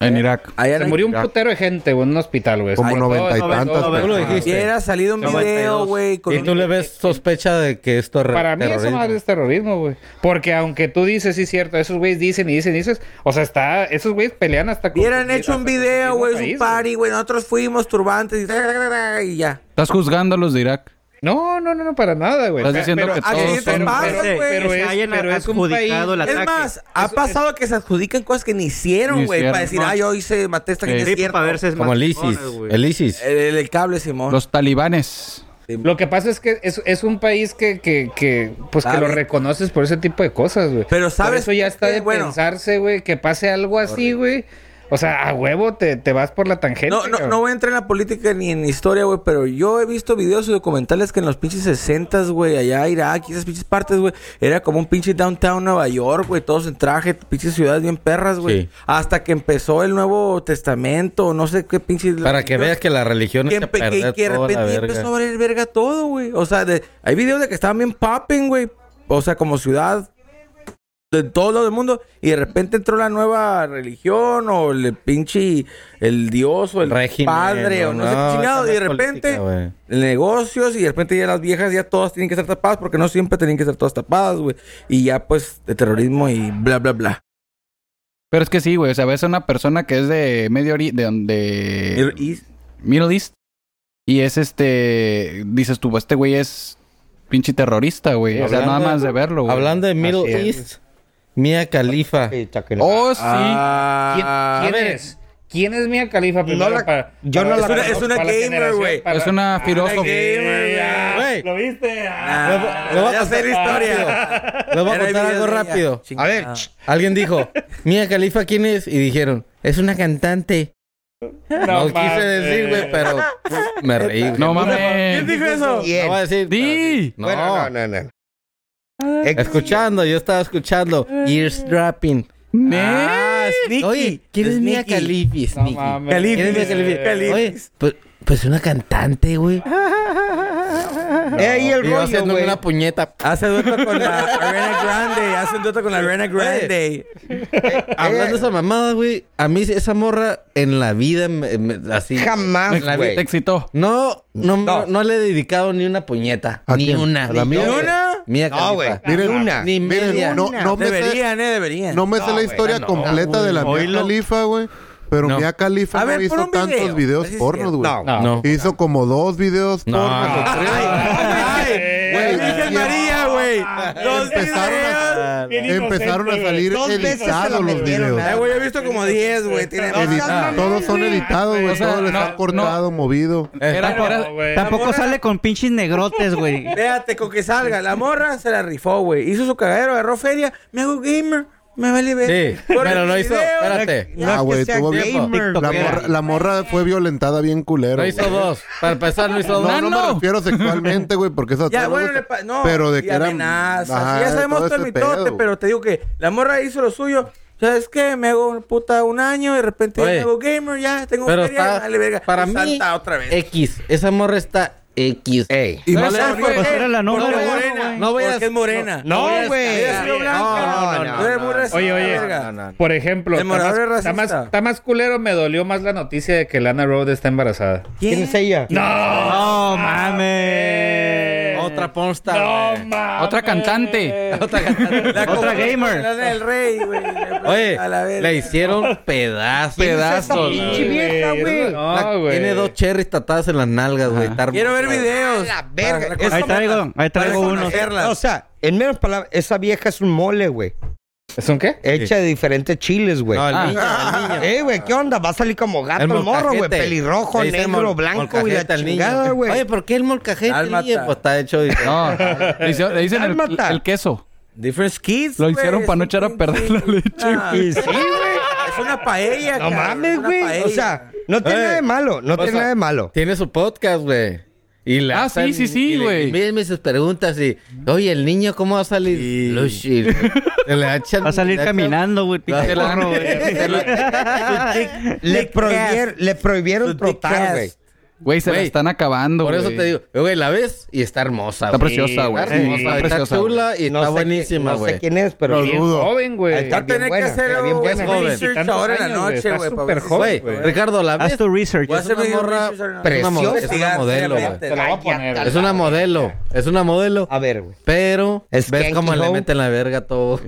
Speaker 17: En Irak.
Speaker 12: Allá se murió un putero de gente, güey, en un hospital, güey.
Speaker 1: Como noventa y tantas.
Speaker 11: Tú lo dijiste. Y era salido un video, güey.
Speaker 10: Y tú le ves sospecha de que esto
Speaker 12: es Para mí esa madre es terrorismo, güey. Porque aunque tú dices, sí es cierto, esos güeyes dicen y dicen y dices, o sea, está, esos güeyes pelean hasta
Speaker 11: con... Hubieran hecho un video, güey, un party, güey. Nosotros fuimos turbantes y, [laughs] y ya.
Speaker 17: ¿Estás juzgando a los de Irak?
Speaker 12: No, no, no, no, para nada,
Speaker 6: pues,
Speaker 12: güey.
Speaker 17: Estás diciendo
Speaker 12: pero,
Speaker 17: que todos son...
Speaker 11: Pasa, pero,
Speaker 6: pero
Speaker 11: es,
Speaker 6: se hayan pero es adjudicado el ataque.
Speaker 11: Es más, ha Eso, pasado es... que se adjudican cosas que ni hicieron, güey. Para decir, ah, yo hice, maté esta gente.
Speaker 6: Sí, para verse
Speaker 10: Como el ISIS. El ISIS.
Speaker 11: El, el, el Eh, cable, Simón.
Speaker 17: Los talibanes.
Speaker 12: Lo que pasa es que es, es un país que, que, que pues ¿Sabe? que lo reconoces por ese tipo de cosas, güey.
Speaker 11: Pero sabes.
Speaker 12: Por eso ya está de bueno. pensarse, güey, que pase algo así, güey. O sea, a huevo te, te, vas por la tangente.
Speaker 11: No, no, no voy a entrar en la política ni en historia, güey, pero yo he visto videos y documentales que en los pinches 60, güey, allá Irak y esas pinches partes, güey, era como un pinche downtown Nueva York, güey, todos en traje, pinches ciudades bien perras, güey. Sí. Hasta que empezó el Nuevo Testamento, no sé qué pinche...
Speaker 10: Para que veas que la religión
Speaker 11: que, que, que, que de repente empezó a valer verga todo, güey. O sea, de, hay videos de que estaban bien popping, güey. O sea, como ciudad de todo lo del mundo y de repente entró la nueva religión o el pinche el dios o el
Speaker 10: Régimen,
Speaker 11: padre o no, sé qué chingado y de repente política, negocios y de repente ya las viejas ya todas tienen que estar tapadas porque no siempre tienen que estar todas tapadas, güey. Y ya pues de terrorismo y bla bla bla.
Speaker 17: Pero es que sí, güey, o sea, ves a una persona que es de Medio Oriente de, de
Speaker 11: Middle East.
Speaker 17: Middle East y es este dices tú, este güey es pinche terrorista, güey. O sea, nada más de verlo, güey.
Speaker 10: Hablando de Middle Así East es. Mía Califa.
Speaker 12: Oh, sí. Ah, ¿Quién, ¿Quién, es? ¿Quién es Mía Califa? Primero
Speaker 11: no la, para, yo para, no la Es una, gamer, güey.
Speaker 17: Es una filósofa.
Speaker 12: güey. Ah, ¿Lo viste?
Speaker 11: Ah, lo, voy a
Speaker 12: [laughs]
Speaker 11: hacer historia.
Speaker 10: Les voy a contar algo rápido.
Speaker 11: A ver.
Speaker 10: Alguien dijo, Mía Califa, ¿quién es? Y dijeron, es una cantante. No, no quise decir, güey, pero pues, me reí.
Speaker 17: No mames.
Speaker 11: ¿Quién dijo eso?
Speaker 10: No voy a decir.
Speaker 17: ¡Di!
Speaker 10: No, no, no. no. Escuchando, yo estaba escuchando Earstrapping.
Speaker 11: Ah, Sneaky.
Speaker 10: Oye, ¿quién es Mia Khalifi? Sneaky.
Speaker 11: Khalifi.
Speaker 10: ¿Quién es Mia Khalifi? Oye, pues, pues una cantante, güey.
Speaker 11: No, Ey, el rollo,
Speaker 10: haciendo wey. una puñeta.
Speaker 11: Hace dueto con la Arena Grande. Hace un dueto con la Arena Grande.
Speaker 10: Hablando
Speaker 11: Eh.
Speaker 10: de esa mamada, güey. A mí esa morra en la vida me, me, así.
Speaker 11: Jamás, güey.
Speaker 17: La vida te excitó.
Speaker 10: No no, no, no, no. le he dedicado ni una puñeta. Ni quién? una.
Speaker 11: ¿A la
Speaker 10: ni
Speaker 11: mía? una?
Speaker 10: Mía
Speaker 11: no, güey.
Speaker 1: Miren,
Speaker 10: una. Ni
Speaker 1: miren,
Speaker 10: media.
Speaker 1: No, no me
Speaker 11: deberían, eh, deberían.
Speaker 1: No me sé la historia completa de la Mía Califa, güey. Pero no. Mia Khalifa no hizo video. tantos videos pornos, güey. No, no, Hizo como dos videos pornos o tres.
Speaker 11: ¡Ay! Güey, Virgen María, güey. Dos
Speaker 1: empezaron a, empezaron a salir editados los videos.
Speaker 11: Ay, Eh, güey, he visto como diez, güey.
Speaker 1: Todos son editados, güey. Todo les ha cortado, movido.
Speaker 6: Tampoco sale con pinches [laughs] negrotes, güey.
Speaker 11: Véate, con que salga. La morra se la rifó, güey. Hizo su cagadero, agarró feria. Me hago gamer. Me vale ver.
Speaker 10: Sí, pero lo hizo. Espérate.
Speaker 1: ah, güey, tuvo bien. La morra, la morra fue violentada bien culero.
Speaker 10: No hizo wey. dos. Para empezar, no hizo
Speaker 1: no,
Speaker 10: dos.
Speaker 1: No, no me refiero sexualmente, güey, porque esas
Speaker 11: [laughs] Ya, bueno, le pa... no.
Speaker 1: Pero de
Speaker 11: y
Speaker 1: que era.
Speaker 11: Amenazas. Ajá, ya sabemos todo el mitote, pero te digo que la morra hizo lo suyo. ¿Sabes qué? Me hago puta un año, de repente Oye, ya me hago gamer, ya tengo
Speaker 10: pero feria, está, dale, verga. Para
Speaker 11: me
Speaker 10: mí,
Speaker 11: Pues, otra vez.
Speaker 10: X. Esa morra está X.
Speaker 11: Ey.
Speaker 10: Y
Speaker 11: no, sabes,
Speaker 6: pues era la novia.
Speaker 11: No, morena. No voy a...
Speaker 10: Porque
Speaker 11: es morena.
Speaker 10: No, güey.
Speaker 11: No, no, no, no,
Speaker 12: Oye, oye. Por ejemplo, está más, está más culero. Me dolió más la noticia de que Lana Rhodes está embarazada.
Speaker 10: ¿Quién, es ella?
Speaker 12: ¡No!
Speaker 10: ¡No, mames! otra pornstar. No,
Speaker 7: mames.
Speaker 16: Otra cantante.
Speaker 10: [laughs] Otra cantante. otra gamer.
Speaker 11: del rey, güey.
Speaker 10: [laughs] Oye, la
Speaker 5: [laughs]
Speaker 10: hicieron pedazos.
Speaker 16: Pedazos.
Speaker 10: Pinche vieja, güey. La-
Speaker 16: güey.
Speaker 10: Tiene dos cherries tatadas en las nalgas, güey. Está
Speaker 11: Quiero ver
Speaker 10: hermosa, güey.
Speaker 11: videos. Ah,
Speaker 5: La verga.
Speaker 10: Ahí traigo- ahí traigo
Speaker 5: para
Speaker 10: unos.
Speaker 5: conocerlas. O sea, en menos palabras, esa vieja es un mole, güey.
Speaker 7: ¿Es un qué?
Speaker 5: Hecha de diferentes chiles, güey.
Speaker 10: No, el
Speaker 5: Ah.
Speaker 10: niño, el niño.
Speaker 5: [laughs] Eh, güey, ¿qué onda? Va a salir como gato
Speaker 10: El
Speaker 5: el, morro, güey.
Speaker 10: molcajete.
Speaker 5: Pelirrojo,
Speaker 10: Le dicen
Speaker 5: negro,
Speaker 10: mol-
Speaker 5: blanco, güey. La
Speaker 10: molcajete al niño.
Speaker 5: chingada, güey.
Speaker 10: Oye, ¿por qué el molcajete?
Speaker 11: Cálmata.
Speaker 10: niño? Pues está hecho. dice,
Speaker 16: No, le, hicieron- le dicen el,
Speaker 5: Cálmata.
Speaker 16: el queso.
Speaker 11: Different Kids.
Speaker 16: Lo
Speaker 11: güey,
Speaker 16: hicieron
Speaker 11: es
Speaker 16: para no
Speaker 11: un
Speaker 16: echar a
Speaker 11: pinche-
Speaker 16: perder la leche,
Speaker 11: Ah,
Speaker 16: güey.
Speaker 5: Sí, güey.
Speaker 11: Es una paella,
Speaker 5: No
Speaker 11: cabrón,
Speaker 5: mames,
Speaker 11: una
Speaker 5: güey.
Speaker 11: paella.
Speaker 5: O sea, no tiene
Speaker 10: Oye,
Speaker 5: nada de malo. No
Speaker 10: o
Speaker 5: tiene
Speaker 10: sea,
Speaker 5: nada de malo.
Speaker 10: Tiene su podcast, güey. Y la
Speaker 16: Ah,
Speaker 10: hacen-
Speaker 16: sí, sí, sí,
Speaker 10: y le-
Speaker 16: güey.
Speaker 10: y Mírenme sus preguntas y... Oye, ¿el niño cómo va a salir? Lushi. Se le echan-
Speaker 6: Va a salir
Speaker 10: le echan-
Speaker 6: caminando, güey. pinche
Speaker 10: No,
Speaker 6: morro, güey. [laughs]
Speaker 10: se lo-
Speaker 5: Le, prohibier- le prohibieron trotar, güey.
Speaker 16: Güey, se la
Speaker 10: Güey,
Speaker 16: están acabando,
Speaker 10: Por
Speaker 16: güey.
Speaker 10: eso te digo, güey, la ves y está hermosa,
Speaker 16: Está
Speaker 10: güey.
Speaker 16: preciosa, güey.
Speaker 10: Está hermosa,
Speaker 16: Sí,
Speaker 10: está,
Speaker 16: está preciosa,
Speaker 10: chula y
Speaker 5: No
Speaker 10: está
Speaker 5: sé
Speaker 10: buenísima,
Speaker 5: quién- No
Speaker 10: güey.
Speaker 5: sé quién es, pero.
Speaker 7: Bien joven, güey.
Speaker 5: Está
Speaker 11: Va a tener
Speaker 5: bien
Speaker 11: que
Speaker 5: buena,
Speaker 11: hacer
Speaker 5: está bien
Speaker 11: un
Speaker 5: buena.
Speaker 11: buen
Speaker 10: Joven.
Speaker 11: research
Speaker 7: Tantos
Speaker 11: ahora en la
Speaker 7: años, güey,
Speaker 11: noche,
Speaker 7: está
Speaker 11: güey. para
Speaker 7: súper
Speaker 11: ver si-
Speaker 7: joven,
Speaker 10: Güey, Ricardo, la ves.
Speaker 6: Haz tu research.
Speaker 11: Voy a
Speaker 10: Es
Speaker 11: hacer
Speaker 10: una
Speaker 11: mi
Speaker 10: morra
Speaker 11: research ahora.
Speaker 10: preciosa. Es una
Speaker 11: Investigar,
Speaker 10: modelo, güey.
Speaker 11: fíjate.
Speaker 7: Te la voy a poner.
Speaker 10: Es una modelo, es una modelo.
Speaker 5: A ver, güey.
Speaker 10: Pero
Speaker 5: Es
Speaker 10: ves
Speaker 5: Yankee
Speaker 10: cómo le
Speaker 5: Hole.
Speaker 10: meten la verga a todo.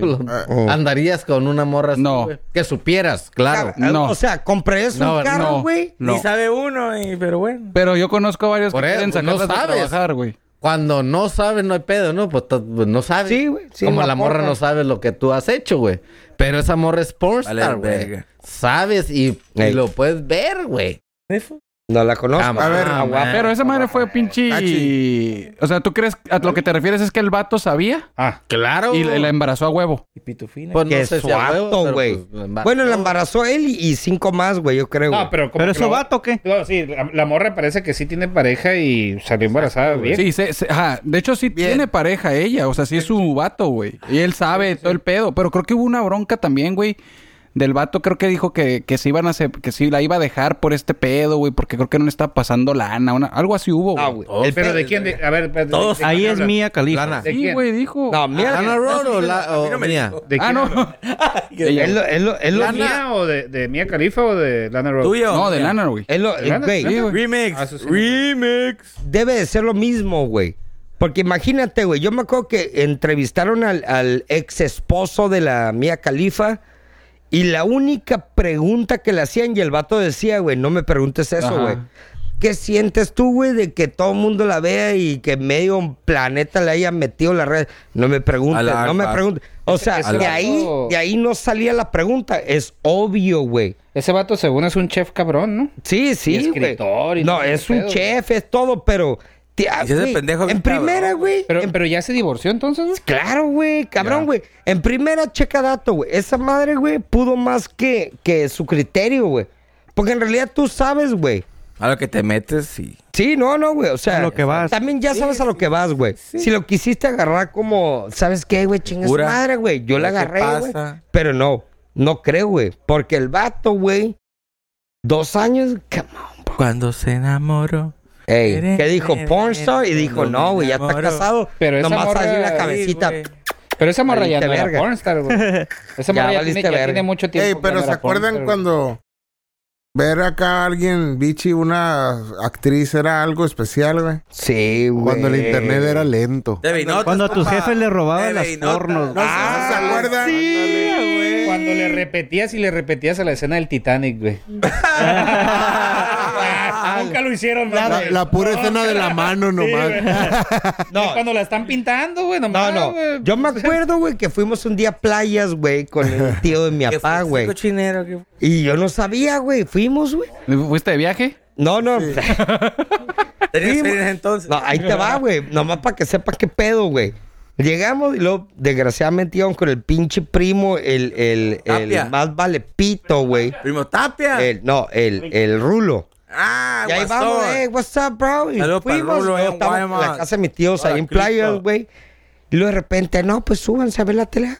Speaker 5: oh.
Speaker 10: Andarías con una morra así,
Speaker 16: No.
Speaker 10: güey? Que supieras, claro.
Speaker 5: Cab-
Speaker 16: no.
Speaker 5: O sea, compré eso
Speaker 16: No,
Speaker 5: un carro,
Speaker 16: no.
Speaker 5: güey.
Speaker 16: No.
Speaker 11: Ni sabe uno, y- pero bueno.
Speaker 16: Pero yo conozco varios
Speaker 10: Por
Speaker 16: que
Speaker 10: eso,
Speaker 16: quieren
Speaker 10: pues, no
Speaker 16: sacarlas de
Speaker 10: sabes.
Speaker 16: trabajar, güey.
Speaker 10: Cuando no sabes, no hay pedo, ¿no? Pues to- pues, no sabes.
Speaker 5: Sí, güey, sí,
Speaker 10: Como
Speaker 5: la
Speaker 10: la morra
Speaker 5: porra.
Speaker 10: no sabe lo que tú has hecho, güey. Pero esa morra es pornstar,
Speaker 11: Vale,
Speaker 10: güey.
Speaker 11: verga.
Speaker 10: Sabes y, y
Speaker 5: Ey.
Speaker 10: lo puedes ver, güey.
Speaker 5: No la conozco.
Speaker 10: Ah,
Speaker 5: A ver,
Speaker 10: man.
Speaker 5: aguapa.
Speaker 16: Pero esa madre fue pinche... O sea, ¿tú crees... A lo que te refieres es que el vato sabía
Speaker 7: Ah,
Speaker 10: Claro.
Speaker 16: y la la embarazó a huevo.
Speaker 11: Y pitufina.
Speaker 10: Pues
Speaker 5: Que
Speaker 10: no sé si a huevo,
Speaker 5: suato,
Speaker 10: pero,
Speaker 5: güey.
Speaker 10: pues, la embarazó.
Speaker 5: Bueno, la embarazó él y, y cinco más, güey, yo creo.
Speaker 7: no,
Speaker 5: güey.
Speaker 7: pero como
Speaker 6: ¿Pero
Speaker 7: que
Speaker 6: eso
Speaker 7: la-
Speaker 6: vato o qué?
Speaker 7: No, sí, la, la morra parece que sí tiene pareja y salió embarazada bien.
Speaker 16: Sí, se- se- ajá. de hecho sí tiene pareja ella, o sea, sí es su vato, güey. Y él sabe todo el pedo, pero creo que hubo una bronca también, güey. Del vato creo que dijo que, que se iban a hacer, que sí la iba a dejar por este pedo, güey, porque creo que no le estaba pasando lana, una- algo así hubo,
Speaker 5: Ah,
Speaker 16: güey.
Speaker 5: güey.
Speaker 10: Todos
Speaker 5: El
Speaker 7: Pero
Speaker 5: pedo-
Speaker 7: de quién, de- a ver, espérate, ¿de- de
Speaker 6: Ahí
Speaker 7: quién
Speaker 6: es
Speaker 7: hablas?
Speaker 6: mía califa.
Speaker 10: Lana.
Speaker 7: ¿De
Speaker 16: Sí,
Speaker 7: quién? Ah,
Speaker 16: güey, dijo.
Speaker 5: No, mira.
Speaker 10: ¿Lana Road o la o mía?
Speaker 7: ¿De
Speaker 16: ah,
Speaker 7: quién
Speaker 16: no.
Speaker 7: hablas?
Speaker 5: Es lo, es lo, es lo,
Speaker 7: ¿De Mía o de, de Mía Califa o de Lana Rhodes?
Speaker 11: Tuyo.
Speaker 16: No, de lana, güey.
Speaker 5: es lo-
Speaker 7: ¿De lana?
Speaker 5: güey,
Speaker 16: Sí, güey.
Speaker 11: Remix.
Speaker 7: Ah, eso sí.
Speaker 11: Remix.
Speaker 5: debe de ser lo mismo, güey. Porque imagínate, güey, yo me acuerdo que entrevistaron al, al ex esposo de la Mía Califa y la única pregunta que le hacían y el vato decía, güey, no me preguntes eso,
Speaker 16: Ajá.
Speaker 5: güey. ¿Qué sientes tú, güey, de que todo el mundo la vea y que medio planeta le haya metido la red? No me preguntes,
Speaker 11: Alarma.
Speaker 5: no me preguntes. O sea,
Speaker 7: ese
Speaker 5: de ahí,
Speaker 7: vato-
Speaker 5: de ahí no salía la pregunta. Es obvio, güey.
Speaker 7: Ese vato según es un chef cabrón, ¿no?
Speaker 5: Sí, sí, güey.
Speaker 7: escritor y
Speaker 5: No,
Speaker 7: todo ese
Speaker 5: es un
Speaker 7: pedo,
Speaker 5: chef, es todo, pero... te- ah,
Speaker 11: Y si ese
Speaker 5: güey,
Speaker 11: pendejo bien
Speaker 5: en primera,
Speaker 11: cabrón.
Speaker 5: güey.
Speaker 7: Pero,
Speaker 5: en-
Speaker 7: pero ya se divorció entonces, güey.
Speaker 5: Claro, güey, cabrón, güey. En primera, checa dato, güey. Esa madre, güey, pudo más que, que su criterio, güey. Porque en realidad tú sabes, güey.
Speaker 11: A lo que te metes y...
Speaker 5: Sí, no, no, güey. O sea,
Speaker 6: A lo que vas.
Speaker 5: también ya sabes a lo que vas, güey. Si lo quisiste agarrar como, ¿sabes qué, güey? Chinga su
Speaker 11: Pura.
Speaker 5: madre, güey. Yo la
Speaker 11: ¿Qué
Speaker 5: agarré, güey.
Speaker 11: pasa?
Speaker 5: Pero no, no creo, güey. Porque el vato, güey, dos años, come on, bro.
Speaker 11: Cuando se enamoró.
Speaker 5: Ey, que dijo pornstar y dijo, no, güey, ya está
Speaker 11: Enamoro.
Speaker 5: casado.
Speaker 7: Pero esa
Speaker 5: Nomás
Speaker 7: morra-
Speaker 5: salió la cabecita.
Speaker 11: Sí, güey.
Speaker 7: Pero esa morra ya
Speaker 5: Valiste
Speaker 7: no era
Speaker 5: verga.
Speaker 7: pornstar, güey. [laughs] Esa
Speaker 5: Ya
Speaker 7: morra ya,
Speaker 5: valiste
Speaker 7: tiene, ya
Speaker 5: verga.
Speaker 7: tiene mucho tiempo.
Speaker 3: Ey,
Speaker 7: que
Speaker 3: pero
Speaker 7: no
Speaker 3: ¿se
Speaker 7: era
Speaker 3: acuerdan
Speaker 7: pornstar,
Speaker 3: cuando ver acá a alguien, bichi, una actriz era algo especial, güey?
Speaker 5: Sí, güey.
Speaker 1: Cuando el internet era lento.
Speaker 11: De Vinotas,
Speaker 6: Cuando a tus
Speaker 11: papá.
Speaker 6: jefes le robaban
Speaker 11: De
Speaker 6: las
Speaker 11: Vinotas.
Speaker 6: pornos.
Speaker 3: No, ¿se acuerdan?
Speaker 7: güey? Cuando le repetías y le repetías a la escena del Titanic,
Speaker 3: [laughs]
Speaker 7: güey. Ah, Nunca lo hicieron,
Speaker 1: La,
Speaker 7: güey.
Speaker 1: la pura escena de la mano nomás.
Speaker 7: [laughs] Es cuando la están pintando, güey,
Speaker 5: No,
Speaker 11: Ah,
Speaker 7: nomás,
Speaker 5: no.
Speaker 7: güey.
Speaker 5: Yo me
Speaker 11: pues, eh.
Speaker 5: acuerdo, güey, que fuimos un día a playas, güey,
Speaker 11: [laughs]
Speaker 5: con el tío de mi
Speaker 11: Que fue
Speaker 5: papá,
Speaker 11: ese
Speaker 5: güey.
Speaker 11: cochinero que-
Speaker 5: Y yo no sabía, güey. Fuimos, güey.
Speaker 16: ¿Fuiste de viaje?
Speaker 5: No, no. [laughs]
Speaker 11: Tenías series entonces.
Speaker 5: No, ahí te va, güey. Nomás para que sepas qué pedo, güey. Llegamos y luego, desgraciadamente, íbamos con el pinche primo, el, el, el,
Speaker 11: Tapia.
Speaker 5: más vale pito, güey.
Speaker 11: Primo Tapia.
Speaker 5: El- no, el, el rulo.
Speaker 11: Ah,
Speaker 5: Y ahí vamos,
Speaker 11: guasón.
Speaker 5: eh, what's up, bro? Y
Speaker 11: Saludos para el
Speaker 5: fuimos,
Speaker 11: Rulo,
Speaker 5: güey,
Speaker 11: eh,
Speaker 5: estábamos en la
Speaker 10: Ah,
Speaker 11: Guaymas.
Speaker 5: casa de mis tíos
Speaker 11: Hola,
Speaker 5: ahí en
Speaker 11: Cristo.
Speaker 5: playas, güey. Y luego de repente, no, pues súbanse a ver la tele.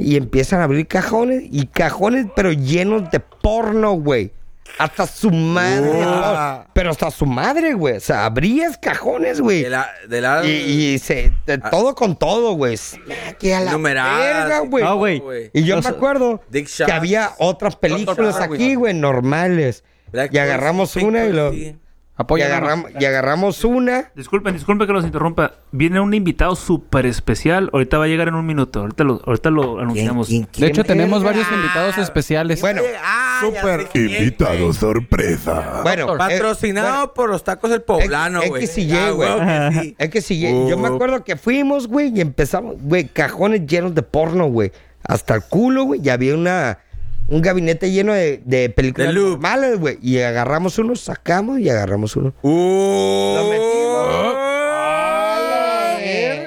Speaker 5: Y empiezan a abrir cajones, y cajones, pero llenos de porno, güey. Hasta su madre.
Speaker 11: Uah.
Speaker 5: ¿no? Pero hasta su madre, güey. O sea, abrías cajones, güey.
Speaker 11: De la... De la... Ah.
Speaker 5: Y, y se, de- todo con todo, güey. Que a la
Speaker 11: Numeradas.
Speaker 5: verga, güey.
Speaker 6: No, güey.
Speaker 5: Y yo
Speaker 6: Los-
Speaker 5: me acuerdo
Speaker 11: Dick
Speaker 5: que
Speaker 11: shots.
Speaker 5: había otras películas
Speaker 11: Shots,
Speaker 5: aquí, güey, normales.
Speaker 11: Black
Speaker 5: y agarramos
Speaker 11: Pussy,
Speaker 5: una y
Speaker 11: Pink
Speaker 5: lo...
Speaker 11: Pussy.
Speaker 5: Y, agarram- y agarramos una.
Speaker 8: Disculpen, disculpen que los interrumpa. Viene un invitado súper especial. Ahorita va a llegar en un minuto. Ahorita lo, ahorita lo anunciamos.
Speaker 16: De hecho, tenemos varios invitados especiales.
Speaker 5: Bueno,
Speaker 11: ah,
Speaker 1: Super invitado sorpresa.
Speaker 5: Bueno,
Speaker 11: Patrocinado por los tacos del poblano,
Speaker 5: Es
Speaker 11: güey.
Speaker 5: que si llegué,
Speaker 11: Ah,
Speaker 5: güey.
Speaker 11: huevo que sí. Uh.
Speaker 5: Es que si llegué. Yo me acuerdo que fuimos, güey, y empezamos, güey, cajones llenos de porno, güey. Hasta el culo, güey. Y había una, un gabinete lleno de, de películas normales, güey. Y agarramos uno, sacamos y agarramos uno.
Speaker 11: Uh.
Speaker 5: Lo metimos.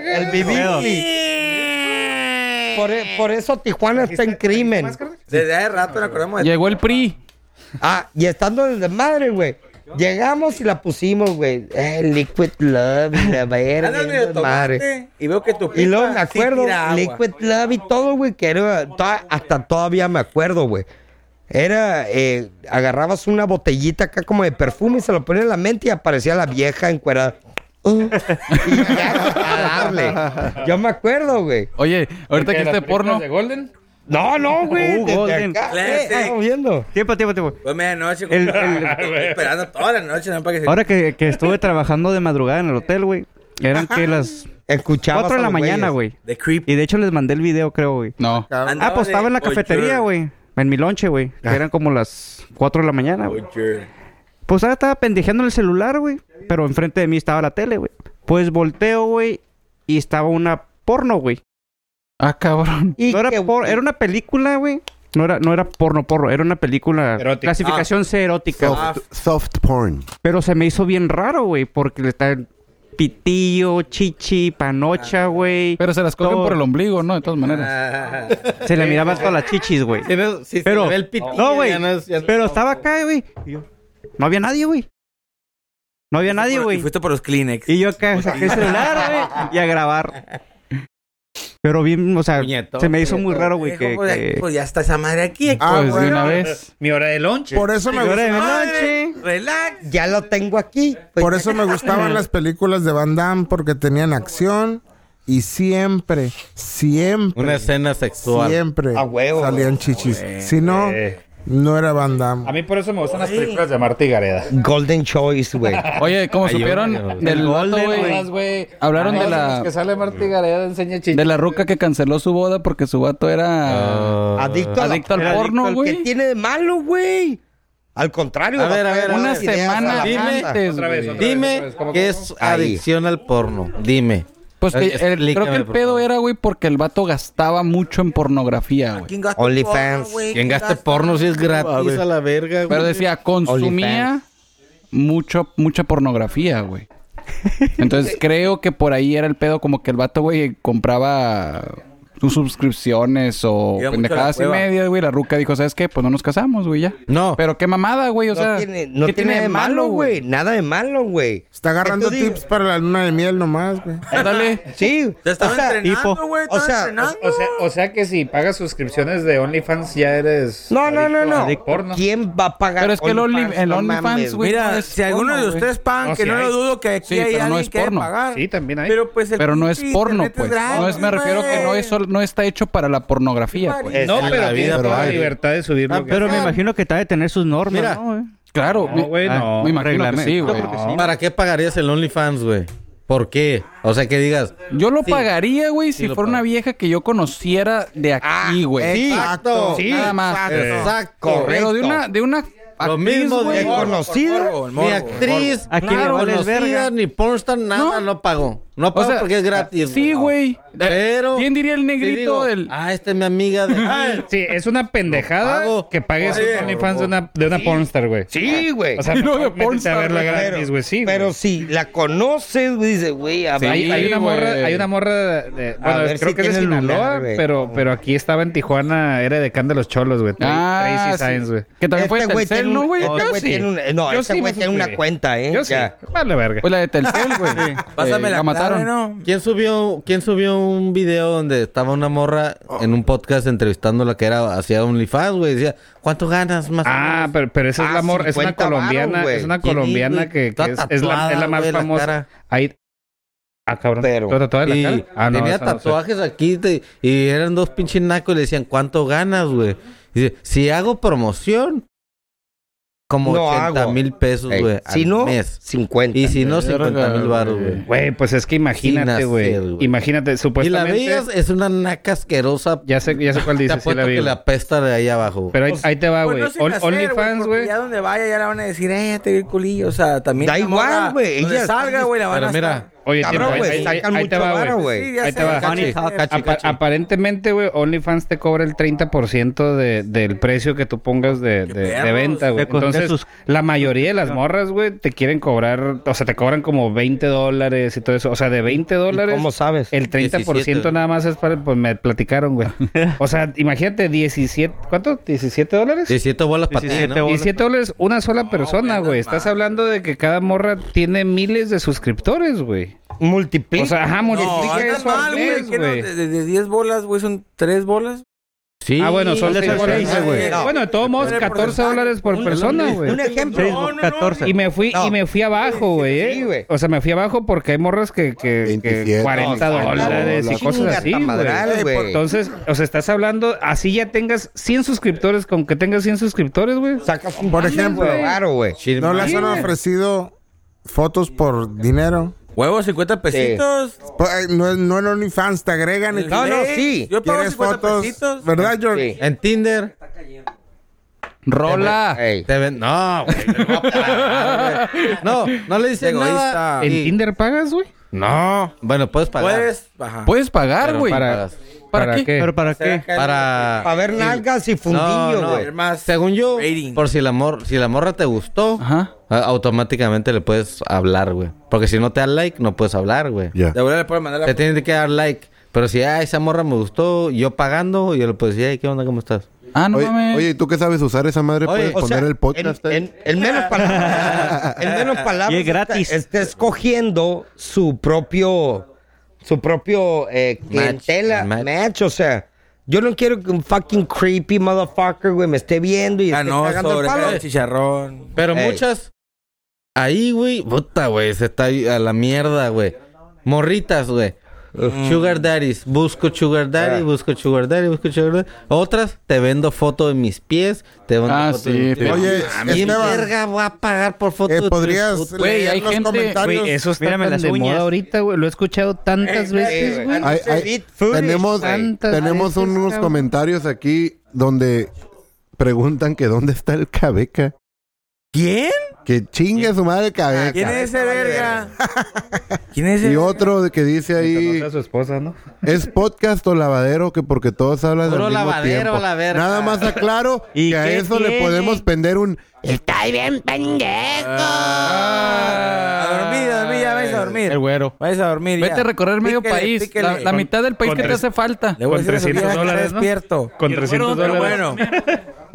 Speaker 5: El bibili. Por, e- por eso Tijuana está en crimen.
Speaker 11: Desde hace rato nos acordamos de
Speaker 5: Llegó el PRI. Ah, y estando desde madre, güey. Llegamos y la pusimos, güey. Eh, Liquid Love, y la verga,
Speaker 11: Andas medio
Speaker 5: la madre.
Speaker 11: tomate y veo que tu
Speaker 5: Y luego me
Speaker 11: pipa sí
Speaker 5: acuerdo,
Speaker 11: tira agua.
Speaker 5: Liquid Love y todo, güey, que era, to- hasta todavía me acuerdo, güey. Era, eh, agarrabas una botellita acá como de perfume y se lo ponías en la mente y aparecía la vieja encuerada. Uh, y ya, [laughs] a darle. Yo me acuerdo, güey.
Speaker 16: Oye, ahorita que este porno.
Speaker 12: ¿De Golden?
Speaker 5: No, no, güey.
Speaker 16: Uh,
Speaker 5: desde
Speaker 16: Golden.
Speaker 5: acá, güey,
Speaker 11: Classic.
Speaker 5: estamos viendo.
Speaker 6: Tiempo, tiempo, tiempo.
Speaker 11: Fue medianoche,
Speaker 6: El-
Speaker 11: compa.
Speaker 6: el-
Speaker 11: [laughs] Estoy esperando toda la noche, ¿no? Para que se...
Speaker 6: Ahora que, que estuve trabajando de madrugada en el hotel, güey. Eran que las
Speaker 5: Escuchabas
Speaker 6: 4 de
Speaker 5: a
Speaker 6: la
Speaker 5: los
Speaker 6: mañana,
Speaker 5: güeyes.
Speaker 6: güey. Y de hecho les mandé el video, creo, güey.
Speaker 16: No.
Speaker 6: Ah, pues estaba en la cafetería, güey. En mi lonche, güey. Que
Speaker 5: Ah.
Speaker 6: eran como las 4 de la
Speaker 11: Ah,
Speaker 6: mañana, güey. Pues ahora estaba pendejeando en el celular, güey. Pero enfrente de mí estaba la tele, güey. Pues volteo, güey. Y estaba una porno, güey.
Speaker 16: Ah, cabrón.
Speaker 6: No era, por- era una película, güey. No era, no era porno, porro. Era una película.
Speaker 12: Erótica.
Speaker 6: Clasificación
Speaker 12: Ah.
Speaker 6: C erótica. güey.
Speaker 1: Soft, soft porn.
Speaker 6: Pero se me hizo bien raro, güey, porque le está pitillo, chichi, panocha, güey.
Speaker 16: Ah. Pero se las cogen por el ombligo, ¿no? De todas maneras.
Speaker 6: Se le miraban todas las chichis, güey.
Speaker 10: si se
Speaker 6: pero,
Speaker 10: le ve el pitillo,
Speaker 6: no, güey.
Speaker 10: ya no es- ya no-
Speaker 6: pero estaba acá, güey. Y yo, No había nadie, güey. No había nadie,
Speaker 11: Por- y
Speaker 6: güey.
Speaker 11: fuiste por los Kleenex.
Speaker 6: Y yo acá saqué el celular, güey, y
Speaker 3: [laughs]
Speaker 6: a grabar. Pero bien, o sea,
Speaker 11: Puñetón,
Speaker 6: se me hizo muy
Speaker 11: puñetón.
Speaker 6: raro, güey,
Speaker 11: Eh,
Speaker 6: que...
Speaker 11: ¿cómo de-
Speaker 6: que-
Speaker 11: Pues ya está esa madre aquí. aquí.
Speaker 16: Ah, Pues de una vez.
Speaker 12: Mi hora de lonche.
Speaker 3: Por eso me
Speaker 5: Mi hora de
Speaker 3: gusta-
Speaker 11: Madre, Relax.
Speaker 5: Ya lo tengo aquí. Pues,
Speaker 3: Por eso me gustaban las películas de Van Damme porque tenían acción y siempre, siempre,
Speaker 10: Una escena sexual.
Speaker 3: siempre
Speaker 5: A huevo,
Speaker 3: salían chichis. Si no, no era Van Damme.
Speaker 12: A mí por eso me gustan las películas de Marta y Gareda.
Speaker 5: Golden Choice, güey.
Speaker 16: Oye, como
Speaker 5: Ay, yo-
Speaker 16: supieron del vato,
Speaker 12: Todas,
Speaker 16: güey.
Speaker 12: güey.
Speaker 16: Hablaron de
Speaker 7: Ah,
Speaker 12: Todas
Speaker 16: la-
Speaker 12: en las que sale Marta y Gareda enseña chichis.
Speaker 16: De la ruca que canceló su boda porque su vato era.
Speaker 5: Adicto, a la-
Speaker 16: Adicto al
Speaker 5: era
Speaker 16: porno,
Speaker 5: al
Speaker 16: güey.
Speaker 5: ¿Qué tiene de malo, güey? Al contrario.
Speaker 10: A ver, a
Speaker 5: va
Speaker 10: ver,
Speaker 5: traer
Speaker 10: una
Speaker 5: buenas ideas
Speaker 16: semana
Speaker 5: a la
Speaker 10: dime,
Speaker 5: banda.
Speaker 16: antes,
Speaker 12: Otra vez,
Speaker 16: güey.
Speaker 12: otra vez, otra
Speaker 10: Dime
Speaker 12: vez. ¿Cómo,
Speaker 10: qué
Speaker 12: cómo?
Speaker 10: es adicción al porno. Dime.
Speaker 16: Pues que el, creo que el
Speaker 10: Eh, Explícame, por
Speaker 16: pedo
Speaker 10: favor.
Speaker 16: era, güey, porque el vato gastaba mucho en pornografía, güey.
Speaker 11: ¿Quién gasta
Speaker 5: OnlyFans.
Speaker 11: porno, güey?
Speaker 10: Quien gaste porno si es gratis a la verga, güey.
Speaker 16: Pero decía, consumía mucho, mucha pornografía, güey. Entonces creo que por ahí era el pedo, como que el vato, güey, compraba sus suscripciones o
Speaker 11: Iba mucho a la
Speaker 16: pendejadas y
Speaker 11: cueva.
Speaker 16: media, güey. La ruca dijo, ¿sabes qué? Pues no nos casamos, güey, ya.
Speaker 10: No.
Speaker 16: Pero qué mamada, güey, o
Speaker 5: No
Speaker 16: sea.
Speaker 5: tiene, no
Speaker 16: ¿qué
Speaker 5: tiene de malo, güey. Nada de malo, güey.
Speaker 3: Está agarrando
Speaker 5: ¿Qué te digo?
Speaker 3: tips para la luna de miel nomás, güey.
Speaker 16: Ándale.
Speaker 5: Sí.
Speaker 11: Te estaban
Speaker 5: o sea,
Speaker 11: entrenando, güey.
Speaker 5: o
Speaker 11: estaban
Speaker 5: sea,
Speaker 11: entrenando.
Speaker 12: O sea, o sea que si pagas suscripciones de OnlyFans ya eres.
Speaker 5: No, no, no, no.
Speaker 12: adicto al porno.
Speaker 5: ¿ Quién va a pagar?
Speaker 16: Pero es que el Only- el
Speaker 5: No
Speaker 16: OnlyFans,
Speaker 5: mames,
Speaker 16: güey.
Speaker 11: Mira,
Speaker 16: no es
Speaker 11: si alguno de
Speaker 16: porno,
Speaker 11: ustedes pagan,
Speaker 12: No,
Speaker 11: que
Speaker 12: sí
Speaker 11: no
Speaker 12: hay.
Speaker 11: lo dudo que aquí
Speaker 16: Sí,
Speaker 11: hay
Speaker 16: pero no
Speaker 11: alguien
Speaker 16: es
Speaker 11: que debe
Speaker 16: porno.
Speaker 11: pagar.
Speaker 12: Sí, también hay.
Speaker 11: Pero pues el
Speaker 16: Pero no es
Speaker 11: pinche
Speaker 16: porno,
Speaker 11: internet es
Speaker 16: pues.
Speaker 11: gratis,
Speaker 16: No es, me refiero que no es sol- no está hecho para la pornografía, pues. güey.
Speaker 10: Es
Speaker 12: no,
Speaker 10: en
Speaker 12: pero
Speaker 10: la vida,
Speaker 12: tienes
Speaker 10: pero
Speaker 12: toda la
Speaker 10: hay.
Speaker 12: libertad de subir lo que
Speaker 6: pero
Speaker 11: Ah.
Speaker 6: me
Speaker 11: me
Speaker 6: imagino
Speaker 11: imagino
Speaker 6: que está de tener sus normas,
Speaker 10: Mira.
Speaker 6: ¿no, güey?
Speaker 16: Claro,
Speaker 12: No,
Speaker 16: me-
Speaker 12: güey,
Speaker 16: ah,
Speaker 12: no.
Speaker 16: Me imagino que sí, güey.
Speaker 10: ¿Para qué pagarías el OnlyFans, güey? ¿Por qué? O sea, que digas.
Speaker 16: Yo lo
Speaker 10: Sí.
Speaker 16: pagaría, güey, si
Speaker 10: lo
Speaker 16: fuera una
Speaker 10: pago.
Speaker 16: vieja que yo conociera
Speaker 12: Ah,
Speaker 16: de aquí, güey.
Speaker 10: Exacto.
Speaker 16: Sí, nada más.
Speaker 10: Exacto.
Speaker 16: Pero de una, de una
Speaker 10: Lo
Speaker 16: actriz,
Speaker 10: mismo
Speaker 16: güey.
Speaker 10: de
Speaker 5: Morbo,
Speaker 10: conocida,
Speaker 5: morbo,
Speaker 10: ni
Speaker 5: morbo,
Speaker 10: actriz,
Speaker 6: ¿A quién le
Speaker 10: claro,
Speaker 6: vales
Speaker 10: conocida,
Speaker 6: verga?
Speaker 10: ni pornstar, nada, no,
Speaker 16: No.
Speaker 10: pagó. No
Speaker 16: O
Speaker 10: pagó
Speaker 16: sea,
Speaker 10: porque es gratis.
Speaker 16: Sí,
Speaker 10: no.
Speaker 16: güey.
Speaker 10: Pero.
Speaker 16: ¿Quién diría el
Speaker 10: sí
Speaker 16: negrito
Speaker 10: digo,
Speaker 16: del
Speaker 10: Ah, esta es mi amiga de. Ay,
Speaker 12: [laughs] Sí, es una pendejada
Speaker 10: pago.
Speaker 12: que pagues
Speaker 10: Oye,
Speaker 12: un OnlyFans de una, de una pornstar, güey.
Speaker 5: Sí, güey.
Speaker 12: O [laughs] sea,
Speaker 16: Y luego
Speaker 12: mejor
Speaker 16: de
Speaker 12: métete a
Speaker 16: pornstar,
Speaker 12: verla
Speaker 16: güey,
Speaker 12: gratis, güey. Sí, güey.
Speaker 5: Pero si la conoces, güey, dices, güey, a
Speaker 16: Sí,
Speaker 5: ver,
Speaker 12: Hay, hay una
Speaker 16: güey.
Speaker 12: morra, hay una morra de- de- bueno,
Speaker 5: ver
Speaker 12: creo
Speaker 5: si
Speaker 12: que es de
Speaker 5: tiene lunar,
Speaker 12: Sinaloa,
Speaker 5: güey.
Speaker 12: pero, pero aquí estaba en Tijuana, era decán de los cholos, güey.
Speaker 16: Ah,
Speaker 12: Tracy
Speaker 16: sí.
Speaker 12: Sainz, güey.
Speaker 16: Que también fue de
Speaker 5: este güey tiene
Speaker 16: Telcel,
Speaker 5: un-
Speaker 16: ¿no, güey?
Speaker 5: este
Speaker 16: Yo
Speaker 5: güey
Speaker 16: sí.
Speaker 5: tiene un- no,
Speaker 12: Yo
Speaker 5: este
Speaker 12: sí
Speaker 5: güey
Speaker 12: me
Speaker 5: tiene una
Speaker 12: suscribí.
Speaker 5: cuenta, ¿eh?
Speaker 12: Yo sí.
Speaker 5: Ya.
Speaker 12: Vale, verga.
Speaker 16: Pues la de Telcel, güey. Eh,
Speaker 11: [laughs] Pásame la
Speaker 16: la mataron.
Speaker 11: clave, ¿no?
Speaker 10: ¿Quién subió, ¿Quién subió un video donde estaba una morra en un podcast entrevistándola que era hacía OnlyFans, güey? Decía, ¿cuánto ganas más? o
Speaker 12: Ah,
Speaker 10: menos?"
Speaker 12: pero, pero esa
Speaker 5: Ah,
Speaker 12: es la morra, es una
Speaker 5: 50
Speaker 12: colombiana,
Speaker 5: varos, güey.
Speaker 12: es una
Speaker 10: ¿Quién es,
Speaker 12: colombiana
Speaker 10: güey?
Speaker 12: que,
Speaker 10: Está
Speaker 12: que es, es la, es la
Speaker 10: tatuada,
Speaker 12: más
Speaker 10: güey, la
Speaker 12: famosa.
Speaker 10: cara.
Speaker 12: Ahí. Ah, cabrón.
Speaker 5: Pero-
Speaker 12: ¿Todo tatuado en la
Speaker 10: Y
Speaker 12: cara? Ah, no,
Speaker 10: tenía
Speaker 12: esa no sé.
Speaker 10: tatuajes aquí de- y eran dos pinches nacos y le decían, ¿cuánto ganas, güey? Dice, si hago promoción, como no 80 mil pesos, güey.
Speaker 5: Si no, mes. 50.
Speaker 10: Y si no, 50 mil baros, güey.
Speaker 12: Güey, pues es que imagínate, güey. Imagínate, supuestamente.
Speaker 10: Y la veías es una naca asquerosa.
Speaker 12: Ya sé, ya sé cuál dices. Te
Speaker 10: sí la vi, que wey. la pesta de ahí abajo.
Speaker 12: Pero ahí, ahí te va, güey. Pues no OnlyFans, güey.
Speaker 11: Ya donde vaya, ya la van a decir, eh, ya te vi el culillo. O sea, también.
Speaker 5: Da igual, güey.
Speaker 11: Ella salga, güey, la van a
Speaker 12: mira. Oye, Cabrón, güey, ahí, ahí, te va, güey. ahí te va. Aparentemente, güey, OnlyFans te cobra el 30% de, del precio que tú pongas de, de, de venta, güey. Entonces, sus... la mayoría de las morras, güey, te quieren cobrar, o sea, te cobran como 20 dólares y todo eso. O sea, de 20 dólares.
Speaker 10: ¿Cómo sabes?
Speaker 12: El 30% 17. nada más es para, pues me platicaron, güey. O sea, imagínate, 17, ¿cuánto? ¿17 dólares?
Speaker 10: 17 bolas para ti,
Speaker 12: 17 dólares una sola persona, güey. Estás hablando de que cada morra tiene miles de suscriptores, güey.
Speaker 5: Multiplica.
Speaker 12: O sea, ajá, multiplica no, eso mal, mes,
Speaker 11: güey. No? De 10 bolas, güey, son 3 bolas.
Speaker 12: Sí. Ah, bueno, son 6 bolas, güey. No. Bueno, de todos modos, 14 dólares por un, persona, güey.
Speaker 5: Un, un ejemplo.
Speaker 12: No, 14. Y me fui, y me fui abajo, güey. Eh. o sea, me fui abajo porque hay morras que, que, 27, que 40 dólares y cosas así, güey. Entonces, o sea, estás hablando, así ya tengas 100 suscriptores, con que tengas 100 suscriptores, güey.
Speaker 5: Sacas un Por ejemplo,
Speaker 11: claro, güey. ¿No les han ofrecido fotos por dinero?
Speaker 10: Huevos, 50 pesitos.
Speaker 3: Pues,
Speaker 11: Sí. No, no en OnlyFans, te agregan. El
Speaker 5: no, no, sí.
Speaker 11: Yo pago 50 fotos, pesitos. ¿Verdad, George?
Speaker 10: Sí. En Tinder.
Speaker 12: Rola.
Speaker 10: Te, te ven... No, güey.
Speaker 5: Ah,
Speaker 1: [laughs]
Speaker 10: no, no le dicen nada.
Speaker 12: ¿En y... Tinder pagas, güey?
Speaker 10: No. Bueno, puedes pagar.
Speaker 11: Puedes,
Speaker 10: puedes pagar, güey. Para...
Speaker 12: ¿Para, ¿Para, qué? qué?
Speaker 10: ¿Pero para qué?
Speaker 5: Para... Para ver nalgas y fundillo, güey. No,
Speaker 10: no. Según yo, rating. por si la, mor... si la morra te gustó, Ajá. automáticamente le puedes hablar, güey. Porque si no te da like, no puedes hablar, güey.
Speaker 11: Yeah. le puedes mandar
Speaker 10: la... Te tienen que dar like. Pero si, ah, esa morra me gustó, yo pagando, yo le puedo decir, ay, ¿qué onda? ¿Cómo estás?
Speaker 1: Ah, no oye, mames. Oye, ¿tú qué sabes usar esa madre? Oye, puedes poner sea, el podcast.
Speaker 5: En, en, en menos palabras. en menos palabras.
Speaker 10: Y es gratis.
Speaker 5: Está, está escogiendo su propio su propio eh, clientela, match, match. match, o sea. Yo no quiero que un fucking creepy motherfucker, güey, me esté viendo y
Speaker 11: ah,
Speaker 5: esté
Speaker 11: no, sobre el palo. chicharrón.
Speaker 10: Pero Ey. muchas ahí, güey, puta, güey, se está a la mierda, güey. Morritas, güey. Mm. Sugar daddies, busco sugar daddy, yeah. busco sugar daddy, busco sugar daddy. Otras, te vendo foto de mis pies, te vendo
Speaker 1: ah,
Speaker 10: foto
Speaker 1: sí, de mis
Speaker 10: pies.
Speaker 1: Oye,
Speaker 10: ¿quién verga va a pagar por fotos?
Speaker 11: Eh, ¿Podrías
Speaker 12: güey, hay
Speaker 11: los
Speaker 12: gente,
Speaker 11: comentarios?
Speaker 12: Wey, eso está Mírame tan de uñas. moda ahorita, güey. Lo he escuchado tantas eh, veces, güey.
Speaker 1: Eh, tenemos tantas tenemos veces, unos cabrón. comentarios aquí donde preguntan que dónde está el cabeca.
Speaker 10: ¿Quién?
Speaker 1: Que chingue a su madre cabeza.
Speaker 11: ¿Quién es ese verga?
Speaker 3: Ah.
Speaker 1: ¿Quién es ese? Y otro que dice ahí.
Speaker 12: a su esposa, ¿no?
Speaker 1: Es podcast o lavadero que porque todos hablan de. Puro mismo
Speaker 10: lavadero,
Speaker 1: tiempo.
Speaker 10: la verga.
Speaker 1: Nada más aclaro ¿Y que a eso tiene? le podemos pender un.
Speaker 5: ¡Estoy bien pendejo! Ah,
Speaker 11: a dormir, a dormir, ya vais a dormir.
Speaker 12: El güero.
Speaker 11: Vais a dormir.
Speaker 12: Vete
Speaker 11: ya.
Speaker 12: a recorrer medio píquele, país. Píquele. La, la con, mitad del país que tres, te hace falta.
Speaker 11: Le voy con a decir 300 dólares.
Speaker 12: ¿no?
Speaker 11: Despierto.
Speaker 12: Con 300 dólares. Bueno.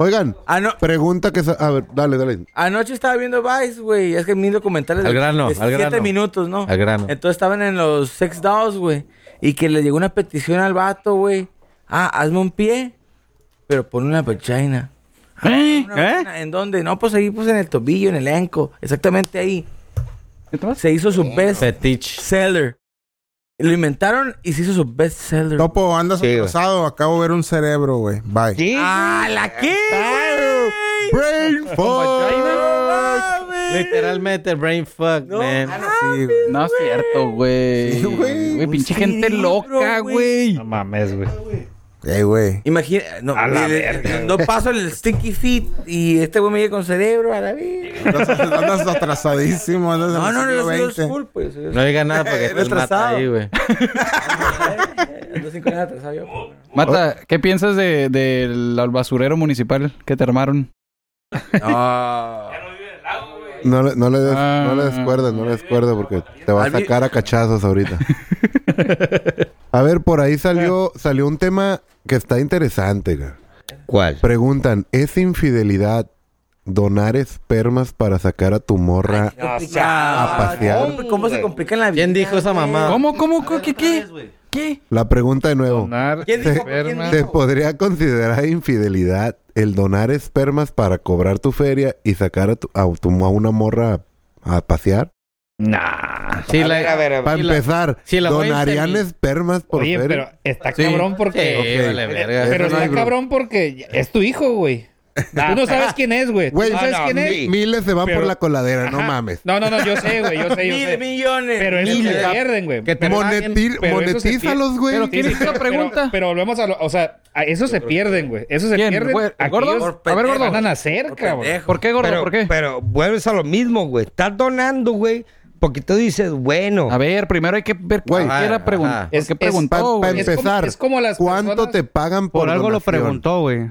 Speaker 1: Oigan, Ano pregunta que... A ver, dale, dale.
Speaker 11: Anoche estaba viendo Vice, güey. Es que mis documentales...
Speaker 10: Al grano, al grano.
Speaker 11: minutos, ¿no?
Speaker 10: Al grano.
Speaker 11: Entonces estaban en los sex dolls, güey. Y que le llegó una petición al vato, güey. Ah, hazme un pie, pero pon una vagina.
Speaker 12: Ah, ¿Eh? Una
Speaker 11: ¿Eh? ¿En dónde? No, pues ahí, pues en el tobillo, en el enco. Exactamente ahí. Se hizo su best...
Speaker 10: Fetiche.
Speaker 11: Seller. Lo inventaron y se hizo su best seller.
Speaker 1: Topo, andas sí, atrasado. Acabo de ver un cerebro, güey. Bye.
Speaker 11: ¿Qué? ¡Ah, la qué! Oh
Speaker 1: ¡Brain
Speaker 10: fuck! Literalmente, brain fuck,
Speaker 11: no,
Speaker 10: man.
Speaker 11: Sí, güey.
Speaker 12: no es cierto, güey. Sí, güey. güey. Pinche gente loca, güey.
Speaker 10: No mames, güey.
Speaker 1: Ey, güey.
Speaker 11: Imagina, no, eh,
Speaker 12: a la verga,
Speaker 11: no paso el sticky feet y este güey me llega con cerebro a la
Speaker 1: verga.
Speaker 11: [laughs]
Speaker 1: Andas atrasadísimo. Andas
Speaker 11: no, no, no, no, school, pues.
Speaker 10: No diga nada porque estás mata ahí,
Speaker 11: [laughs]
Speaker 10: güey.
Speaker 11: pues,
Speaker 12: Mata, ¿qué piensas del de, de basurero municipal que te armaron?
Speaker 1: Ah. No le, no le des, ah. no le des cuerda, no le des cuerda porque te va a sacar a cachazos ahorita. a ver, por ahí salió, salió un tema que está interesante. Güey.
Speaker 10: ¿Cuál?
Speaker 1: Preguntan, ¿es infidelidad donar espermas para sacar a tu morra Ay, no, a pasear?
Speaker 11: ¿Cómo, ¿Cómo, se complica en la vida?
Speaker 10: ¿Quién dijo esa mamá?
Speaker 12: ¿Cómo, cómo, cómo qué, qué? ¿Qué?
Speaker 1: La pregunta de nuevo. Donar
Speaker 11: ¿Quién dijo,
Speaker 1: ¿Se, ¿se podría considerar infidelidad el donar espermas para cobrar tu feria y sacar a, tu, a, tu, a una morra a pasear?
Speaker 12: Nah.
Speaker 1: Sí, a la, ver, a ver, a ver. Para empezar, si la, si la donarían espermas por ¿eh?
Speaker 12: Oye,
Speaker 1: feria?
Speaker 12: pero está cabrón porque... Sí, okay. vale, verga. Pero no está cabrón porque es tu hijo, güey. Nah, tú no sabes quién es, güey.
Speaker 1: Güey,
Speaker 12: ¿Tú no sabes
Speaker 1: no, quién es? miles se van Pero... por la coladera, no mames.
Speaker 12: No, no, no, yo sé, güey, yo
Speaker 8: [laughs]
Speaker 12: sé, yo
Speaker 11: Mil
Speaker 12: sé.
Speaker 11: millones.
Speaker 12: Pero eso
Speaker 11: miles.
Speaker 12: se pierden, güey.
Speaker 1: Que te
Speaker 12: Pero-
Speaker 1: monetil-
Speaker 12: pero eso se
Speaker 1: monetízalos,
Speaker 12: pier-
Speaker 1: güey.
Speaker 12: Pero tienes una pregunta. Pero volvemos a lo, o sea, a eso se pierden, güey. Eso se
Speaker 8: ¿Quién,
Speaker 12: pierden.
Speaker 8: güey? ¿El gordo?
Speaker 12: aquellos-
Speaker 8: Por
Speaker 12: A ver, gordo,
Speaker 8: pendejo.
Speaker 12: andan a hacer, cabrón.
Speaker 8: ¿Por qué, gordo?
Speaker 5: Pero,
Speaker 8: ¿Por qué?
Speaker 5: Pero vuelves a lo mismo, güey. Estás donando, güey. Porque tú dices, bueno. A
Speaker 8: ver, primero hay que ver
Speaker 5: cuál
Speaker 8: era pregun- por qué preguntó, güey.
Speaker 1: Para
Speaker 8: Es como-
Speaker 1: empezar,
Speaker 8: es como las
Speaker 1: ¿cuánto
Speaker 8: personas-
Speaker 1: te pagan por
Speaker 6: Por algo lo
Speaker 1: donación?
Speaker 6: preguntó, güey.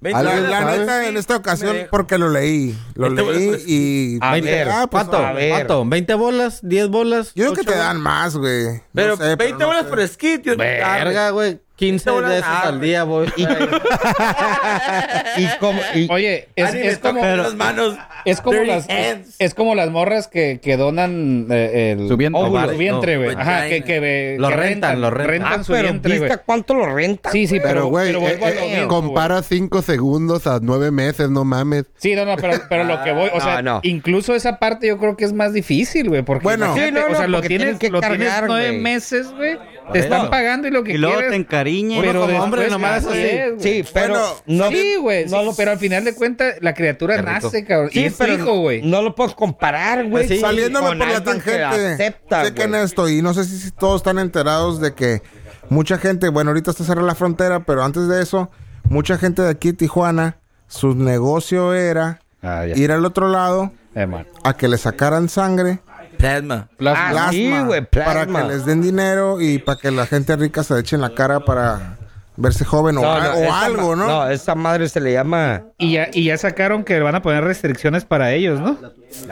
Speaker 1: Veinte ¿Alguien
Speaker 3: La
Speaker 1: sabe?
Speaker 3: neta, en esta ocasión, porque lo leí. Lo
Speaker 1: Este
Speaker 3: leí
Speaker 1: güey,
Speaker 3: y.
Speaker 1: A ver,
Speaker 3: Ah, pues,
Speaker 1: ¿cuánto?
Speaker 3: a ver.
Speaker 10: ¿Cuánto? ¿20 bolas? ¿10 bolas?
Speaker 3: Yo creo que te dan más, güey.
Speaker 10: Pero
Speaker 11: 20 bolas por skit. Dios mío.
Speaker 10: Verga, "Ah, güey. 15
Speaker 11: bolas
Speaker 10: de esas
Speaker 11: nada,
Speaker 10: al día, güey. [laughs]
Speaker 5: y como,
Speaker 12: Oye, es,
Speaker 11: Alguien
Speaker 12: es
Speaker 11: le
Speaker 12: como.
Speaker 11: toca las manos.
Speaker 12: Es como
Speaker 11: Dirty
Speaker 12: las.
Speaker 11: hands.
Speaker 12: Es como las morras que, que donan eh, el
Speaker 8: Su vientre.
Speaker 12: óvulo,
Speaker 8: Ovarios,
Speaker 12: su vientre,
Speaker 8: no,
Speaker 12: güey. Ajá,
Speaker 8: vagina.
Speaker 12: que, que, ve-
Speaker 8: Lo
Speaker 12: que
Speaker 8: rentan, lo rentan.
Speaker 1: Ah,
Speaker 12: su
Speaker 1: pero
Speaker 12: vientre, güey.
Speaker 5: ¿Cuánto lo rentan?
Speaker 12: Sí, sí,
Speaker 1: Pero,
Speaker 12: pero,
Speaker 1: güey,
Speaker 12: pero vuelvo a lo
Speaker 1: eh, eh,
Speaker 12: mismo,
Speaker 1: compara cinco segundos a nueve meses, no mames.
Speaker 12: Sí, no, no, pero, pero lo que voy, o sea,
Speaker 1: no.
Speaker 12: incluso esa parte yo creo que es más difícil, güey, porque
Speaker 1: Bueno.
Speaker 12: imagínate,
Speaker 1: Sí, no,
Speaker 12: o
Speaker 1: no,
Speaker 12: sea, lo
Speaker 1: porque
Speaker 12: tienes,
Speaker 1: tienen que
Speaker 12: lo
Speaker 1: cargar,
Speaker 12: tienes nueve
Speaker 1: güey.
Speaker 12: meses, güey,
Speaker 1: Por
Speaker 12: te están
Speaker 1: eso.
Speaker 12: pagando y lo que
Speaker 6: Y luego
Speaker 12: quieres,
Speaker 6: te encariñas.
Speaker 12: pero
Speaker 6: Uno como
Speaker 12: después
Speaker 6: hombre nomás
Speaker 12: ya
Speaker 6: así.
Speaker 12: es, güey.
Speaker 5: Sí, pero no-
Speaker 12: sí, güey, sí, pero al final de cuentas la criatura nace, cabrón, y es hijo, güey.
Speaker 5: No lo puedes comparar,
Speaker 12: güey,
Speaker 5: sí,
Speaker 3: Saliéndome
Speaker 5: con
Speaker 3: por la
Speaker 5: alguien que
Speaker 3: tangente.
Speaker 5: acepta,
Speaker 3: sé que en
Speaker 5: güey.
Speaker 3: esto, y no sé si si todos están enterados de que mucha gente, bueno, ahorita está cerrada la frontera, pero antes de eso, mucha gente de aquí, Tijuana, su negocio era
Speaker 5: Ah,
Speaker 3: ir al otro lado
Speaker 5: Eh,
Speaker 3: a que le sacaran sangre.
Speaker 11: Plasma.
Speaker 8: Plasma.
Speaker 5: Ah, sí, güey,
Speaker 3: Para
Speaker 5: plasma.
Speaker 3: que les den dinero y para que la gente rica se eche en la cara para verse joven o,
Speaker 5: No,
Speaker 3: a-
Speaker 5: no,
Speaker 3: o
Speaker 5: esa
Speaker 3: algo,
Speaker 5: ma-
Speaker 3: ¿no?
Speaker 5: No, esa madre se le llama.
Speaker 12: Y ya, y ya sacaron que van a poner restricciones para ellos, ¿no?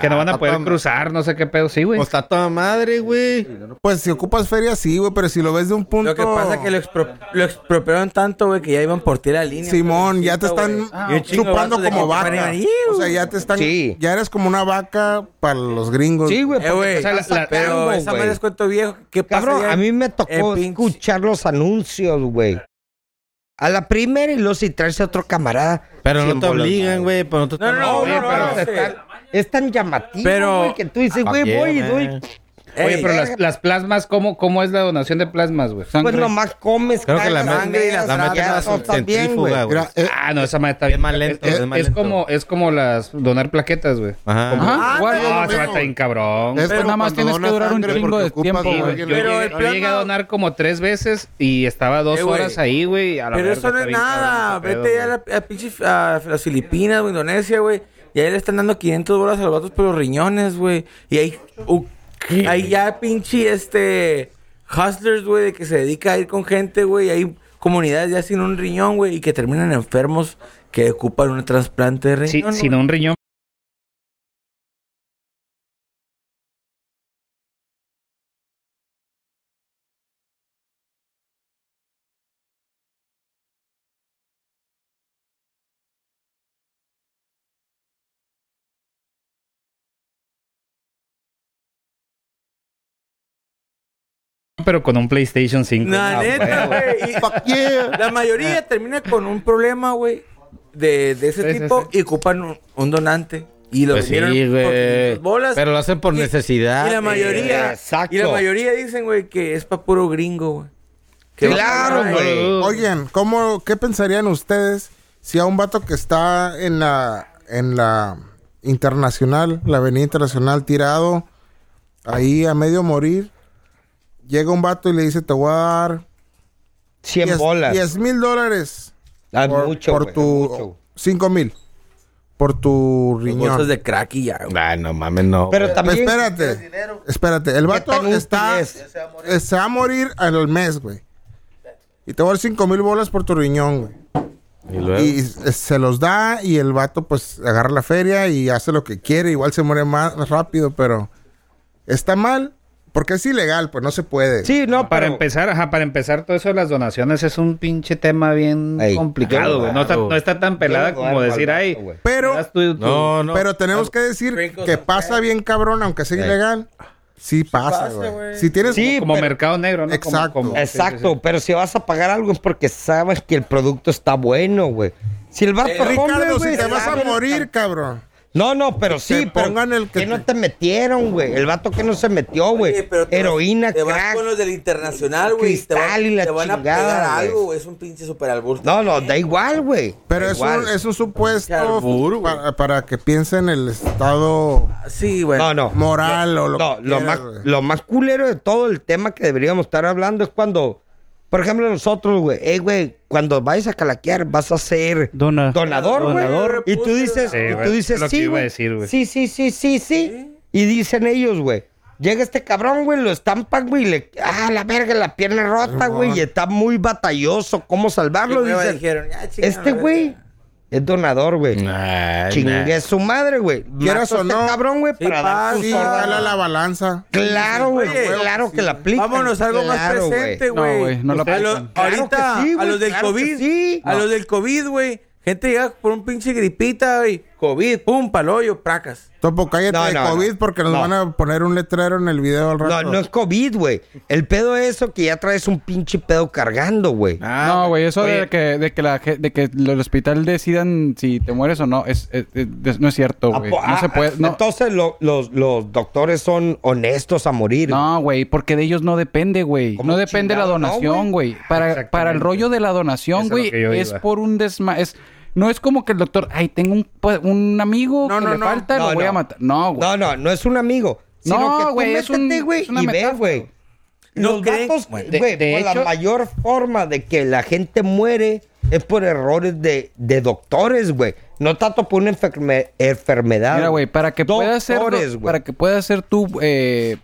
Speaker 12: Que
Speaker 5: Ah,
Speaker 12: no van a poder cruzar, no sé qué pedo, sí, güey.
Speaker 10: Pues está toda madre, güey.
Speaker 3: Pues si ocupas feria, sí, güey, pero si lo ves de un punto...
Speaker 11: Lo que pasa es que lo, expro- lo expropiaron tanto, güey, que ya iban por ti la línea. pues,
Speaker 3: Simón, ya te están
Speaker 11: güey. Y un chingo de
Speaker 3: chupando
Speaker 11: vatos de
Speaker 3: como
Speaker 11: que fueran
Speaker 3: vaca.
Speaker 11: ahí,
Speaker 3: O sea, ya te están.
Speaker 11: Sí.
Speaker 3: Ya eres como una vaca para los gringos.
Speaker 5: Sí, güey.
Speaker 11: Eh, güey,
Speaker 5: porque te están
Speaker 11: pero
Speaker 5: sacando,
Speaker 11: esa madre
Speaker 5: güey.
Speaker 11: es cuento viejo. ¿Qué pasa
Speaker 5: Cabrón,
Speaker 11: ya?
Speaker 5: a mí me
Speaker 11: Eh,
Speaker 5: tocó
Speaker 11: pinche-
Speaker 5: escuchar los anuncios, güey. A la primera y luego si traes a otro camarada.
Speaker 10: Pero no
Speaker 5: cien
Speaker 10: te
Speaker 5: bolas,
Speaker 10: obligan, güey. Pero no te
Speaker 5: No, no,
Speaker 10: obligan.
Speaker 5: no, no, no, están- Es tan llamativo,
Speaker 10: Pero-
Speaker 5: güey, que tú
Speaker 12: Ah,
Speaker 5: dices, güey,
Speaker 10: También,
Speaker 5: voy y
Speaker 10: eh.
Speaker 5: doy.
Speaker 12: Oye, pero las, las plasmas, ¿cómo, ¿cómo es la donación de plasmas, güey?
Speaker 5: Pues nomás comes,
Speaker 10: Creo que la
Speaker 5: cagas,
Speaker 10: sangre y la-
Speaker 5: meas,
Speaker 10: la meten a
Speaker 5: cagas,
Speaker 10: su
Speaker 5: también,
Speaker 10: centrífuga, güey.
Speaker 12: Mira, eh, ah, no, esa madre está bien.
Speaker 10: más lento,
Speaker 12: es,
Speaker 10: es más
Speaker 12: es
Speaker 10: lento.
Speaker 12: como, es como las donar plaquetas, güey.
Speaker 10: Ajá.
Speaker 12: Como-
Speaker 8: Ajá.
Speaker 12: Ah,
Speaker 8: Igual,
Speaker 12: no,
Speaker 8: lo
Speaker 12: esa madre
Speaker 8: mismo.
Speaker 12: está bien cabrón.
Speaker 8: Es Pero nada más cuando tienes que donas durar un sangre chingo porque de ocupas tiempo,
Speaker 12: Sí,
Speaker 8: güey.
Speaker 12: güey, Yo,
Speaker 8: Pero el
Speaker 12: llegué, yo
Speaker 8: plan
Speaker 12: llegué a donar como tres veces y estaba dos
Speaker 11: Eh, güey.
Speaker 12: horas ahí, güey. a la
Speaker 11: Pero
Speaker 12: verga,
Speaker 11: eso no
Speaker 12: está
Speaker 11: es
Speaker 12: bien
Speaker 11: nada.
Speaker 12: cabrón ese pedo,
Speaker 11: Vete ya a, la- a pinche- a las Filipinas o Indonesia, güey. Y ahí le están dando 500 bolas a los vatos por los riñones, güey. Y ahí, u- ahí ya pinche este hustlers, güey, de que se dedica a ir con gente, güey. Y hay comunidades ya sin un riñón, güey, y que terminan enfermos que ocupan un trasplante de
Speaker 12: Sí,
Speaker 11: riñón.
Speaker 12: sin un riñón. Pero con un PlayStation 5.
Speaker 11: La
Speaker 12: Ah,
Speaker 11: neta,
Speaker 12: güey.
Speaker 11: güey. Y- La mayoría termina con un problema, güey, de, de ese
Speaker 10: Sí, sí,
Speaker 11: tipo y ocupan un, un donante. Y lo
Speaker 10: Pues sí,
Speaker 11: vendieron por
Speaker 10: güey.
Speaker 11: 500 bolas.
Speaker 10: Pero lo hacen por necesidad.
Speaker 11: Y la mayoría,
Speaker 10: Ah, Exacto.
Speaker 11: y la mayoría dicen, güey, que es para puro gringo, güey. Que
Speaker 5: Claro,
Speaker 11: Ay,
Speaker 5: güey.
Speaker 3: Oigan, ¿cómo, ¿qué pensarían ustedes si a un vato que está en la, en la internacional, la avenida internacional, tirado ahí a medio morir, llega un vato y le dice, te voy a dar
Speaker 5: 100
Speaker 3: 10
Speaker 5: bolas.
Speaker 3: 10 mil dólares.
Speaker 5: Ah,
Speaker 3: por,
Speaker 5: mucho,
Speaker 3: por
Speaker 5: güey,
Speaker 3: tu
Speaker 5: mucho.
Speaker 3: 5 mil. Por tu riñón.
Speaker 11: Bolsas de crack y ya, güey.
Speaker 10: Ah, no mames, no.
Speaker 5: Pero también.
Speaker 3: Espérate, espérate. El vato
Speaker 5: tan útil
Speaker 3: está,
Speaker 5: es?
Speaker 3: eh, se, va a morir al mes, güey. Y te voy a dar 5 mil bolas por tu riñón, güey.
Speaker 10: Y luego.
Speaker 3: Y eh, se los da y el vato pues agarra la feria y hace lo que quiere. Igual se muere más rápido, pero está mal porque es ilegal, pues no se puede.
Speaker 5: Sí, no,
Speaker 12: Para
Speaker 5: pero-
Speaker 12: empezar, ajá, para empezar todo eso de las donaciones es un pinche tema bien
Speaker 5: Ey, yo
Speaker 12: complicado,
Speaker 5: no
Speaker 12: güey. No, está-
Speaker 5: guardo.
Speaker 12: no está tan pelada
Speaker 5: Yo no
Speaker 12: como
Speaker 5: guardo
Speaker 12: decir,
Speaker 5: al
Speaker 12: ay,
Speaker 5: vato, güey.
Speaker 3: Pero,
Speaker 10: No, no.
Speaker 3: pero tenemos que decir que
Speaker 12: eh.
Speaker 3: pasa bien cabrón, aunque sea
Speaker 5: Ey.
Speaker 3: ilegal. Sí pasa, güey. Si tienes
Speaker 5: Sí,
Speaker 12: como
Speaker 5: pero-
Speaker 12: mercado negro, ¿no? Como-
Speaker 3: Exacto.
Speaker 12: como-
Speaker 5: Exacto,
Speaker 12: sí, sí, sí.
Speaker 5: pero si vas a pagar algo es porque sabes que el producto está bueno, güey. Si el vato come,
Speaker 3: Eh, Ricardo,
Speaker 5: güey,
Speaker 3: si te vas a
Speaker 5: sabe-
Speaker 3: morir, cabrón.
Speaker 5: No, no, pero sí, pongan pero el que, que no te metieron, güey. El vato que no se metió, güey. Heroína,
Speaker 11: te
Speaker 5: crack.
Speaker 11: vas con los del internacional, güey. Te, van-
Speaker 5: Cristal y la
Speaker 11: te van a
Speaker 5: chingada,
Speaker 11: pegar
Speaker 5: güey.
Speaker 11: algo, güey. Es un pinche super albur.
Speaker 5: No, no, da igual, güey.
Speaker 3: Pero
Speaker 5: Da
Speaker 3: es
Speaker 5: igual.
Speaker 3: un, es un supuesto para, para que piensen el estado
Speaker 5: No, no.
Speaker 3: moral
Speaker 5: No,
Speaker 3: o lo
Speaker 5: no,
Speaker 3: que
Speaker 5: lo
Speaker 3: quieras,
Speaker 5: más,
Speaker 3: güey.
Speaker 5: lo más culero de todo el tema que deberíamos estar hablando es cuando, por ejemplo, nosotros, güey, "Ey, güey, cuando vayas a calaquear vas a ser donador, güey.
Speaker 6: donador.
Speaker 5: Y tú dices,
Speaker 6: Sí,
Speaker 5: y
Speaker 6: güey,
Speaker 5: tú dices,
Speaker 6: es lo que
Speaker 5: sí,
Speaker 6: iba a
Speaker 5: güey.
Speaker 6: decir, güey.
Speaker 5: Sí, sí, sí, sí, sí. Y dicen ellos, güey. Llega este cabrón, güey, lo estampan, güey, y le. ¡Ah, la verga, la pierna rota, güey! Y está muy batalloso. ¿Cómo salvarlo?
Speaker 11: Y luego
Speaker 5: Dicen,
Speaker 11: dijeron, "Ya, chinga la
Speaker 5: este
Speaker 11: verga".
Speaker 5: güey es donador, güey. Chingue
Speaker 11: nah.
Speaker 5: su madre, güey.
Speaker 3: Quieras
Speaker 5: Mató
Speaker 3: o
Speaker 5: este
Speaker 3: no.
Speaker 5: cabrón, güey,
Speaker 3: Sí,
Speaker 5: para dar
Speaker 3: pa,
Speaker 5: sus
Speaker 3: sí,
Speaker 5: órganos.
Speaker 3: jala la balanza.
Speaker 5: Claro, güey.
Speaker 11: Oye,
Speaker 5: Claro que la aplican.
Speaker 11: Vámonos a algo más
Speaker 5: Claro,
Speaker 11: presente, güey.
Speaker 16: No, güey, no la
Speaker 11: A los-
Speaker 16: aplican.
Speaker 5: Claro
Speaker 11: ahorita,
Speaker 5: que sí,
Speaker 11: a
Speaker 5: güey,
Speaker 11: los del
Speaker 5: claro que
Speaker 11: COVID.
Speaker 5: sí.
Speaker 11: A
Speaker 5: No.
Speaker 11: los del COVID, güey. Gente llega por un pinche gripita, güey. COVID, pum, paloyo, pracas.
Speaker 3: Topo, cállate
Speaker 5: No,
Speaker 3: de
Speaker 5: no,
Speaker 3: COVID
Speaker 5: no.
Speaker 3: porque nos
Speaker 5: No.
Speaker 3: van a poner un letrero en el video al rato.
Speaker 5: No, no es COVID, güey. El pedo es eso que ya traes un pinche pedo cargando, güey.
Speaker 16: no, güey, eso
Speaker 5: Ah, Oye.
Speaker 16: de que, de, que la, ge- de que el hospital decidan si te mueres o no, es, es- es- no es cierto, güey.
Speaker 5: po-
Speaker 16: No
Speaker 5: ah,
Speaker 16: se puede. No,
Speaker 5: Entonces lo- los, los doctores son honestos a morir.
Speaker 16: No, güey, porque de ellos no depende, güey. No depende la
Speaker 5: chingado no,
Speaker 16: donación, güey. para, para el rollo de la donación,
Speaker 12: Eso es lo
Speaker 16: güey,
Speaker 12: que yo
Speaker 16: es
Speaker 12: iba.
Speaker 16: por un desma... Es, no es como que el doctor, ay, tengo un, pa- un amigo que le falta, lo
Speaker 5: No,
Speaker 16: voy
Speaker 5: no.
Speaker 16: a matar. No, güey.
Speaker 5: No, no, no es un amigo. Sino
Speaker 16: No,
Speaker 5: que tú
Speaker 16: güey, es un-
Speaker 5: métete, güey,
Speaker 16: es una
Speaker 5: y ve,
Speaker 16: metáfora.
Speaker 5: güey. Los
Speaker 16: creen-
Speaker 5: datos, güey,
Speaker 16: Bueno, de- de
Speaker 5: por la
Speaker 16: hecho-
Speaker 5: mayor forma de que la gente muere es por errores de, de doctores, güey. No tanto por una enferme- enfermedad.
Speaker 16: Mira, güey, para que puedas ser,
Speaker 5: Doctores, güey.
Speaker 16: para que pueda ser tu eh,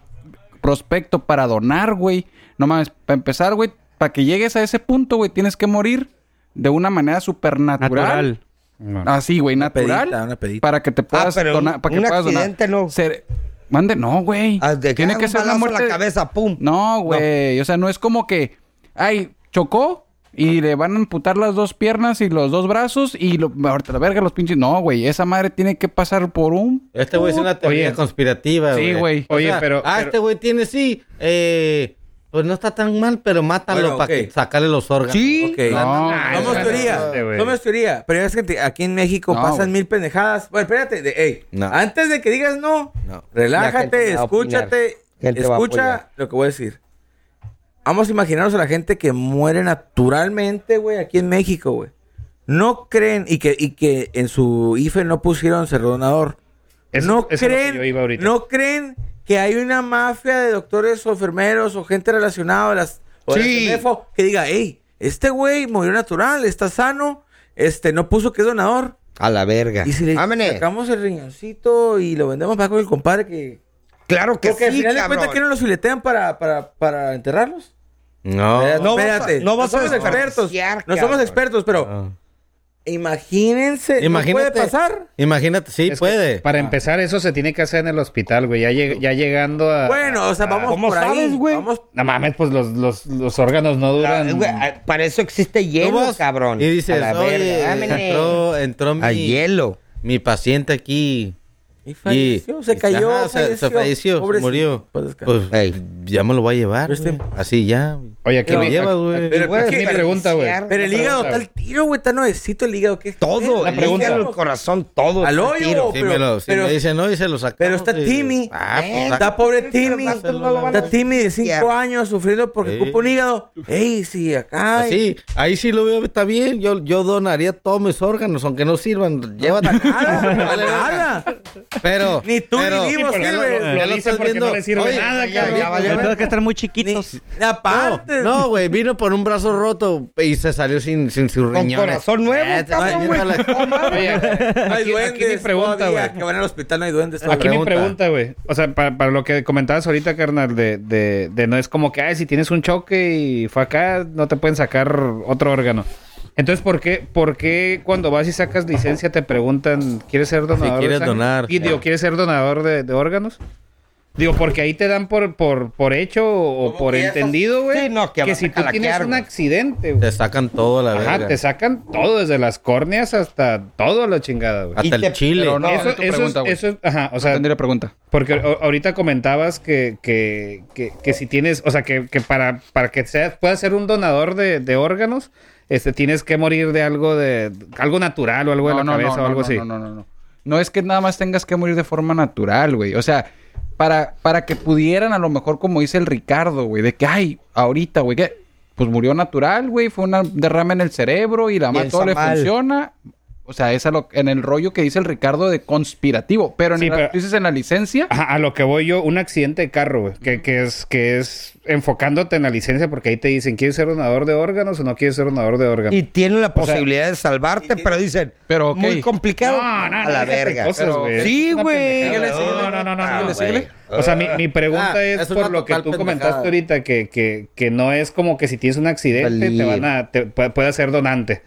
Speaker 16: prospecto para donar, güey. No mames, para empezar, güey, para que llegues a ese punto, güey, tienes que morir de una manera supernatural.
Speaker 6: Natural.
Speaker 16: Así, güey, natural.
Speaker 11: pedita, una pedita.
Speaker 16: Para que te puedas
Speaker 5: pero un-
Speaker 16: Ah, donar, para que
Speaker 5: un
Speaker 16: puedas donar.
Speaker 5: accidente no.
Speaker 16: Ser- mande, no, güey. Tiene
Speaker 5: ah,
Speaker 16: que
Speaker 5: un
Speaker 16: ser la
Speaker 5: balazo en
Speaker 16: muerte.
Speaker 5: la cabeza, pum.
Speaker 16: No, güey. O sea, no es como que, ay, chocó y le van a amputar las dos piernas y los dos brazos y lo, ahorita la verga los pinches. No, güey. Esa madre tiene que pasar por un.
Speaker 10: Este güey es una teoría
Speaker 16: Oye.
Speaker 10: conspirativa, güey.
Speaker 16: Sí, güey.
Speaker 10: O
Speaker 16: Oye,
Speaker 10: sea,
Speaker 16: pero-
Speaker 10: Ah,
Speaker 16: pero-
Speaker 10: este güey tiene sí. Eh, pues no está tan mal, pero mátalo
Speaker 11: Bueno,
Speaker 10: para
Speaker 11: ok.
Speaker 10: que sacarle los órganos.
Speaker 11: Sí.
Speaker 10: Ok.
Speaker 16: No,
Speaker 10: Ah,
Speaker 11: Somos teoría. Somos teoría. Pero es que te- aquí en México
Speaker 10: No,
Speaker 11: pasan
Speaker 10: güey.
Speaker 11: mil pendejadas. Bueno, espérate. de- ey, Antes de que digas no,
Speaker 10: La gente
Speaker 11: relájate,
Speaker 10: va a opinar.
Speaker 11: escúchate.
Speaker 10: Gente va a apoyar.
Speaker 11: Escucha lo que voy a decir. Vamos a imaginarnos a la gente que muere naturalmente, güey, aquí en México, güey. No creen y que, y que en su IFE no pusieron ser donador. no
Speaker 12: eso es lo que
Speaker 11: creen,
Speaker 12: yo iba ahorita.
Speaker 11: no creen que hay una mafia de doctores o enfermeros o gente relacionada a las o de
Speaker 5: Sí.
Speaker 11: la CNEFO que diga, hey, este güey murió natural, está sano, este no puso que es donador.
Speaker 5: A la verga.
Speaker 11: Y si le
Speaker 5: Ámene.
Speaker 11: sacamos el riñoncito y lo vendemos para con el compadre que.
Speaker 5: Claro que
Speaker 11: Porque al
Speaker 5: sí,
Speaker 11: final de
Speaker 5: cabrón.
Speaker 11: cuentas que no los filetean para, para, para enterrarlos.
Speaker 10: No.
Speaker 5: No vas a-
Speaker 11: Espérate.
Speaker 5: no vas a
Speaker 11: somos expertos.
Speaker 5: despreciar,
Speaker 11: No somos
Speaker 5: cabrón.
Speaker 11: expertos, pero
Speaker 10: Ah.
Speaker 11: imagínense, ¿no
Speaker 10: Imagínate.
Speaker 11: puede pasar.
Speaker 10: Imagínate, sí,
Speaker 12: Es que
Speaker 10: puede. Ah.
Speaker 12: Para empezar, eso se tiene que hacer en el hospital, güey. Ya, lleg- ya llegando a.
Speaker 11: Bueno, o sea,
Speaker 12: a-
Speaker 11: vamos
Speaker 12: Ah, ¿Cómo
Speaker 11: por ahí,
Speaker 12: sabes, güey?
Speaker 11: vamos-
Speaker 12: No mames, pues los, los, los órganos no duran.
Speaker 5: Ah, güey, ah, para eso existe hielo,
Speaker 10: vas-
Speaker 5: cabrón.
Speaker 10: Y dices,
Speaker 5: a la
Speaker 10: oye,
Speaker 5: verga. Ámene.
Speaker 10: entró, entró mi,
Speaker 5: A hielo.
Speaker 10: mi paciente aquí.
Speaker 11: Y falleció, se cayó,
Speaker 10: ajá, se- se
Speaker 11: falleció,
Speaker 10: falleció,
Speaker 11: pobrecito.
Speaker 10: murió.
Speaker 11: Pues,
Speaker 10: Pues, ya me lo voy a llevar.
Speaker 11: Este-
Speaker 10: güey. Así ya.
Speaker 12: Oye, aquí
Speaker 10: Te lo
Speaker 12: mi-
Speaker 10: llevas,
Speaker 12: aquí-
Speaker 10: güey.
Speaker 12: Pero,
Speaker 5: Güey,
Speaker 12: aquí Pues, mi pregunta, güey.
Speaker 11: Pero el
Speaker 12: Una
Speaker 11: hígado
Speaker 12: pregunta,
Speaker 11: está al tiro, güey. Está nuevecito el hígado. ¿qué?
Speaker 5: Todo.
Speaker 11: La
Speaker 5: La pregunta
Speaker 11: pregunta-
Speaker 5: el corazón, todo.
Speaker 11: Al
Speaker 5: está
Speaker 11: hoyo,
Speaker 5: tiro.
Speaker 10: Si
Speaker 11: pero-
Speaker 10: me lo- si
Speaker 11: pero-
Speaker 10: me dicen no y se lo sacamos.
Speaker 11: Pero está
Speaker 10: y-
Speaker 11: Timmy.
Speaker 10: Ah, pues,
Speaker 5: Eh,
Speaker 10: saca-
Speaker 11: Está pobre Timmy.
Speaker 5: Pero no lo van a-
Speaker 11: Está Timmy de 5 años sufriendo porque
Speaker 10: Sí.
Speaker 11: ocupa un hígado. Ey, sí, acá.
Speaker 10: Así, ahí sí lo veo, está bien. Yo, yo donaría todos mis órganos, aunque no sirvan. Llévate a
Speaker 11: Nada,
Speaker 10: casa,
Speaker 11: nada,
Speaker 10: vale,
Speaker 11: nada.
Speaker 10: [laughs] Pero.
Speaker 11: Ni tú
Speaker 10: pero-
Speaker 11: ni vivo
Speaker 12: Sí, porque
Speaker 11: sirve.
Speaker 12: lo- lo- lo dice
Speaker 10: estás
Speaker 12: porque no le sirve
Speaker 10: Oye,
Speaker 12: nada,
Speaker 10: ya-
Speaker 12: cabrón.
Speaker 10: ya valió
Speaker 6: Tengo que estar muy chiquitos.
Speaker 16: [laughs]
Speaker 11: Aparte.
Speaker 10: No, güey, vino por un brazo roto y se salió sin, sin sus
Speaker 5: Con
Speaker 10: riñones.
Speaker 5: corazón
Speaker 10: Eh,
Speaker 5: nuevo,
Speaker 10: te vas a
Speaker 5: cabrón,
Speaker 10: ir a la-
Speaker 5: güey.
Speaker 12: Oye,
Speaker 11: No hay
Speaker 12: aquí, aquí mi
Speaker 11: duendes.
Speaker 12: pregunta,
Speaker 11: todavía,
Speaker 12: güey.
Speaker 11: Que van al hospital, no hay duendes.
Speaker 12: Aquí
Speaker 11: todavía.
Speaker 12: mi pregunta, güey. O sea, para, para lo que comentabas ahorita, carnal, de, de, de no es como que, ay, si tienes un choque y fue acá, no te pueden sacar otro órgano. Entonces, ¿por qué, por qué cuando vas y sacas licencia te preguntan, ¿quieres ser donador? de
Speaker 10: quieres
Speaker 12: sangre?
Speaker 10: donar,
Speaker 12: Y digo,
Speaker 10: sí.
Speaker 12: ¿quieres ser donador de, de órganos? Digo, porque ahí te dan por, por, por hecho o por
Speaker 5: que ya estás-
Speaker 12: entendido, güey.
Speaker 5: Sí, no, que
Speaker 12: que
Speaker 5: vas a
Speaker 12: si tú
Speaker 5: calaquear,
Speaker 12: tienes un
Speaker 5: güey.
Speaker 12: accidente, güey.
Speaker 10: Te sacan todo a la
Speaker 12: Ajá,
Speaker 10: verga.
Speaker 12: te sacan todo, desde las córneas hasta todo la chingada, güey.
Speaker 10: Hasta
Speaker 5: Y
Speaker 10: el
Speaker 5: te-
Speaker 10: chile.
Speaker 16: Pero no,
Speaker 12: eso,
Speaker 16: es tu
Speaker 12: eso
Speaker 16: pregunta,
Speaker 12: es,
Speaker 16: güey.
Speaker 12: eso es- ajá, o
Speaker 16: No
Speaker 12: sea,
Speaker 16: entendí la pregunta.
Speaker 12: porque a- ahorita comentabas que, que, que, que si tienes, o sea, que, que para, para que seas, puedas ser un donador de, de órganos, este, tienes que morir de algo de algo natural o algo de la cabeza o algo así.
Speaker 16: No, no, no, no. No es que nada más tengas que morir de forma natural, güey. O sea, para, para que pudieran, a lo mejor, como dice el Ricardo, güey, de que, ay, ahorita, güey, que pues murió natural, güey, fue una derrama en el cerebro y la más todo le funciona. O sea, es a lo, en el rollo que dice el Ricardo de conspirativo. Pero en
Speaker 12: Sí,
Speaker 16: la-
Speaker 12: pero-
Speaker 16: dices en la licencia.
Speaker 12: Ajá, a lo que voy yo, un accidente de carro, güey, que, que es, que es enfocándote en la licencia porque ahí te dicen, ¿quieres ser donador de órganos o no quieres ser donador de órganos?
Speaker 5: Y tiene la
Speaker 12: O sea,
Speaker 5: posibilidad de salvarte, pero dicen,
Speaker 16: pero
Speaker 5: muy complicado.
Speaker 12: No, no,
Speaker 5: a
Speaker 12: no,
Speaker 5: la
Speaker 12: déjate
Speaker 5: verga.
Speaker 12: cosas,
Speaker 5: Pero-
Speaker 12: güey.
Speaker 5: sí,
Speaker 12: Es una
Speaker 5: güey.
Speaker 12: pendejada. No, no, no, no, no, síguele. O sea, mi, mi pregunta
Speaker 5: Ah,
Speaker 12: es,
Speaker 5: es una
Speaker 12: por lo que tú
Speaker 5: total
Speaker 12: comentaste
Speaker 5: pendejada.
Speaker 12: ahorita, que, que, que no es como que si tienes un accidente te
Speaker 5: Peligro.
Speaker 12: van a, te, pu- puedes ser donante.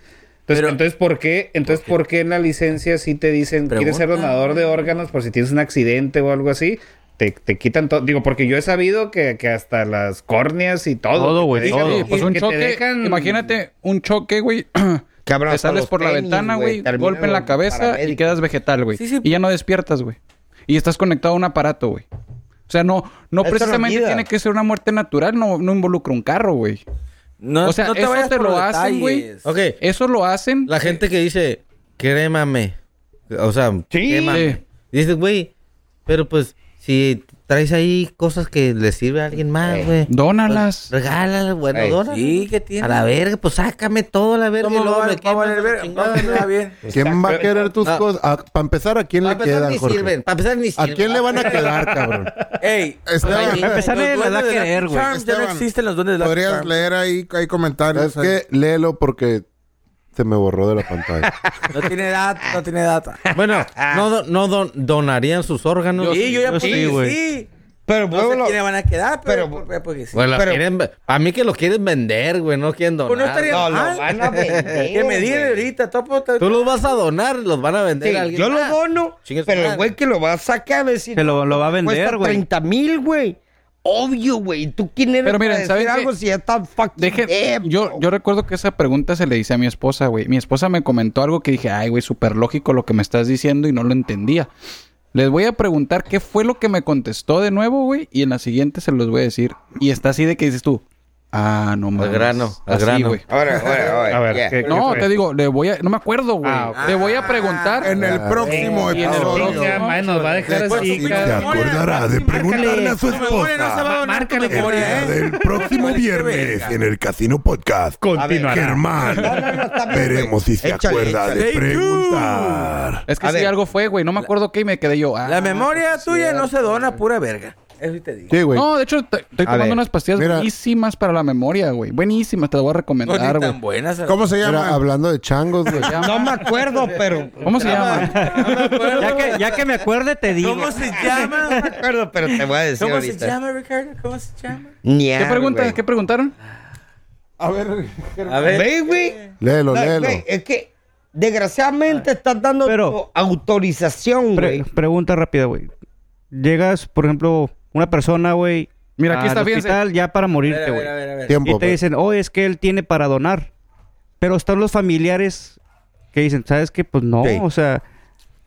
Speaker 12: Entonces, entonces, ¿por qué? Entonces, ¿por qué en la licencia sí te dicen quieres ser
Speaker 5: Pregunta.
Speaker 12: donador de órganos por si tienes un accidente o algo así? Te, te quitan todo. Digo, porque yo he sabido que, que hasta las córneas y todo. que
Speaker 16: Todo,
Speaker 12: te
Speaker 16: güey,
Speaker 12: dejan-
Speaker 16: todo.
Speaker 12: que
Speaker 16: Pues un
Speaker 12: te
Speaker 16: choque,
Speaker 12: dejan-
Speaker 16: imagínate un choque, güey. [clears throat]
Speaker 5: Cabrón,
Speaker 16: Te
Speaker 5: hasta
Speaker 16: sales
Speaker 5: los
Speaker 16: por la
Speaker 5: tenis,
Speaker 16: ventana,
Speaker 5: güey,
Speaker 16: güey,
Speaker 5: terminan
Speaker 16: golpe en la
Speaker 5: los
Speaker 16: cabeza y
Speaker 5: paramédicos.
Speaker 16: quedas vegetal, güey. Y ya no despiertas, güey. Y estás conectado a un aparato, güey. O sea, no, no
Speaker 5: Esto no
Speaker 16: precisamente
Speaker 5: olvida.
Speaker 16: tiene que ser una muerte natural, no, no involucra un carro, güey.
Speaker 11: No,
Speaker 16: o sea,
Speaker 11: no te
Speaker 16: eso
Speaker 11: vayas
Speaker 16: te
Speaker 11: por
Speaker 16: lo hacen, güey.
Speaker 11: detalles.
Speaker 10: Ok.
Speaker 16: Eso lo hacen.
Speaker 10: La gente que dice, crémame. O sea, crémame. Dices, güey, pero pues si traes ahí cosas que le sirve a alguien más, güey.
Speaker 16: Dónalas.
Speaker 10: pues, regálalas, bueno,
Speaker 11: Ey,
Speaker 10: dónalas.
Speaker 11: sí, ¿qué tiene?
Speaker 10: A la verga, pues sácame todo a la verga. y
Speaker 11: ¿Cómo
Speaker 10: luego
Speaker 11: va,
Speaker 10: me
Speaker 11: va a valer ver? No, está bien.
Speaker 1: ¿Quién va a querer tus
Speaker 10: No.
Speaker 1: cosas? para empezar, ¿a quién
Speaker 10: Pa'
Speaker 1: le
Speaker 10: empezar
Speaker 1: quedan,
Speaker 10: ni
Speaker 1: Jorge?
Speaker 10: sirven, pa' empezar ni
Speaker 1: ¿A
Speaker 10: sirven.
Speaker 1: quién le van a quedar, cabrón?
Speaker 11: Ey,
Speaker 3: Esteban,
Speaker 11: Para empezar,
Speaker 3: los
Speaker 11: eh, la
Speaker 3: duendes de
Speaker 11: edad que
Speaker 3: Lucky
Speaker 11: leer, güey.
Speaker 3: Charms,
Speaker 11: Ya no
Speaker 3: Esteban,
Speaker 11: existen los duendes de Lucky
Speaker 3: Podrías
Speaker 11: Charms.
Speaker 3: leer ahí, hay comentarios.
Speaker 1: Es que léelo porque se me borró de la
Speaker 10: [laughs]
Speaker 1: pantalla.
Speaker 11: No tiene data, no tiene data.
Speaker 10: Bueno, no, do- no don- donarían sus órganos.
Speaker 11: Sí, yo ya puse
Speaker 10: sí, güey.
Speaker 11: sí.
Speaker 5: Pero
Speaker 11: no sé quiénes van a quedar, pero, pero- porque
Speaker 5: Pues
Speaker 11: sí.
Speaker 10: Bueno, la
Speaker 11: Pero-
Speaker 10: quieren- a mí que lo quieren vender, güey, no quieren donar.
Speaker 11: Pues no estaría mal. [laughs] que me digan ahorita, topo.
Speaker 10: Tú los vas a donar, los van a vender
Speaker 5: Sí,
Speaker 10: a alguien.
Speaker 5: yo lo
Speaker 10: más.
Speaker 5: dono,
Speaker 10: Chingue su
Speaker 5: pero el
Speaker 10: madre.
Speaker 5: güey que lo va a sacar va a decir...
Speaker 10: Que lo- lo va a
Speaker 5: "Cuesta
Speaker 10: vender, güey".
Speaker 5: 30 mil, güey. Obvio, güey. ¿Tú quién eres
Speaker 16: Pero miren,
Speaker 5: para decir
Speaker 16: ¿saben qué?
Speaker 5: algo si ya está fucking
Speaker 16: Deje-
Speaker 5: dead,
Speaker 16: yo, yo recuerdo que esa pregunta se le hice a mi esposa, güey. Mi esposa me comentó algo que dije, ay, güey, súper lógico lo que me estás diciendo y no lo entendía. Les voy a preguntar qué fue lo que me contestó de nuevo, güey, y en la siguiente se los voy a decir. Y está así de que dices tú, ah, no mames.
Speaker 10: grano, al
Speaker 16: Así,
Speaker 10: grano.
Speaker 16: güey.
Speaker 5: Ahora, ahora, ahora.
Speaker 12: A ver,
Speaker 5: ya.
Speaker 12: ¿qué- qué
Speaker 16: No,
Speaker 12: fue?
Speaker 16: te digo, le voy a, no me acuerdo, güey.
Speaker 12: Ah,
Speaker 16: Le voy a preguntar. Ah,
Speaker 3: En el próximo
Speaker 16: Y en el
Speaker 3: episodio.
Speaker 16: próximo.
Speaker 12: Ya, madre, nos va a dejar así,
Speaker 1: Se
Speaker 12: cabrón.
Speaker 1: acordará de preguntarle a su esposa.
Speaker 12: Márcale,
Speaker 1: El
Speaker 10: ¿eh?
Speaker 1: día
Speaker 10: [laughs]
Speaker 1: del próximo viernes en el Casino Podcast.
Speaker 12: Continuará.
Speaker 1: Germán. Veremos si se
Speaker 5: Échale,
Speaker 1: acuerda de
Speaker 5: échale.
Speaker 1: preguntar.
Speaker 16: Es que
Speaker 5: A
Speaker 16: sí,
Speaker 5: ver.
Speaker 16: algo fue, güey. No me acuerdo qué y me quedé yo. ah,
Speaker 11: La memoria tuya no se dona pura verga. Eso sí te digo.
Speaker 1: Sí, güey.
Speaker 16: No, de hecho, te- estoy tomando unas pastillas
Speaker 1: Mira.
Speaker 16: buenísimas para la memoria, güey. Buenísimas, te las voy a
Speaker 11: No,
Speaker 16: recomendar,
Speaker 11: ni
Speaker 16: güey.
Speaker 11: tan buenas.
Speaker 3: ¿Cómo se
Speaker 1: Mira,
Speaker 3: llama?
Speaker 1: hablando de changos, güey.
Speaker 5: No me acuerdo, pero...
Speaker 16: ¿Cómo se
Speaker 5: [laughs]
Speaker 16: llama?
Speaker 6: [laughs] Ya que, ya que me acuerde, te digo.
Speaker 11: ¿Cómo se llama?
Speaker 5: No me acuerdo, pero te voy a decir
Speaker 11: ¿Cómo se
Speaker 5: ahorita.
Speaker 11: llama, Ricardo? ¿Cómo se llama?
Speaker 16: [laughs] ¿Qué preguntas? ¿Qué preguntaron?
Speaker 3: A ver,
Speaker 5: A ver. Ve, güey.
Speaker 1: Léelo,
Speaker 5: No,
Speaker 1: léelo.
Speaker 5: güey, es que
Speaker 10: Ah.
Speaker 5: desgraciadamente estás dando
Speaker 6: Pero-
Speaker 5: tu autorización,
Speaker 6: Pre-
Speaker 5: güey.
Speaker 6: pregunta rápida, güey. Llegas, por ejemplo, una persona, güey.
Speaker 16: Mira, aquí
Speaker 6: al
Speaker 16: está, fíjense.
Speaker 6: hospital ya para morirte, güey.
Speaker 1: Tiempo.
Speaker 6: Y te
Speaker 1: pues.
Speaker 6: dicen, oh, es que él tiene para donar. Pero están los familiares que dicen, ¿sabes qué? Pues no,
Speaker 5: Sí.
Speaker 6: o sea,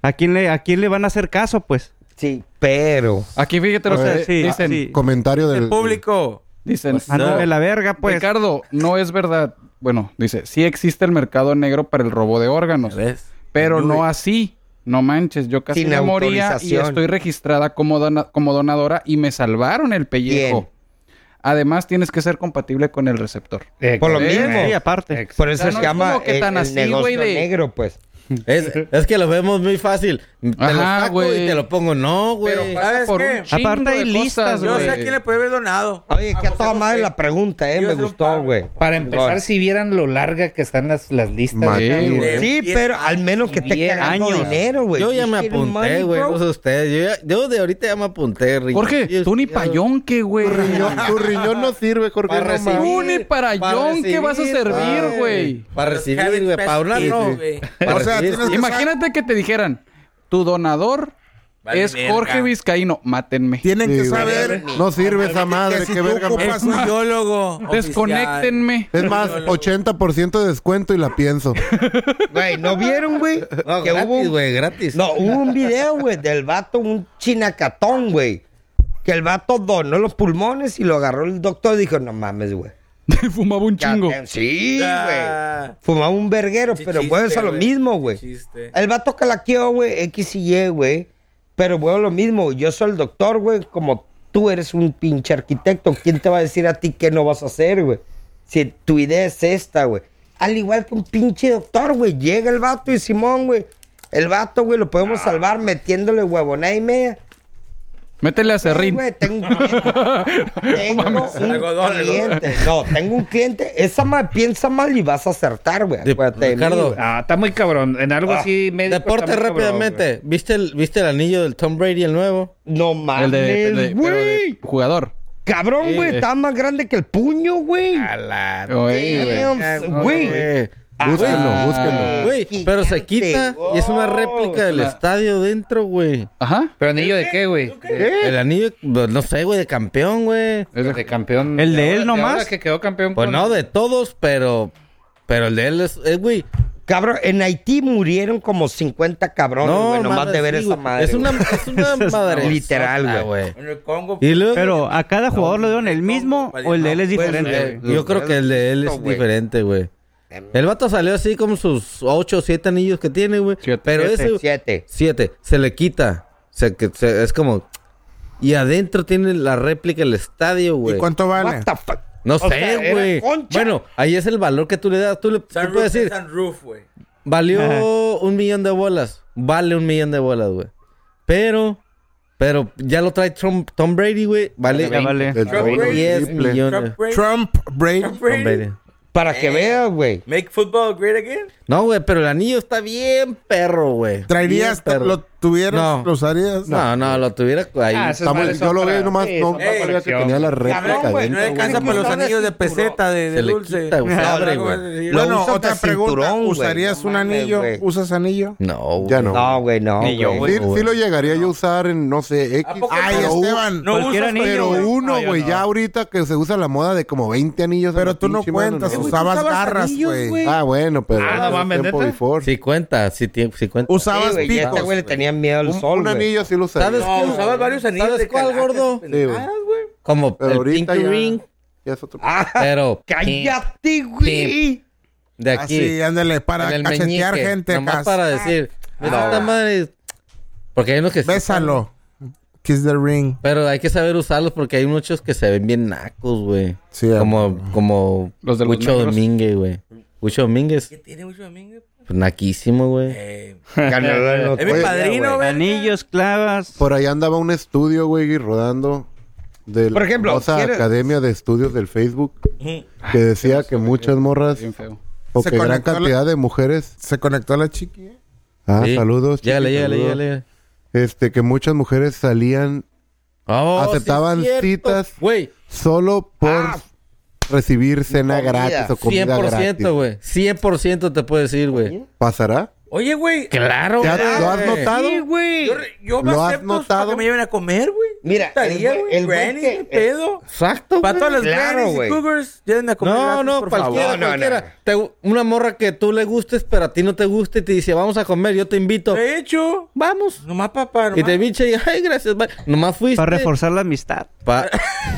Speaker 6: ¿a quién, le, ¿a quién le van a hacer caso, pues?
Speaker 5: Sí, pero.
Speaker 16: Aquí fíjate lo
Speaker 1: A
Speaker 16: que
Speaker 1: ver,
Speaker 6: sí,
Speaker 16: eh, dicen.
Speaker 6: sí.
Speaker 1: Comentario del
Speaker 11: El público.
Speaker 16: Dicen,
Speaker 6: Mándame la verga, pues.
Speaker 16: Ricardo, no es verdad. Bueno, dice, sí existe el mercado negro para el robo de órganos,
Speaker 11: ¿Ves?
Speaker 16: pero no así. No manches, yo casi
Speaker 5: Sin
Speaker 16: me moría y
Speaker 5: autorización.
Speaker 16: estoy registrada como, dona- como donadora y me salvaron el pellejo.
Speaker 5: Bien.
Speaker 16: Además, tienes que ser compatible con el receptor.
Speaker 5: Por lo
Speaker 16: Eh,
Speaker 5: mismo.
Speaker 6: Sí, aparte.
Speaker 12: Ex-
Speaker 5: Por
Speaker 16: O sea,
Speaker 5: eso
Speaker 16: no
Speaker 5: se
Speaker 16: es
Speaker 5: llama
Speaker 16: como que
Speaker 5: el,
Speaker 16: tan
Speaker 5: el
Speaker 16: así,
Speaker 5: negocio
Speaker 16: güey, de-
Speaker 5: negro, pues.
Speaker 10: Es, es que lo vemos muy fácil. Te lo
Speaker 16: Ajá,
Speaker 10: saco
Speaker 16: güey.
Speaker 10: y te lo pongo. No,
Speaker 16: Pero
Speaker 10: güey.
Speaker 16: pasa
Speaker 11: ¿Sabes
Speaker 16: por
Speaker 11: qué?
Speaker 16: un chingo
Speaker 6: Aparte hay
Speaker 16: de
Speaker 6: listas,
Speaker 16: listas,
Speaker 11: Yo sé
Speaker 16: güey.
Speaker 11: a quién le puede haber donado.
Speaker 5: Oye, que a toda madre la pregunta, ¿eh?
Speaker 11: Yo
Speaker 5: Me
Speaker 11: soy un
Speaker 5: gustó,
Speaker 11: padre.
Speaker 5: güey.
Speaker 12: Para empezar,
Speaker 5: Bueno.
Speaker 12: si vieran lo larga que están las, las listas.
Speaker 1: Ma-
Speaker 12: güey.
Speaker 16: Sí, güey.
Speaker 5: Sí,
Speaker 11: Diez
Speaker 5: pero al menos que esté
Speaker 6: diez
Speaker 5: ganando
Speaker 6: años.
Speaker 5: dinero, güey.
Speaker 10: Yo ya
Speaker 5: You
Speaker 10: me
Speaker 5: shitting money,
Speaker 10: apunté, güey.
Speaker 5: bro.
Speaker 10: No sé ustedes. Yo, ya- yo de ahorita ya me apunté, Ricky.
Speaker 16: Jorge, tú ni payonque, güey.
Speaker 1: Tu riñón, tu riñón no sirve, Jorge.
Speaker 10: Para
Speaker 1: no mames.
Speaker 10: recibir,
Speaker 16: Tú ni para John que vas a servir, güey.
Speaker 10: Para recibir, güey. Para donar, no.
Speaker 3: O sea, tienes que, sa-
Speaker 16: Imagínate que te dijeran, tu donador
Speaker 11: Vale
Speaker 16: es
Speaker 11: verga.
Speaker 16: Jorge Vizcaíno, mátenme.
Speaker 3: tienen
Speaker 1: Sí,
Speaker 3: que
Speaker 1: güey.
Speaker 3: saber
Speaker 1: No sirve esa
Speaker 3: que
Speaker 1: madre,
Speaker 3: si
Speaker 1: qué
Speaker 3: tú
Speaker 1: verga. me-
Speaker 3: ocupas-
Speaker 11: Es
Speaker 3: [laughs]
Speaker 11: un biólogo.
Speaker 16: Desconéctenme.
Speaker 1: Es más, 80% de descuento y la
Speaker 3: [laughs]
Speaker 1: pienso.
Speaker 5: Güey, ¿no vieron, güey?
Speaker 10: [laughs] No,
Speaker 5: que hubo
Speaker 10: gratis,
Speaker 5: un
Speaker 10: güey. Gratis.
Speaker 5: No, hubo un video, güey, del vato, un chinacatón, güey. Que el vato donó los pulmones y lo agarró el doctor y dijo, no mames, güey.
Speaker 16: Fumaba un chingo.
Speaker 5: Sí, güey. Ah. Fumaba un verguero, sí, pero vuelves a lo mismo, güey. El vato calaqueó, güey, X y Y, güey. Pero vuelvo a lo mismo. Yo soy el doctor, güey. Como tú eres un pinche arquitecto, ¿quién te va a decir a ti qué no vas a hacer, güey? Si tu idea es esta, güey. Al igual que un pinche doctor, güey. Llega el vato y Simón, güey. El vato, güey, lo podemos ah. salvar metiéndole huevona y [laughs] media.
Speaker 16: Métele a Serrín.
Speaker 5: Sí,
Speaker 16: [laughs]
Speaker 11: [laughs]
Speaker 5: tengo, tengo un cliente. No, tengo un cliente. Esa mal, piensa mal y vas a acertar, güey.
Speaker 7: Ricardo. Mí, ah, está muy cabrón. En algo ah, así
Speaker 10: medio. Deporte rápidamente. Cabrón, ¿Viste, el, ¿Viste el anillo del Tom Brady, el nuevo?
Speaker 5: No mames, güey.
Speaker 16: Jugador.
Speaker 5: Cabrón, güey. Eh, está más grande que el puño, güey.
Speaker 10: A la... Güey. Búsquenlo, ah, búsquenlo. Güey, pero se quita oh, y es una réplica del la... estadio dentro, güey.
Speaker 16: Ajá. ¿Pero anillo de qué, güey?
Speaker 12: Eh,
Speaker 6: Eh.
Speaker 10: El anillo, pues, no sé, güey, de campeón, güey.
Speaker 16: El de campeón.
Speaker 10: ¿El de él nomás?
Speaker 16: que quedó campeón.
Speaker 10: Pues con... no, de todos, pero... Pero el de él es, güey...
Speaker 5: Eh, Cabrón, en Haití murieron como 50 cabrones, güey, no, nomás de ver sí, esa madre.
Speaker 10: Es una, es
Speaker 5: [laughs]
Speaker 10: una madre.
Speaker 5: Literal, güey.
Speaker 6: Pero a cada jugador no, le dieron el mismo Congo, o el de él es diferente.
Speaker 10: Pues, eh, yo creo que el de él es diferente, güey. El vato salió así como sus 8 o 7 anillos que tiene, güey. Pero
Speaker 5: siete,
Speaker 10: ese.
Speaker 5: 7.
Speaker 10: 7. Se le quita. Se, se, es como. Y adentro tiene la réplica el estadio, güey.
Speaker 3: ¿Y cuánto vale?
Speaker 10: What the fuck? No o sé, güey. Bueno, ahí es el valor que tú le das. Tú le tú puedes decir. Roof, valió Ajá. un millón de bolas. Vale un millón de bolas, güey. Pero. Pero ya lo trae Trump, Tom Brady, güey. Vale,
Speaker 6: vale.
Speaker 10: Trump Brady. 10 millones.
Speaker 3: Trump Brady. Trump Brady.
Speaker 5: Para eh, que veas, güey.
Speaker 11: Make football great again.
Speaker 10: No, güey, pero el anillo está bien perro, güey.
Speaker 3: ¿Traerías? Perro. ¿Lo tuvieras?
Speaker 10: No.
Speaker 3: ¿Lo usarías?
Speaker 10: No, no, no lo tuviera ahí.
Speaker 1: Ah, Estamos, yo lo vi nomás, sí, no sabía que tenía la red.
Speaker 11: Cabrón, güey, no alcanza para los anillos de peseta, de, de dulce.
Speaker 10: Quita, abre, güey.
Speaker 3: Bueno, otra pregunta. ¿Usarías un anillo? ¿Usas anillo?
Speaker 10: No,
Speaker 5: güey. Ya no. No, güey, no.
Speaker 1: Ni yo, güey. Sí, lo llegaría yo a usar en, no sé, X.
Speaker 3: Ay, Esteban.
Speaker 1: No usas Pero uno, güey, ya ahorita que se usa la moda de como 20 anillos.
Speaker 3: Pero tú no cuentas, usabas garras, güey.
Speaker 1: Ah, bueno, pero. Ah,
Speaker 10: no mames, Sí cuenta, sí cuenta.
Speaker 3: Usabas picos
Speaker 5: este le tenían miedo al
Speaker 1: un,
Speaker 5: sol.
Speaker 1: Un anillo wey. sí lo usaba.
Speaker 10: ¿Sabes no, qué?
Speaker 11: Usabas varios anillos.
Speaker 10: ¿Sabes de cuál, gordo?
Speaker 1: Sí,
Speaker 10: Como
Speaker 1: pero
Speaker 10: el Pinky ya, Ring.
Speaker 1: Ya es otro.
Speaker 10: Ah, pero.
Speaker 5: ¡Cállate, güey!
Speaker 10: De aquí.
Speaker 3: Así, ándale, para cachetear meñique, gente.
Speaker 10: Nomás para decir. Ah, no, esta madre. Porque hay unos que.
Speaker 3: Bésalo. Kiss the ring.
Speaker 10: Pero hay que saber usarlos porque hay muchos que se ven bien nacos, güey. Sí, como, amor. como los del Hucho Domínguez, güey. Hucho Domínguez.
Speaker 11: ¿Qué tiene Hucho Domínguez?
Speaker 10: Naquísimo, güey. Eh,
Speaker 1: [laughs]
Speaker 11: es mi padrino, güey.
Speaker 6: Anillos, clavas.
Speaker 1: Por ahí andaba un estudio, güey, rodando. De
Speaker 5: Por ejemplo,
Speaker 1: la Academia de Estudios del Facebook. Que decía que muchas morras. O que gran cantidad de mujeres.
Speaker 3: Se conectó a la chiqui.
Speaker 1: Ah, saludos.
Speaker 10: Llegale, llegale, llegale.
Speaker 1: Este, que muchas mujeres salían. aceptaban citas. Solo por recibir cena comida. gratis o comida 100%, gratis.
Speaker 10: 100%, güey. 100% te puedo decir, güey.
Speaker 1: ¿Pasará?
Speaker 11: Oye, güey.
Speaker 10: Claro,
Speaker 1: ¿Te has,
Speaker 10: claro,
Speaker 1: ¿Lo has notado?
Speaker 11: Sí, güey. Yo, yo me
Speaker 1: ¿Lo
Speaker 11: has notado? que me lleven a comer, güey.
Speaker 5: Mira,
Speaker 11: Estaría, el, el granny, qué pedo.
Speaker 10: Exacto,
Speaker 11: Para todas las claro, y cougars, llévenme a comer.
Speaker 10: No, gratis, no, por cualquiera, favor. cualquiera. No, no. Te, una morra que tú le gustes, pero a ti no te guste y te dice, vamos a comer, yo te invito.
Speaker 11: De hecho.
Speaker 10: Vamos.
Speaker 11: Nomás papá, nomás.
Speaker 10: Y te pinche y, ay, gracias, bye. Nomás fuiste.
Speaker 6: Para reforzar la amistad.
Speaker 5: [laughs]
Speaker 10: Pa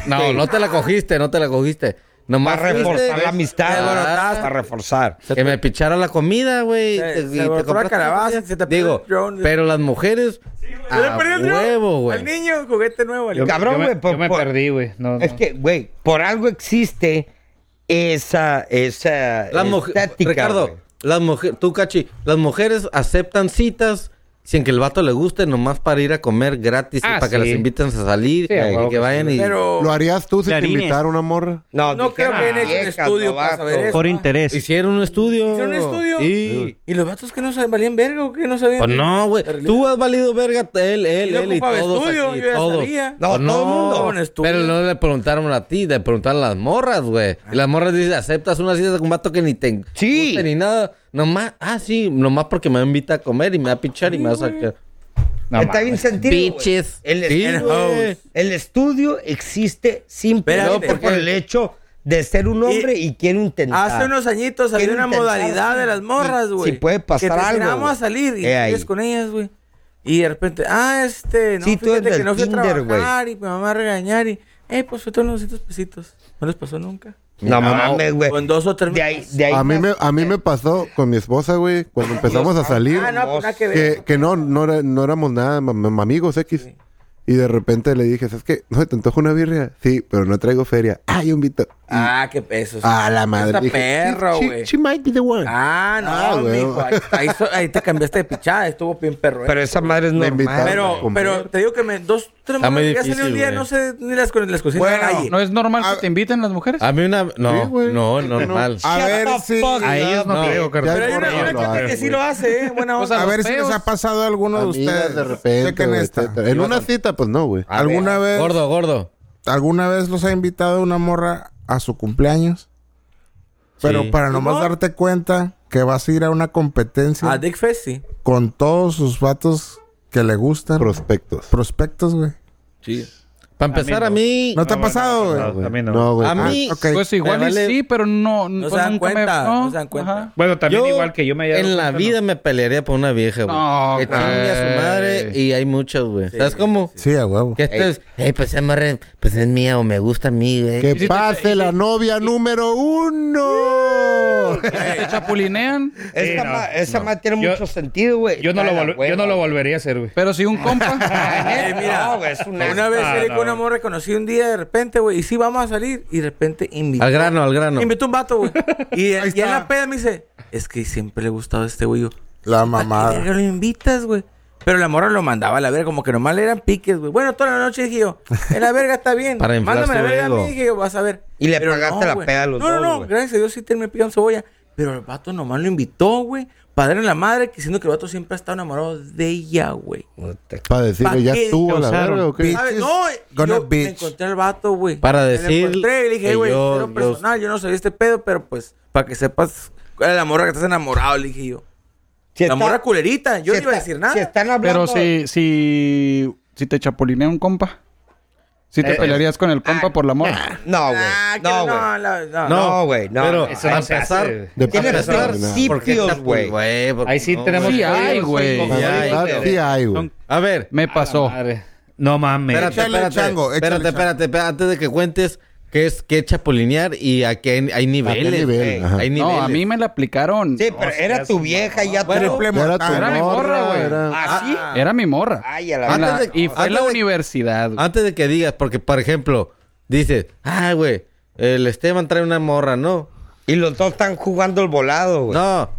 Speaker 10: no, no te la cogiste, no te la cogiste.
Speaker 5: Nomás para reforzar la amistad, ah, para reforzar.
Speaker 10: Que me pichara la comida, güey.
Speaker 11: Se, se, te la calabaza, se te
Speaker 10: Digo, el pero las mujeres. Sí, a Ah, huevo, güey.
Speaker 11: Al niño, juguete nuevo.
Speaker 5: Yo, cabrón, güey. pues,
Speaker 7: Yo, me, yo me por, perdí, güey. No,
Speaker 5: es
Speaker 7: no.
Speaker 5: que, güey, por algo existe esa, esa
Speaker 10: las estética, Ricardo, wey. las mujeres, tú, Cachi, las mujeres aceptan citas sin que el vato le guste, nomás para ir a comer gratis
Speaker 5: ah,
Speaker 10: y para sí. que las invites a salir sí, y claro, que vayan y...
Speaker 1: Pero... ¿Lo harías tú si te invitara una morra?
Speaker 11: No, no creo
Speaker 7: "Ah,
Speaker 11: que en el estudio para saber ¿eh? eso.
Speaker 6: Por interés.
Speaker 10: Hicieron un estudio.
Speaker 11: Hicieron un estudio.
Speaker 10: Sí.
Speaker 11: ¿Y los vatos que no sabían, valían verga o que no sabían?
Speaker 10: Pues no, güey. Tú has valido verga él, él, él y todos estudio, aquí, yo ya todos. Sabía.
Speaker 11: No, no, todo el mundo.
Speaker 10: Pero no le preguntaron a ti, le preguntaron a las morras, güey. Y las morras dicen, ¿aceptas una cita con un vato que ni te
Speaker 5: sí.
Speaker 10: guste ni nada? Nomás, ah, sí, nomás porque me invita a comer y me va a pichar y me va a sacar.
Speaker 5: No, Está bien sentido.
Speaker 10: Bitches.
Speaker 5: El, sí, el, el, estudio existe simplemente por el hecho de ser un hombre y, y quiere intentar.
Speaker 11: Hace unos añitos había una modalidad sí. de las morras, güey.
Speaker 5: Si puede pasar que te algo.
Speaker 11: Vamos a salir y sigues con ellas, güey. Y de repente, ah, este, no, sí, fíjate que no fui Tinder, a trabajar wey. y mi mamá a regañar y, eh, pues fue todos los 200 pesitos. No les pasó nunca.
Speaker 5: No, no mames, güey.
Speaker 11: Con dos o tres
Speaker 5: de ahí, de ahí
Speaker 1: a, mí me, a mí me pasó con mi esposa, güey, cuando empezamos a salir.
Speaker 11: Ah, no, pues nada que ver.
Speaker 1: que, que no, no, era- no éramos nada, ma- ma- amigos X. Y de repente le dije, ¿sabes qué? ¿No se te antoja una birria? Sí, pero no traigo feria. ¡Ay, un vito!
Speaker 11: Ah, qué peso.
Speaker 1: Ah, la madre,
Speaker 11: Está
Speaker 1: dije,
Speaker 11: perro,
Speaker 1: she- she-
Speaker 11: güey.
Speaker 1: she might be the one.
Speaker 11: Ah, no,
Speaker 1: Ah, güey.
Speaker 11: mijo, ahí, ahí so- ahí te cambiaste de pichada. Estuvo bien perro. eh.
Speaker 5: Pero esa madre es
Speaker 1: Me
Speaker 5: normal.
Speaker 1: invitaron.
Speaker 11: Pero,
Speaker 1: Compré.
Speaker 11: pero te digo que Ah, me... Dos, tres
Speaker 10: Está muy
Speaker 11: mujeres, ya salió
Speaker 10: difícil,
Speaker 11: un día,
Speaker 10: güey.
Speaker 11: no sé ni las, co- las cocinas
Speaker 16: Bueno,
Speaker 11: a nadie.
Speaker 16: ¿no es normal que te inviten las mujeres?
Speaker 10: A mí una... No,
Speaker 1: Sí, güey.
Speaker 10: no,
Speaker 1: Sí, pero-
Speaker 10: normal.
Speaker 3: A ver si...
Speaker 7: A ellos no,
Speaker 10: No.
Speaker 7: creo, carnal.
Speaker 1: Ya
Speaker 11: Pero hay
Speaker 1: por
Speaker 11: una,
Speaker 1: ahí
Speaker 11: una
Speaker 1: lo
Speaker 11: que otra
Speaker 1: hace,
Speaker 11: que sí
Speaker 1: güey.
Speaker 11: lo hace, ¿eh? Buena onda.
Speaker 16: sea,
Speaker 3: A ver si
Speaker 16: feos.
Speaker 3: les ha pasado a alguno de
Speaker 1: Amigas,
Speaker 3: ustedes.
Speaker 1: de repente,
Speaker 3: Chequen
Speaker 1: güey,
Speaker 3: esta.
Speaker 1: etcétera. En una cita, pues no, güey.
Speaker 3: ¿Alguna vez,
Speaker 10: Gordo, gordo.
Speaker 3: ¿Alguna vez los ha invitado una morra a su cumpleaños? Pero
Speaker 10: Sí.
Speaker 3: para nomás darte cuenta que vas a ir a una competencia
Speaker 11: A Dick Fest, sí.
Speaker 3: con todos sus vatos que le gustan.
Speaker 1: Prospectos.
Speaker 3: prospectos, güey.
Speaker 10: Para empezar, a mí...
Speaker 3: ¿No te
Speaker 16: Ah,
Speaker 3: ha pasado, güey?
Speaker 1: No, güey.
Speaker 7: A mí no.
Speaker 1: No, güey.
Speaker 10: A
Speaker 1: Ah,
Speaker 10: mí...
Speaker 3: ok.
Speaker 16: Pues igual
Speaker 10: Me
Speaker 16: y
Speaker 10: vale-
Speaker 16: sí, pero no...
Speaker 11: No
Speaker 16: pues
Speaker 11: se dan
Speaker 16: nunca me-
Speaker 11: cuenta.
Speaker 16: no.
Speaker 11: No se dan cuenta.
Speaker 16: Ajá.
Speaker 7: Bueno, también
Speaker 10: Yo,
Speaker 7: igual que yo me haya dado
Speaker 10: En la
Speaker 7: cuenta,
Speaker 10: vida me pelearía por una vieja, güey.
Speaker 16: No,
Speaker 10: que
Speaker 16: güey.
Speaker 10: chingue a su madre y hay muchas, güey. ¿Sabes cómo?
Speaker 3: Sí, a huevo.
Speaker 10: Que esto es, hey, pues esa madre, pues es mía o me gusta a mí, güey.
Speaker 1: Que pase la novia número uno.
Speaker 16: ¿Te chapulinean?
Speaker 5: Esa,
Speaker 7: Sí, no,
Speaker 5: ma- esa
Speaker 7: no.
Speaker 5: madre tiene
Speaker 7: Yo-
Speaker 5: mucho sentido, güey.
Speaker 7: Yo no, lo
Speaker 5: Está
Speaker 7: volve-
Speaker 5: la hueva.
Speaker 7: yo no lo volvería a hacer, güey.
Speaker 16: Pero si un
Speaker 12: [laughs]
Speaker 16: compa...
Speaker 11: [laughs] Eh, mira,
Speaker 5: No, güey, es un
Speaker 11: una
Speaker 5: asco.
Speaker 11: vez
Speaker 7: Ah,
Speaker 11: salí
Speaker 7: no,
Speaker 11: con una
Speaker 7: güey.
Speaker 11: morra, conocí un día de repente, güey, y sí, vamos a salir, y de repente invitó.
Speaker 10: Al grano, al grano.
Speaker 11: Invitó un vato, güey.
Speaker 1: [laughs]
Speaker 3: Ahí
Speaker 11: Y, y en
Speaker 3: está.
Speaker 11: la peda me dice, es que siempre le ha gustado este güey. Yo,
Speaker 3: La
Speaker 11: ¿A qué
Speaker 3: mamada.
Speaker 11: verga lo invitas, güey? Pero la morra lo mandaba a la verga, como que nomás le eran piques, güey. Bueno, toda la noche dije yo, en la verga está
Speaker 5: [laughs]
Speaker 11: bien.
Speaker 10: Para inflar
Speaker 11: Mándame la
Speaker 10: su
Speaker 11: verga a
Speaker 10: ego.
Speaker 11: mí, dije yo, vas a ver.
Speaker 5: Y le
Speaker 11: Pero
Speaker 5: pagaste la
Speaker 11: güey.
Speaker 5: peda a los
Speaker 11: No,
Speaker 5: dos,
Speaker 11: no, no,
Speaker 5: güey.
Speaker 11: gracias a Dios sí te me pican cebolla. Pero el vato nomás lo invitó, güey. Padre en la madre, que siendo que el vato siempre ha estado enamorado de ella, güey.
Speaker 1: Para decirle,
Speaker 11: ¿Pa'
Speaker 1: ya
Speaker 11: qué
Speaker 1: estuvo a la
Speaker 6: causaron?
Speaker 1: verga, ¿o qué?
Speaker 3: Bitch.
Speaker 11: ¿Sabes?
Speaker 3: Bitches
Speaker 11: No,
Speaker 3: gonna
Speaker 11: yo me
Speaker 3: bitch.
Speaker 11: encontré al vato, güey.
Speaker 10: Para
Speaker 11: Me lo
Speaker 10: decir
Speaker 11: encontré y le dije,
Speaker 10: que
Speaker 11: güey,
Speaker 10: yo-
Speaker 11: yo,
Speaker 10: yo-
Speaker 11: personal, yo no sabía este pedo, pero pues, para que sepas cuál es la morra que estás enamorado, le dije yo.
Speaker 5: Si
Speaker 11: la
Speaker 5: está-
Speaker 11: morra culerita, yo
Speaker 5: si
Speaker 11: no iba a
Speaker 5: está-
Speaker 11: decir nada.
Speaker 5: Si están hablando...
Speaker 16: Pero si, si, si te chapulinea un compa, si te
Speaker 5: Eh,
Speaker 16: pelearías con el
Speaker 7: ah,
Speaker 16: compa por la morra.
Speaker 5: No, güey.
Speaker 11: Ah, que
Speaker 5: No, güey.
Speaker 11: la- no.
Speaker 5: No, güey, no.
Speaker 10: Pero
Speaker 5: Eso
Speaker 7: no
Speaker 10: para
Speaker 7: se hace,
Speaker 10: empezar,
Speaker 7: güey.
Speaker 1: De
Speaker 5: Tiene que
Speaker 1: parte de
Speaker 5: estar
Speaker 1: nada.
Speaker 10: porque esta,
Speaker 5: principios, güey.
Speaker 10: pues, porque
Speaker 7: Ahí sí
Speaker 10: no,
Speaker 7: tenemos...
Speaker 16: Sí hay,
Speaker 7: códigos,
Speaker 16: güey.
Speaker 7: códigos,
Speaker 1: La
Speaker 10: Sí hay,
Speaker 1: verdad,
Speaker 10: güey.
Speaker 1: sí hay, güey.
Speaker 10: A ver,
Speaker 16: Me pasó.
Speaker 7: madre. No mames.
Speaker 10: espérate,
Speaker 3: Échale,
Speaker 10: espérate,
Speaker 3: chango, échale,
Speaker 10: espérate,
Speaker 3: chango.
Speaker 10: espérate, espérate, antes de que cuentes qué es qué es chapulinear y a qué hay, niveles.
Speaker 1: nivel?
Speaker 10: güey.
Speaker 1: Ajá.
Speaker 10: Hay niveles.
Speaker 16: No, a mí me la aplicaron.
Speaker 5: Sí, pero era tu vieja y ya te lo-
Speaker 3: Triple
Speaker 1: Ya era tu
Speaker 3: mortal.
Speaker 16: mi morra,
Speaker 1: morra,
Speaker 16: güey.
Speaker 1: era-
Speaker 11: Ah.
Speaker 5: ¿Así?
Speaker 16: Era mi morra.
Speaker 5: Ay, a la
Speaker 10: Antes
Speaker 16: La-
Speaker 10: de-
Speaker 16: y fue en la
Speaker 10: antes de-
Speaker 16: universidad. güey.
Speaker 10: Antes de que digas, porque por ejemplo, dices, ah, güey, el Esteban trae una morra, ¿no?
Speaker 5: Y los dos están jugando el volado, güey.
Speaker 10: No.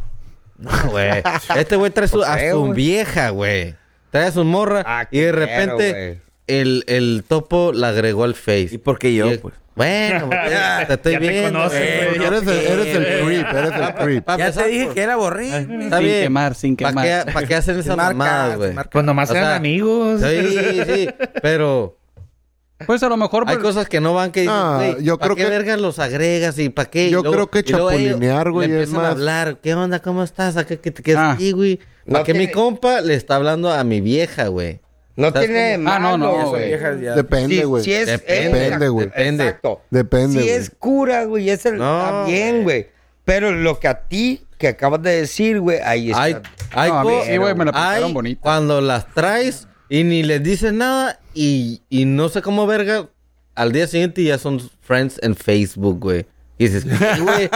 Speaker 10: No,
Speaker 5: [laughs]
Speaker 10: güey. Este güey trae su, a
Speaker 5: Pues, eh,
Speaker 10: su
Speaker 5: güey.
Speaker 10: vieja, güey. Trae a su morra
Speaker 5: Ah,
Speaker 10: y de
Speaker 5: claro,
Speaker 10: repente
Speaker 5: güey.
Speaker 10: el, el topo la agregó al Face.
Speaker 11: ¿Y por qué yo,
Speaker 10: Y-
Speaker 11: pues? [laughs]
Speaker 10: Bueno, güey,
Speaker 5: Ya,
Speaker 10: te estoy
Speaker 7: ya te
Speaker 10: viendo.
Speaker 7: conoces,
Speaker 10: güey.
Speaker 7: güey.
Speaker 1: Eres el, eres el
Speaker 11: Eh.
Speaker 1: creep, eres el creep.
Speaker 10: Pa'
Speaker 11: Ya
Speaker 10: empezar,
Speaker 11: te dije
Speaker 10: pues,
Speaker 11: que era borrín.
Speaker 10: está
Speaker 16: Sin
Speaker 10: bien.
Speaker 16: quemar, sin
Speaker 10: ¿Para
Speaker 16: quemar.
Speaker 10: qué, pa' qué
Speaker 16: [laughs]
Speaker 10: hacen esas
Speaker 11: marcas,
Speaker 10: mamadas, güey?
Speaker 11: marcas.
Speaker 7: Pues nomás
Speaker 10: O
Speaker 7: eran
Speaker 10: sea,
Speaker 7: amigos.
Speaker 10: Sí, sí, pero
Speaker 16: Pues a lo mejor
Speaker 10: hay
Speaker 16: pues,
Speaker 10: cosas que no van que dices,
Speaker 1: Ah,
Speaker 10: güey,
Speaker 1: yo
Speaker 10: ¿pa'
Speaker 1: creo
Speaker 10: qué
Speaker 1: que-
Speaker 10: vergas los agregas y para qué? Y
Speaker 1: Yo creo que
Speaker 10: y luego ellos
Speaker 1: chapulinear, güey,
Speaker 10: le
Speaker 1: es
Speaker 10: empiezan a
Speaker 1: más-
Speaker 10: hablar, ¿qué onda? ¿Cómo estás? ¿A qué qué te quedas
Speaker 16: Ah.
Speaker 10: aquí, güey?
Speaker 5: No
Speaker 10: ¿Para que mi
Speaker 5: tiene-
Speaker 10: compa le está hablando a mi vieja, güey?
Speaker 5: No
Speaker 10: ¿Sabes
Speaker 5: tiene
Speaker 10: cómo?
Speaker 5: malo,
Speaker 16: Ah, no, no, güey.
Speaker 11: Viejas ya.
Speaker 1: Depende,
Speaker 5: Si,
Speaker 1: güey.
Speaker 5: si es,
Speaker 10: Depende,
Speaker 5: exacto,
Speaker 1: güey.
Speaker 10: Depende.
Speaker 5: Exacto.
Speaker 1: Depende,
Speaker 5: Si
Speaker 1: güey.
Speaker 5: es cura, güey, es el
Speaker 10: No,
Speaker 5: está bien, güey. Pero lo que a ti que acabas de decir, güey, ahí está.
Speaker 10: Hay, hay,
Speaker 16: No, a mí
Speaker 10: co-
Speaker 16: sí, güey, me la
Speaker 10: hay
Speaker 16: pintaron bonita.
Speaker 10: cuando las traes y ni les dices nada y, y no sé cómo verga, al día siguiente ya son friends en Facebook, güey. Y
Speaker 16: [laughs]
Speaker 10: dices, "Sí, güey,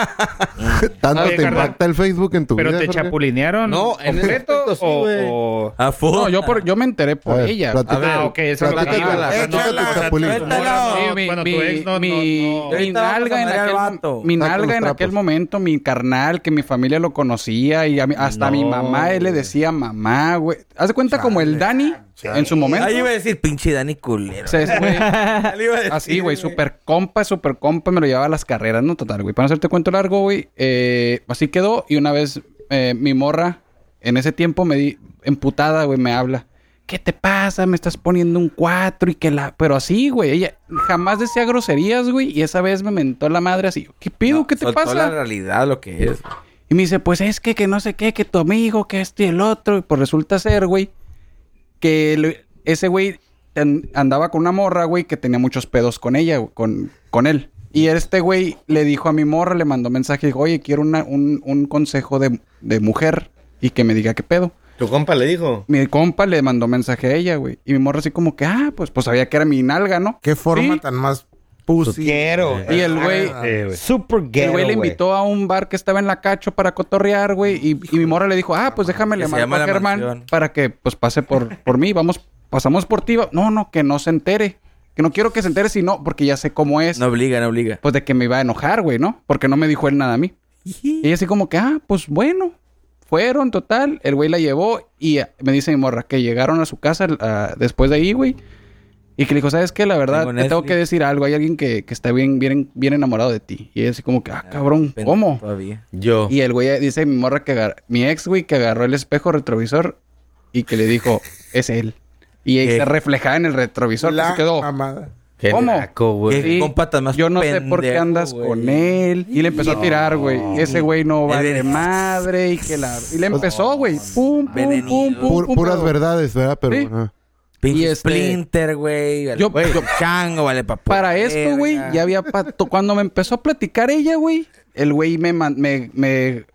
Speaker 1: Tanto
Speaker 7: Oye,
Speaker 1: te
Speaker 7: carnal,
Speaker 1: impacta el Facebook en tu
Speaker 7: Pero
Speaker 1: vida.
Speaker 7: te
Speaker 1: Jorge?
Speaker 7: chapulinearon.
Speaker 10: No, en ese
Speaker 7: completo
Speaker 10: aspecto sí,
Speaker 7: o-
Speaker 10: güey.
Speaker 7: o.
Speaker 11: A full.
Speaker 16: No, yo, por, yo me enteré por
Speaker 1: ver,
Speaker 16: ella.
Speaker 1: plata-
Speaker 10: a ver,
Speaker 7: Ah, ok, eso es lo que
Speaker 10: platícate
Speaker 7: iba.
Speaker 10: la-
Speaker 7: O sea,
Speaker 16: Eh,
Speaker 1: Échala,
Speaker 7: no-
Speaker 1: tu chapulín.
Speaker 11: suéltalo.
Speaker 16: Sí, mi,
Speaker 7: cuando
Speaker 16: mi,
Speaker 7: tu ex no-
Speaker 16: mi-
Speaker 7: no- pues, no.
Speaker 16: mi
Speaker 11: Ahorita vamos a
Speaker 16: nalga en
Speaker 11: madrear
Speaker 16: aquel,
Speaker 11: al vato.
Speaker 16: mi
Speaker 1: Saca
Speaker 16: nalga
Speaker 1: los
Speaker 16: en
Speaker 1: trapos.
Speaker 16: aquel momento, mi carnal, que mi familia lo conocía y a mí- hasta a mi mamá él le decía mamá, güey. Haz de cuenta como el Dani en su momento.
Speaker 11: Ahí iba a decir, pinche Dani culero.
Speaker 16: Se-
Speaker 11: [laughs]
Speaker 16: güey,
Speaker 11: Ahí iba a decir,
Speaker 16: Así, güey, super compa, super compa, me lo llevaba a las carreras, ¿no? Total, güey. Para no hacerte cuento largo, güey, eh, así quedó. Y una vez eh, mi morra, en ese tiempo me di, emputada, güey, me habla. ¿Qué te pasa? Me estás poniendo un 4 y que la... Pero así, güey, ella jamás decía groserías, güey. Y esa vez me mentó la madre así. ¿Qué pido? ¿Qué te
Speaker 11: Soltó
Speaker 16: pasa?
Speaker 11: la realidad lo que es.
Speaker 16: Y me dice, pues es que, que no sé qué, que tu amigo, que esto y el otro. Y pues resulta ser, güey, que el- ese güey an- andaba con una morra, güey, que tenía muchos pedos con ella, güey, con, con él. Y este güey le dijo a mi morra, le mandó mensaje, dijo, oye, quiero una- un, un consejo de, de mujer y que me diga qué pedo.
Speaker 10: tu compa le dijo.
Speaker 16: Mi compa le mandó mensaje a ella, güey. Y mi morra así como que, ah, pues, pues sabía que era mi nalga, ¿no?
Speaker 3: Qué forma
Speaker 16: Sí.
Speaker 3: tan más
Speaker 5: Pussy. Quiero.
Speaker 16: Y el güey,
Speaker 10: Ah,
Speaker 5: Eh, super gay.
Speaker 16: el güey le invitó a un bar que estaba en la cacho para cotorrear, güey. Y, y mi mora le dijo, ah, pues déjame le
Speaker 11: Que se
Speaker 16: mando
Speaker 11: llama
Speaker 16: a
Speaker 11: La
Speaker 16: Germán
Speaker 11: Mansión.
Speaker 16: para que pues pase por, por mí. Vamos, pasamos por ti. va- No, no, que no se entere. Que no quiero que se entere, sino porque ya sé cómo es.
Speaker 11: No obliga, no obliga.
Speaker 16: Pues de que me iba a enojar, güey, ¿no? Porque no me dijo él nada a mí. Y ella así como que, ah, pues bueno. Fueron, total. El güey la llevó y eh, me dice mi morra que llegaron a su casa ah, después de ahí, güey. Y que le dijo, ¿sabes qué? La verdad,
Speaker 11: Tengo
Speaker 16: te tengo
Speaker 11: Netflix.
Speaker 16: que decir algo. Hay alguien que, que está bien, bien, bien enamorado de ti. Y ella así como que, ah, cabrón, ¿cómo?
Speaker 11: Todavía.
Speaker 10: Yo.
Speaker 16: Y el güey dice, mi morra que agar- mi ex, güey, que agarró el espejo retrovisor y que le dijo, [laughs] es él. Y ella se reflejaba en el retrovisor.
Speaker 3: La
Speaker 16: se quedó.
Speaker 3: mamada.
Speaker 16: ¿Cómo?
Speaker 10: güey.
Speaker 16: Sí, Yo no sé por qué
Speaker 11: pendejo,
Speaker 16: andas con él. Y le empezó a tirar, güey. Ese güey no va
Speaker 1: [laughs]
Speaker 16: de madre y que la. Y le empezó, güey. Pum, pum, pum, pum,
Speaker 1: Pur-
Speaker 16: pum,
Speaker 1: puras
Speaker 16: pero-
Speaker 1: verdades, ¿verdad? Pero bueno.
Speaker 16: Y este-
Speaker 11: Splinter, güey. vale,
Speaker 16: Yo-
Speaker 11: güey,
Speaker 16: yo-
Speaker 11: chango, vale, papá.
Speaker 16: Para esto, güey, ya había... pa- to- Cuando me empezó a platicar ella, güey, el güey me, man- me, me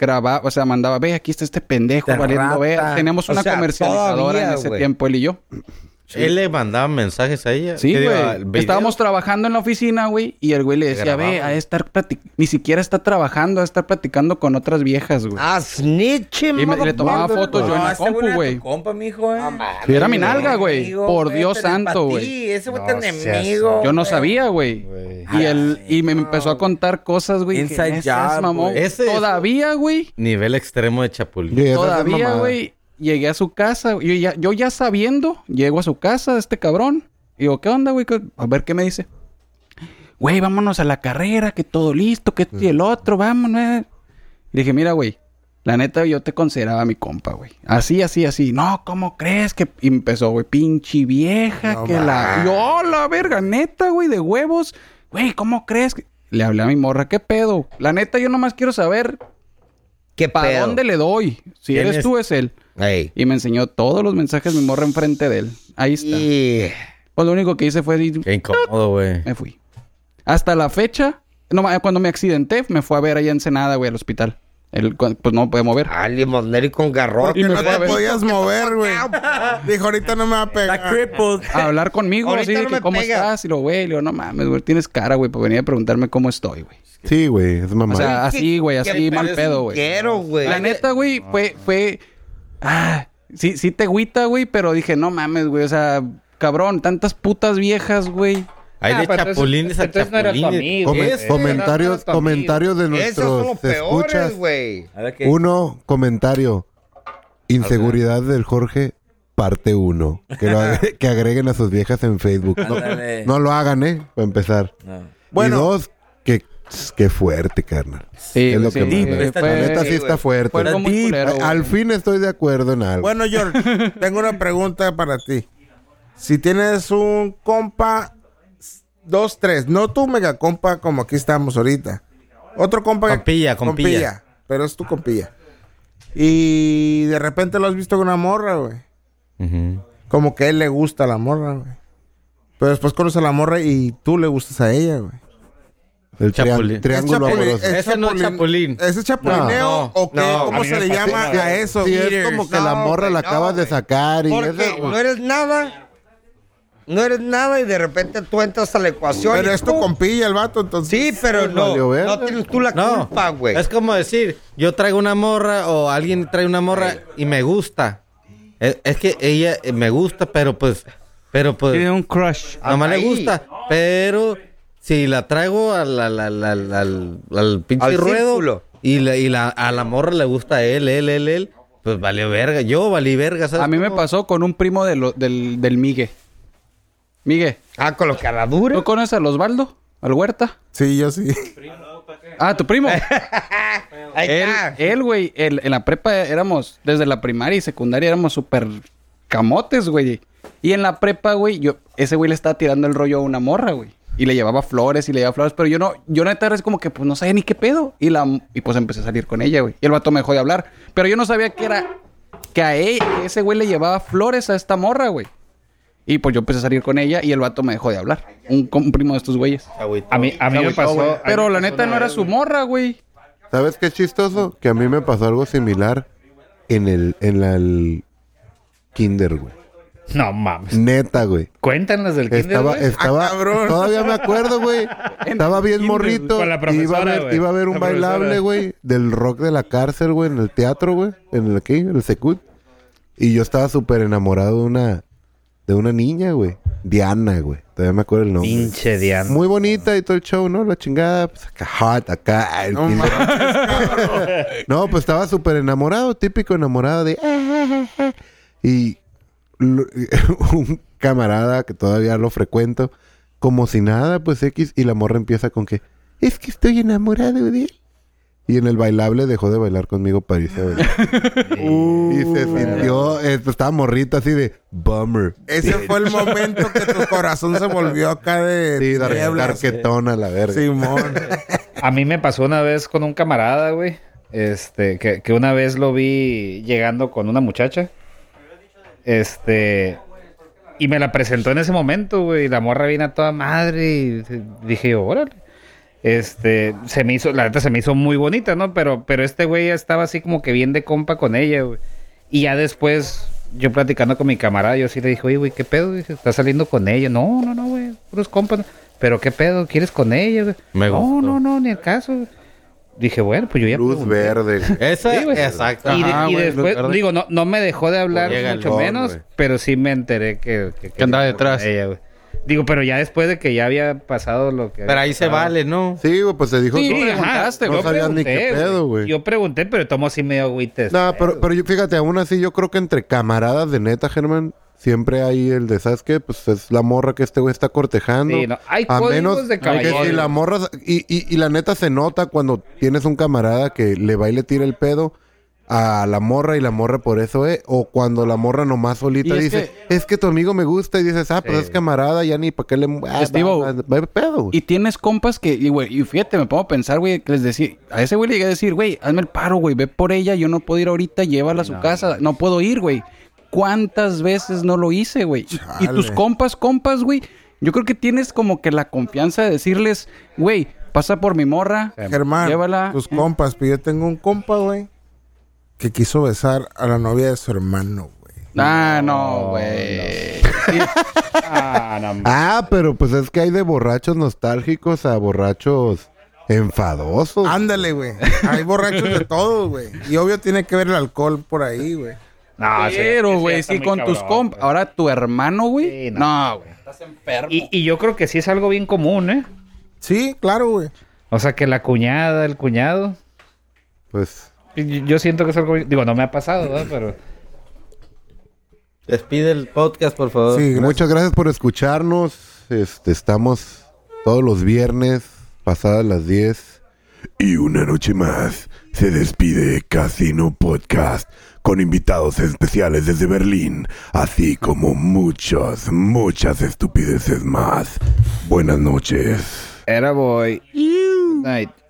Speaker 16: grababa, o sea, mandaba, ve, aquí está este pendejo
Speaker 10: Te
Speaker 16: valiendo, ve.
Speaker 10: rata.
Speaker 16: Teníamos
Speaker 10: O
Speaker 16: una
Speaker 10: sea,
Speaker 16: comercializadora
Speaker 10: todavía,
Speaker 16: en ese
Speaker 10: güey.
Speaker 16: tiempo, él y yo.
Speaker 10: Él le mandaba mensajes a ella.
Speaker 16: Sí,
Speaker 10: ¿Qué digo, al
Speaker 16: güey.
Speaker 10: video?
Speaker 16: Estábamos trabajando en la oficina, güey, y el güey le decía,
Speaker 10: grababa,
Speaker 16: ve, a estar plati- ni siquiera está trabajando, a estar platicando con otras viejas, güey.
Speaker 5: Ah, snitch,
Speaker 16: Y me- le tomaba fotos yo en la compu, güey.
Speaker 11: Compa, mijo, eh.
Speaker 16: Sí, era mi nalga, güey.
Speaker 11: Amigo,
Speaker 16: Por
Speaker 11: güey,
Speaker 16: Dios
Speaker 11: pero
Speaker 16: santo,
Speaker 11: pa' ti,
Speaker 16: güey.
Speaker 11: Ese güey tu enemigo.
Speaker 16: Yo no sabía, güey. Y él y me empezó a contar cosas, güey. que
Speaker 10: Inside
Speaker 16: no
Speaker 10: job,
Speaker 16: seas mamón.
Speaker 10: güey. Ese es-
Speaker 16: Todavía, güey.
Speaker 10: Nivel extremo de Chapulín.
Speaker 16: Todavía, güey. Llegué a su casa. Yo ya, yo ya sabiendo, llego a su casa de este cabrón. Y digo, ¿qué onda, güey? ¿Qué- A ver qué me dice. Güey, vámonos a la carrera, que todo listo, que esto y el otro, vámonos. Y dije, mira, güey, la neta yo te consideraba mi compa, güey. Así, así, así. No, ¿cómo crees que y empezó, güey? Pinche vieja, que la. Yo, "Oh, la verga, neta, güey, de huevos. Güey, ¿cómo crees que.? Le hablé a mi morra, ¿qué pedo? La neta, yo nomás quiero saber
Speaker 5: ¿Qué
Speaker 16: ¿Para
Speaker 5: pedo?
Speaker 16: dónde le doy? Si
Speaker 5: ¿Quién
Speaker 16: eres
Speaker 5: es?
Speaker 16: tú, es él. Y me enseñó todos los mensajes, mi morra enfrente de él. Ahí está. Pues lo único que hice fue... Qué
Speaker 10: incómodo, güey.
Speaker 16: Me fui. Hasta la fecha, no, ma- cuando me accidenté, me fue a ver allá en Senada, güey, al hospital. El- cu- pues no me podía mover.
Speaker 5: Ah, limonero y con garrote.
Speaker 16: Y me
Speaker 3: No
Speaker 16: fue a
Speaker 3: te
Speaker 16: ver.
Speaker 3: podías mover, [laughs] güey. Dijo, ahorita no me va a pegar.
Speaker 16: A hablar conmigo,
Speaker 3: Ahorita
Speaker 16: así de
Speaker 3: no
Speaker 16: que
Speaker 3: me
Speaker 16: cómo
Speaker 3: pega.
Speaker 16: estás. Y lo, güey, le digo, no mames, güey, tienes cara, güey, pues venía a preguntarme cómo estoy, güey.
Speaker 1: Sí, güey, es mamá.
Speaker 16: O sea, así, güey, así, mal pedo, güey.
Speaker 5: Quiero, güey.
Speaker 16: La neta, güey, fue, fue. Ah, sí, sí te agüita, güey, pero dije, no mames, güey. O sea, cabrón, tantas putas viejas, güey.
Speaker 10: Hay
Speaker 16: Ah,
Speaker 1: Ah,
Speaker 10: de chapulines a chapulines.
Speaker 1: Comen- comentarios, comentarios de nuestros escuchas.
Speaker 5: güey.
Speaker 1: Uno, comentario. Inseguridad del Jorge, parte uno. Que, lo ag- que agreguen a sus viejas en Facebook. No,
Speaker 11: Ándale.
Speaker 1: no lo hagan, ¿eh? Para empezar.
Speaker 3: Bueno.
Speaker 1: Y dos, que, qué fuerte, carnal. Sí, es lo
Speaker 3: sí,
Speaker 1: que
Speaker 3: sí,
Speaker 1: más me-
Speaker 3: fue-
Speaker 1: La neta sí
Speaker 3: fue-
Speaker 1: está fuerte.
Speaker 3: fue algo muy
Speaker 1: Deep.
Speaker 3: culero, güey.
Speaker 1: Al fin estoy de acuerdo en algo.
Speaker 3: Bueno,
Speaker 1: [laughs]
Speaker 3: George, tengo una pregunta para ti. Si tienes un compa, s- dos, tres, no tu mega compa como aquí estamos ahorita. Otro compa
Speaker 10: Compilla, compilla.
Speaker 3: Pero es tu compilla. Y de repente lo has visto con una morra, güey. Como que a él le gusta la morra, güey. Pero después conoce a la morra y tú le gustas a ella, güey.
Speaker 1: El trián-
Speaker 10: Chapulín.
Speaker 1: triángulo
Speaker 3: Es chapulín,
Speaker 1: amoroso.
Speaker 3: es
Speaker 10: Ese no es
Speaker 3: chapulín.
Speaker 10: chapulín.
Speaker 3: ¿Ese es chapulineo
Speaker 1: No,
Speaker 3: o qué?
Speaker 1: no.
Speaker 3: ¿Cómo
Speaker 1: A mí
Speaker 3: se
Speaker 1: me
Speaker 3: le
Speaker 1: parece-
Speaker 3: llama
Speaker 1: si-
Speaker 3: a eso?
Speaker 1: si es como que la morra la acabas de sacar y pues.
Speaker 5: Porque
Speaker 1: es-
Speaker 5: no eres nada. No eres nada y de repente tú entras a la ecuación.
Speaker 3: Pero
Speaker 5: y
Speaker 3: es tu
Speaker 5: ¡pum!
Speaker 3: compilla el vato, entonces.
Speaker 5: Sí, pero no.
Speaker 10: Valió verga.
Speaker 5: No tienes tú la
Speaker 10: No,
Speaker 5: culpa, güey.
Speaker 10: es como decir, yo traigo una morra o alguien trae una morra y me gusta. Es, es que ella eh, me gusta, pero pues, pero pues.
Speaker 6: Tiene un crush.
Speaker 10: Nomás le
Speaker 6: Ahí.
Speaker 10: gusta, pero si la traigo al, al, al, al, al- al pinche
Speaker 5: Al
Speaker 10: ruedo
Speaker 5: círculo.
Speaker 10: y, la, y la, a la morra le gusta él, él, él, él, pues vale verga. Yo valí verga, ¿sabes?
Speaker 16: A mí me pasó con un primo de lo- del, del Migue. Migue.
Speaker 5: Ah, con los caraduras.
Speaker 16: ¿No conoces al Osvaldo? ¿Al Huerta?
Speaker 3: Sí, yo sí.
Speaker 16: Ah, tu
Speaker 5: [laughs]
Speaker 16: primo. él, él, güey, él- en la prepa éramos, desde la primaria y secundaria éramos súper camotes, güey. Y en la prepa, güey, yo, ese güey le estaba tirando el rollo a una morra, güey. Y le llevaba flores y le llevaba flores, pero yo no, yo neta era así como que pues no sabía ni qué pedo. Y la, y pues empecé a salir con ella, güey. Y el vato me dejó de hablar. Pero yo no sabía que era, que a él, que ese güey le llevaba flores a esta morra, güey. Y pues yo empecé a salir con ella y el vato me dejó de hablar. Un, com- un primo de estos güeyes.
Speaker 7: A mí, a mí me pasó. a mí
Speaker 16: Pero
Speaker 7: me
Speaker 16: la
Speaker 7: pasó
Speaker 16: neta
Speaker 7: una
Speaker 16: no era
Speaker 7: vez,
Speaker 16: su morra, güey.
Speaker 1: ¿Sabes qué es chistoso? Que a mí me pasó algo similar en el, en la- el kinder, güey.
Speaker 12: No mames.
Speaker 1: Neta, güey.
Speaker 12: Cuéntanos del kinder,
Speaker 1: Estaba,
Speaker 12: güey.
Speaker 1: estaba,
Speaker 12: Ah, cabrón.
Speaker 1: todavía me acuerdo,
Speaker 3: [laughs]
Speaker 1: güey. Estaba bien
Speaker 12: kinder,
Speaker 1: morrito.
Speaker 12: con la
Speaker 1: y iba a
Speaker 12: profesora,
Speaker 1: ver,
Speaker 12: güey.
Speaker 1: iba a ver un
Speaker 12: La profesora.
Speaker 1: bailable, güey, del rock de la cárcel, güey, en el teatro, güey, en el aquí, en el Secut. Y yo estaba súper enamorado de una de una niña, güey. Diana, güey. Todavía me acuerdo el nombre.
Speaker 12: Pinche Diana.
Speaker 1: Muy bonita y todo el show, ¿no? La chingada, pues acá hot, acá. el kinder. [laughs] no, pues estaba súper enamorado, típico enamorado de y lo- [laughs] un camarada que todavía lo frecuento, como si nada, pues X, y la morra empieza con que, es que estoy enamorado de él. Y en el bailable dejó de bailar conmigo para irse a
Speaker 12: [laughs]
Speaker 1: bailar. y se
Speaker 12: Uh,
Speaker 1: sintió, eh, pues, estaba morrito así de, bummer.
Speaker 3: [laughs] Ese
Speaker 1: Sí,
Speaker 3: fue el momento que tu corazón se volvió acá de
Speaker 1: sí, dar-
Speaker 3: nieblas.
Speaker 1: darquetón a la verga.
Speaker 3: Simón.
Speaker 12: A mí me pasó una vez con un camarada, güey. Este, que, que una vez lo vi llegando con una muchacha. Este. Y me la presentó en ese momento, güey. y La morra vino a toda madre. Y dije yo, órale. Este, se me hizo, la neta se me hizo muy bonita, ¿no? Pero, pero este güey ya estaba así como que bien de compa con ella, güey. Y ya después, yo platicando con mi camarada, yo sí le dije, oye, güey, ¿qué pedo? Dije, ¿Estás saliendo con ella? No, no, no, güey, puros compas. Pero ¿qué pedo? ¿Quieres con ella? güey?
Speaker 8: Me
Speaker 12: no,
Speaker 8: gustó.
Speaker 12: no, no, ni el caso. güey. Dije, bueno, pues yo ya...
Speaker 1: Luz verde.
Speaker 8: Esa, exacto.
Speaker 12: Y, de-
Speaker 8: Ajá,
Speaker 12: y
Speaker 8: güey,
Speaker 12: después,
Speaker 8: Luz Verde.
Speaker 12: digo, no, no me dejó de hablar,
Speaker 8: Llega el
Speaker 12: mucho
Speaker 8: gol,
Speaker 12: menos,
Speaker 8: güey.
Speaker 12: pero sí me enteré que... Que, andaba detrás. Digo, pero ya después de que ya había pasado lo que...
Speaker 8: Pero ahí se vale, ¿no?
Speaker 1: Sí, güey, pues se dijo.
Speaker 12: Sí,
Speaker 1: "No,
Speaker 12: ajá,
Speaker 1: no
Speaker 12: yo
Speaker 1: sabías ni qué
Speaker 12: pregunté,
Speaker 1: pedo, güey.
Speaker 12: Yo pregunté, pero tomo sí medio agüites.
Speaker 1: No, pero, pero yo, fíjate, aún así yo creo que entre camaradas de neta, Germán, siempre hay el de, ¿sabes qué? Pues es la morra que este güey está cortejando.
Speaker 12: Sí, no, hay códigos de caballero.
Speaker 1: Que si la morra... Y, y, y la neta se nota cuando tienes un camarada que le va y le tira el pedo a la morra y la morra por eso es. O cuando la morra nomás solita
Speaker 8: Y es
Speaker 1: dice, es que tu amigo me gusta y dices, ah, pues es camarada, ya ni para qué le... Ah,
Speaker 16: Estivo.
Speaker 1: va- va- va- va- pedo, güey.
Speaker 16: Y tienes compas que, y, güey, y fíjate, me pongo a pensar, güey, que les decía, a ese güey le llegué a decir, güey, hazme el paro, güey, ve por ella, yo no puedo ir ahorita, llévala a su casa, no puedo ir, güey. ¿Cuántas veces no lo hice, güey? Y- Y tus
Speaker 3: Chale.
Speaker 16: compas, compas, güey, yo creo que tienes como que la confianza de decirles, güey, pasa por mi morra,
Speaker 3: Germán,
Speaker 16: llévala. ¿eh?
Speaker 3: tus compas, pero yo tengo un compa, güey, que quiso besar a la novia de su hermano, güey.
Speaker 16: Ah, no, güey.
Speaker 12: Ah, no,
Speaker 1: Ah, pero pues es que hay de borrachos nostálgicos a borrachos enfadosos.
Speaker 3: [laughs] Ándale, güey. Hay borrachos
Speaker 12: [laughs]
Speaker 3: de todo, güey. Y obvio tiene que ver el alcohol por ahí, güey.
Speaker 16: Pero, güey, sí, con tus compas. Ahora tu hermano, güey. no, güey.
Speaker 12: Y, y yo creo que sí es algo bien común, ¿eh?
Speaker 3: Sí, claro, güey.
Speaker 12: O sea, que la cuñada, el cuñado.
Speaker 1: Pues.
Speaker 12: y- Yo siento que es algo. Digo, no me ha pasado, ¿verdad? Pero.
Speaker 8: Despide el podcast, por favor.
Speaker 1: Sí, Muchas gracias por escucharnos. Este, estamos todos los viernes, pasadas las 10.
Speaker 21: Y una noche más se despide Casino Podcast con invitados especiales desde Berlín, así como muchas, muchas estupideces más. Buenas noches.
Speaker 16: Era boy. Night.